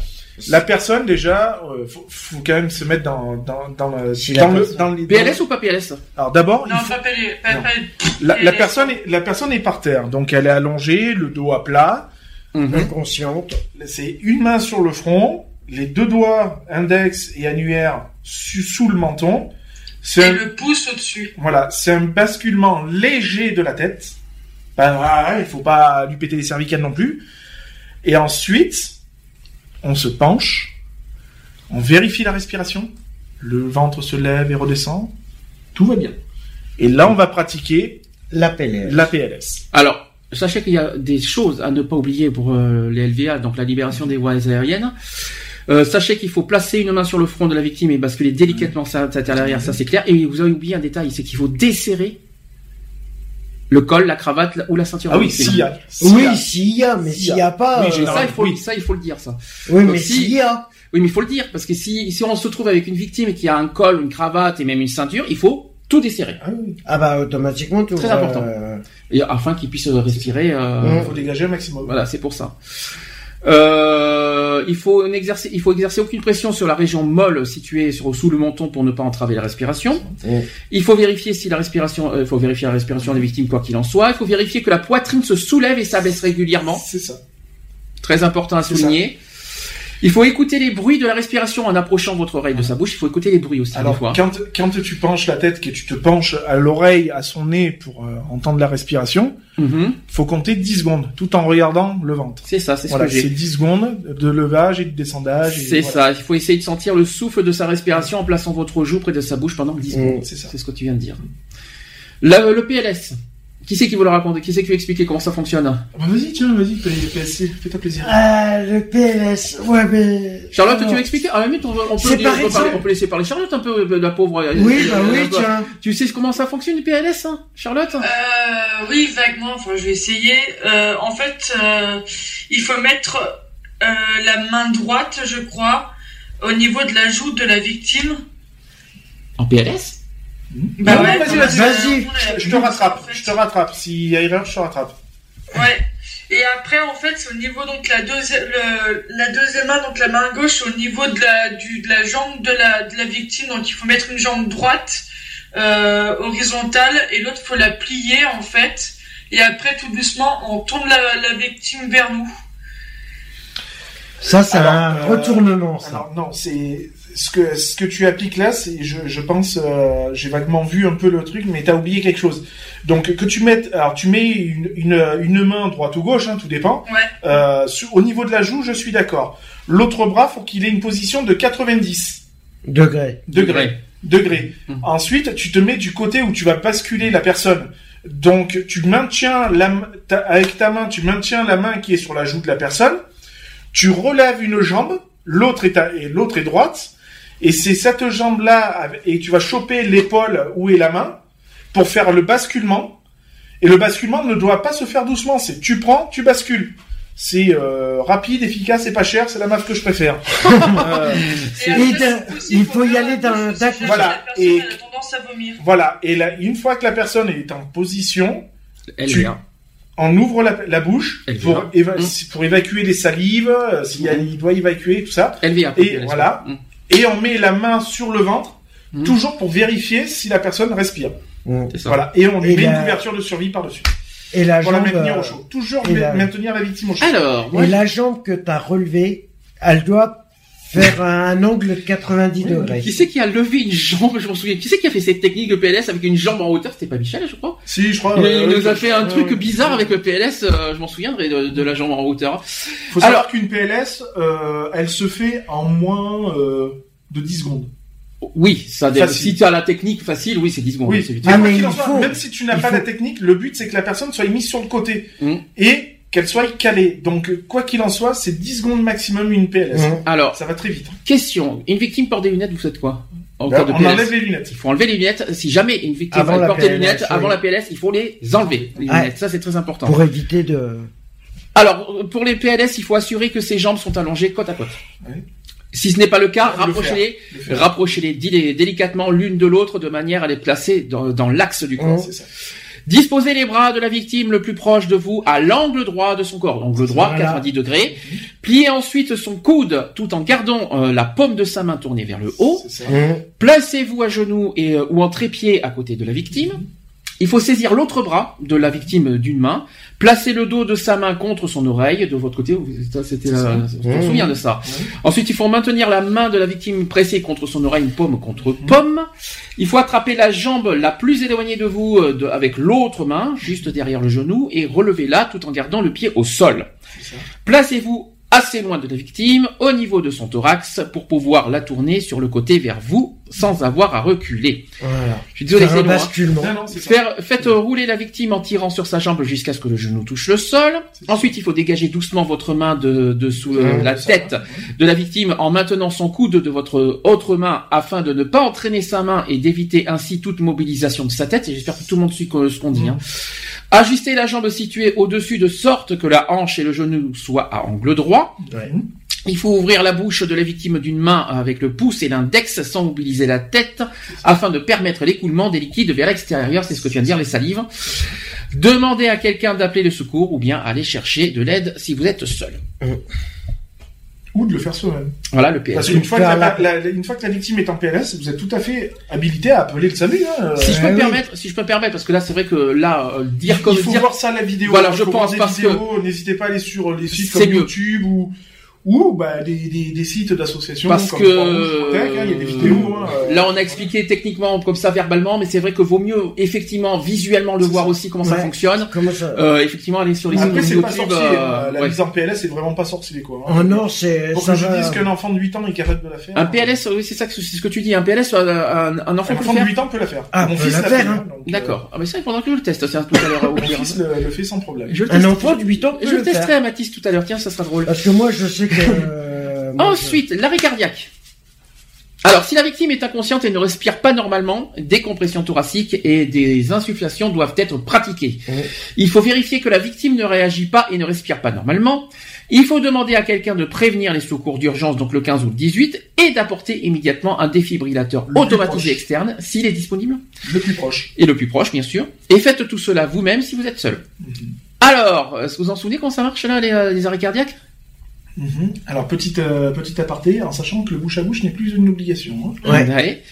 Speaker 3: La personne déjà, euh, faut, faut quand même se mettre dans dans dans le
Speaker 4: Si la
Speaker 3: dans le,
Speaker 4: personne-
Speaker 3: dans le-
Speaker 2: PLS ou pas PLS
Speaker 3: Alors d'abord, il
Speaker 6: Non,
Speaker 3: faut-
Speaker 6: pas Pelé, pas-
Speaker 3: Non.
Speaker 6: pas-
Speaker 3: la, la
Speaker 6: PLS.
Speaker 3: personne est, la personne est par terre, donc elle est allongée, le dos à plat.
Speaker 2: Mhm.
Speaker 4: Inconsciente.
Speaker 3: C'est une main sur le front, les deux doigts index et annuaire su- sous le menton. C'est
Speaker 6: et
Speaker 3: un-
Speaker 6: le pouce au-dessus.
Speaker 3: Voilà, c'est un basculement léger de la tête. Ben voilà, il faut pas lui péter les cervicales non plus. Et ensuite, on se penche, on vérifie la respiration, le ventre se lève et redescend, tout va bien. Et là, on va pratiquer
Speaker 4: La PLS.
Speaker 3: la PLS.
Speaker 2: Alors, sachez qu'il y a des choses à ne pas oublier pour euh, les LVA, donc la libération des voies aériennes. Euh, sachez qu'il faut placer une main sur le front de la victime et basculer délicatement sa sa tête à l'arrière, ça c'est clair. Et vous avez oublié un détail, c'est qu'il faut desserrer le col, la cravate la- ou la ceinture.
Speaker 3: Ah
Speaker 2: de
Speaker 3: oui,
Speaker 2: la victime.
Speaker 3: s'il y a. s'il y a-
Speaker 4: Oui, s'il y a, mais s'il n'y a pas...
Speaker 3: Oui,
Speaker 4: euh,
Speaker 3: j'ai-
Speaker 2: Ça il, faut,
Speaker 3: Oui.
Speaker 2: ça, il faut le dire, ça.
Speaker 4: Oui, mais
Speaker 2: Donc, si-
Speaker 4: s'il y a...
Speaker 2: Oui, mais il faut le dire, parce que si, si on se trouve avec une victime qui a un col, une cravate et même une ceinture, il faut tout desserrer,
Speaker 3: Ah oui,
Speaker 4: Ah bah, automatiquement, tout...
Speaker 2: Très important.
Speaker 4: euh,
Speaker 2: et, afin qu'il puisse respirer. euh,
Speaker 4: Mm.
Speaker 3: il faut dégager un maximum.
Speaker 2: Voilà, c'est pour ça. Euh, il faut un exercer, il faut exercer aucune pression sur la région molle située sur, sous le menton pour ne pas entraver la respiration.
Speaker 4: Mm.
Speaker 2: Il faut vérifier si la respiration, euh, il faut vérifier la respiration des victimes quoi qu'il en soit. Il faut vérifier que la poitrine se soulève et s'abaisse régulièrement.
Speaker 3: C'est ça.
Speaker 2: Très important à souligner. Il faut écouter les bruits de la respiration en approchant votre oreille de sa bouche. Il faut écouter les bruits aussi des
Speaker 3: Alors,
Speaker 2: fois.
Speaker 3: quand, quand tu penches la tête, que tu te penches à l'oreille, à son nez pour euh, entendre la respiration,
Speaker 2: Mhm.
Speaker 3: faut compter 10 secondes, tout en regardant le ventre.
Speaker 2: C'est ça, c'est ce
Speaker 3: Voilà,
Speaker 2: que j'ai.
Speaker 3: c'est 10 secondes de levage et de descendage. et
Speaker 2: C'est
Speaker 3: voilà.
Speaker 2: ça, il faut essayer de sentir le souffle de sa respiration en plaçant votre joue près de sa bouche pendant 10
Speaker 4: Mm,
Speaker 2: secondes.
Speaker 3: c'est ça.
Speaker 2: ce que tu viens de dire. Le, le PLS. Qui c'est qui vous le raconte Qui c'est qui vous explique comment ça fonctionne
Speaker 3: Ah bah vas-y, tiens, vas-y, fais- fais- fais-toi plaisir.
Speaker 4: Ah, le PLS, ouais, mais...
Speaker 2: Charlotte,
Speaker 4: Alors,
Speaker 2: tu veux expliquer Ah, la limite, on, va- on peut,
Speaker 4: C'est
Speaker 2: dire-
Speaker 4: par
Speaker 2: on peut
Speaker 4: exemple-
Speaker 2: parler- on peut laisser parler Charlotte un peu, euh, la pauvre. euh,
Speaker 4: Oui,
Speaker 2: euh,
Speaker 4: bah
Speaker 2: euh,
Speaker 4: oui,
Speaker 2: bah.
Speaker 4: tiens.
Speaker 2: Tu sais comment ça fonctionne le PLS, hein, Charlotte
Speaker 6: Euh, oui, vaguement, enfin, je vais essayer. Euh, en fait, euh, il faut mettre euh, la main droite, je crois, au niveau de la joue de la victime. Bah
Speaker 2: En PLS bah
Speaker 3: Non, non, vas-y, vas-y,
Speaker 4: vas-y.
Speaker 3: Je, je te rattrape, je te rattrape. S'il y a erreur, je te rattrape.
Speaker 6: Ouais. Et après, en fait, c'est au niveau donc la deuxième, le- la deuxième main, donc la main gauche, au niveau de la, du, de la jambe de la, de la victime. Donc, il faut mettre une jambe droite euh, horizontale et l'autre faut la plier en fait. Et après, tout doucement, on tourne la, la victime vers nous.
Speaker 4: Ça, c'est
Speaker 3: Alors,
Speaker 4: un
Speaker 3: euh,
Speaker 4: retournement, ça.
Speaker 3: Alors non, c'est ce que ce que tu appliques là, c'est je, je pense euh, j'ai vaguement vu un peu le truc, mais t'as oublié quelque chose. Donc que tu mettes, alors tu mets une une, une main droite ou gauche, hein, tout dépend.
Speaker 6: Ouais.
Speaker 3: Euh, sur- au niveau de la joue, je suis d'accord. L'autre bras, faut qu'il ait une position de 90
Speaker 4: Degré.
Speaker 3: degrés. degrés.
Speaker 2: Mhm.
Speaker 3: Ensuite, tu te mets du côté où tu vas basculer la personne. Donc, tu maintiens la, m- ta- avec ta main, tu maintiens la main qui est sur la joue de la personne. Tu relèves une jambe, l'autre est, à- et l'autre est droite, et c'est cette jambe-là avec- et tu vas choper l'épaule où est la main pour faire le basculement. Et le basculement ne doit pas se faire doucement. C'est tu prends, tu bascules. C'est euh, rapide, efficace et pas cher. C'est la MAF que je préfère. Euh,
Speaker 6: Et
Speaker 4: Et
Speaker 6: après,
Speaker 4: d'un-
Speaker 6: si possible,
Speaker 4: il faut y
Speaker 6: faire
Speaker 4: aller
Speaker 6: la
Speaker 4: d'un-
Speaker 6: pousse,
Speaker 4: d'un
Speaker 6: parce que
Speaker 3: coup. Voilà.
Speaker 6: La personne,
Speaker 3: Et-
Speaker 6: elle a tendance à vomir.
Speaker 3: voilà. Et là, une fois que la personne est en position,
Speaker 2: Elle
Speaker 3: Tu-
Speaker 2: est là.
Speaker 3: on ouvre la, la bouche
Speaker 2: Elle
Speaker 3: pour,
Speaker 2: vient.
Speaker 3: éva-
Speaker 2: Mm.
Speaker 3: si- pour évacuer les salives, euh, s'il y a-
Speaker 2: Mm.
Speaker 3: il doit évacuer tout ça,
Speaker 2: Elle vient.
Speaker 3: Et voilà.
Speaker 2: Hum,
Speaker 3: et on met la main sur le ventre,
Speaker 2: Mm.
Speaker 3: toujours pour vérifier si la personne respire.
Speaker 4: Mm.
Speaker 2: C'est ça.
Speaker 3: Voilà, et on
Speaker 4: Et
Speaker 3: lui met
Speaker 4: la-
Speaker 3: une couverture de survie par-dessus
Speaker 4: Et la
Speaker 3: pour la
Speaker 4: jambe...
Speaker 3: maintenir
Speaker 4: euh,
Speaker 3: au chaud. Toujours
Speaker 4: et
Speaker 3: ma-
Speaker 4: la-
Speaker 2: Ah.
Speaker 3: maintenir la victime au chaud.
Speaker 2: Alors, moi,
Speaker 4: Et la jambe que t'as relevée, elle doit faire un angle de 90 degrés.
Speaker 2: Qui c'est qui a levé une jambe Je m'en souviens. Qui c'est qui a fait cette technique de PLS avec une jambe en hauteur C'était pas Michel, je crois.
Speaker 3: Si, je crois.
Speaker 2: Il,
Speaker 3: euh,
Speaker 2: il nous a
Speaker 3: oui,
Speaker 2: fait un
Speaker 3: euh,
Speaker 2: truc
Speaker 3: oui.
Speaker 2: bizarre avec le PLS. euh, je m'en souviendrai de, de la jambe en hauteur.
Speaker 3: Faut savoir qu'une PLS, euh, elle se fait en moins euh, de 10 secondes.
Speaker 2: Oui, ça. dé-
Speaker 3: Facile.
Speaker 2: Si tu as la technique facile, oui, c'est 10 secondes.
Speaker 3: Oui.
Speaker 2: c'est vite.
Speaker 3: Mais
Speaker 4: Ah,
Speaker 3: quoi
Speaker 4: mais
Speaker 3: qu'il en
Speaker 4: il
Speaker 3: soit,
Speaker 4: faut-
Speaker 3: même si tu n'as
Speaker 4: il
Speaker 3: pas
Speaker 4: faut-
Speaker 3: la technique, le but c'est que la personne soit mise sur le côté
Speaker 2: Mm.
Speaker 3: et qu'elle soit calée. Donc quoi qu'il en soit, c'est 10 secondes maximum une PLS.
Speaker 4: Mm.
Speaker 2: Alors,
Speaker 3: Ça va très vite.
Speaker 2: question. Une victime porte des lunettes, vous faites quoi En
Speaker 3: Bah,
Speaker 2: cas de
Speaker 3: on
Speaker 2: PLS.
Speaker 3: enlève les lunettes.
Speaker 2: Il faut enlever les lunettes. Si jamais une victime
Speaker 4: Avant
Speaker 2: elle
Speaker 4: la
Speaker 2: porte des
Speaker 4: PLS,
Speaker 2: lunettes
Speaker 4: oui.
Speaker 2: avant la PLS, il faut les enlever. Les
Speaker 4: Ouais.
Speaker 2: lunettes, ça c'est très important.
Speaker 4: Pour éviter de...
Speaker 2: Alors, pour les PLS, il faut assurer que ses jambes sont allongées côte à côte.
Speaker 3: Oui.
Speaker 2: Si ce n'est pas le cas,
Speaker 3: Ah, le
Speaker 2: rapprochez-les,
Speaker 3: Le faire.
Speaker 2: rapprochez-les dé- délicatement l'une de l'autre de manière à les placer dans, dans l'axe du corps.
Speaker 3: C'est ça.
Speaker 2: Disposez les bras de la victime le plus proche de vous à l'angle droit de son corps, angle droit
Speaker 4: Voilà.
Speaker 2: 90 degrés. Pliez ensuite son coude tout en gardant euh, la paume de sa main tournée vers le haut.
Speaker 3: C'est ça.
Speaker 4: mmh.
Speaker 2: Placez-vous à genoux et, euh, ou en trépied à côté de la victime. Il faut saisir l'autre bras de la victime euh, d'une main, placer le dos de sa main contre son oreille de votre côté. vous- Ça, c'était la- on se
Speaker 4: Mmh.
Speaker 2: souvient de ça.
Speaker 3: Mmh.
Speaker 2: Ensuite, il faut maintenir la main de la victime pressée contre son oreille, une paume contre paume. Il faut attraper la jambe la plus éloignée de vous euh, de- avec l'autre main, juste derrière le genou, et relevez-la tout en gardant le pied au sol. Placez-vous assez loin de la victime, au niveau de son thorax, pour pouvoir la tourner sur le côté vers vous, sans avoir à reculer.
Speaker 4: Voilà.
Speaker 2: Je suis désolé,
Speaker 4: Faire
Speaker 2: c'est
Speaker 4: un
Speaker 2: long, hein.
Speaker 4: basculement.
Speaker 3: Non, non, c'est ça.
Speaker 2: Faire- faites rouler la victime en tirant sur sa jambe jusqu'à ce que le genou touche le sol. Ensuite, il faut dégager doucement votre main de, de sous euh,
Speaker 4: Ouais,
Speaker 2: la
Speaker 3: Ah, ça va.
Speaker 2: tête de la victime en maintenant son coude de votre autre main afin de ne pas entraîner sa main et d'éviter ainsi toute mobilisation de sa tête. Et j'espère que tout le monde suit co- ce qu'on
Speaker 3: Mhm.
Speaker 2: dit. Hein. Ajustez la jambe située au-dessus de sorte que la hanche et le genou soient à angle droit.
Speaker 4: Ouais.
Speaker 2: Il faut ouvrir la bouche de la victime d'une main avec le pouce et l'index sans mobiliser la tête afin de permettre l'écoulement des liquides vers l'extérieur. C'est ce que tu viens de dire, les salives. Demandez à quelqu'un d'appeler le secours ou bien allez chercher de l'aide si vous êtes seul.
Speaker 3: Ou de le faire soi-même.
Speaker 2: Voilà le
Speaker 3: Parce
Speaker 2: PS.
Speaker 3: qu'une fois, que
Speaker 4: Faire
Speaker 3: la- la- la- une fois que la victime est en PLS, vous êtes tout à fait habilité à appeler le SAMU. Hein.
Speaker 2: Si je peux
Speaker 4: Eh
Speaker 2: me
Speaker 4: oui.
Speaker 2: permettre, si je peux me permettre, parce que là c'est vrai que là euh, dire comme
Speaker 3: Il faut
Speaker 2: dire,
Speaker 3: voir ça la vidéo.
Speaker 2: Voilà,
Speaker 3: Il
Speaker 2: je
Speaker 3: faut
Speaker 2: pense,
Speaker 3: voir des
Speaker 2: parce que-
Speaker 3: vidéos. N'hésitez pas à aller sur les sites
Speaker 2: C'est
Speaker 3: comme
Speaker 2: mieux.
Speaker 3: YouTube ou ou bah, des, des, des sites d'associations
Speaker 2: parce
Speaker 3: comme
Speaker 2: que
Speaker 3: Croix-Rouge, Prothèque, hein, il y a des vidéos. hein, euh,
Speaker 2: là on a expliqué techniquement comme ça verbalement, mais c'est vrai que vaut mieux effectivement visuellement le
Speaker 3: C'est
Speaker 2: voir
Speaker 3: ça.
Speaker 2: aussi comment ça
Speaker 4: Ouais.
Speaker 2: fonctionne.
Speaker 4: Comment ça
Speaker 2: Euh, effectivement aller sur les
Speaker 3: Après,
Speaker 2: sites
Speaker 3: c'est pas
Speaker 2: YouTube.
Speaker 3: sorcier.
Speaker 2: euh,
Speaker 3: hein. La
Speaker 2: ouais.
Speaker 3: mise en PLS, c'est vraiment pas sorcier, quoi. hein.
Speaker 4: Oh non, c'est...
Speaker 3: Pour
Speaker 4: ça
Speaker 3: que je
Speaker 4: va-
Speaker 3: dise qu'un enfant de 8 ans est capable de la faire. hein.
Speaker 2: Un PLS, oui c'est ça que c'est ce que tu dis, un PLS euh, un, un
Speaker 3: Un
Speaker 2: enfant peut le
Speaker 3: enfant de
Speaker 2: faire.
Speaker 3: 8 ans peut la faire.
Speaker 4: Ah,
Speaker 3: Mon
Speaker 4: peut
Speaker 3: fils
Speaker 4: la
Speaker 3: l'a
Speaker 4: faire,
Speaker 3: fait,
Speaker 4: hein.
Speaker 3: hein, donc, euh,
Speaker 2: D'accord. Ah mais ça il faudra que je le teste. C'est tout
Speaker 3: (laughs)
Speaker 2: à l'heure. au
Speaker 3: Mon
Speaker 2: pire.
Speaker 3: fils le, le fait sans problème.
Speaker 2: Je le
Speaker 4: Un
Speaker 2: teste.
Speaker 4: enfant de 8 ans peut
Speaker 2: Je le
Speaker 4: le faire. Ah,
Speaker 2: testerai à ma tisse tout à l'heure. Tiens ça sera drôle.
Speaker 4: Parce que moi, je sais que...
Speaker 2: (laughs) Oh,
Speaker 4: euh, moi, je-
Speaker 2: Ensuite, l'arrêt cardiaque. Alors, si la victime est inconsciente et ne respire pas normalement, des compressions thoraciques et des insufflations doivent être pratiquées.
Speaker 4: Oui.
Speaker 2: Il faut vérifier que la victime ne réagit pas et ne respire pas normalement. Il faut demander à quelqu'un de prévenir les secours d'urgence, donc le 15 ou le 18, et d'apporter immédiatement un défibrillateur
Speaker 3: Le plus proche.
Speaker 2: automatisé externe s'il est disponible
Speaker 3: Le plus proche.
Speaker 2: et le plus proche, bien sûr. Et faites tout cela vous-même si vous êtes seul.
Speaker 3: Mhm.
Speaker 2: Alors, est-ce que vous en souvenez comment ça marche là, les, euh, les arrêts cardiaques
Speaker 3: Mhm. Alors, petite, euh, petite aparté, en sachant que le bouche à bouche n'est plus une obligation. hein.
Speaker 4: Ouais.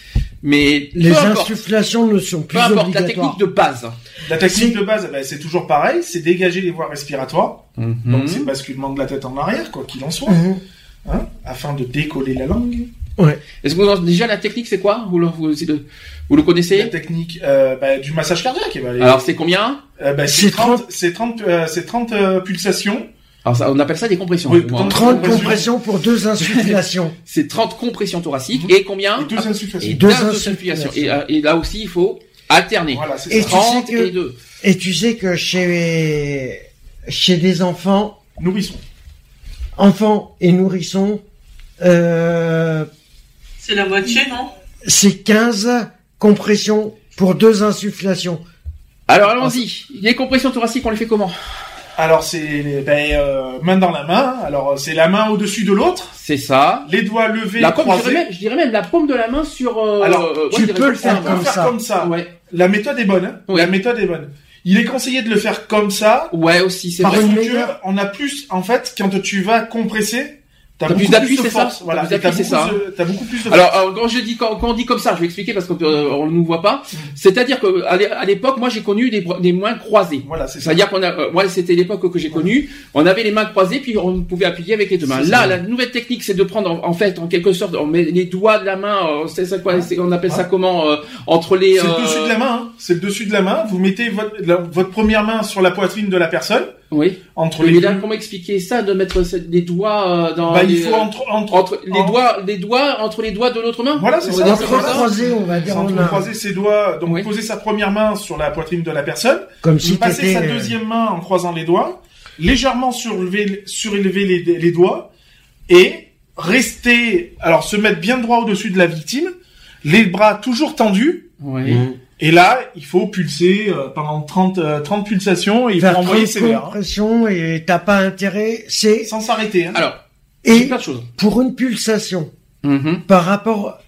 Speaker 2: Mais
Speaker 4: Les
Speaker 2: Mmh. peu importe,
Speaker 4: insufflations ne sont
Speaker 2: peu
Speaker 4: plus
Speaker 2: importe la
Speaker 4: obligatoires.
Speaker 2: technique de base.
Speaker 3: La technique de base, eh ben, c'est toujours pareil, c'est dégager les voies respiratoires, donc c'est
Speaker 2: Mhm.
Speaker 3: basculement de la tête en arrière, quoi qu'il en soit,
Speaker 4: Mhm.
Speaker 3: hein, afin de décoller la langue.
Speaker 2: Est-ce que vous en- déjà la technique c'est quoi vous le, vous, c'est le- vous le
Speaker 3: La
Speaker 2: connaissez
Speaker 3: technique euh, bah, du massage cardiaque, eh ben, les-
Speaker 2: Alors c'est combien
Speaker 3: euh, bah,
Speaker 4: c'est
Speaker 3: c'est 30, c'est 30, euh, c'est 30 euh, pulsations.
Speaker 2: Alors ça, on appelle ça des compressions.
Speaker 3: Oui,
Speaker 2: Moi,
Speaker 4: 30 compressions pour deux insufflations.
Speaker 2: C'est 30 compressions thoraciques et combien Ah,
Speaker 3: Et deux insufflations.
Speaker 2: Et
Speaker 4: Mhm. Deux
Speaker 2: deux
Speaker 4: insufflations.
Speaker 2: insufflations. Et, euh, et là aussi il faut alterner.
Speaker 3: Voilà, c'est
Speaker 4: Et
Speaker 3: ça.
Speaker 4: tu sais
Speaker 2: 30
Speaker 4: que-
Speaker 2: et 2.
Speaker 4: (laughs) Et tu sais que chez chez des enfants,
Speaker 3: Nourrisson.
Speaker 4: enfants et nourrissons, euh,
Speaker 6: C'est la moitié, non
Speaker 4: c'est 15 compressions pour deux insufflations.
Speaker 2: Alors allons-y. Les compressions thoraciques on les fait comment
Speaker 3: Alors c'est ben, euh, main dans la main. Alors c'est la main au-dessus de l'autre,
Speaker 2: C'est ça.
Speaker 3: les doigts levés,
Speaker 2: La paume, je
Speaker 3: croisés.
Speaker 2: dirais, même, je dirais même la paume de la main sur. euh,
Speaker 3: Alors,
Speaker 2: euh, ouais,
Speaker 4: tu
Speaker 2: je dirais
Speaker 4: peux le
Speaker 3: On
Speaker 2: comme ça,
Speaker 4: faire
Speaker 3: peut
Speaker 4: comme
Speaker 3: faire
Speaker 4: ça.
Speaker 3: comme ça.
Speaker 2: Ouais.
Speaker 3: La méthode est bonne. hein.
Speaker 2: Oui.
Speaker 3: La méthode est bonne. Il est conseillé de le faire comme ça
Speaker 2: Ouais aussi c'est
Speaker 3: parce
Speaker 2: vrai.
Speaker 4: une
Speaker 3: que
Speaker 4: meilleure-
Speaker 3: on a plus en fait quand tu vas compresser,
Speaker 2: T'as plus d'appui, c'est ça
Speaker 3: Voilà,
Speaker 2: T'as plus d'appui,
Speaker 3: t'as
Speaker 2: c'est
Speaker 3: beaucoup
Speaker 2: ça.
Speaker 3: de- t'as beaucoup plus de
Speaker 2: Alors, alors, quand je dis quand, quand on dit comme ça, je vais expliquer parce qu'on euh, on nous voit pas. C'est-à-dire que à l'é- à l'époque, moi j'ai connu des, bro- des mains croisées.
Speaker 3: Voilà, c'est ça.
Speaker 2: C'est-à-dire qu'on a, euh, moi c'était l'époque que j'ai connue. On avait les mains croisées puis on pouvait appuyer avec les deux mains.
Speaker 3: C'est
Speaker 2: Là,
Speaker 3: ça.
Speaker 2: la nouvelle technique, c'est de prendre en, en fait, en quelque sorte, on met les doigts de la main. euh, c'est ça quoi c'est- On appelle ça comment euh, Entre les.
Speaker 3: C'est le
Speaker 2: euh,
Speaker 3: dessus de la main. hein. C'est le dessus de la main. Vous mettez votre, la- votre première main sur la poitrine de la personne.
Speaker 2: Oui.
Speaker 3: Entre
Speaker 2: Oui,
Speaker 3: les
Speaker 2: mais
Speaker 3: deux.
Speaker 2: là, comment expliquer ça de mettre ce- les doigts euh, dans
Speaker 3: Bah,
Speaker 2: les,
Speaker 3: il faut
Speaker 2: euh,
Speaker 3: entre, entre,
Speaker 2: entre les
Speaker 3: en-
Speaker 2: doigts, les doigts entre les doigts de l'autre main.
Speaker 3: Voilà, c'est
Speaker 2: On
Speaker 3: ça.
Speaker 2: va dire
Speaker 3: c'est
Speaker 2: comme
Speaker 3: ça.
Speaker 4: Entrecroiser, on va dire,
Speaker 3: C'est
Speaker 4: en un.
Speaker 3: Entrecroiser ses doigts. Donc, poser sa première main sur la poitrine de la personne.
Speaker 4: Comme si
Speaker 3: passer
Speaker 4: t'étais,
Speaker 3: sa
Speaker 4: euh,
Speaker 3: deuxième main en croisant les doigts. Légèrement surélever, surélever les, les doigts. Et rester, alors se mettre bien droit au-dessus de la victime. Les bras toujours tendus.
Speaker 4: Hmm.
Speaker 2: Oui.
Speaker 3: Et là, il faut pulser euh, pendant 30, euh, 30 pulsations et il faut
Speaker 4: Faire
Speaker 3: envoyer
Speaker 4: trop de
Speaker 3: sévère. hein.
Speaker 4: compression et t'as pas intérêt, c'est
Speaker 3: Sans s'arrêter. hein.
Speaker 2: Alors,
Speaker 4: et
Speaker 2: plein de choses.
Speaker 4: pour une pulsation
Speaker 2: Mhm.
Speaker 4: par rapport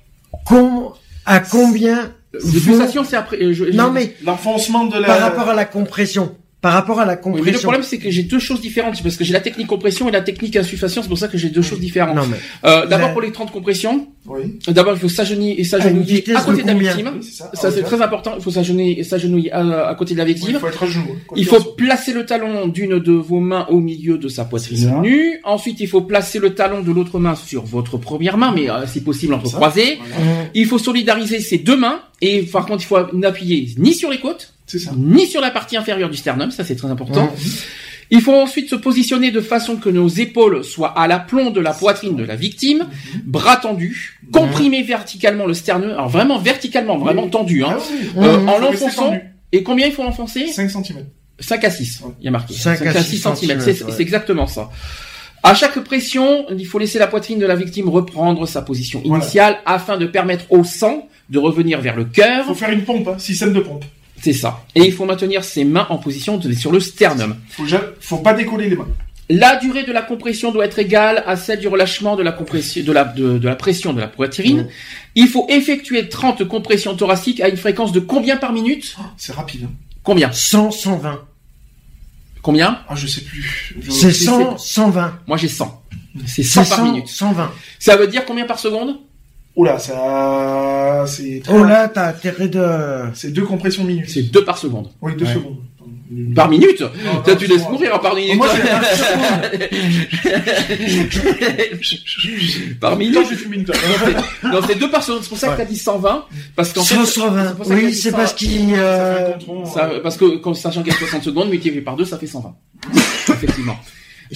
Speaker 4: com- à combien
Speaker 2: Les
Speaker 4: vont-
Speaker 2: pulsations, c'est après. euh, je- je-
Speaker 4: non mais
Speaker 3: L'enfoncement de la...
Speaker 4: par rapport à la compression, par rapport à la
Speaker 2: Oui, mais le
Speaker 4: compression.
Speaker 2: problème, c'est que j'ai deux choses différentes, parce que j'ai la technique compression et la technique insuffisance, c'est pour ça que j'ai deux choses différentes.
Speaker 4: non mais
Speaker 2: Euh, d'abord,
Speaker 4: La-
Speaker 2: pour les 30 compressions,
Speaker 3: Oui,
Speaker 2: d'abord, il faut s'agenouiller et
Speaker 4: À une
Speaker 2: s'agenouiller
Speaker 4: vitesse
Speaker 2: à côté
Speaker 4: de
Speaker 2: de la
Speaker 4: combien
Speaker 2: victime.
Speaker 3: oui, c'est ça.
Speaker 2: Ça,
Speaker 3: Ah,
Speaker 2: c'est
Speaker 3: oui,
Speaker 2: très important, il faut s'agenouiller et s'agenouiller à, à côté de la
Speaker 3: oui, Il
Speaker 2: victime.
Speaker 3: faut être à genoux. hein, quoi
Speaker 2: Il
Speaker 3: qu'il en
Speaker 2: faut placer le talon d'une de vos mains au milieu de sa
Speaker 3: C'est
Speaker 2: poitrine
Speaker 3: ça.
Speaker 2: nue. Ensuite, il faut placer le talon de l'autre main sur votre première main, mais euh, si possible entrecroisée.
Speaker 3: soit. Voilà,
Speaker 2: Il faut solidariser ses deux mains et par contre, il faut n'appuyer ni sur les côtes,
Speaker 3: C'est ça.
Speaker 2: ni sur la partie inférieure du sternum, ça c'est très important. Il faut ensuite se positionner de façon que nos épaules soient à l'aplomb de la poitrine de la victime, bras tendus, comprimer verticalement le sternum, alors vraiment verticalement, vraiment tendu, hein,
Speaker 3: Ah oui,
Speaker 2: euh,
Speaker 4: Mhm.
Speaker 2: en
Speaker 3: Faut rester
Speaker 2: l'enfonçant.
Speaker 3: tendu.
Speaker 2: Et combien il faut l'enfoncer
Speaker 3: 5 cm.
Speaker 2: 5 à 6, il y a marqué.
Speaker 4: 5 à 6
Speaker 2: centimètres, c'est
Speaker 4: centimètres, ouais.
Speaker 2: c'est exactement ça. À chaque pression, il faut laisser la poitrine de la victime reprendre sa position
Speaker 3: Voilà.
Speaker 2: initiale afin de permettre au sang de revenir vers le cœur.
Speaker 3: Faut faire une pompe, hein, système de pompe.
Speaker 2: C'est ça. Et il faut maintenir ses mains en position de- sur le sternum.
Speaker 3: Faut, ja- faut pas décoller les mains.
Speaker 2: La durée de la compression doit être égale à celle du relâchement de la, compression, de la, de, de la pression de la poitrine. Il faut effectuer 30 compressions thoraciques à une fréquence de combien par minute
Speaker 3: C'est rapide. hein.
Speaker 2: Combien
Speaker 4: 100 120.
Speaker 2: Combien
Speaker 3: Ah, je sais plus. Je-
Speaker 4: C'est
Speaker 2: c'est-
Speaker 4: 100 120.
Speaker 2: Moi j'ai 100. C'est
Speaker 4: C'est
Speaker 2: 100 par
Speaker 4: 100
Speaker 2: minute.
Speaker 4: 120.
Speaker 2: Ça veut dire combien par seconde
Speaker 3: Oula, ça. C'est très
Speaker 4: Oh
Speaker 3: rapide.
Speaker 4: là, t'as intérêt de
Speaker 3: C'est deux compressions minutes.
Speaker 2: C'est 2 par seconde.
Speaker 3: Oui, deux
Speaker 2: Ouais.
Speaker 3: secondes.
Speaker 2: Par minute
Speaker 3: Non,
Speaker 2: Toi,
Speaker 3: non,
Speaker 2: tu
Speaker 3: c'est
Speaker 2: laisses
Speaker 3: moi.
Speaker 2: mourir en par minute.
Speaker 3: Moi, j'ai un
Speaker 2: (laughs) par
Speaker 3: Putain, j'ai
Speaker 2: minute
Speaker 3: fumé une
Speaker 2: (laughs)
Speaker 3: clope.
Speaker 2: Non, c'est 2 par seconde. C'est pour ça que t'as dit 120. Parce qu'en fait.
Speaker 4: 100
Speaker 2: c'est
Speaker 4: 120.
Speaker 2: pour ça que t'as
Speaker 4: Oui,
Speaker 2: dit
Speaker 4: c'est
Speaker 2: 100.
Speaker 4: parce qu'il euh,
Speaker 2: Ça, parce que, quand, sachant qu'il y a 60 secondes, multiplié par 2, ça fait 120. (laughs) Effectivement.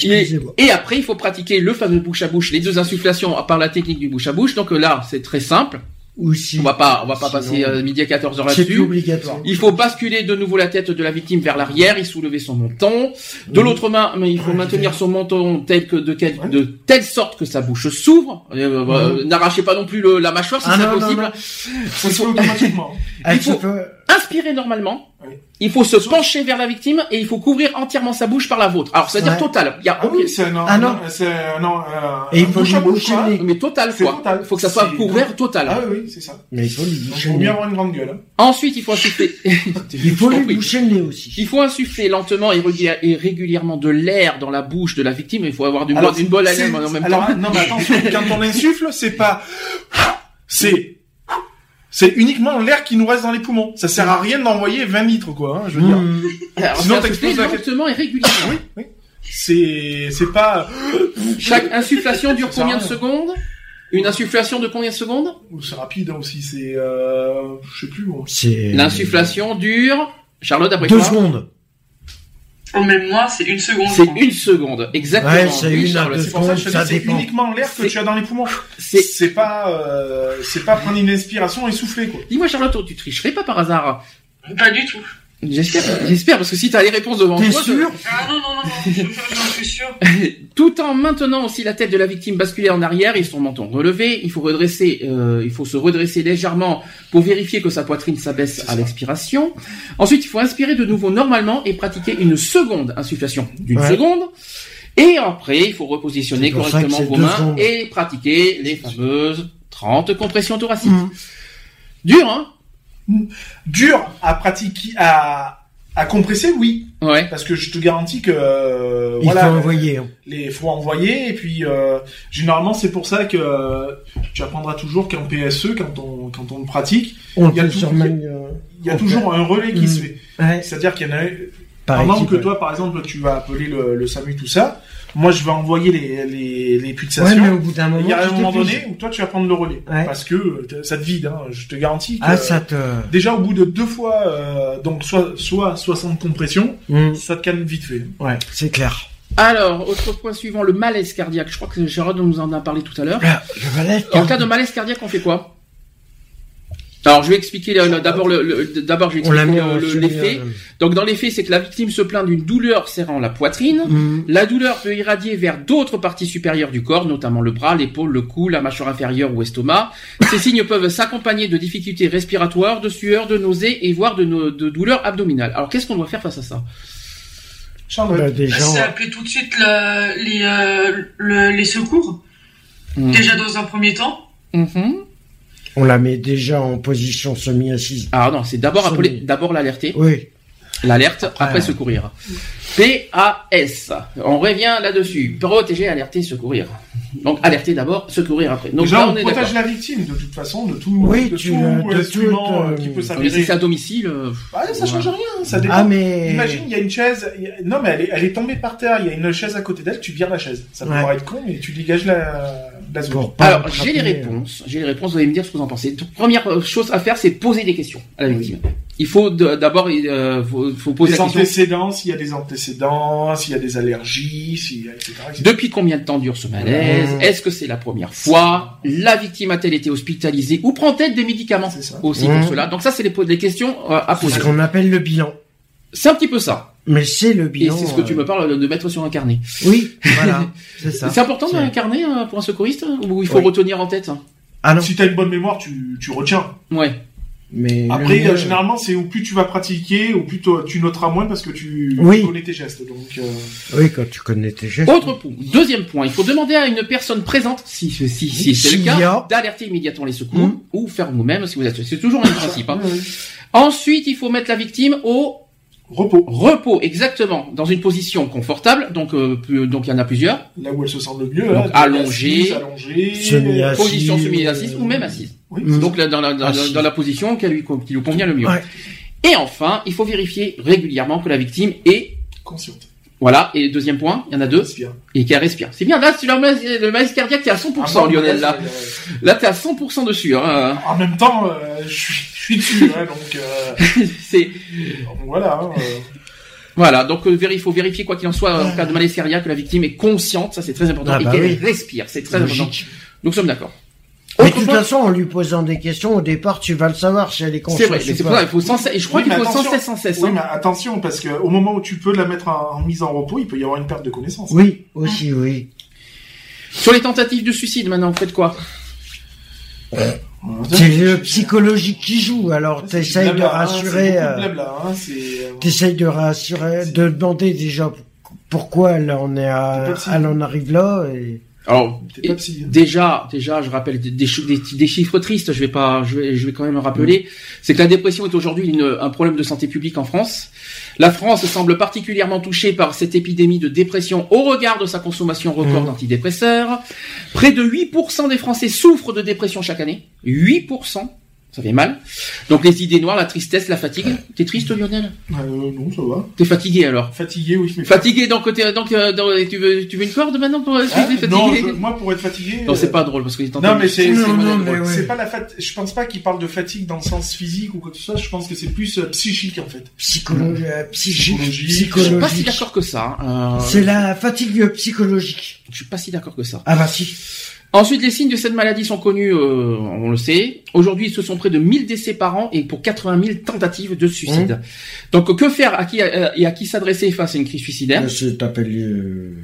Speaker 2: Il est-
Speaker 4: excusez-moi.
Speaker 2: Et après, il faut pratiquer le fameux bouche à bouche, les deux insufflations par la technique du bouche à bouche. Donc euh, là, c'est très simple.
Speaker 4: Ou si-
Speaker 2: On va pas, on va pas
Speaker 4: sinon,
Speaker 2: passer euh, midi à 14 heures
Speaker 4: C'est plus
Speaker 2: là-dessus.
Speaker 4: obligatoire.
Speaker 2: Il faut basculer de nouveau la tête de la victime vers l'arrière et soulever son menton. De
Speaker 4: Mhm.
Speaker 2: l'autre main, mais il faut maintenir son menton tel que de, quel- de telle sorte que sa bouche s'ouvre. Euh, euh, N'arrachez pas non plus le- la mâchoire si
Speaker 4: Mhm. Ah
Speaker 2: c'est
Speaker 4: non, non,
Speaker 2: impossible.
Speaker 4: non.
Speaker 3: Ça se fait automatiquement.
Speaker 4: Elle
Speaker 2: faut-
Speaker 4: se Ah, peut-
Speaker 2: Inspirer normalement.
Speaker 3: Oui.
Speaker 2: Il faut se pencher vers la victime et il faut couvrir entièrement sa bouche par la vôtre. Alors, c'est-à-dire
Speaker 4: Ouais.
Speaker 2: total. Il y a
Speaker 3: Ah
Speaker 2: aucun-
Speaker 3: oui, c'est un.
Speaker 4: (laughs) Ah non.
Speaker 3: C'est un. un-
Speaker 4: Et
Speaker 3: un
Speaker 4: il faut
Speaker 3: bouche à
Speaker 4: lui
Speaker 3: bouche,
Speaker 4: boucher
Speaker 3: hein.
Speaker 4: le nez.
Speaker 2: Mais total,
Speaker 3: C'est
Speaker 2: quoi.
Speaker 3: total.
Speaker 2: Il faut que ça soit
Speaker 3: C'est-
Speaker 2: couvert total.
Speaker 3: Ah oui, oui, c'est ça.
Speaker 4: Mais il faut lui
Speaker 3: Donc,
Speaker 4: boucher
Speaker 3: faut
Speaker 4: le
Speaker 3: bien
Speaker 4: nez.
Speaker 3: avoir une grande gueule. hein.
Speaker 2: Ensuite, il faut insuffler. (laughs)
Speaker 4: Il
Speaker 2: Je
Speaker 4: faut
Speaker 2: t'en
Speaker 4: lui
Speaker 2: prie.
Speaker 4: boucher le nez aussi.
Speaker 2: Il faut insuffler lentement et réguli- et régulièrement de l'air dans la bouche de la victime. Il faut avoir du
Speaker 3: Alors,
Speaker 2: bonne- une bonne
Speaker 3: c'est-
Speaker 2: haleine en même
Speaker 3: alors,
Speaker 2: temps.
Speaker 3: Non, mais attention, quand on insuffle, c'est pas. C'est. C'est uniquement l'air qui nous reste dans les poumons. Ça sert à rien d'envoyer 20 litres, quoi. hein, je veux dire.
Speaker 4: Mmh.
Speaker 2: Alors,
Speaker 3: sinon,
Speaker 2: c'est
Speaker 3: t'exploses
Speaker 2: insuffler
Speaker 3: la tête.
Speaker 2: lentement et régulièrement.
Speaker 3: Oui, oui. C'est. C'est pas.
Speaker 2: Chaque insufflation dure
Speaker 3: Ça sert à
Speaker 2: combien de
Speaker 3: rien.
Speaker 2: secondes Une insufflation de combien de secondes
Speaker 3: C'est rapide hein, aussi, c'est. Euh... Je sais plus, moi.
Speaker 4: C'est
Speaker 2: L'insufflation dure. Charlotte, après
Speaker 4: deux
Speaker 2: toi
Speaker 4: secondes.
Speaker 6: Oh, même moi, c'est une seconde.
Speaker 2: C'est une seconde, exactement.
Speaker 4: Ouais, c'est
Speaker 2: Oui,
Speaker 4: une à
Speaker 2: Charlotte,
Speaker 4: deux
Speaker 2: c'est
Speaker 3: C'est
Speaker 2: pour-
Speaker 3: pour ça que je te
Speaker 4: Ça
Speaker 3: dis, c'est
Speaker 4: dépend.
Speaker 3: uniquement l'air que
Speaker 2: C'est-
Speaker 3: tu as dans les poumons.
Speaker 2: c'est-
Speaker 3: C'est pas. euh, C'est pas prendre une inspiration et souffler, quoi.
Speaker 2: Dis-moi, Charlotte, tu tricherais pas par hasard
Speaker 6: Pas du tout.
Speaker 2: J'espère, j'espère, parce que si t'as les réponses devant
Speaker 4: T'es
Speaker 2: toi, je-
Speaker 4: sûr
Speaker 3: Euh,
Speaker 6: Ah non, non, non,
Speaker 3: (laughs)
Speaker 6: non, je- je- j'en suis sûr.
Speaker 2: Tout en maintenant aussi la tête de la victime basculée en arrière et son menton relevé, il faut redresser, euh, il faut se redresser légèrement pour vérifier que sa poitrine s'abaisse à l'expiration. Ensuite, il faut inspirer de nouveau normalement et pratiquer une seconde insufflation d'une
Speaker 4: Ouais.
Speaker 2: seconde. Et après, il faut repositionner
Speaker 4: C'est pour ça que
Speaker 2: correctement
Speaker 4: c'est
Speaker 2: vos
Speaker 4: deux
Speaker 2: mains
Speaker 4: secondes.
Speaker 2: et pratiquer les fameuses 30 compressions thoraciques.
Speaker 4: Mhm.
Speaker 2: Dur, hein
Speaker 3: Dur à pratiquer. À... À compresser, oui.
Speaker 2: Ouais.
Speaker 3: Parce que je te garantis que euh,
Speaker 4: Il
Speaker 3: voilà,
Speaker 4: faut envoyer. hein.
Speaker 3: les faut envoyer et puis euh, généralement c'est pour ça que euh, tu apprendras toujours qu'en PSE quand on quand on le pratique,
Speaker 4: On
Speaker 3: il y a
Speaker 4: peut
Speaker 3: tout-
Speaker 4: sur même, euh,
Speaker 3: il y a
Speaker 4: Ok.
Speaker 3: toujours un relais qui
Speaker 4: Mm.
Speaker 3: se fait.
Speaker 4: ouais,
Speaker 3: C'est-à-dire qu'il y en a
Speaker 4: par
Speaker 3: pendant
Speaker 4: équipe,
Speaker 3: que
Speaker 4: ouais.
Speaker 3: toi par exemple tu vas appeler le, le SAMU tout ça, moi je vais envoyer les les les
Speaker 4: Ouais,
Speaker 3: pulsations.
Speaker 4: mais au bout d'un moment,
Speaker 3: il y a
Speaker 4: tu
Speaker 3: un moment
Speaker 4: t'épuises.
Speaker 3: donné où toi tu vas prendre le relais
Speaker 4: Ouais.
Speaker 3: parce que euh, te- ça te vide hein, je te garantis que
Speaker 4: Ah, ça te.
Speaker 3: déjà au bout de deux fois euh, donc soit soit 60 compressions,
Speaker 4: Mm,
Speaker 3: ça te calme vite fait.
Speaker 4: Ouais, c'est clair.
Speaker 2: Alors, autre point suivant, le malaise cardiaque. Je crois que Gérard nous en a parlé tout à l'heure.
Speaker 4: Je vais aller-
Speaker 2: En cas de malaise cardiaque, on fait quoi Alors, je vais expliquer le- le- d'abord le, le- d'abord je vais
Speaker 4: On l'a mis
Speaker 2: expliquer
Speaker 4: en hein,
Speaker 2: le- le-
Speaker 4: sur-
Speaker 2: l'effet. Donc, dans l'effet, c'est que la victime se plaint d'une douleur serrant la poitrine.
Speaker 4: Mm,
Speaker 2: La douleur peut irradier vers d'autres parties supérieures du corps, notamment le bras, l'épaule, le cou, la mâchoire inférieure ou estomac. Ces signes peuvent s'accompagner de difficultés respiratoires, de sueurs, de nausées et voire de, no- de douleurs abdominales. Alors, qu'est-ce qu'on doit faire face à ça
Speaker 4: bah, des gens-
Speaker 6: C'est appeler tout de suite la- les, euh, le- les secours,
Speaker 4: Hmm.
Speaker 6: déjà dans un premier temps.
Speaker 4: Mm.
Speaker 2: Mhm.
Speaker 4: on la met déjà en position semi-assise.
Speaker 2: Ah non, c'est d'abord
Speaker 4: Sonner.
Speaker 2: appeler, d'abord l'alerter.
Speaker 4: Oui.
Speaker 2: L'alerte, après,
Speaker 4: ouais.
Speaker 2: secourir. PAS. On revient là-dessus. Protéger, alerter, secourir. Donc alerter d'abord, secourir après. Donc
Speaker 3: Déjà,
Speaker 2: là,
Speaker 3: on,
Speaker 2: on est
Speaker 3: protège
Speaker 2: d'accord.
Speaker 3: la victime de toute façon de tout,
Speaker 4: Oui,
Speaker 3: de
Speaker 4: tu-
Speaker 3: tout
Speaker 4: de
Speaker 3: instrument
Speaker 4: tout,
Speaker 3: euh,
Speaker 4: euh,
Speaker 3: qui peut
Speaker 2: Mais si
Speaker 3: s'avérer.
Speaker 2: c'est à domicile, euh,
Speaker 3: Ah, ça change
Speaker 2: Ouais.
Speaker 3: rien, ça dépend.
Speaker 4: Ah, mais.
Speaker 3: Imagine, il y a une chaise. il y a- Non, mais elle est, elle est tombée par terre. Il y a une chaise à côté d'elle. Tu vires la chaise. Ça peut
Speaker 4: Ouais.
Speaker 3: paraître con, mais tu dégages la, la zone.
Speaker 4: Pour pas
Speaker 2: Alors,
Speaker 4: attraper,
Speaker 2: j'ai les réponses. J'ai les réponses. Vous allez me dire ce que vous en pensez. Donc, première euh, chose à faire, c'est poser des questions à la victime. Il faut de- d'abord, il euh, faut, faut poser
Speaker 3: Les
Speaker 2: la question.
Speaker 3: antécédents, s'il y a des antécédents, s'il y a des allergies, s'il y a, etc. etc.
Speaker 2: Depuis combien de temps dure ce malaise
Speaker 4: Mmh.
Speaker 2: Est-ce que c'est la première fois La victime a-t-elle été hospitalisée ou prend-elle des médicaments
Speaker 3: C'est ça.
Speaker 2: aussi
Speaker 4: Mmh.
Speaker 2: pour cela Donc ça, c'est les, po- les questions euh, à
Speaker 4: C'est
Speaker 2: poser.
Speaker 4: ce qu'on appelle le bilan.
Speaker 2: C'est un petit peu ça.
Speaker 4: Mais c'est le
Speaker 2: Et
Speaker 4: bilan.
Speaker 2: c'est ce que tu
Speaker 4: euh,
Speaker 2: me parles de, de mettre sur un carnet.
Speaker 4: Oui, voilà.
Speaker 2: (laughs)
Speaker 4: c'est ça.
Speaker 2: C'est important
Speaker 4: C'est-
Speaker 2: d'un carnet euh, pour un secouriste hein, ou il faut
Speaker 4: Oui.
Speaker 2: retenir en tête hein
Speaker 4: Ah non.
Speaker 3: Si t'as une bonne mémoire, tu, tu retiens.
Speaker 2: Ouais.
Speaker 4: Mais le
Speaker 3: Après,
Speaker 4: mieux-
Speaker 3: euh, généralement, c'est au plus tu vas pratiquer, au plus toi- tu noteras moins parce que tu,
Speaker 4: Oui.
Speaker 3: tu connais tes gestes. Donc, euh,
Speaker 4: Oui, quand tu connais tes gestes.
Speaker 2: Autre point. Deuxième point. Il faut demander à une personne présente, si, si, si c'est le
Speaker 4: S'il y
Speaker 2: cas,
Speaker 4: a.
Speaker 2: d'alerter immédiatement les secours
Speaker 4: Mm.
Speaker 2: ou faire vous-même si vous êtes. C'est toujours un principe. hein. Ensuite, il faut mettre la victime au
Speaker 3: repos.
Speaker 2: repos, exactement, dans une position confortable. Donc, euh, plus- donc il y en a plusieurs.
Speaker 3: Là où elle se sent le mieux.
Speaker 2: Donc,
Speaker 3: hein,
Speaker 2: allongée,
Speaker 3: assise, allongée,
Speaker 4: semi-assise. Assis,
Speaker 2: position semi-assise
Speaker 4: euh,
Speaker 2: ou même assise.
Speaker 3: Oui,
Speaker 4: Mm.
Speaker 2: Donc là, dans la, dans,
Speaker 4: Assis.
Speaker 2: dans la position qu'elle lui, qui lui convient le mieux.
Speaker 4: Ouais.
Speaker 2: Et enfin, il faut vérifier régulièrement que la victime est
Speaker 3: consciente.
Speaker 2: voilà, et deuxième point, il y en a deux,
Speaker 3: Respire.
Speaker 2: et qu'elle respire. C'est bien, là, c'est le malaise, le malaise cardiaque, t'es à 100%,
Speaker 3: Ah, bon,
Speaker 2: Lionel, là.
Speaker 3: c'est, euh,
Speaker 2: Là, t'es à 100% dessus, hein. (laughs)
Speaker 3: En même temps, euh, je suis je suis dessus, hein, donc euh,
Speaker 2: C'est,
Speaker 3: donc voilà. hein, euh.
Speaker 2: Voilà, donc euh, véri- il faut vérifier quoi qu'il en soit en cas de malaise cardiaque que la victime est consciente, ça c'est très important,
Speaker 4: Ah bah
Speaker 2: et qu'elle
Speaker 4: oui.
Speaker 2: respire, c'est très
Speaker 4: (laughs) Logique.
Speaker 2: important. Nous sommes d'accord.
Speaker 4: Mais de
Speaker 2: Autre
Speaker 4: toute
Speaker 2: chose-
Speaker 4: façon, en lui posant des questions, au départ, tu vas le savoir si elle est
Speaker 2: c'est
Speaker 4: consciente.
Speaker 2: vrai,
Speaker 4: ou
Speaker 2: mais c'est
Speaker 4: pas.
Speaker 2: pour ça, il faut sans cesse, et je crois
Speaker 3: Oui,
Speaker 2: qu'il
Speaker 3: mais
Speaker 2: faut sans
Speaker 3: attention.
Speaker 2: cesse, sans cesse.
Speaker 3: Oui,
Speaker 2: hein.
Speaker 3: mais attention, parce que au moment où tu peux la mettre en, en mise en repos, il peut y avoir une perte de connaissance.
Speaker 4: Oui, aussi, oui.
Speaker 2: Sur les tentatives de suicide maintenant, vous faites quoi
Speaker 3: Euh,
Speaker 2: Ah.
Speaker 4: C'est le psychologique qui joue, alors
Speaker 3: c'est du
Speaker 4: t'essayes de
Speaker 3: blabla, hein, c'est
Speaker 4: rassurer,
Speaker 3: beaucoup de
Speaker 4: euh,
Speaker 3: blabla, hein, c'est, euh,
Speaker 4: t'essayes de rassurer, de demander déjà p- pourquoi elle en est
Speaker 3: C'est
Speaker 4: à,
Speaker 3: pas possible.
Speaker 4: elle en arrive là et
Speaker 2: Alors,
Speaker 3: T'es pas psy. hein.
Speaker 2: déjà, déjà, je rappelle des, des chi- des ti- des chiffres tristes, je vais pas, je vais, je vais quand même le
Speaker 3: Mmh.
Speaker 2: rappeler. C'est que la dépression est aujourd'hui une- un problème de santé publique en France. La France semble particulièrement touchée par cette épidémie de dépression au regard de sa consommation record
Speaker 3: Mmh.
Speaker 4: Mhm.
Speaker 2: d'antidépresseurs. Près de 8% des Français souffrent de dépression chaque année. 8%. Ça fait mal. Donc les idées noires, la tristesse, la fatigue.
Speaker 3: Mmh.
Speaker 2: T'es triste Lionel
Speaker 3: Euh, non, ça va.
Speaker 2: T'es fatigué alors
Speaker 3: Fatigué, oui, mais.
Speaker 2: Fatigué donc, t'es- donc euh, dans- tu, veux, tu veux une corde maintenant pour
Speaker 3: Ah,
Speaker 2: expliquer
Speaker 3: non,
Speaker 2: fatigué
Speaker 3: je- moi pour être fatigué.
Speaker 2: Non, c'est
Speaker 3: euh,
Speaker 2: pas drôle parce que
Speaker 3: Non, mais c'est.
Speaker 4: Non,
Speaker 3: c'est-
Speaker 4: non,
Speaker 3: c'est-
Speaker 4: mais ouais.
Speaker 3: C'est pas la fatigue. Je pense pas qu'il parle de fatigue dans le sens physique ou quoi que ce soit. Je pense que c'est plus euh, psychique en fait.
Speaker 4: psychologie, psychique,
Speaker 3: Psychologie. Ah
Speaker 2: Je suis pas si
Speaker 4: psychologique.
Speaker 2: d'accord que ça. hein. Euh,
Speaker 4: C'est la fatigue psychologique.
Speaker 2: Je suis pas si d'accord que ça.
Speaker 4: Ah bah si.
Speaker 2: Ensuite, les signes de cette maladie sont connus, euh, on le sait. Aujourd'hui, ce sont près de 1000 décès par an et pour 80 000 tentatives de suicide.
Speaker 3: Mmh.
Speaker 2: Donc, que
Speaker 3: Hein
Speaker 2: faire à qui euh, et à qui s'adresser face à une crise suicidaire
Speaker 4: Ça s'appelle euh,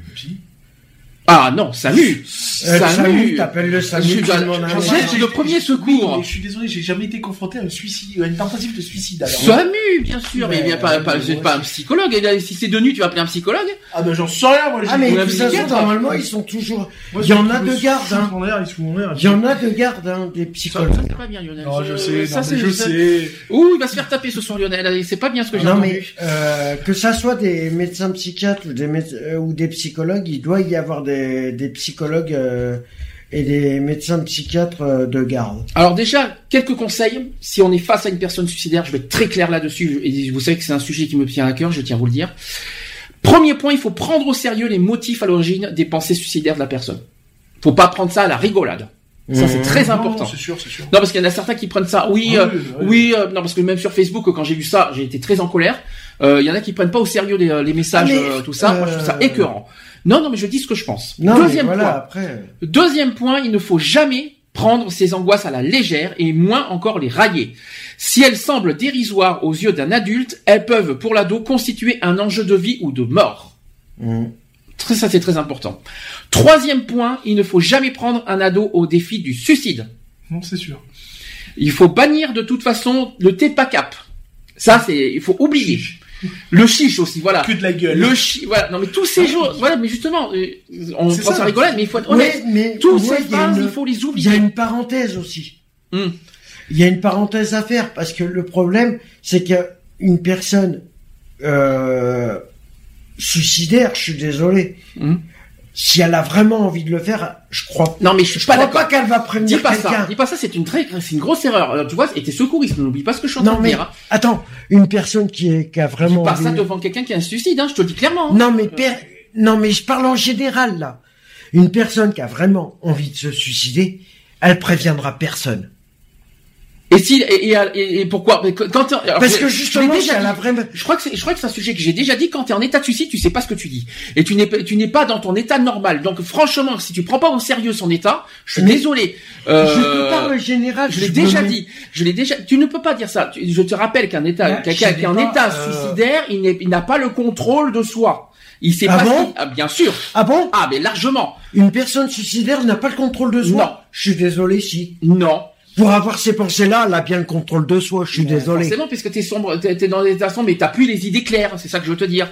Speaker 2: Ah non, SAMU
Speaker 4: Euh, SAMU, t'appelles le SAMU,
Speaker 2: Je suis
Speaker 4: tu
Speaker 2: dans-
Speaker 4: demandes un
Speaker 2: j'en
Speaker 4: médecin.
Speaker 2: sais, c'est le premier
Speaker 3: Oui,
Speaker 2: secours
Speaker 3: mais je suis désolé, j'ai jamais été confronté à un suicide, à une tentative de suicide. alors.
Speaker 2: SAMU, bien sûr, mais
Speaker 3: Ouais,
Speaker 2: bien pas, pas,
Speaker 3: ouais,
Speaker 2: c'est
Speaker 3: ouais,
Speaker 2: pas un psychologue. Et là, si c'est de nuit, tu vas appeler un psychologue
Speaker 3: Ah ben j'en sais rien, moi. j'ai-
Speaker 4: Ah mais
Speaker 2: Ou
Speaker 4: de
Speaker 2: la
Speaker 4: toute façon,
Speaker 2: psychiatre.
Speaker 4: normalement ils sont toujours.
Speaker 3: Moi,
Speaker 4: Il y en
Speaker 3: je
Speaker 4: a
Speaker 3: me
Speaker 4: de
Speaker 3: suis
Speaker 4: garde, hein.
Speaker 3: foutu en l'air, ils se foutent en l'air.
Speaker 4: Il y en a de garde hein, des psychologues.
Speaker 2: C'est pas bien, Lionel.
Speaker 3: Non, Oh, je
Speaker 2: Euh,
Speaker 3: sais,
Speaker 2: ça,
Speaker 3: non, mais
Speaker 2: c'est-
Speaker 3: je
Speaker 2: ça-
Speaker 3: sais.
Speaker 2: Ouh, il va se faire taper ce son Lionel. Allez, C'est pas bien ce que j'ai
Speaker 4: Non
Speaker 2: entendu.
Speaker 4: mais euh, que ça soit des médecins psychiatres ou des méde- euh, ou des psychologues, il doit y avoir des, des psychologues euh, et des médecins psychiatres euh, de garde.
Speaker 2: Alors déjà, quelques conseils. Si on est face à une personne suicidaire, je vais être très clair là-dessus. Et vous savez que c'est un sujet qui me tient à cœur, je tiens à vous le dire. Premier point, il faut prendre au sérieux les motifs à l'origine des pensées suicidaires de la personne. Faut pas prendre ça à la rigolade. Ça,
Speaker 4: Mmh.
Speaker 2: c'est très
Speaker 3: Non,
Speaker 2: important.
Speaker 3: C'est sûr, c'est sûr.
Speaker 2: Non, parce qu'il y en a certains qui prennent ça. Oui,
Speaker 3: Ah
Speaker 2: euh,
Speaker 3: oui, oui.
Speaker 2: oui, euh, non, parce que même sur Facebook, quand j'ai vu ça, j'ai été très en colère. Euh, Il y en a qui prennent pas au sérieux les, euh, les messages,
Speaker 4: Ah, mais,
Speaker 2: euh, tout ça. Moi, je trouve ça
Speaker 4: euh,
Speaker 2: écœurant. Non, non, mais je dis ce que je pense.
Speaker 4: Non
Speaker 2: Deuxième
Speaker 4: mais
Speaker 2: point.
Speaker 4: voilà après. euh,
Speaker 2: Deuxième point, il ne faut jamais prendre ses angoisses à la légère et moins encore les railler. Si elles semblent dérisoires aux yeux d'un adulte, elles peuvent pour l'ado constituer un enjeu de vie ou de mort. Mmh.
Speaker 4: Mm.
Speaker 2: Très- Ça c'est très important. Troisième point, il ne faut jamais prendre un ado au défi du suicide.
Speaker 3: Non, c'est sûr.
Speaker 2: Il faut bannir de toute façon le TEPACAP. Ça c'est, il faut oublier. Le chiche aussi, voilà.
Speaker 3: Que de la gueule.
Speaker 2: Le chi, voilà. Non mais tous
Speaker 4: Ah
Speaker 2: ces jours, voilà. Mais justement, euh, on
Speaker 3: C'est
Speaker 2: prend
Speaker 3: ça.
Speaker 2: ça rigolade, mais il faut être honnête.
Speaker 4: Mais, mais
Speaker 2: Tous
Speaker 4: ouais,
Speaker 2: ces
Speaker 4: il y a
Speaker 2: phrases,
Speaker 4: une-
Speaker 2: il faut les
Speaker 4: Il y a
Speaker 2: oublier.
Speaker 4: une parenthèse aussi.
Speaker 2: Hmm.
Speaker 4: Il y a une parenthèse à faire parce que le problème, c'est qu'une personne euh, suicidaire, je suis désolé,
Speaker 2: Hmm.
Speaker 4: si elle a vraiment envie de le faire, je crois,
Speaker 2: Non mais je suis
Speaker 4: je
Speaker 2: pas
Speaker 4: crois
Speaker 2: d'accord.
Speaker 4: pas qu'elle va
Speaker 2: Dis
Speaker 4: prévenir
Speaker 2: pas ça,
Speaker 4: quelqu'un.
Speaker 2: dis pas ça, c'est une très, c'est une grosse erreur. Alors, tu vois, et t'es secouriste, n'oublie pas ce que je suis en train
Speaker 4: Non
Speaker 2: de
Speaker 4: mais
Speaker 2: dire. hein.
Speaker 4: attends, une personne qui, est, qui a
Speaker 2: Dis
Speaker 4: vraiment
Speaker 2: pas
Speaker 4: envie-
Speaker 2: ça devant quelqu'un qui a un suicide, hein, je te le dis clairement. hein.
Speaker 4: Non mais per- non mais je parle en général là. Une personne qui a vraiment envie de se suicider, elle préviendra personne.
Speaker 2: Et si, et, et, et- et pourquoi Mais que- quand t'es- alors,
Speaker 4: Parce
Speaker 2: Ah, je-
Speaker 4: que
Speaker 2: je
Speaker 4: justement,
Speaker 2: l'ai
Speaker 4: c'est
Speaker 2: déjà
Speaker 4: à la
Speaker 2: dit.
Speaker 4: vraie.
Speaker 2: Je crois que c'est, je crois que c'est un sujet que j'ai déjà dit. Quand t'es en état de suicide, tu sais pas ce que tu dis, et tu n'es, pas- tu n'es pas dans ton état normal. Donc franchement, si tu prends pas au sérieux son état, je suis
Speaker 4: Mais-
Speaker 2: désolé.
Speaker 4: Je
Speaker 2: Euh,
Speaker 4: te parle général.
Speaker 2: Je l'ai
Speaker 4: me
Speaker 2: déjà
Speaker 4: mets-
Speaker 2: dit. Je l'ai déjà. Tu ne peux pas dire ça. Tu- Je te rappelle qu'un état,
Speaker 4: Ouais,
Speaker 2: quelqu'un
Speaker 4: je
Speaker 2: qui est en
Speaker 4: l'ai pas,
Speaker 2: état
Speaker 4: euh,
Speaker 2: suicidaire, il, n'est- il n'a pas le contrôle de soi. Il sait
Speaker 4: Ah
Speaker 2: pas.
Speaker 4: bon
Speaker 2: si- ah, bien sûr.
Speaker 4: Ah bon
Speaker 2: Ah, mais largement.
Speaker 4: Une personne suicidaire n'a pas le contrôle de soi.
Speaker 2: Non.
Speaker 4: Je suis désolé si.
Speaker 2: Non.
Speaker 4: Pour avoir ces pensées-là, elle a bien le contrôle de soi. Je suis désolé.
Speaker 2: Forcément, puisque t'es sombre, t'es t'es dans l'état sombre, mais t'as plus les idées claires. C'est ça que je veux te dire.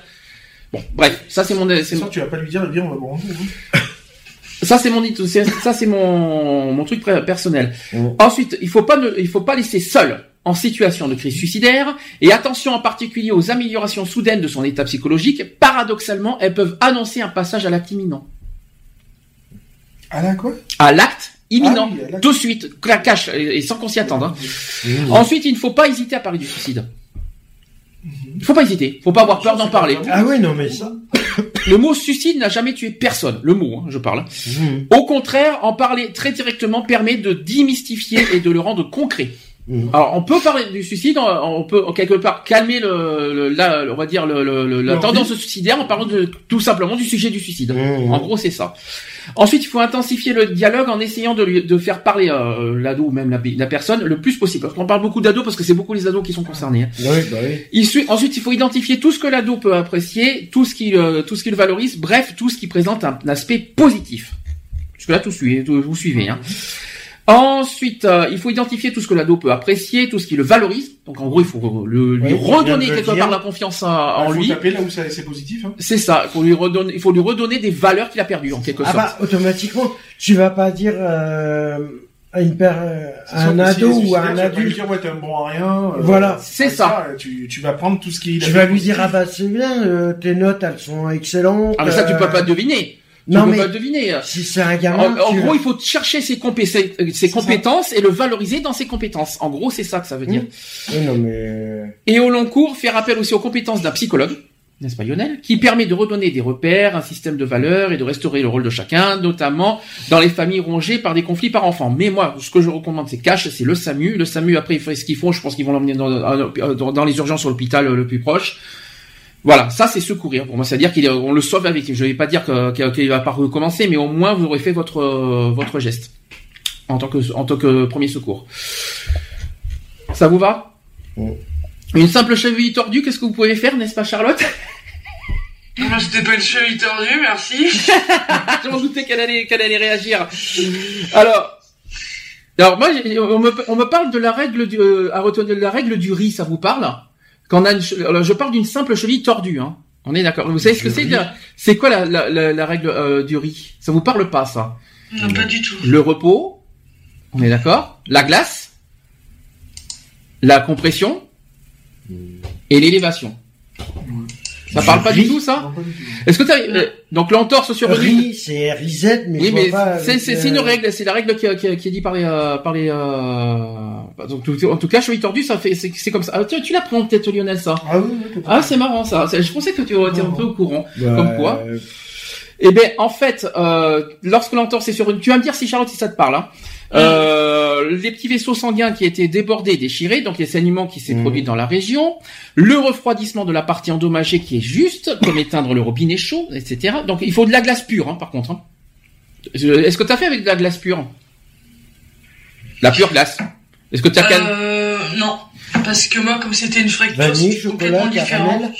Speaker 2: Bon, bref, ça c'est mon, c'est
Speaker 3: C'est
Speaker 2: mon-
Speaker 3: sûr, tu vas pas lui dire, viens, on va boire un coup. hein.
Speaker 2: ça c'est mon, c'est- ça c'est mon, mon truc pré- personnel.
Speaker 3: Mmh.
Speaker 4: Mm.
Speaker 2: Ensuite, il faut pas, ne- il faut pas laisser seul en situation de crise suicidaire et attention en particulier aux améliorations soudaines de son état psychologique. Paradoxalement, elles peuvent annoncer un passage à l'acte imminent.
Speaker 3: Ah là, quoi
Speaker 2: À l'acte imminent,
Speaker 3: Ah oui, à l'acte. Mmh.
Speaker 2: tout de suite, claquage et et sans qu'on s'y attende. hein. Ensuite, il ne faut pas hésiter à parler du suicide. Il faut pas hésiter, faut pas avoir peur d'en parler.
Speaker 4: Ah oui, non mais ça.
Speaker 2: Le mot suicide n'a jamais tué personne. Le mot, hein, je parle.
Speaker 4: Mhm.
Speaker 2: Au contraire, en parler très directement permet de démystifier et de le rendre concret.
Speaker 4: Mhm.
Speaker 2: Alors, on peut parler du suicide, on on peut en quelque part calmer le, le- la, on va dire le, le- le- la
Speaker 3: L'envie.
Speaker 2: tendance suicidaire en parlant de, tout simplement du sujet du suicide.
Speaker 4: Mhm.
Speaker 2: En gros, c'est ça. Ensuite, il faut intensifier le dialogue en essayant de, lui, de faire parler euh, l'ado ou même la, la personne le plus possible. Parce qu'on parle beaucoup d'ados parce que c'est beaucoup les ados qui sont concernés. hein.
Speaker 4: Oui, bah oui.
Speaker 2: Il suit- ensuite, il faut identifier tout ce que l'ado peut apprécier, tout ce qu'il euh, tout ce qu'il valorise, bref, tout ce qui présente un, un aspect positif. Parce que là, tout suit, tout- vous suivez. Hein. Ensuite, euh, il faut identifier tout ce que l'ado peut apprécier, tout ce qui le valorise. Donc, en gros, il faut le- lui
Speaker 4: Oui, on vient de
Speaker 2: redonner
Speaker 4: le
Speaker 2: quelque
Speaker 4: dire.
Speaker 2: part la confiance à-
Speaker 3: Ah,
Speaker 2: en
Speaker 3: faut
Speaker 2: lui.
Speaker 3: taper là où ça- c'est positif. Hein.
Speaker 2: C'est ça. Il faut lui redonner, il faut lui redonner des valeurs qu'il a perdues en quelque
Speaker 4: Ah
Speaker 2: sorte.
Speaker 4: bah automatiquement, tu vas pas dire euh, à une per- euh,
Speaker 3: C'est
Speaker 4: à
Speaker 3: sûr
Speaker 4: un
Speaker 3: que si
Speaker 4: ado
Speaker 3: il est
Speaker 4: ou à
Speaker 3: suicidaire,
Speaker 4: un
Speaker 3: tu vas pas lui
Speaker 4: adulte.
Speaker 3: dire, ouais, t'es un bon à rien. euh,
Speaker 4: Voilà.
Speaker 2: C'est
Speaker 3: comme Tu, tu vas prendre tout ce qu'il a
Speaker 4: Tu
Speaker 3: fait
Speaker 4: vas
Speaker 3: de
Speaker 4: lui
Speaker 3: positif.
Speaker 4: dire ah bah c'est bien, euh, tes notes elles sont excellentes.
Speaker 2: Ah, mais ça, tu
Speaker 4: euh,
Speaker 2: peux pas deviner. Tu
Speaker 4: non,
Speaker 2: peux
Speaker 4: mais-
Speaker 2: pas deviner.
Speaker 4: Si c'est un gamin.
Speaker 2: En, en
Speaker 4: tu-
Speaker 2: gros, il faut chercher ses, compé- ses- ses
Speaker 3: ça.
Speaker 2: compétences et le valoriser dans ses compétences. En gros, c'est ça que ça veut dire.
Speaker 4: Oui, non mais.
Speaker 2: Et au long cours, faire appel aussi aux compétences d'un psychologue, n'est-ce pas Lionel, qui permet de redonner des repères, un système de valeurs et de restaurer le rôle de chacun, notamment dans les familles rongées par des conflits par enfant. Mais moi, ce que je recommande, c'est cash, c'est le SAMU. Le SAMU, après, ils font ce qu'ils font, je pense qu'ils vont l'emmener dans, dans, dans les urgences sur l'hôpital euh, le plus proche. Voilà, ça c'est secourir pour moi, c'est-à-dire qu'il est- on le sauve avec. Je vais pas dire que- que- qu'il va pas recommencer, mais au moins vous aurez fait votre euh, votre geste en tant que en tant que premier secours. Ça vous (laughs) va Une simple cheville tordue, qu'est-ce que vous pouvez faire, n'est-ce pas Charlotte
Speaker 6: Non, C'était pas une cheville tordue, merci.
Speaker 2: Ah, Je m'en doutais qu'elle allait, qu'elle allait réagir. Alors, alors moi, j'ai- on me, on me parle de la règle du, euh, à retenir de la règle du riz, ça vous parle Quand on a une che- alors, je parle d'une simple cheville tordue, hein. On est d'accord. Vous savez ce que c'est la- C'est quoi la, la, la, la règle euh, du riz Ça vous parle pas, ça
Speaker 4: Hmm.
Speaker 6: Non, pas du tout.
Speaker 2: Le repos, on est d'accord La glace, la compression et l'élévation. Ça parle pas du tout,
Speaker 4: Ah
Speaker 2: ça Est-ce que t'as... euh, Donc l'entorse sur une...
Speaker 4: Riz, c'est risette, mais
Speaker 2: Oui,
Speaker 4: je vois
Speaker 2: mais
Speaker 4: pas
Speaker 2: c'est
Speaker 4: avec,
Speaker 2: c'est- c'est une
Speaker 4: euh,
Speaker 2: règle, c'est la règle qui, qui, qui est dit par les euh, par les. euh, donc, tout- en tout cas, cheville tordue, ça fait c'est c'est comme ça. Ah, tu tu l'apprends peut-être Lionel ça.
Speaker 3: Ah oui.
Speaker 2: Ah c'est marrant ça. C'est- Je pensais que tu étais un peu au courant.
Speaker 4: Bah,
Speaker 2: Comme quoi. Eh ben en fait, euh, lorsque l'entorse est sur une, tu vas me dire si Charlotte si ça te parle. Hein. Euh, les petits vaisseaux sanguins qui étaient débordés, déchirés, donc les saignements qui s'est produit dans la région, le refroidissement de la partie endommagée qui est juste, comme éteindre le robinet chaud, etc. Donc il faut de la glace pure, hein, par contre. hein. Je- Est-ce que t'as fait avec de la glace pure La pure glace. Est-ce que t'as as (laughs)
Speaker 6: Euh, non. Parce que moi, comme c'était une fracture,
Speaker 4: Vanille,
Speaker 6: c'était complètement
Speaker 4: chocolat,
Speaker 6: différent.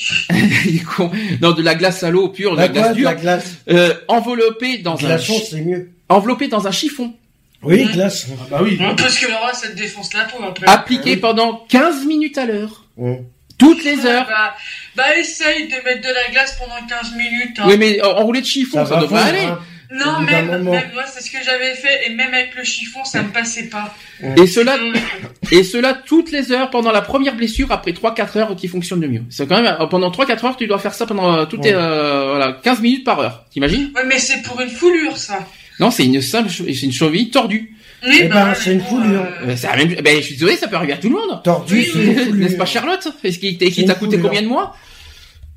Speaker 2: Il est con. Non, de la glace à l'eau pure, de la
Speaker 4: La
Speaker 2: glace
Speaker 4: glace,
Speaker 2: dure,
Speaker 4: la glace.
Speaker 2: euh, enveloppée dans un
Speaker 4: Glaçon,
Speaker 2: chi-
Speaker 4: c'est mieux.
Speaker 2: enveloppée dans un chiffon,
Speaker 4: Oui, glace.
Speaker 3: Bah oui.
Speaker 6: Ouais, Parce que Laura, ça te défonce la peau après.
Speaker 4: Ah.
Speaker 2: appliquée pendant 15 minutes à l'heure,
Speaker 4: Ouais.
Speaker 2: toutes les heures.
Speaker 6: Bah, bah, essaye de mettre de la glace pendant 15 minutes. hein.
Speaker 2: Oui, mais en- enroulé de chiffon, ça,
Speaker 4: va
Speaker 2: devrait
Speaker 4: fondre,
Speaker 2: aller.
Speaker 4: hein.
Speaker 6: non,
Speaker 4: au bout d'un
Speaker 6: même,
Speaker 4: moment.
Speaker 6: même moi, c'est ce que j'avais fait. Et même avec le chiffon, ça me passait pas.
Speaker 2: Et cela,
Speaker 6: Euh,
Speaker 2: et cela toutes les heures pendant la première blessure après 3-4 heures qui fonctionne le mieux. C'est quand même, euh, pendant 3-4 heures, tu dois faire ça pendant euh, toutes tes, euh, voilà, 15 minutes par heure. T'imagines?
Speaker 6: Ouais, mais c'est pour une foulure, ça.
Speaker 2: Non, c'est une simple, che- c'est une cheville tordue.
Speaker 6: Oui,
Speaker 4: Eh ben,
Speaker 6: mais
Speaker 4: c'est une
Speaker 6: bon,
Speaker 4: foulure.
Speaker 6: euh,
Speaker 2: Euh, c'est la même, ben, je suis désolé, ça peut arriver à tout le monde.
Speaker 4: Tordu, (laughs) c'est une foulure.
Speaker 2: N'est-ce pas Charlotte? Est-ce qu'il t'a-
Speaker 4: C'est
Speaker 2: qui
Speaker 4: une
Speaker 2: t'a coûté
Speaker 4: foulure.
Speaker 2: combien de mois?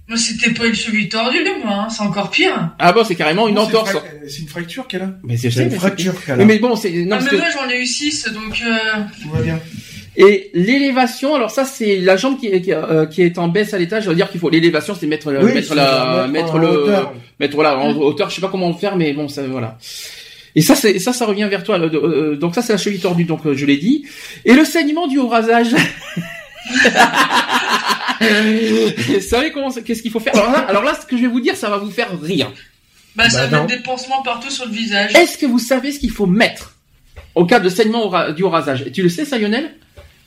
Speaker 6: Moi, c'était pas une cheville tordue, moi. hein, C'est encore pire.
Speaker 2: Ah bon, c'est carrément une
Speaker 3: Non, c'est
Speaker 2: entorse.
Speaker 3: fra- euh, C'est une fracture qu'elle a.
Speaker 2: Mais c'est
Speaker 4: C'est une
Speaker 2: mais
Speaker 4: fracture,
Speaker 2: c'est-
Speaker 4: qu'elle
Speaker 2: Oui,
Speaker 4: a.
Speaker 2: mais bon, c'est non
Speaker 6: Ah,
Speaker 2: parce
Speaker 6: mais
Speaker 2: que-
Speaker 6: moi, j'en ai eu 6, donc... Euh...
Speaker 3: Tout va bien.
Speaker 2: et l'élévation. Alors ça, c'est la jambe qui est, qui, est, euh, qui est en baisse à l'étage. Ça veut dire qu'il faut l'élévation, c'est mettre la-
Speaker 4: Oui,
Speaker 2: euh, mettre
Speaker 4: c'est
Speaker 2: la
Speaker 4: la
Speaker 2: mettre
Speaker 4: en
Speaker 2: le
Speaker 4: hauteur.
Speaker 2: mettre voilà en hauteur. Je sais pas comment le faire, mais bon, ça voilà. Et ça, c'est ça, ça revient vers toi. le- euh, donc ça, c'est la cheville tordue. Donc euh, je l'ai dit. Et le saignement du au rasage. (laughs) vous savez comment c'est- qu'est-ce qu'il faut faire alors là, alors là, ce que je vais vous dire, ça va vous faire rire.
Speaker 6: Bah, ça
Speaker 4: Bah,
Speaker 6: va
Speaker 4: non.
Speaker 6: mettre des pansements partout sur le visage. Ah,
Speaker 2: Est-ce que vous savez ce qu'il faut mettre au cas de saignement au ra- du rasage Et tu le sais, ça, Lionel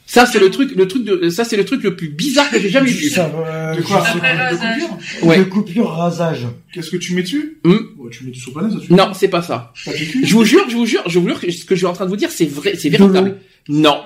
Speaker 2: Ça, c'est le truc, le truc de, ça, c'est le truc le plus bizarre que j'ai jamais vu.
Speaker 4: Ça va,
Speaker 3: De quoi
Speaker 4: Euh, je sais
Speaker 3: c'est
Speaker 6: Après
Speaker 3: pas- de
Speaker 6: rasage.
Speaker 3: coupure
Speaker 4: pas. De
Speaker 2: Ouais.
Speaker 4: coupure rasage.
Speaker 3: Qu'est-ce que tu mets dessus
Speaker 2: Hum.
Speaker 3: Ouais, Tu mets du sopanin, ça hein, tu
Speaker 2: Non, c'est pas ça.
Speaker 3: Pas du
Speaker 2: Je
Speaker 3: cul.
Speaker 2: vous jure, je vous jure, je vous jure que ce que je suis en train de vous dire, c'est vrai, c'est
Speaker 4: De
Speaker 2: véritable. Non,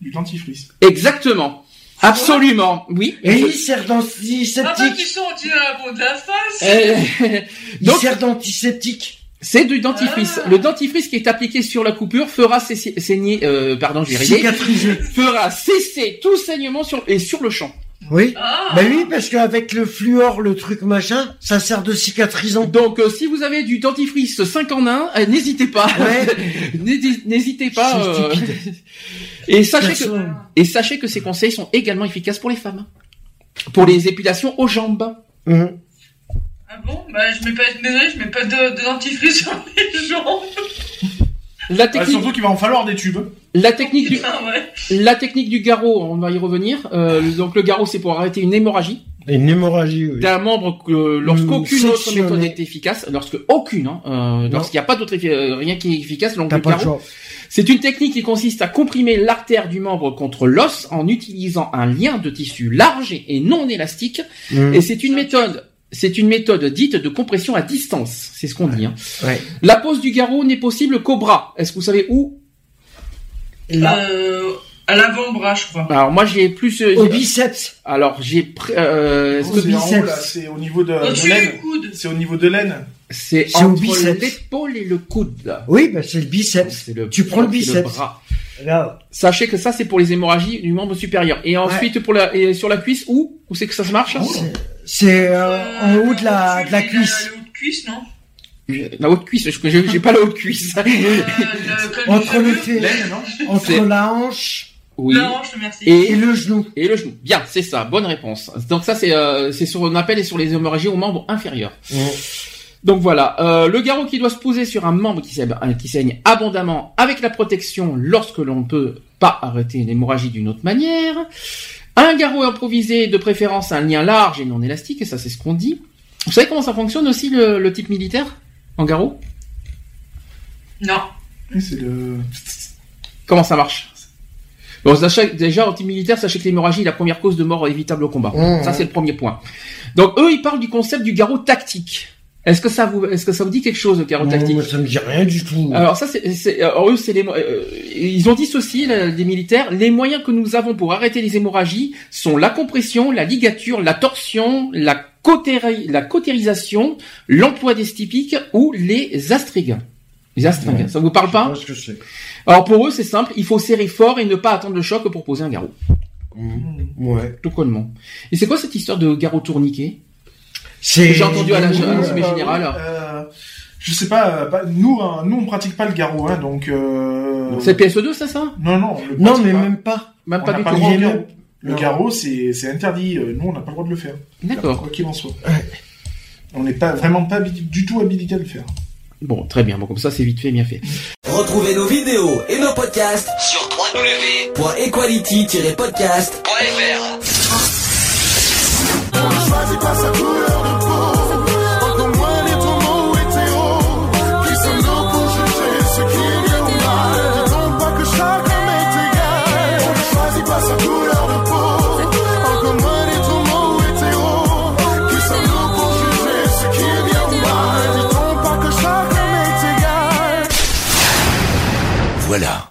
Speaker 3: Du dentifrice.
Speaker 2: exactement, absolument, oui.
Speaker 4: Et il sert d'antiseptique.
Speaker 6: Ah bah, tu sens, on dirait un bon de la face.
Speaker 4: Eh,
Speaker 2: Euh, (laughs)
Speaker 4: Il
Speaker 2: Donc-
Speaker 4: sert d'antiseptique.
Speaker 2: c'est du dentifrice.
Speaker 6: Ah.
Speaker 2: Le dentifrice qui est appliqué sur la coupure fera cesser- saigner, euh, pardon, je vais y arriver.
Speaker 4: Cicatrisé.
Speaker 2: fera cesser tout saignement sur et sur le champ.
Speaker 4: Oui.
Speaker 6: Ah.
Speaker 4: Bah oui, parce qu'avec le fluor, le truc machin, ça sert de cicatrisant.
Speaker 2: Donc, euh, si vous avez du dentifrice 5 en 1, n'hésitez pas.
Speaker 4: Ouais.
Speaker 2: N'hé- N'hésitez pas.
Speaker 4: C'est
Speaker 2: euh,
Speaker 4: stupide.
Speaker 2: (laughs) Et sachez que
Speaker 4: Personne.
Speaker 2: et sachez que ces conseils sont également efficaces pour les femmes, hein. pour les épilations aux jambes.
Speaker 4: Mhm.
Speaker 6: Ah bon Bah, je mets pas... Désolé, je mets pas de, de dentifrice (laughs) sur les jambes.
Speaker 2: La
Speaker 3: Ah,
Speaker 2: technique,
Speaker 3: surtout qu'il va en falloir des tubes.
Speaker 2: la technique du,
Speaker 6: Ah ouais.
Speaker 2: la technique du garrot, on va y revenir. Euh, donc le garrot, c'est pour arrêter une hémorragie
Speaker 4: Une hémorragie, oui.
Speaker 2: d'un membre que
Speaker 4: Mm,
Speaker 2: lorsqu'aucune autre
Speaker 4: sectionné.
Speaker 2: méthode n'est efficace, lorsque aucune, hein, euh, lorsqu'il n'y a pas d'autre effi- euh, rien qui est efficace, donc
Speaker 4: T'as
Speaker 2: le
Speaker 4: pas le
Speaker 2: garrot,
Speaker 4: choix.
Speaker 2: C'est une technique qui consiste à comprimer l'artère du membre contre l'os en utilisant un lien de tissu large et non élastique.
Speaker 4: Mhm.
Speaker 2: Et c'est une méthode. C'est une méthode dite de compression à distance. C'est ce qu'on dit. hein.
Speaker 4: Ouais.
Speaker 2: La pose du garrot n'est possible qu'au bras. Est-ce que vous savez où Là.
Speaker 6: Euh, à l'avant-bras, je crois.
Speaker 2: Alors moi j'ai plus. euh,
Speaker 4: Au
Speaker 2: j'ai-
Speaker 4: biceps.
Speaker 2: alors j'ai. pr- euh, est-ce
Speaker 3: Oh,
Speaker 2: que
Speaker 3: C'est en haut,
Speaker 4: biceps.
Speaker 3: là, c'est au niveau de,
Speaker 4: Euh,
Speaker 3: de
Speaker 6: Au-dessus du
Speaker 3: l'aine.
Speaker 6: coude.
Speaker 3: C'est au niveau de l'aine.
Speaker 2: c'est
Speaker 4: C'est au
Speaker 2: entre
Speaker 4: biceps.
Speaker 2: l'épaule et le coude là.
Speaker 4: Oui, bah c'est le biceps.
Speaker 2: C'est le-
Speaker 4: Tu prends le
Speaker 2: c'est
Speaker 4: biceps.
Speaker 2: bras.
Speaker 4: Là.
Speaker 2: Sachez que ça c'est pour les hémorragies du membre supérieur. Et ensuite pour la et sur la cuisse où où c'est que ça se marche
Speaker 4: C'est- C'est euh, en haut de la,
Speaker 6: au-dessus, il
Speaker 4: de la
Speaker 6: y a
Speaker 4: cuisse.
Speaker 6: Le haut de cuisse, non
Speaker 2: La haute cuisse, je- j'ai j'ai pas la haute
Speaker 4: (laughs)
Speaker 2: cuisse.
Speaker 6: Euh, le col du
Speaker 4: Entre le
Speaker 6: fémur.
Speaker 4: fé-
Speaker 3: L'aine, non
Speaker 2: C'est-
Speaker 4: entre la hanche
Speaker 2: oui.
Speaker 6: Non, je te remercie.
Speaker 4: et
Speaker 2: Et,
Speaker 4: le genou.
Speaker 2: et le genou. Bien, c'est ça, bonne réponse. Donc ça, c'est euh, c'est sur un appel et sur les hémorragies aux membres inférieurs. Donc voilà, euh, le garrot qui doit se poser sur un membre qui saigne, euh, qui saigne abondamment avec la protection lorsque l'on ne peut pas arrêter une hémorragie d'une autre manière. Un garrot improvisé, de préférence un lien large et non élastique, et ça c'est ce qu'on dit. Vous savez comment ça fonctionne aussi le, le type militaire en garrot
Speaker 6: Non.
Speaker 3: C'est le.
Speaker 2: Comment ça marche Bon, sachez- déjà, anti-militaire, sachez que l'hémorragie est la première cause de mort évitable au combat.
Speaker 3: Mmh.
Speaker 2: Ça, c'est le premier point. Donc, eux, ils parlent du concept du garrot tactique. Est-ce que ça vous, est-ce que ça vous dit quelque chose, le garrot tactique
Speaker 4: moi, ça me dit rien du tout.
Speaker 2: Alors ça, c'est, c'est- alors eux, c'est les, mo- euh, ils ont dit ceci, là, des militaires, les moyens que nous avons pour arrêter les hémorragies sont la compression, la ligature, la torsion, la, cautéri- la cautérisation, l'emploi des stypiques ou les astrigues. Les astrigues, ça vous parle pas Alors pour eux, c'est simple, il faut serrer fort et ne pas attendre le choc pour poser un garrot.
Speaker 3: Ah,
Speaker 4: Mmh. Ouais.
Speaker 2: Tout connement. Et c'est quoi cette histoire de garrot tourniquet
Speaker 4: C'est-
Speaker 2: J'ai entendu à la,
Speaker 3: Euh,
Speaker 2: à mes
Speaker 3: euh,
Speaker 2: générales.
Speaker 3: euh, je sais pas, euh, bah, nous, hein, nous on pratique pas le garrot, hein, donc. euh,
Speaker 2: C'est PS2, ça, ça
Speaker 3: Non, non. on le
Speaker 2: Non,
Speaker 3: pratique
Speaker 2: mais
Speaker 4: même pas.
Speaker 2: Même
Speaker 3: On
Speaker 2: pas
Speaker 3: n'a
Speaker 2: du
Speaker 3: le
Speaker 2: tout. E.
Speaker 3: droit au
Speaker 2: Il est
Speaker 3: garrot.
Speaker 2: même-
Speaker 3: Le
Speaker 2: Non.
Speaker 3: garrot, c'est c'est interdit. euh, Nous, on n'a pas le droit de le faire.
Speaker 2: D'accord.
Speaker 3: Quoi qu'il en soit. On n'est pas vraiment pas habi- du tout habilité à le faire.
Speaker 2: Bon, très bien. Bon, comme ça, c'est vite fait, bien fait.
Speaker 12: Retrouvez nos vidéos et nos podcasts sur www.equality-podcast.fr.
Speaker 13: On ne choisit pas sa couleur de peau, encore moins les tourments hétéros. Qui sommes-nous pour juger ce qui est bien ou mal Disons pas que chacun m'est égal. On ne choisit pas sa couleur de peau, encore moins les tourments hétéros. Qui sommes-nous pour juger ce qui est bien ou mal Disons pas que chacun m'est égal.
Speaker 12: Voilà,